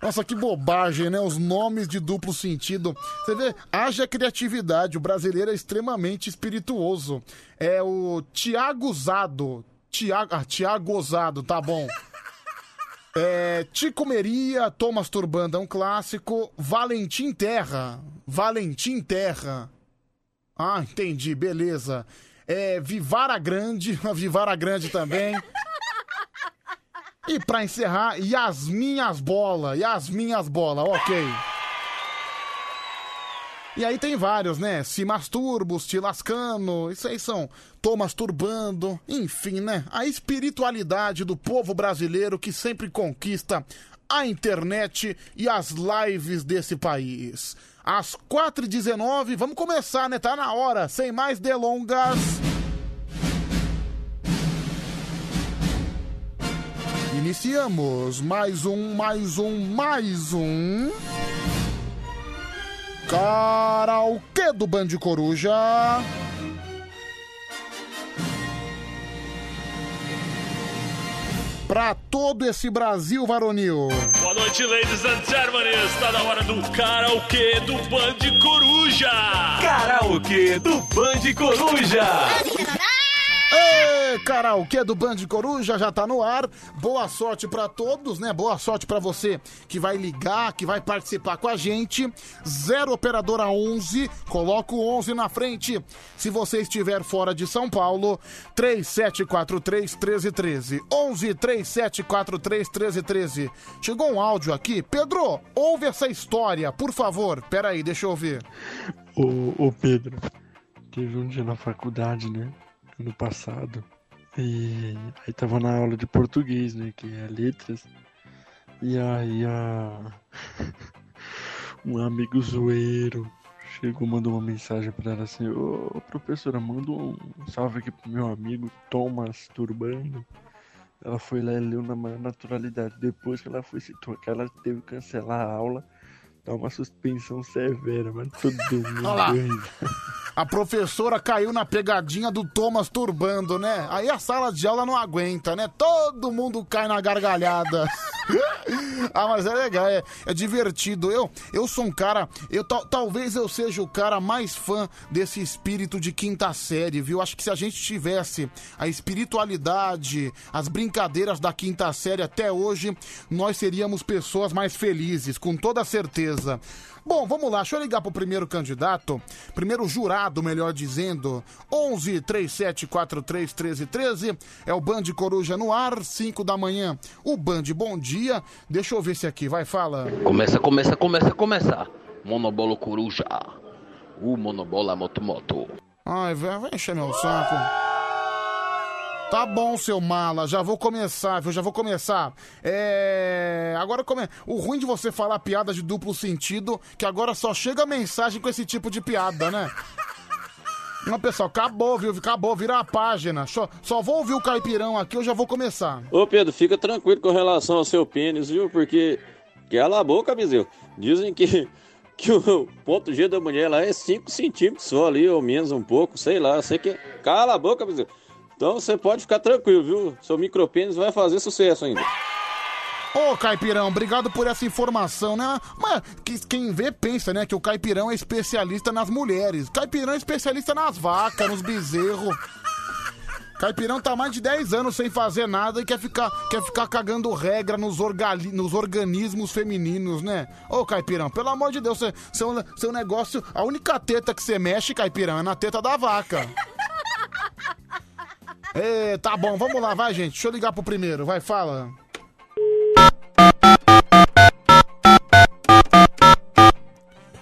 S4: Nossa, que bobagem, né? Os nomes de duplo sentido. Você vê, haja criatividade. O brasileiro é extremamente espirituoso. É o Tiago Zado. Tiago, ah, Tiago Osado, tá bom. É, Ticomeria, Thomas Turbanda, um clássico. Valentim Terra. Valentim Terra. Ah, entendi, beleza. É, Vivara Grande. *laughs* Vivara Grande também. E pra encerrar, Yasmin as bola, Yasmin as bola, ok. E aí tem vários, né? Se masturbo, se lascando, isso aí são tô masturbando, enfim, né? A espiritualidade do povo brasileiro que sempre conquista a internet e as lives desse país. Às 4h19, vamos começar, né? Tá na hora, sem mais delongas. Iniciamos mais um, mais um, mais um. Karaokê do Band Coruja. Pra todo esse Brasil varonil.
S7: Boa noite, ladies and gentlemen. Está na hora do karaokê do Band Coruja.
S4: Karaokê
S7: do Band
S4: Ei, Aê, karaokê do Band Coruja já tá no ar. Boa sorte pra todos, né? Boa sorte pra você que vai ligar, que vai participar com a gente. Zero operadora 11, coloca o 11 na frente. Se você estiver fora de São Paulo, 3743 1313. 11 3743 1313. Chegou um áudio aqui. Pedro, ouve essa história, por favor. Pera aí, deixa eu ouvir.
S19: Ô, ô Pedro, teve um dia na faculdade, né? Ano passado. E aí tava na aula de português, né? Que é letras. E aí a... *laughs* um amigo zoeiro chegou, mandou uma mensagem pra ela assim, ô professora, manda um salve aqui pro meu amigo Thomas Turbano. Ela foi lá e leu na maior naturalidade. Depois que ela foi se tocar, ela teve que cancelar a aula. Dá uma suspensão severa, mas todo mundo.
S4: lá.
S19: deu risada.
S4: A professora caiu na pegadinha do Thomas Turbando, né? Aí a sala de aula não aguenta, né? Todo mundo cai na gargalhada. *laughs* ah, mas é legal, é, é divertido. Eu, eu sou um cara. Eu, tal- talvez eu seja o cara mais fã desse espírito de quinta série, viu? Acho que se a gente tivesse a espiritualidade, as brincadeiras da quinta série até hoje, nós seríamos pessoas mais felizes, com toda certeza. Bom, vamos lá, deixa eu ligar pro primeiro candidato, primeiro jurado, melhor dizendo, 11 3743 1313, é o Band Coruja no ar, 5 da manhã, o Band Bom Dia, deixa eu ver se aqui, vai, fala.
S11: Começa, começa, começa, começa. Monobolo coruja. O monobola motomoto.
S4: Ai, velho, vai encher meu saco. Tá bom, seu mala, já vou começar, viu? Já vou começar. É. Agora come... O ruim de você falar piada de duplo sentido, que agora só chega mensagem com esse tipo de piada, né? Não, pessoal, acabou, viu? Acabou, vira a página. Só, só vou ouvir o caipirão aqui, eu já vou começar.
S17: Ô Pedro, fica tranquilo com relação ao seu pênis, viu? Porque. Cala a boca, Biseu. Dizem que, *laughs* que o ponto G da mulher lá é 5 centímetros só ali, ou menos um pouco, sei lá. Sei que. Cala a boca, Biseu. Então você pode ficar tranquilo, viu? Seu micropênis vai fazer sucesso ainda.
S4: Ô, Caipirão, obrigado por essa informação, né? Mas que- quem vê pensa, né, que o Caipirão é especialista nas mulheres. Caipirão é especialista nas vacas, nos bezerros. Caipirão tá mais de 10 anos sem fazer nada e quer ficar, quer ficar cagando regra nos, orgali- nos organismos femininos, né? Ô, Caipirão, pelo amor de Deus, cê- seu, seu negócio, a única teta que você mexe, Caipirão, é na teta da vaca. Ê, tá bom, vamos lá, vai, gente. Deixa eu ligar pro primeiro, vai, fala.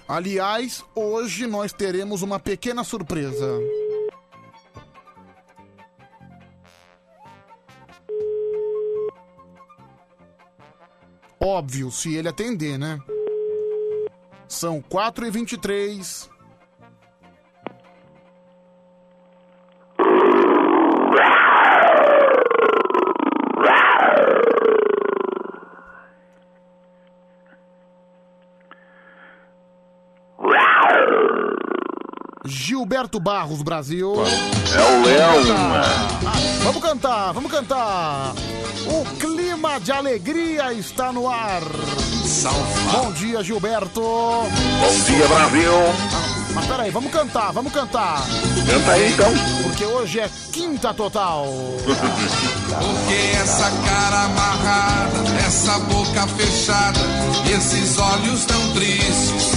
S4: Aliás, hoje nós teremos uma pequena surpresa. Óbvio, se ele atender, né? São 4 e 23 Gilberto Barros, Brasil. Ah,
S22: É o Leão.
S4: Vamos cantar, vamos cantar. O clima de alegria está no ar. Bom dia, Gilberto.
S22: Bom dia, Brasil.
S4: Mas peraí, vamos cantar, vamos cantar.
S22: Canta aí, então.
S4: Porque hoje é quinta total.
S24: Porque essa cara amarrada, essa boca fechada, e esses olhos tão tristes.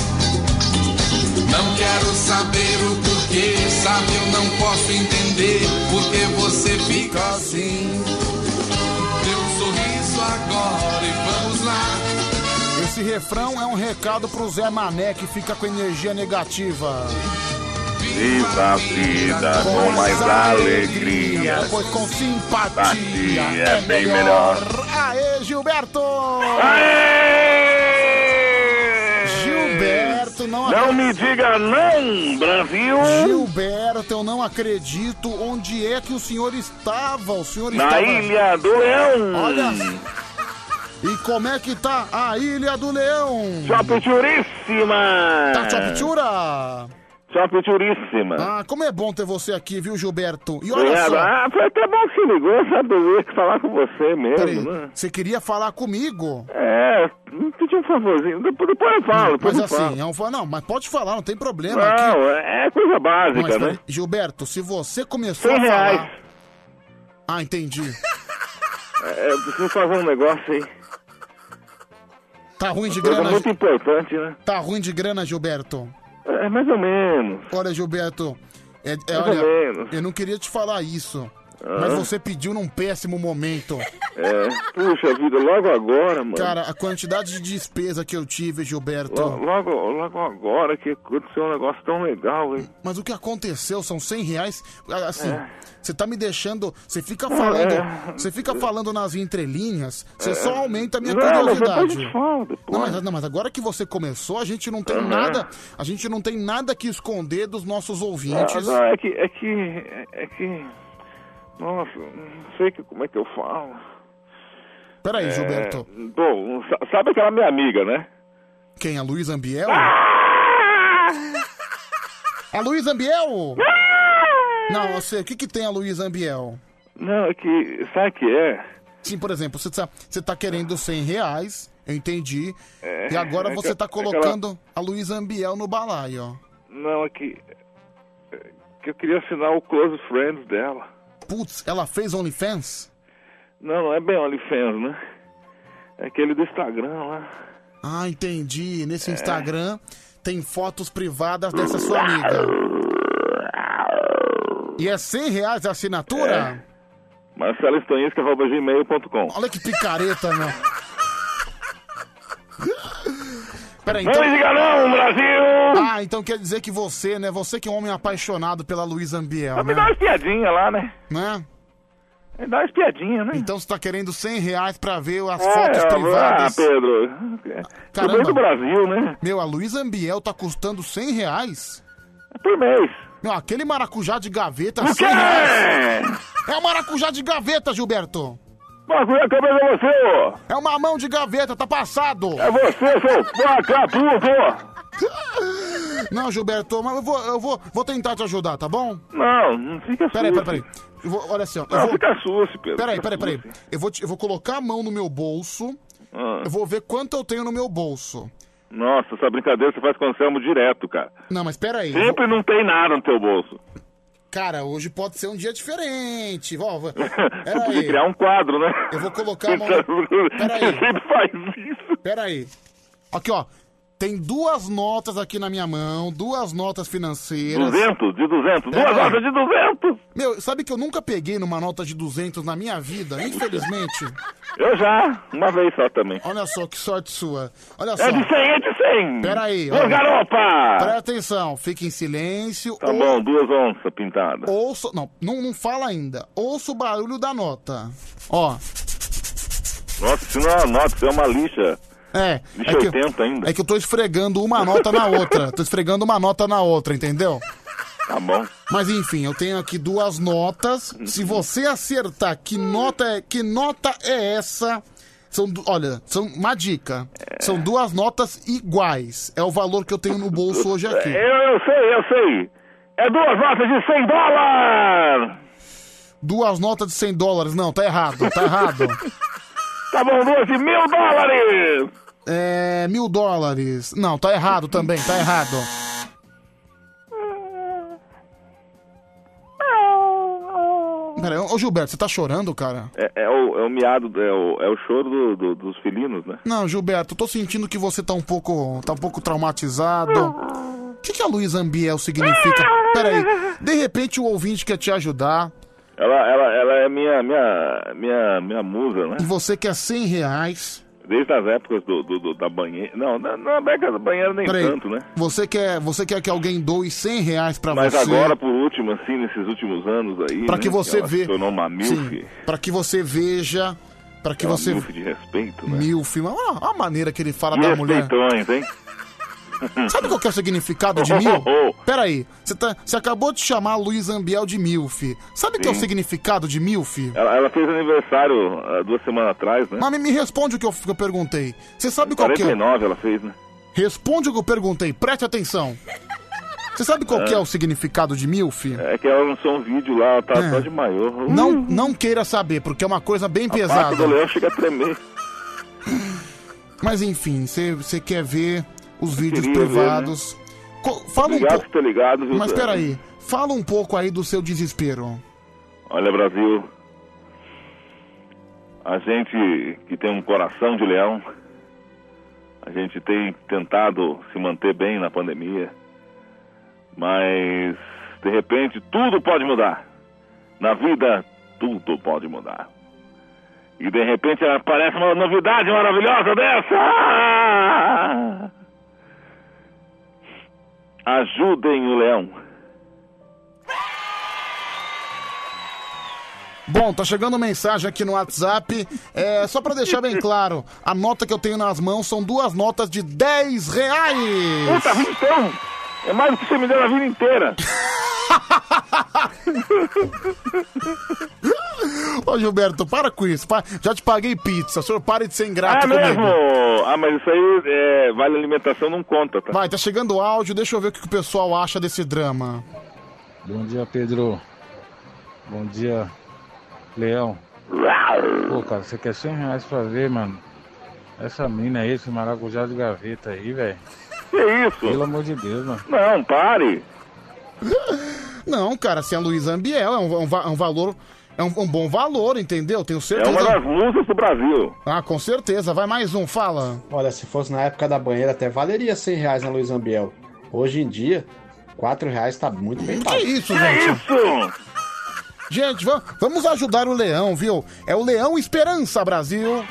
S24: Não quero saber o porquê, sabe? Eu não posso entender porque você fica assim. Deu um sorriso agora e vamos lá.
S4: Esse refrão é um recado pro Zé Mané que fica com energia negativa.
S22: Viva a vida com mais alegria.
S4: Pois com simpatia
S22: Aqui é bem melhor.
S4: Aê, Gilberto! Gilberto, não
S22: Não me diga não, Brasil.
S4: Gilberto, eu não acredito. Onde é que o senhor estava? O senhor
S22: Na
S4: estava...
S22: Ilha do Leão.
S4: Olha... E como é que tá a Ilha do Leão?
S22: Chopichuríssima.
S4: Tá chopichura?
S22: Chopichuríssima.
S4: Ah, como é bom ter você aqui, viu, Gilberto? E olha
S22: Obrigado.
S4: só...
S22: Ah, foi até bom que você ligou, sabe? Eu ia falar com você
S4: Peraí,
S22: mesmo, né?
S4: você queria falar comigo?
S22: É, pedi um favorzinho. Depois, depois eu falo, depois
S4: Mas
S22: eu falo.
S4: assim, é um fa- não, mas pode falar, não tem problema.
S22: Não,
S4: aqui.
S22: é coisa básica,
S4: Mas,
S22: né?
S4: peraí, Gilberto, se você começou a
S22: 100 reais.
S4: falar. Ah, entendi.
S6: É, eu preciso fazer um negócio aí.
S22: *laughs*
S4: Tá ruim de
S6: Coisa
S4: grana.
S6: muito importante, né?
S4: Tá ruim de grana, Gilberto?
S6: É, mais ou menos.
S4: Olha, Gilberto, é, é,
S6: Mais ou
S4: olha,
S6: menos.
S4: eu não queria te falar isso,
S6: Ah.
S4: mas você pediu num péssimo momento.
S6: É, puxa vida, logo agora, mano.
S4: Cara, a quantidade de despesa que eu tive, Gilberto.
S6: Lo- Logo, logo agora que aconteceu um negócio tão legal, hein?
S4: Mas o que aconteceu são 100 reais. Ah, Assim,
S6: É.
S4: você tá me deixando. Você fica
S6: É.
S4: falando. Você fica falando nas entrelinhas. Você
S6: É.
S4: só aumenta a minha
S6: Não, mas depois
S4: curiosidade.
S6: eu te falo, depois.
S4: Não, mas, não, mas agora que você começou, a gente não tem
S6: Uhum.
S4: nada. A gente não tem nada que esconder dos nossos
S6: Ah,
S4: ouvintes.
S6: não, é que, é que, é- é que, nossa, não sei que, como é que eu falo.
S4: Peraí,
S6: É,
S4: Gilberto.
S6: Bom, sa- sabe aquela minha amiga, né? Ah!
S4: Quem? A Luiz Ambiel? *laughs* A É Luiz Ambiel? Não, eu sei. O que, que tem a Luiz Ambiel?
S6: Ah! Não, é que, sabe o que é?
S4: Sim, por exemplo, você tá, você tá querendo 100 reais, eu entendi.
S6: É,
S4: e agora
S6: é
S4: você
S6: aquela-
S4: tá colocando a Luiz Ambiel no balaio, ó.
S6: Não, é que, é que eu queria assinar o Close Friends dela.
S4: Putz, ela fez OnlyFans?
S6: Não, não é bem OnlyFans, né? É aquele do Instagram lá.
S4: Ah, entendi.
S6: É.
S4: Nesse Instagram tem fotos privadas dessa
S6: *laughs*
S4: sua amiga. E é 100 reais a
S6: É.
S4: assinatura?
S6: marceloestanisca.gmail.com
S4: Olha que picareta, meu. Peraí, então-
S6: Não me diga não, Brasil!
S4: Ah, então quer dizer que você, né? Você que é um homem apaixonado pela Luísa Ambiel,
S6: Me
S4: né?
S6: dá umas piadinhas lá, né?
S4: né?
S6: Dá umas piadinhas, né?
S4: Então você tá querendo 100 reais pra ver as
S6: É,
S4: fotos
S6: ah,
S4: privadas.
S6: Pedro. Também do Brasil, né?
S4: Meu, a Luísa Ambiel tá custando 100 reais?
S6: É Por mês.
S4: Meu, aquele maracujá de gaveta,
S6: O
S4: 100
S6: quê?
S4: reais. É o maracujá de gaveta, Gilberto.
S6: Bagulho a cabeça é você, ô.
S4: É o mamão de gaveta, tá passado.
S6: É você, seu vagabundo!
S4: *laughs* Não, Gilberto, mas eu vou, eu vou, vou tentar te ajudar, tá bom?
S6: Não, não fica
S4: Peraí,
S6: sujo.
S4: peraí, peraí. Eu vou- olha assim, ó. eu
S6: Não,
S4: vou-
S6: fica sujo, Pedro.
S4: Peraí,
S6: fica
S4: peraí, peraí.
S6: sujo.
S4: Eu vou, te- eu vou colocar a mão no meu bolso.
S6: Ah.
S4: Eu vou ver quanto eu tenho no meu bolso.
S6: Nossa, essa brincadeira você faz com o Anselmo direto, cara.
S4: Não, mas peraí. eu vou-
S6: Sempre não tem nada no teu bolso.
S4: Cara, hoje pode ser um dia diferente.
S6: *laughs*
S4: Ó, vou-
S6: Tu
S4: peraí.
S6: podia criar um quadro, né?
S4: Eu vou colocar a mão. Peraí.
S6: Você sempre faz isso.
S4: Peraí. Aqui, ó. Tem duas notas aqui na minha mão, duas notas financeiras.
S6: 200, de 200, duas
S4: Peraí.
S6: horas de 200.
S4: Meu, sabe que eu nunca peguei numa nota de 200 na minha
S6: *laughs*
S4: vida, infelizmente.
S6: Eu já, uma vez só também.
S4: Olha só que sorte sua. Olha
S6: É
S4: só.
S6: de 100, é de 100.
S4: Peraí.
S6: Ô,
S4: olha.
S6: garopa!
S4: Presta atenção, fique em silêncio.
S6: Tá
S4: ou-
S6: bom, duas onças pintadas.
S4: Ouça. Não, não, não fala ainda. Ouça o barulho da nota. Ó.
S6: Nossa, isso não é uma nota, isso é uma lixa.
S4: É.
S6: Lixa
S4: É que,
S6: 80 ainda.
S4: é que eu tô esfregando uma nota na outra. Tô esfregando uma nota na outra, entendeu?
S6: Tá bom.
S4: Mas enfim, eu tenho aqui duas notas. Se você acertar que nota é, que nota é essa? São, du- olha, são uma dica. São duas notas iguais. É o valor que eu tenho no bolso hoje
S6: Eu,
S4: aqui.
S6: eu sei, eu sei. É duas notas de 100 dólares!
S4: Duas notas de 100 dólares. Não, tá errado, tá errado.
S6: Tá bom, duas de mil dólares!
S4: É, mil dólares. Não, tá errado também, tá errado. Peraí, ô Gilberto, você tá chorando, cara?
S6: É, é o, é o miado, é o, é o choro do- do- dos felinos, né?
S4: Não, Gilberto, eu tô sentindo que você tá um pouco, tá um pouco traumatizado. O que, que a Luísa Ambiel significa? Peraí, de repente o ouvinte quer te ajudar
S6: Ela, ela, ela é minha, minha, minha, minha musa, né?
S4: e você quer 100 reais.
S6: Desde as épocas do, do- do- da banheira. Não, na, na década da banheira nem
S4: Peraí,
S6: tanto, né?
S4: você quer, você quer que alguém doe 100 reais pra
S6: Mas
S4: você?
S6: agora, por último, assim, nesses últimos anos aí.
S4: Pra
S6: né,
S4: que você
S6: ela se
S4: vê-
S6: tornou uma
S4: Sim,
S6: milf. É
S4: pra que você veja, pra que
S6: uma
S4: você...
S6: milf de respeito, um né?
S4: Mil filme, olha a maneira que ele fala
S6: E
S4: da mulher.
S6: respeitões, hein?
S4: Sabe qual que é
S6: *laughs*
S4: o significado de
S6: Oh,
S4: mil? Peraí, você tá, você acabou de chamar a Luiz Ambiel de milf. Sabe qual é o
S6: Sim.
S4: significado de milf?
S6: Ela, ela fez aniversário há duas semanas atrás, né?
S4: Mas me- me responde o que eu, que eu perguntei. Você sabe qual que é?
S6: 49 ela fez, né?
S4: Responde o que eu perguntei, preste atenção. Você sabe qual que é o significado de MILF?
S6: É que ela lançou um vídeo lá, ela tá
S4: É.
S6: só de maiô.
S4: Não, não queira saber, porque é uma coisa bem
S6: A parte do
S4: pesada.
S6: leão chega a tremer.
S4: Mas enfim, você você quer ver os vídeos
S6: queria ver, né?
S4: privados. Co- Fala um
S6: Obrigado
S4: pouco.
S6: por ter ligado, viu?
S4: Mas
S6: Zé?
S4: peraí, fala um pouco aí do seu desespero.
S6: Olha, Brasil, A gente que tem um coração de leão, a gente tem tentado se manter bem na pandemia, mas de repente tudo pode mudar. Na vida, tudo pode mudar. E de repente aparece uma novidade maravilhosa dessa! Ah! Ajudem o leão.
S4: Bom, tá chegando mensagem aqui no WhatsApp. É, só pra
S6: *laughs*
S4: deixar bem claro, a nota que eu tenho nas mãos são duas notas de 10 reais.
S6: Puta, então, é mais do que você me deu na vida inteira.
S4: *laughs* Ô Gilberto, para com isso. pa- Já te paguei pizza, senhor pare de ser ingrato
S6: Ah,
S4: comigo.
S6: mesmo? Ah, mas isso aí, é, vale alimentação, não conta, tá?
S4: Vai, tá chegando o áudio, deixa eu ver o que que o pessoal acha desse drama.
S9: Bom dia, Pedro. Bom dia, Leão. Pô, cara, você quer 100 reais pra ver, mano? Essa mina aí, esse maracujá de gaveta aí, velho.
S6: Que isso?
S9: Pelo amor de Deus, mano.
S6: Não, pare.
S4: Não, cara, se a Luísa Ambiel é um, é um va- é um valor. É um, um bom valor, entendeu? Tenho certeza.
S6: É uma das musas do Brasil.
S4: Ah, com certeza. Vai mais um, fala.
S15: Olha, se fosse na época da banheira, até valeria 100 reais na Luiz Ambiel. Hoje em dia, 4 reais tá muito bem
S4: Que
S15: baixo.
S4: isso, gente? Gente, va- vamos ajudar o leão, viu? É o Leão Esperança, Brasil.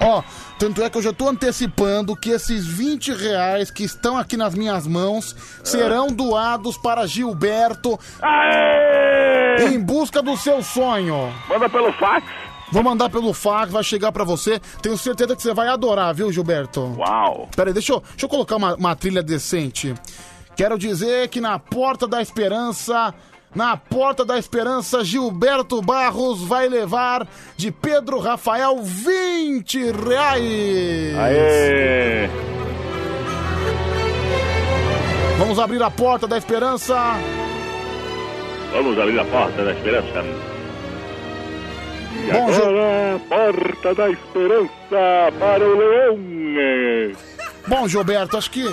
S4: Ó, tanto é que eu já tô antecipando que esses 20 reais que estão aqui nas minhas mãos serão doados para Gilberto em busca do seu sonho.
S6: Manda pelo fax.
S4: Vou mandar pelo fax, vai chegar pra você. Tenho certeza que você vai adorar, viu, Gilberto?
S6: Uau!
S4: Peraí, deixa eu, deixa eu colocar uma, uma trilha decente. Quero dizer que na Porta da Esperança, na Porta da Esperança, Gilberto Barros vai levar de Pedro Rafael 20 reais.
S6: Aê!
S4: É. Vamos abrir a Porta da Esperança.
S6: Vamos abrir a porta da esperança. E
S4: Bom,
S6: agora, porta da esperança para o leão.
S4: Bom, Gilberto, acho que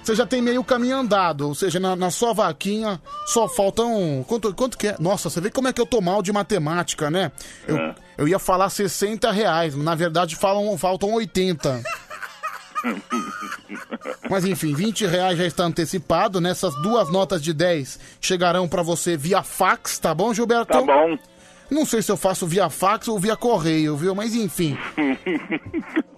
S4: você já tem meio caminho andado. Ou seja, na, na sua vaquinha só faltam. Quanto, quanto que é? Nossa, você vê como é que eu tô mal de matemática, né? Eu,
S6: É.
S4: eu ia falar 60 reais, na verdade falam, faltam 80. Mas enfim, 20 reais já está antecipado, né? Essas duas notas de 10 chegarão pra você via fax, tá bom, Gilberto? Tá
S6: bom.
S4: Não sei se eu faço via fax ou via correio, viu?
S6: *laughs*
S4: Mas enfim.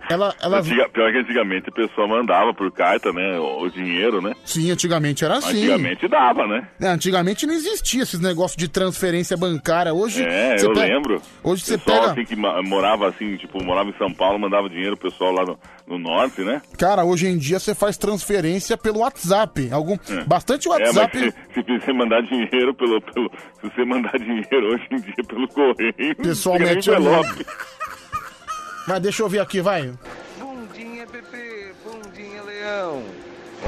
S4: Ela, ela...
S6: Antiga- pior que antigamente a pessoa mandava por carta, né? O, o dinheiro, né?
S4: Sim, antigamente era assim.
S6: Antigamente dava, né?
S4: É, Antigamente não existia esses negócios de transferência bancária. Hoje.
S6: É,
S4: você
S6: eu
S4: pega-
S6: lembro.
S4: Hoje você
S6: pessoal,
S4: pega.
S6: assim que ma- morava assim, tipo, morava em São Paulo, mandava dinheiro pro pessoal lá no, no norte, né?
S4: Cara, hoje em dia você faz transferência pelo WhatsApp. Algum...
S6: É.
S4: Bastante
S6: É,
S4: WhatsApp.
S6: mas se, se você mandar dinheiro pelo, pelo. Se você mandar *laughs* dinheiro hoje em dia pelo correio.
S4: Pessoal,
S6: chega no
S4: mete o
S6: envelope.
S4: louco. Mas deixa eu ver aqui, vai.
S18: Bundinha, Pepe, bundinha, Leão.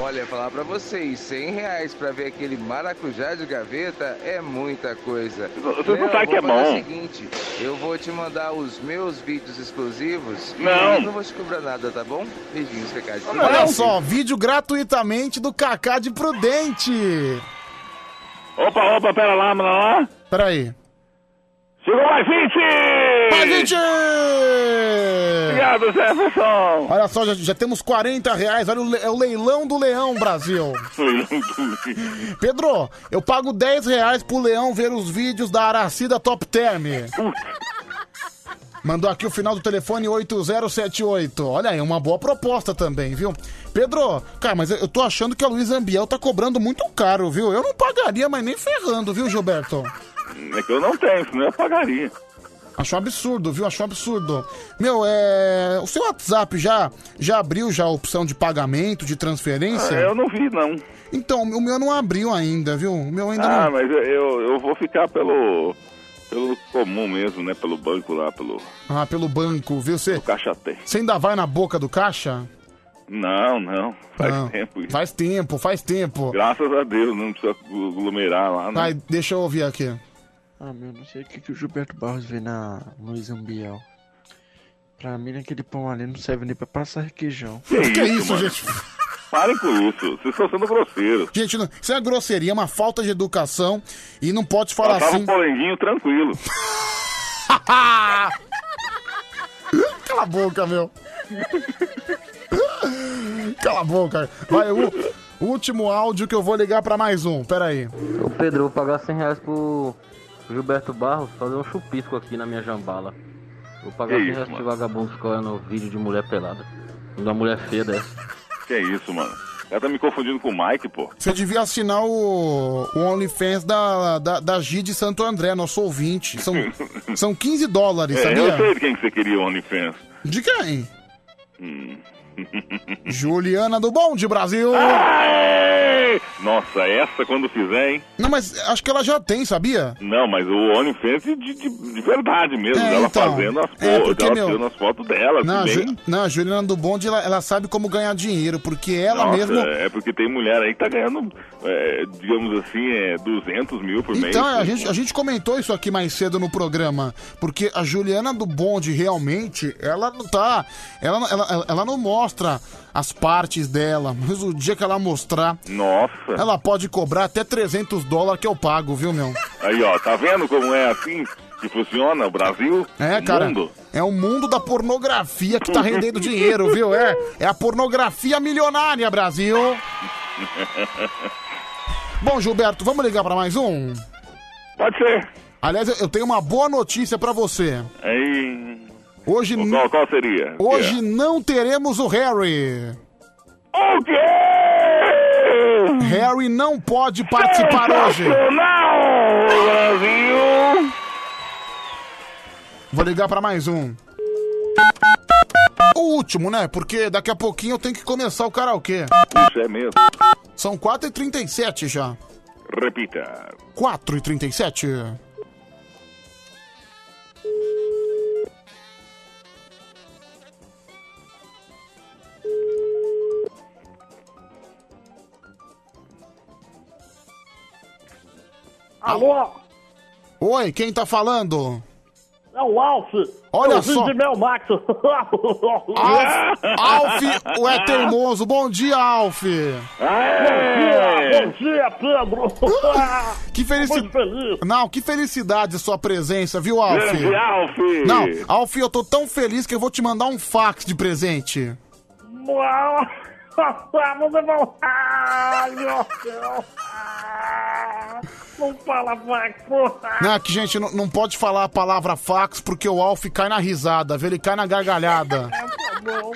S18: Olha, falar pra vocês, 100 reais pra ver aquele maracujá de gaveta é muita coisa.
S6: Você não
S18: Leão,
S6: sabe que é
S18: vou fazer
S6: bom.
S18: o seguinte, eu vou te mandar os meus vídeos exclusivos.
S4: Não.
S18: Eu não vou te cobrar nada, tá bom? Beijinhos, recados.
S4: Olha só, vídeo gratuitamente do Kaká de Prudente.
S6: Opa, opa, pera lá, mano, lá.
S4: Pera aí.
S6: Chegou mais 20!
S4: Mais 20!
S6: Obrigado, Jefferson.
S4: Olha só, já, já temos 40 reais. Olha, o le- é o leilão do
S6: *laughs*
S4: leão, Brasil. Pedro, eu pago 10 reais pro Leão ver os vídeos da Aracida Top Term. Mandou aqui o final do telefone 8078. Olha aí, uma boa proposta também, viu? Pedro, cara, mas eu- eu tô achando que a Luiz Ambiel tá cobrando muito caro, viu? Eu não pagaria, mas nem ferrando, viu, Gilberto?
S6: É que eu não tenho, senão eu pagaria.
S4: Acho um absurdo, viu? Acho um absurdo. Meu, é. O seu WhatsApp já, já abriu já a opção de pagamento, de transferência?
S6: Ah, eu não vi, não.
S4: Então, o meu não abriu ainda, viu? O meu ainda
S6: Ah,
S4: não.
S6: mas eu, eu, eu vou ficar pelo. pelo comum mesmo, né? Pelo banco lá, pelo
S4: Ah, pelo banco, viu? Você
S6: caixa T.
S4: você ainda vai na boca do caixa?
S6: Não, não. Faz
S4: Não.
S6: tempo isso.
S4: Faz tempo, faz tempo.
S6: Graças a Deus, não precisa aglomerar lá, né?
S4: Vai, deixa eu ouvir aqui.
S19: Ah, meu, não sei o que, que o Gilberto Barros vê na Luiz Ambiel. Pra mim, aquele pão ali não serve nem pra passar requeijão.
S4: *laughs*
S6: mano? Parem com isso. Vocês estão sendo grosseiros.
S4: Gente, não- isso é grosseria, é uma falta de educação e não pode falar
S6: Passava um
S4: *laughs* assim.
S6: polenguinho tranquilo.
S4: *laughs* Cala a boca, meu. *laughs* Cala a boca. Vai, o último áudio que eu vou ligar pra mais um. Pera aí.
S10: Ô Pedro, eu vou pagar 100 reais pro Gilberto Barros fazer um chupisco aqui na minha jambala. Vou pagar
S6: Que
S10: 100
S6: isso,
S10: reais pro vagabundo escolhendo no vídeo de mulher pelada. De uma mulher feia dessa.
S6: Que isso, mano. O cara tá me confundindo com o Mike, pô.
S4: Você devia assinar o, o OnlyFans da, da, da Gide Santo André, nosso ouvinte. São, são 15
S6: É,
S4: dólares,
S6: eu sei
S4: sabia?
S6: de quem que você queria o OnlyFans.
S4: De quem?
S6: Hum. *laughs*
S4: Juliana do Bonde Brasil!
S6: Aê! Nossa, essa quando fizer, hein?
S4: Não, mas acho que ela já tem, sabia?
S6: Não, mas o OnlyFans de, de, de verdade mesmo,
S4: É,
S6: dela
S4: então.
S6: fazendo as
S4: É,
S6: fotos,
S4: porque,
S6: ela
S4: meu-
S6: tirando as fotos dela,
S4: Não, a
S6: se bem.
S4: Ju- não, a Juliana do Bonde, ela, ela sabe como ganhar dinheiro, porque ela
S6: Nossa,
S4: mesma...
S6: É porque tem mulher aí que tá ganhando, é, digamos assim, é, 200 mil por mês.
S4: Então, a gente, a gente comentou isso aqui mais cedo no programa, porque a Juliana do Bonde realmente, ela não tá. Ela, ela, ela- ela não mostra as partes dela, mas o dia que ela mostrar,
S6: Nossa.
S4: ela pode cobrar até 300 dólares que eu pago, viu, meu?
S6: Aí, ó, tá vendo como é assim que funciona o Brasil?
S4: É,
S6: o
S4: cara.
S6: Mundo? *laughs*
S4: É o mundo da pornografia que tá rendendo dinheiro, viu? É, é a pornografia milionária, Brasil. Bom, Gilberto, vamos ligar pra mais um?
S6: Pode ser.
S4: Aliás, eu- eu tenho uma boa notícia pra você.
S6: Aí.
S4: Hoje
S6: qual, qual seria?
S4: Hoje não teremos o Harry.
S6: O quê?
S4: Harry não pode participar hoje.
S6: Brasil!
S4: Vou ligar pra mais um. O último, né? Porque daqui a pouquinho eu tenho que começar o karaokê.
S6: Isso é mesmo.
S4: São 4h37 já.
S6: Repita.
S4: 4h37.
S2: Alô?
S4: Oi, quem tá falando?
S2: É o Alf.
S4: Olha
S2: Eu
S4: só.
S2: vim de meu Max.
S4: Alf, Alf,
S2: *laughs*
S4: o é teimoso. Bom dia, Alf.
S2: Bom dia, Pedro.
S4: *laughs* Que felicidade. Não, que felicidade a sua presença, viu, Alf?
S2: Grande Alf.
S4: Não, Alf, eu tô tão feliz que eu vou te mandar um fax de presente.
S2: *laughs* Vamos bom. Ai, meu Deus. Ah, Não fala Max.
S4: Não, Né, que gente, não, não pode falar a palavra fax porque o Alf cai na risada, viu? Ele cai na gargalhada.
S2: Tá bom.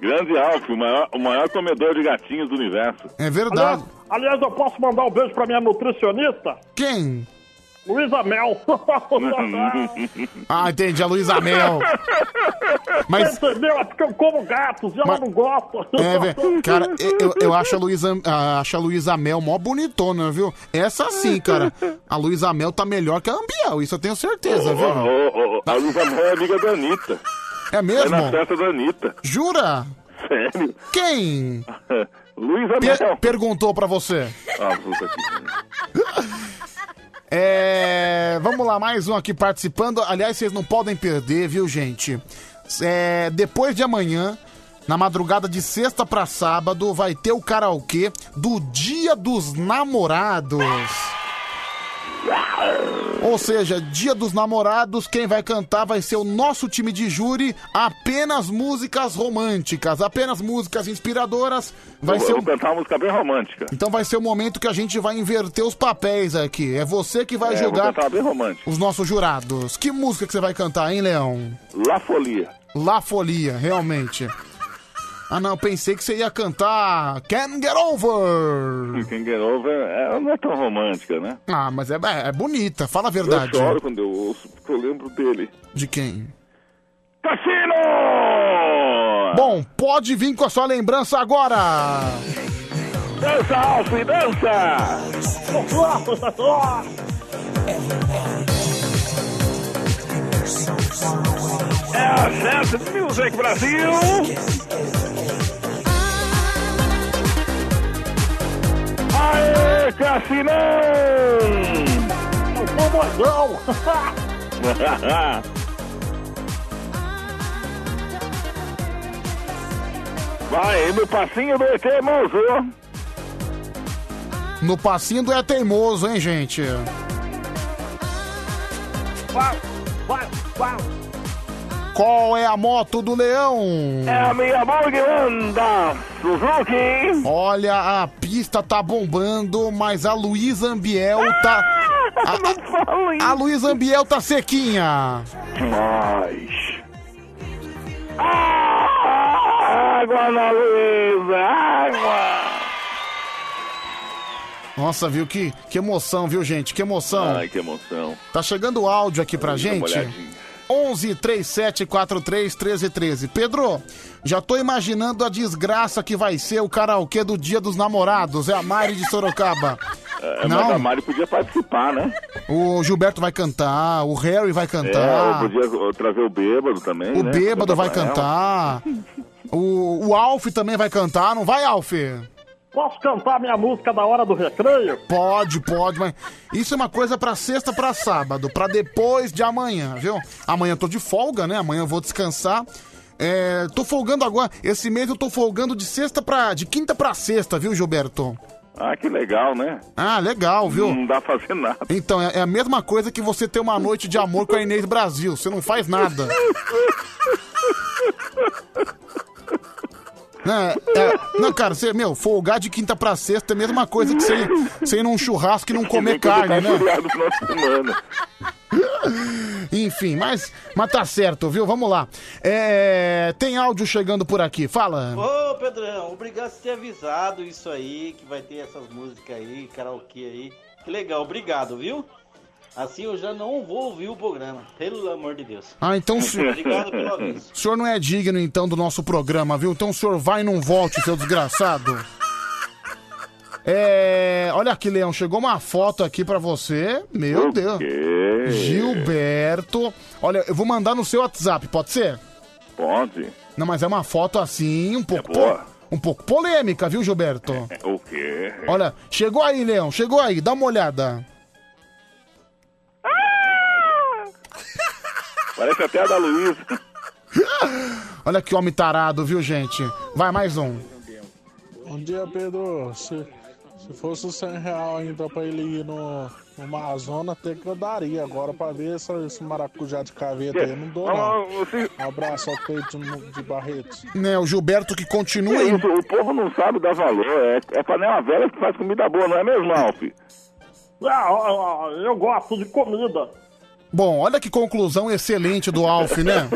S6: Grande Alf, o maior, o maior comedor de gatinhos do universo.
S4: É verdade.
S2: Aliás, aliás, eu posso mandar um beijo pra minha nutricionista?
S4: Quem?
S2: Luísa Mel. *laughs*
S4: Ah, entendi, a Luísa Mel. Mas-
S2: Você entendeu? É porque eu como gatos e ela
S4: Mas-
S2: não gosta.
S4: É,
S2: *laughs*
S4: velho. Cara, eu- eu, eu acho a Luísa ah, acho a Luísa Mel mó bonitona, viu? Essa sim, cara. A Luísa Mel tá melhor que a Ambiel, isso eu tenho certeza,
S6: Ô,
S4: viu?
S6: ô, ô, ô, a Luísa Mel é amiga da Anitta.
S4: É mesmo?
S6: É na festa da Anitta. *laughs*
S4: Jura?
S6: Sério?
S4: Quem?
S6: *laughs* Luísa
S4: Mel. Perguntou pra você.
S6: Ah, puta que...
S4: É, vamos lá, mais um aqui participando. Aliás, vocês não podem perder, viu, gente? É, depois de amanhã, na madrugada de sexta pra sábado, vai ter o karaokê do Dia dos Namorados. Ou seja, Dia dos Namorados, quem vai cantar vai ser o nosso time de júri, apenas músicas românticas, apenas músicas inspiradoras. Vai
S6: eu,
S4: ser
S6: eu
S4: o
S6: vou cantar uma música bem romântica.
S4: então vai ser o momento que a gente vai inverter os papéis aqui. É você que vai
S6: É, eu vou
S4: julgar
S6: cantar bem romântica.
S4: os nossos jurados. Que música que você vai cantar, hein, Leão?
S6: La Folia.
S4: La Folia, realmente. Ah, não, pensei que você ia cantar Can Get Over.
S6: Quem Get Over ela não é tão romântica, né?
S4: Ah, mas é, é- é bonita, fala a verdade.
S6: Eu
S4: é.
S6: choro quando eu ouço, porque eu lembro dele.
S4: De quem?
S6: Cassino!
S4: Bom, pode vir com a sua lembrança agora.
S6: Dança, Alf,
S20: um
S6: dança! É a Dance Music Brasil! Aê, Cassinão! Vai, no passinho do ET, mozo!
S4: No passinho do é teimoso, hein, gente?
S2: Vai, vai, vai.
S4: Qual é a moto do leão?
S23: É a minha anda Suzuki.
S4: Olha, a pista tá bombando, mas a Luísa Ambiel tá.
S6: Ah,
S4: A, a, a Luísa Ambiel tá sequinha.
S23: Mas. Água na Luísa, água!
S4: Nossa, viu que, que emoção, viu, gente? Que emoção.
S6: *laughs* Ai, que emoção.
S4: Tá chegando áudio aqui pra
S6: Deixa eu dar
S4: gente.
S6: uma olhadinha.
S4: 11 3743 1313. Pedro, já tô imaginando a desgraça que vai ser o karaokê do Dia dos Namorados. É a Mari
S6: *laughs*
S4: de Sorocaba.
S6: É,
S4: Não.
S6: Mas a Mari podia participar, né?
S4: O Gilberto vai cantar, o Harry vai
S6: É,
S4: cantar,
S6: eu podia trazer o bêbado também.
S4: o
S6: né?
S4: Bêbado
S12: é
S4: vai
S6: Pra ela.
S4: cantar, o, o Alf também vai cantar. Não vai, Alf?
S12: Posso cantar minha música da hora do recreio?
S4: Pode, pode, mas isso é uma coisa pra sexta, pra sábado, pra depois de amanhã, viu? Amanhã eu tô de folga, né? Amanhã eu vou descansar. É, tô folgando agora. Esse mês eu tô folgando de sexta pra. de quinta pra sexta, viu, Gilberto?
S6: Ah, que legal, né?
S4: Ah, legal, viu?
S12: Hum,
S6: Não dá pra fazer
S12: tá.
S6: nada.
S4: Então, é é a mesma coisa que você ter uma noite de amor com a Inês Brasil. Você não faz nada. Né, é- não, cara, você, meu, folgar de quinta pra sexta é a mesma coisa que você, você ir num churrasco e não comer carne, né?
S6: tá No final de semana.
S4: Enfim, mas, mas tá certo, viu? Vamos lá. É, tem áudio chegando por aqui, fala.
S13: Ô Pedrão, obrigado por ter avisado isso aí, que vai ter essas músicas aí, karaokê aí. Que legal, obrigado, viu? Assim eu já não vou ouvir o programa, pelo amor de Deus.
S6: *laughs*
S4: Ah, então o senhor,
S13: Obrigado pelo
S19: *laughs*
S13: aviso.
S4: o senhor não é digno, então, do nosso programa, viu? Então o senhor vai e não volte, seu desgraçado. É, olha aqui, Leão, chegou uma foto aqui pra você. Meu
S6: O
S4: Deus.
S6: quê?
S4: Gilberto. Olha, eu vou mandar no seu WhatsApp, pode ser?
S6: Pode. É
S4: Não, mas é uma foto assim, um pouco,
S6: boa. É,
S4: um pouco polêmica, viu, Gilberto?
S6: O quê?
S4: Olha, chegou aí, Leão, chegou aí, dá
S6: *laughs*
S4: uma olhada.
S6: Parece até a da
S4: *laughs*
S6: Luísa. *laughs*
S4: Olha que homem tarado, viu, gente? Vai mais um.
S19: Bom dia, Pedro. Se, se fosse 100 real ainda pra ele ir no, no Amazonas, até que eu daria agora pra ver essa, esse maracujá de caveta aí. Não dou, não. Abraço ao peito no- de Barreto.
S4: Né, o Gilberto que continua aí.
S6: Isso, o povo não sabe dar valor. É, é panela velha que faz comida boa, não é mesmo, Alf?
S12: Ah, ah, ah, eu gosto de comida.
S4: Bom, olha que conclusão excelente do Alf, né?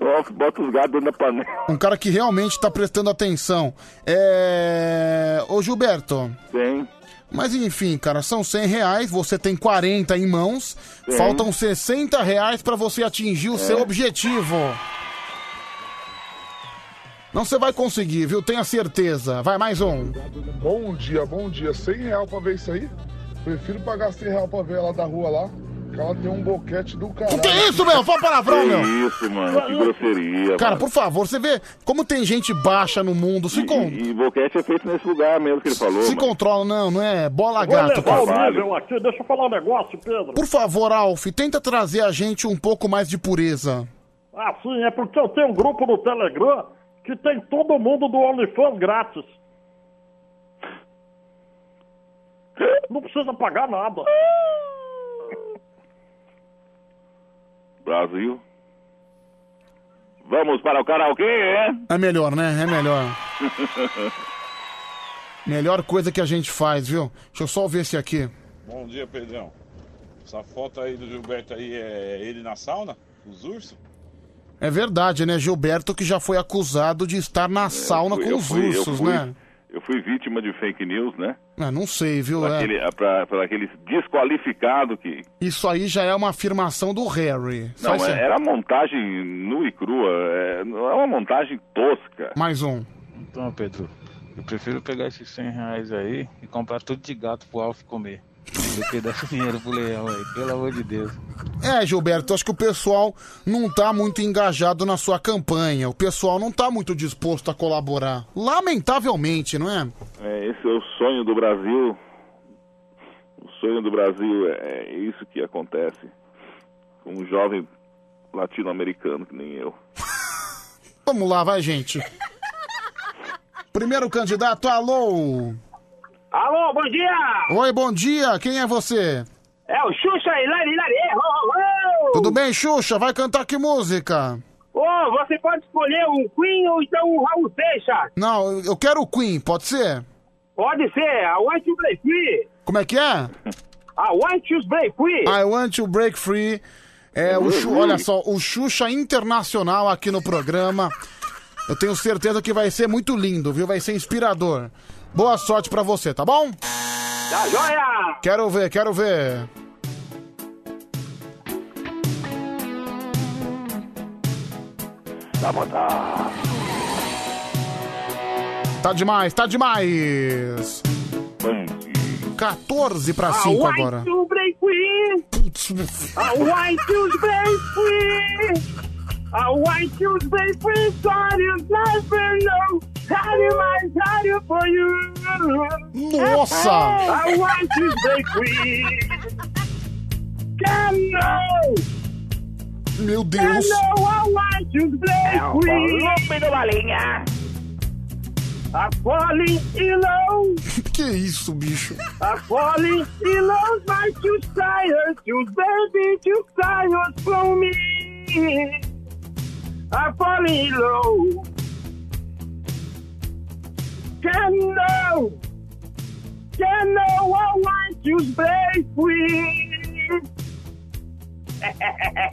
S6: O Alf bota os gados dentro da panela.
S4: Um cara que realmente tá prestando atenção. É. Ô, Gilberto.
S6: Sim.
S4: Mas enfim, cara, são 100 reais, você tem 40 em mãos,
S6: Sim. É.
S4: faltam 60 reais pra você atingir o seu objetivo. Não, você vai conseguir, viu? Tenha certeza. Vai mais um.
S20: *laughs* Bom dia, bom dia. 100 real pra ver isso aí? Prefiro pagar 100 real pra ver ela da rua lá, que ela tem um boquete do caralho.
S4: Que é isso, meu? Fala palavrão, meu.
S6: Que isso, mano. Que grosseria.
S4: Cara,
S6: mano.
S4: por favor, você vê como tem gente baixa no mundo. Se, con-
S6: E boquete é feito nesse lugar mesmo que ele falou.
S4: se
S6: mano.
S4: controla, não, não é bola
S12: Vou
S4: gato,
S12: levar o
S4: cara.
S12: nível aqui, deixa eu falar um negócio, Pedro.
S4: Por favor, Alf, tenta trazer a gente um pouco mais de pureza.
S12: Ah, sim, é porque eu tenho um grupo no Telegram que tem todo mundo do OnlyFans grátis. Não precisa pagar nada.
S6: Brasil. Vamos para o karaokê, é? *laughs*
S4: É melhor, né? É melhor. Melhor coisa que a gente faz, viu? Deixa eu só ver esse aqui.
S21: Bom dia, Pedrão. Essa foto aí do Gilberto aí é ele na sauna? Os ursos?
S4: É verdade, né? Gilberto que já foi acusado de estar na sauna
S6: fui-
S4: com
S6: É, eu
S4: os
S6: fui- eu
S4: ursos,
S6: fui.
S4: né?
S6: Eu fui vítima de fake news, né?
S4: Ah, não sei, viu?
S6: Por
S4: É.
S6: aquele, pra- por aquele desqualificado que.
S4: Isso aí já é uma afirmação do Harry.
S6: Não,
S4: Faz
S6: é-
S4: assim.
S6: era montagem nua e crua. É, é uma montagem tosca.
S4: Mais um.
S9: Então, Pedro, eu prefiro pegar esses 100 reais aí e comprar tudo de gato pro Alf comer. Do que dar *laughs* esse dinheiro pro leão aí, pelo amor de Deus.
S4: É, Gilberto, acho que o pessoal não tá muito engajado na sua campanha. O pessoal não tá muito disposto a colaborar. Lamentavelmente, não é?
S6: É, esse é o sonho do Brasil. O sonho do Brasil é, é isso que acontece com um jovem latino-americano que nem eu.
S4: Vamos lá, vai, gente. Primeiro candidato, alô!
S12: Alô, bom dia!
S4: Oi, bom dia, quem é você?
S12: É o Xuxa e Lari Lari!
S4: Tudo bem, Xuxa? Vai cantar que música?
S2: Ô, você pode escolher um Queen ou então um Raul Seixas.
S4: Não, eu- eu quero o Queen, pode ser?
S2: Pode ser a White to Play Free.
S4: Como é que é?
S2: A White to Play Free.
S4: I want to break free. É, o Xu- olha só, o Xuxa Internacional aqui no programa. Eu tenho certeza que vai ser muito lindo, viu? Vai ser inspirador. Boa sorte pra você, tá bom?
S2: Tá joia!
S4: Quero ver, quero ver. Tá demais, tá demais. 14
S2: Ah,
S4: pra 5 agora.
S2: A White to Break Free. A White to Break Free. A White to Break Free. Sorry, never know. Sorry, my sorry for you.
S4: Nossa!
S2: A White to Break Free. Come now.
S4: Meu
S2: Deus! É
S23: o
S2: o
S23: volume
S2: do Bolinha! A Falling in Love!
S4: *laughs* que isso, bicho?
S2: A Falling in Love, my two sires, two baby, two sires from me! A Falling in Love! Can know! Can know I want you break free!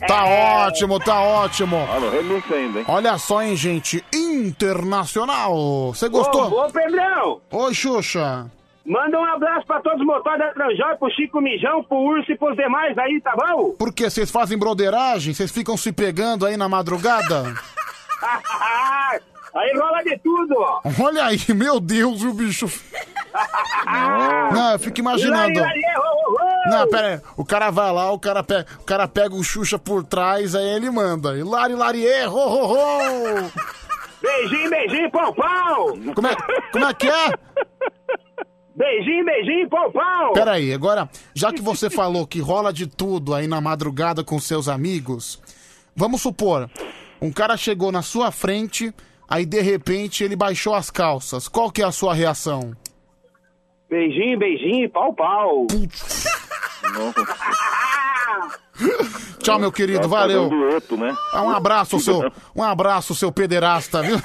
S4: Tá ótimo, tá ótimo.
S6: remix ainda, hein?
S4: Olha só, hein, gente. Internacional. Você gostou?
S2: Ô, ô, Pedrão!
S4: Oi, Xuxa.
S2: Manda um abraço pra todos os motores da Transjóia, pro Chico Mijão, pro Urso e pros demais aí, tá bom?
S4: Por que vocês fazem broderagem? Vocês ficam se pegando aí na madrugada?
S2: *laughs* aí rola de tudo, ó.
S4: Olha aí, meu Deus, o
S2: *laughs*
S4: bicho. Não, eu fico imaginando.
S2: Lá, lá, lá, ô, ô, ô.
S4: Não, pera aí. O cara vai lá, o cara pega, o, cara pega o Xuxa por trás, aí ele manda. Hilari, Lariê, ho, ho, ho.
S2: Beijinho, beijinho, pão, pão!
S4: Como é, como é que é?
S2: Beijinho, beijinho, pão, pão!
S4: Peraí, agora, já que você falou que rola de tudo aí na madrugada com seus amigos, vamos supor, um cara chegou na sua frente, aí de repente ele baixou as calças. Qual que é a sua reação?
S2: Beijinho, beijinho,
S12: *laughs*
S2: pau, pau!
S4: Tchau, meu querido,
S2: tá
S4: valeu.
S6: Tá Fazendo dueto, né?
S4: Ah, Um abraço, seu, um abraço, seu pederasta, viu?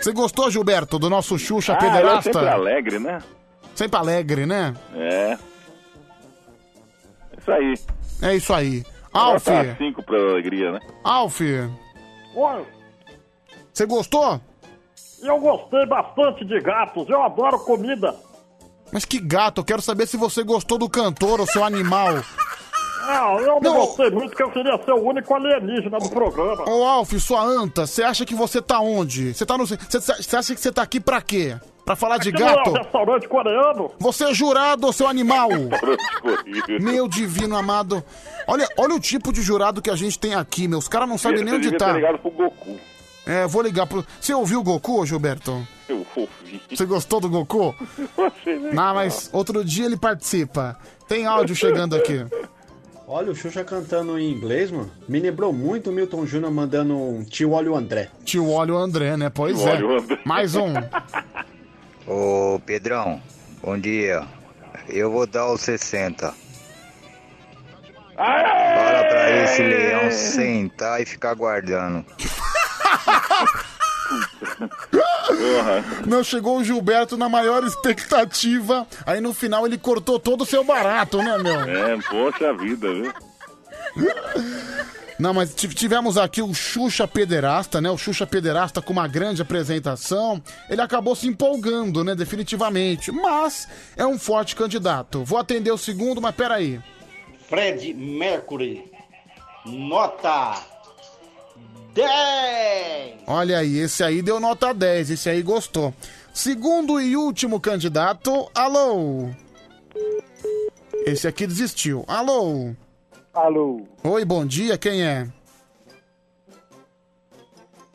S4: Você gostou, Gilberto, do nosso Xuxa
S6: Ah, ela é
S4: pederasta?
S6: sempre alegre, né?
S4: Sempre alegre, né?
S6: É. Isso aí.
S4: É isso aí. Alf,
S6: Alfa. Cinco pra alegria, né?
S4: Alf,
S12: Oi,
S4: você gostou?
S12: eu gostei bastante de gatos, eu adoro comida.
S4: Mas que gato, eu quero saber se você gostou do cantor ou seu animal.
S12: Ah, eu não, gostei muito porque eu queria ser o único alienígena do programa.
S4: Ô Alf, sua anta, você acha que você tá onde? Você tá no. Você você acha que você tá aqui pra quê? Pra falar de
S12: Aqui não é
S4: gato?
S12: um restaurante coreano?
S4: Você é jurado, seu animal! Meu divino amado. Olha, olha o tipo de jurado que a gente tem aqui, meus caras não sabem nem
S6: Devia-
S4: onde
S6: devia
S4: tá.
S6: ter ligado pro Goku.
S4: É, vou ligar pro. Você ouviu o Goku, Gilberto?
S6: Eu ouvi.
S4: Você gostou do Goku? Não, mas outro dia ele participa. Tem áudio chegando aqui.
S15: Olha o Xuxa cantando em inglês, mano. Me lembrou muito o Milton Júnior mandando um tio olha o André.
S4: Tio olha o André, né? Pois
S15: Tio
S4: é.
S15: olha o André.
S4: Mais um.
S1: Ô Pedrão, bom dia. Eu vou dar os 60. Para pra esse leão sentar e ficar guardando.
S4: Não, chegou o Gilberto na maior expectativa. Aí no final ele cortou todo o seu barato, né, meu?
S6: É, poxa vida, viu?
S4: Não, mas tive- tivemos aqui o Xuxa Pederasta, né? O Xuxa Pederasta com uma grande apresentação. Ele acabou se empolgando, né? Definitivamente. Mas é um forte candidato. Vou atender o segundo, mas peraí.
S13: Fred Mercury. Nota 10.
S4: Olha aí, esse aí deu nota 10, esse aí gostou. Segundo e último candidato, alô. Esse aqui desistiu. Alô. Alô. Oi, bom dia, quem é?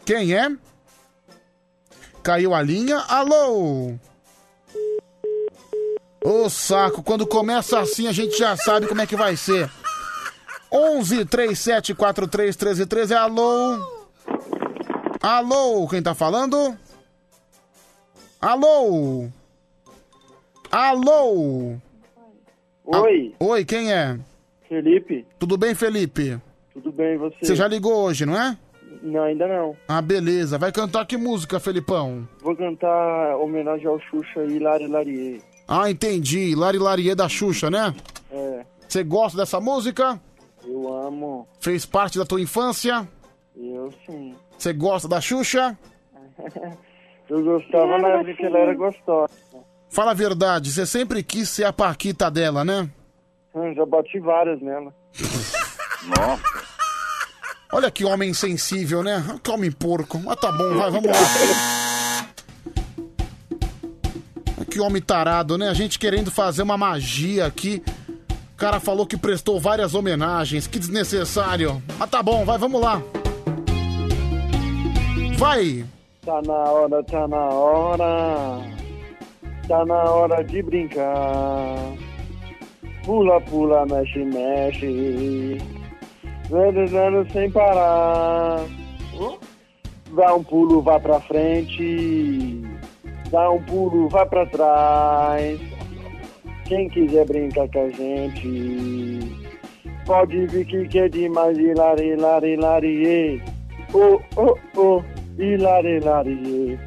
S4: Quem é? Caiu a linha. Alô. Ô saco, quando começa assim a gente já sabe como é que vai ser. 11 3743 1313, alô. Alô, quem tá falando? Alô? Alô? Oi. Oi, quem é?
S5: Felipe,
S4: Tudo bem, Felipe?
S5: tudo bem e você?
S4: Você já ligou hoje, não é?
S5: Não, ainda não.
S4: Ah, beleza. Vai cantar que música, Felipão?
S5: Vou cantar homenagem ao Xuxa e Lari Larier.
S4: Ah, entendi. Lari Larier da Xuxa, né?
S5: É,
S4: Você gosta dessa música?
S5: eu amo,
S4: Fez parte da tua infância?
S5: eu sim. *laughs*
S4: Você gosta da Xuxa?
S5: Eu gostava na época que ela era gostosa.
S4: Fala a verdade, você sempre quis ser a Paquita dela, né?
S5: Hum, já bati várias nela.
S4: Nossa. Olha que homem sensível, né? Que homem porco. Ah, tá bom, vai, vamos lá. Que homem tarado, né? A gente querendo fazer uma magia aqui. O cara falou que prestou várias homenagens. Que desnecessário. Ah, tá bom, vai, vamos lá. Vai!
S5: Tá na hora, tá na hora. Tá na hora de brincar. Pula, pula, mexe, mexe. Vedando sem parar. Dá um pulo, vá pra frente. Dá um pulo, vá pra trás. Quem quiser brincar com a gente, pode vir que que é demais. Ilari, lari, lari, ê. Oh, oh, oh, ilari, lari, ê.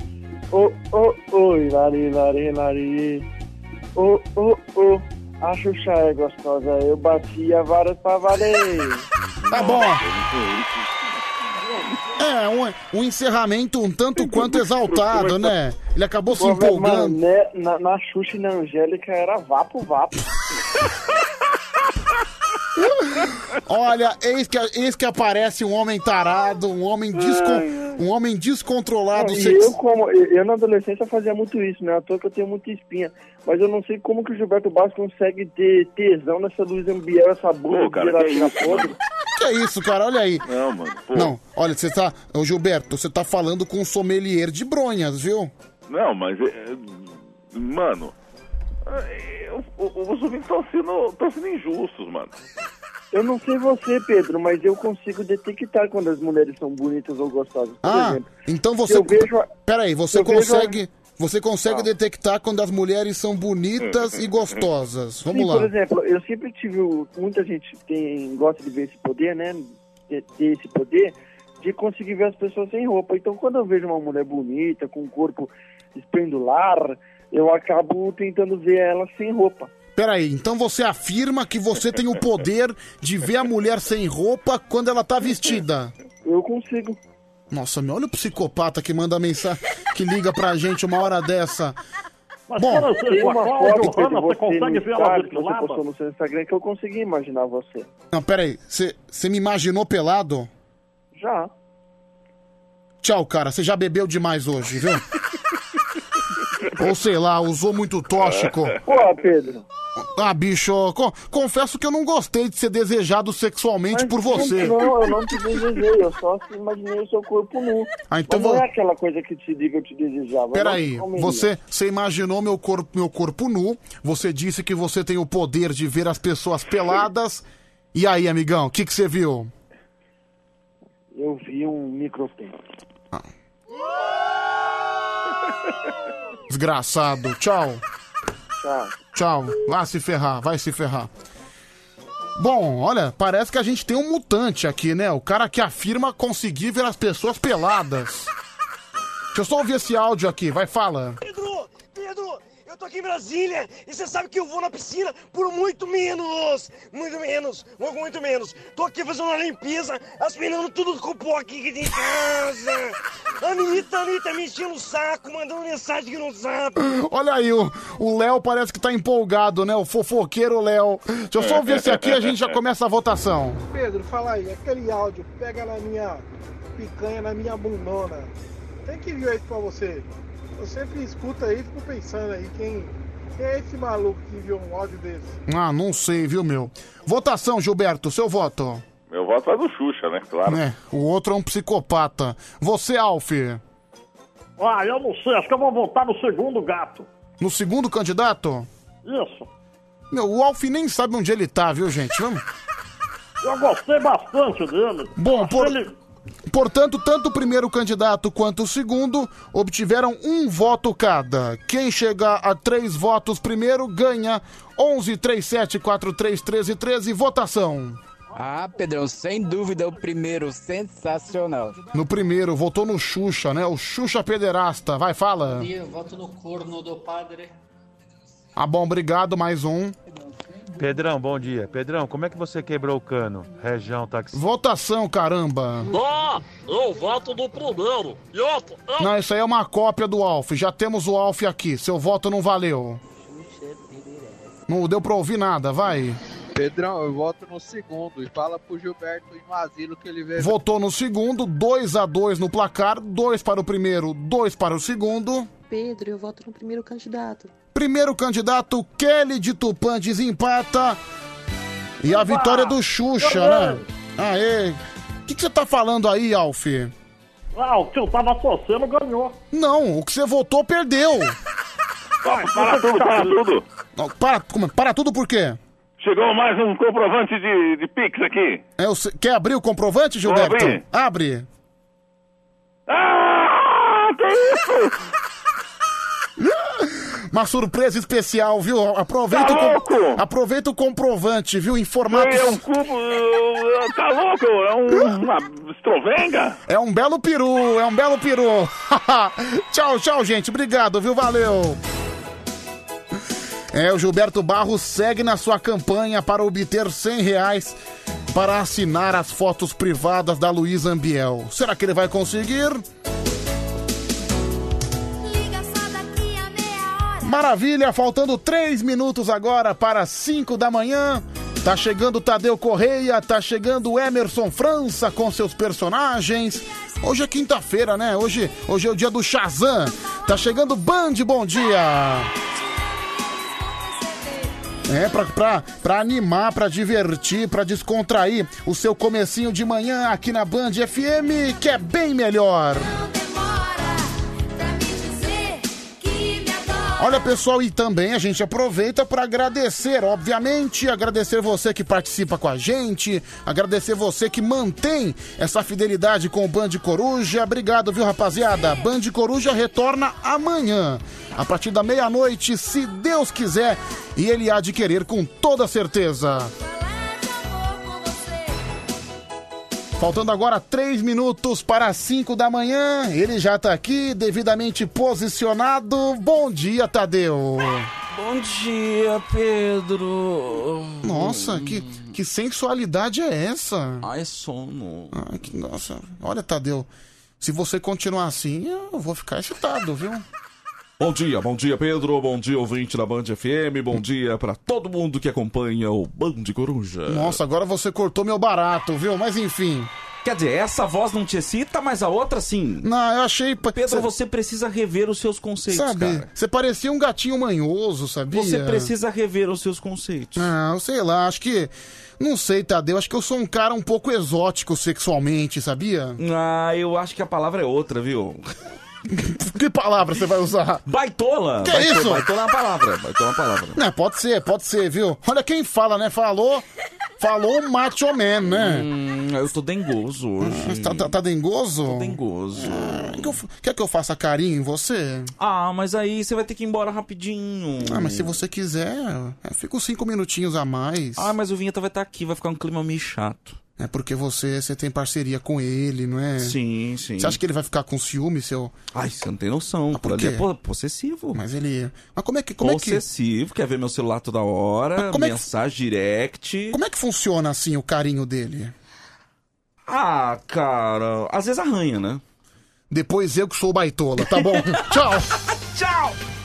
S5: Oh, oh, oh, ilari, lari, lari, ê. Oh, oh, oh, a Xuxa é gostosa. Eu batia várias pra valer.
S4: Tá bom. É, um, um encerramento um tanto quanto exaltado, né? *laughs* Ele acabou se
S5: Pô, mas, mano,
S4: empolgando.
S5: né, na, na Xuxa e na Angélica era vapo, vapo.
S4: Olha, eis que, eis que aparece um homem tarado, um homem, desco, um homem descontrolado.
S5: Não, e
S4: sex-
S5: eu, como, eu eu na adolescência fazia muito isso, né? À toa que eu tenho muita espinha. Mas eu não sei como que o Gilberto Barros consegue ter tesão nessa luz ambiel, essa bunda
S4: Pô, cara,
S5: de
S4: que
S5: gelatina
S4: isso,
S5: podre.
S4: Que é isso, cara? Olha aí. Não, mano. Não, olha, você tá. Ô, Gilberto, você tá falando com um sommelier de bronhas, viu?
S6: Não, mas. é, é, Mano. é, eu- o- Os ouvintes estão sendo, tão sendo injustos, mano.
S5: Eu não sei você, Pedro, mas eu consigo detectar quando as mulheres são bonitas ou gostosas. Por
S4: Ah,
S5: exemplo,
S4: então você.
S5: Eu vejo a-
S4: Peraí, você
S5: eu vejo a- Ah.
S4: consegue. Você consegue detectar quando as mulheres são bonitas e gostosas. Vamos
S5: Sim,
S4: lá.
S5: Por exemplo, eu sempre tive. o- Muita gente tem, gosta de ver esse poder, né? De ter esse poder de conseguir ver as pessoas sem roupa. Então, quando eu vejo uma mulher bonita, com um corpo espendular, eu acabo tentando ver ela sem roupa.
S4: Peraí, então você afirma que você tem o poder de ver a mulher sem roupa quando ela tá vestida?
S5: Eu consigo.
S4: Nossa, meu, olha o psicopata que manda mensagem, que liga pra gente uma hora dessa.
S5: Mas,
S4: Bom,
S5: cara,
S4: tem uma foto,
S5: Pedro,
S4: Hanna, você consegue
S5: no
S4: ver ela
S5: Instagram,
S4: desfilada?
S5: Você postou no seu Instagram que eu consegui imaginar você.
S4: Não, peraí, você me imaginou pelado?
S5: Já.
S4: Tchau, cara, você já bebeu demais hoje, viu? Ou sei lá, usou muito
S5: *laughs*
S4: tóxico.
S5: É. Pô, Pedro.
S4: Ah, bicho, co- confesso que eu não gostei de ser desejado sexualmente por você.
S5: Não, eu não te desejei, eu só imaginei o seu corpo nu.
S4: Ah, então
S5: Mas não
S4: vou-
S5: é aquela coisa que te digo eu te desejava.
S4: Peraí,
S5: não, calma
S4: você, você imaginou meu corpo, meu corpo nu, você disse que você tem o poder de ver as pessoas peladas. E aí, amigão, o que, que você viu?
S5: Eu vi um microfone.
S14: Ah. *laughs*
S4: Desgraçado. Tchau.
S5: Tchau.
S4: Tchau. Vá se ferrar, vai se ferrar. Bom, olha, parece que a gente tem um mutante aqui, né? O cara que afirma conseguir ver as pessoas peladas. Deixa eu só ouvir esse áudio aqui, vai, fala.
S3: Pedro, Pedro, eu tô aqui em Brasília e você sabe que eu vou na piscina por muito menos, muito menos, muito menos. Tô aqui fazendo uma limpeza, aspirando tudo com pó aqui que tem em casa. A Anitta, a Anitta me enchendo o saco,
S5: um
S3: mandando mensagem que não sabe.
S4: *laughs* Olha aí, o o Léo parece que tá empolgado, né? O fofoqueiro Léo. Deixa eu só ouvir esse aqui e a gente já começa a votação.
S14: Pedro, fala aí, aquele áudio, pega na minha picanha, na minha bundona. Quem que viu isso pra você? Eu sempre escuto aí e fico pensando aí, quem, quem é esse maluco que enviou um áudio desse?
S4: Ah, não sei, viu, meu? Votação, Gilberto, seu voto.
S6: Meu voto vai do Xuxa, né? Claro.
S4: É, o outro é um psicopata. Você, Alf,
S12: Ah, eu não sei, acho que eu vou voltar no segundo gato.
S4: no segundo candidato?
S12: Isso.
S4: Meu, o Alf nem sabe onde ele tá, viu, gente? Vamos.
S12: Eu gostei bastante dele.
S4: *laughs* Bom,
S12: achei
S4: por-
S12: ele,
S4: Portanto, tanto o primeiro candidato quanto o segundo obtiveram um voto cada. Quem chegar a três votos primeiro ganha 11 37 43 13 13. Votação.
S7: Ah, Pedrão, sem dúvida é o primeiro, sensacional.
S4: No primeiro, votou no Xuxa, né? O Xuxa Pederasta. Vai, fala.
S8: Eu voto no corno do padre.
S4: Ah, bom, obrigado. Mais um.
S11: Pedrão, bom dia. Pedrão, como é que você quebrou o cano? Região táxi.
S4: Votação, caramba.
S16: Ah, eu voto no primeiro. E outro,
S4: Não, isso aí é uma cópia do Alf. Já temos o Alf aqui. Seu voto não valeu. Não deu pra ouvir nada, vai.
S27: Pedrão, eu voto no segundo e fala pro Gilberto em asilo que ele veio.
S4: Votou no segundo, 2 a 2 no placar, 2 para o primeiro, 2 para o segundo.
S28: Pedro, eu voto no primeiro candidato.
S4: Primeiro candidato, Kelly de Tupã desempata. E a vitória do Xuxa, né? Aê! O que, que você tá falando aí, Alf?
S12: Ah, o que eu tava torcendo ganhou.
S4: Não, o que você votou
S12: *laughs*
S4: perdeu.
S6: Para Tá, tudo, para tudo.
S4: Não, para, como é? para tudo por quê?
S6: Chegou mais um comprovante de, de Pix aqui.
S4: É, o se- quer abrir o comprovante, Gilberto?
S6: abrir.
S4: Abre.
S6: Ah, que isso?
S4: *laughs* Uma surpresa especial, viu? Aproveita,
S6: Tá
S4: o,
S6: louco?
S4: com- aproveita o comprovante, viu? Em formato...
S6: É um cubo. eh, Tá louco? É um, uma estrovenga?
S4: É um belo peru, é um belo peru. *laughs* tchau, tchau, gente. Obrigado, viu? Valeu. É, o Gilberto Barros segue na sua campanha para obter 100 reais para assinar as fotos privadas da Luísa Ambiel. Será que ele vai conseguir? Maravilha, faltando 3 minutos agora para 5 da manhã. Tá chegando Tadeu Correia, tá chegando Emerson França com seus personagens. Hoje é quinta-feira, né? Hoje, hoje é o dia do Shazam. Tá chegando Band Bom Dia. É, pra, pra, pra animar, pra divertir, pra descontrair o seu comecinho de manhã aqui na Band FM, que é bem melhor. Olha, pessoal, e também a gente aproveita para agradecer, obviamente, agradecer você que participa com a gente, agradecer você que mantém essa fidelidade com o Band Coruja. Obrigado, viu, rapaziada? Band Coruja retorna amanhã, a partir da meia-noite, se Deus quiser, e ele há de querer com toda certeza. Faltando agora 3 minutos para 5 da manhã, ele já tá aqui, devidamente posicionado. Bom dia, Tadeu!
S29: Bom dia, Pedro.
S4: Nossa, que, que sensualidade é essa?
S29: Ai, sono.
S4: Ai, que nossa. Olha, Tadeu, se você continuar assim, eu vou ficar excitado, viu?
S30: Bom dia, bom dia Pedro, bom dia ouvinte da Band FM, bom dia pra todo mundo que acompanha o Band
S31: É.
S30: Coruja.
S4: Nossa, agora você cortou meu barato, viu? Mas enfim.
S31: Quer dizer, essa voz não te excita, mas a outra sim.
S4: Não, eu achei.
S31: Pedro, você precisa rever os seus conceitos,
S4: Sabe,
S31: cara.
S4: você parecia um gatinho manhoso, sabia?
S31: Você precisa rever os seus conceitos.
S4: Não, sei lá, acho que. Não sei, Tadeu, acho que eu sou um cara um pouco exótico sexualmente, sabia?
S31: Ah, eu acho que a palavra é outra, viu?
S4: *laughs* que palavra você vai usar?
S31: Baitola!
S4: Que
S31: Baitola-
S4: isso?
S31: Baitola é uma palavra, baitola é uma palavra.
S4: É, pode ser, pode ser, viu? Olha quem fala, né? Falou. Falou o Macho Man, né?
S31: Hum, eu tô dengoso hoje.
S4: Tá, tá, tá dengoso? Tô
S31: dengoso.
S4: que eu fa- quer que eu faça carinho em você?
S31: Ah, mas aí você vai ter que ir embora rapidinho.
S4: Ah, mas se você quiser, eu fico cinco minutinhos a mais.
S31: Ah, mas o Vinheta vai estar aqui, vai ficar um clima meio chato.
S4: É porque você, você tem parceria com ele, não é?
S31: Sim, sim.
S4: Você acha que ele vai ficar com ciúme, seu?
S31: Ai, você não tem noção. Por ali
S4: quê?
S31: é po- possessivo.
S4: Mas ele. Mas como é que. Como é que,
S31: possessivo, quer ver meu celular toda hora,
S4: como é que-
S31: mensagem direct.
S4: como é que funciona assim o carinho dele?
S31: Ah, cara, às vezes arranha, né?
S4: tá
S31: *laughs*
S2: *laughs*
S4: Depois eu que sou o baitola, tá bom? Tchau!
S31: Tchau!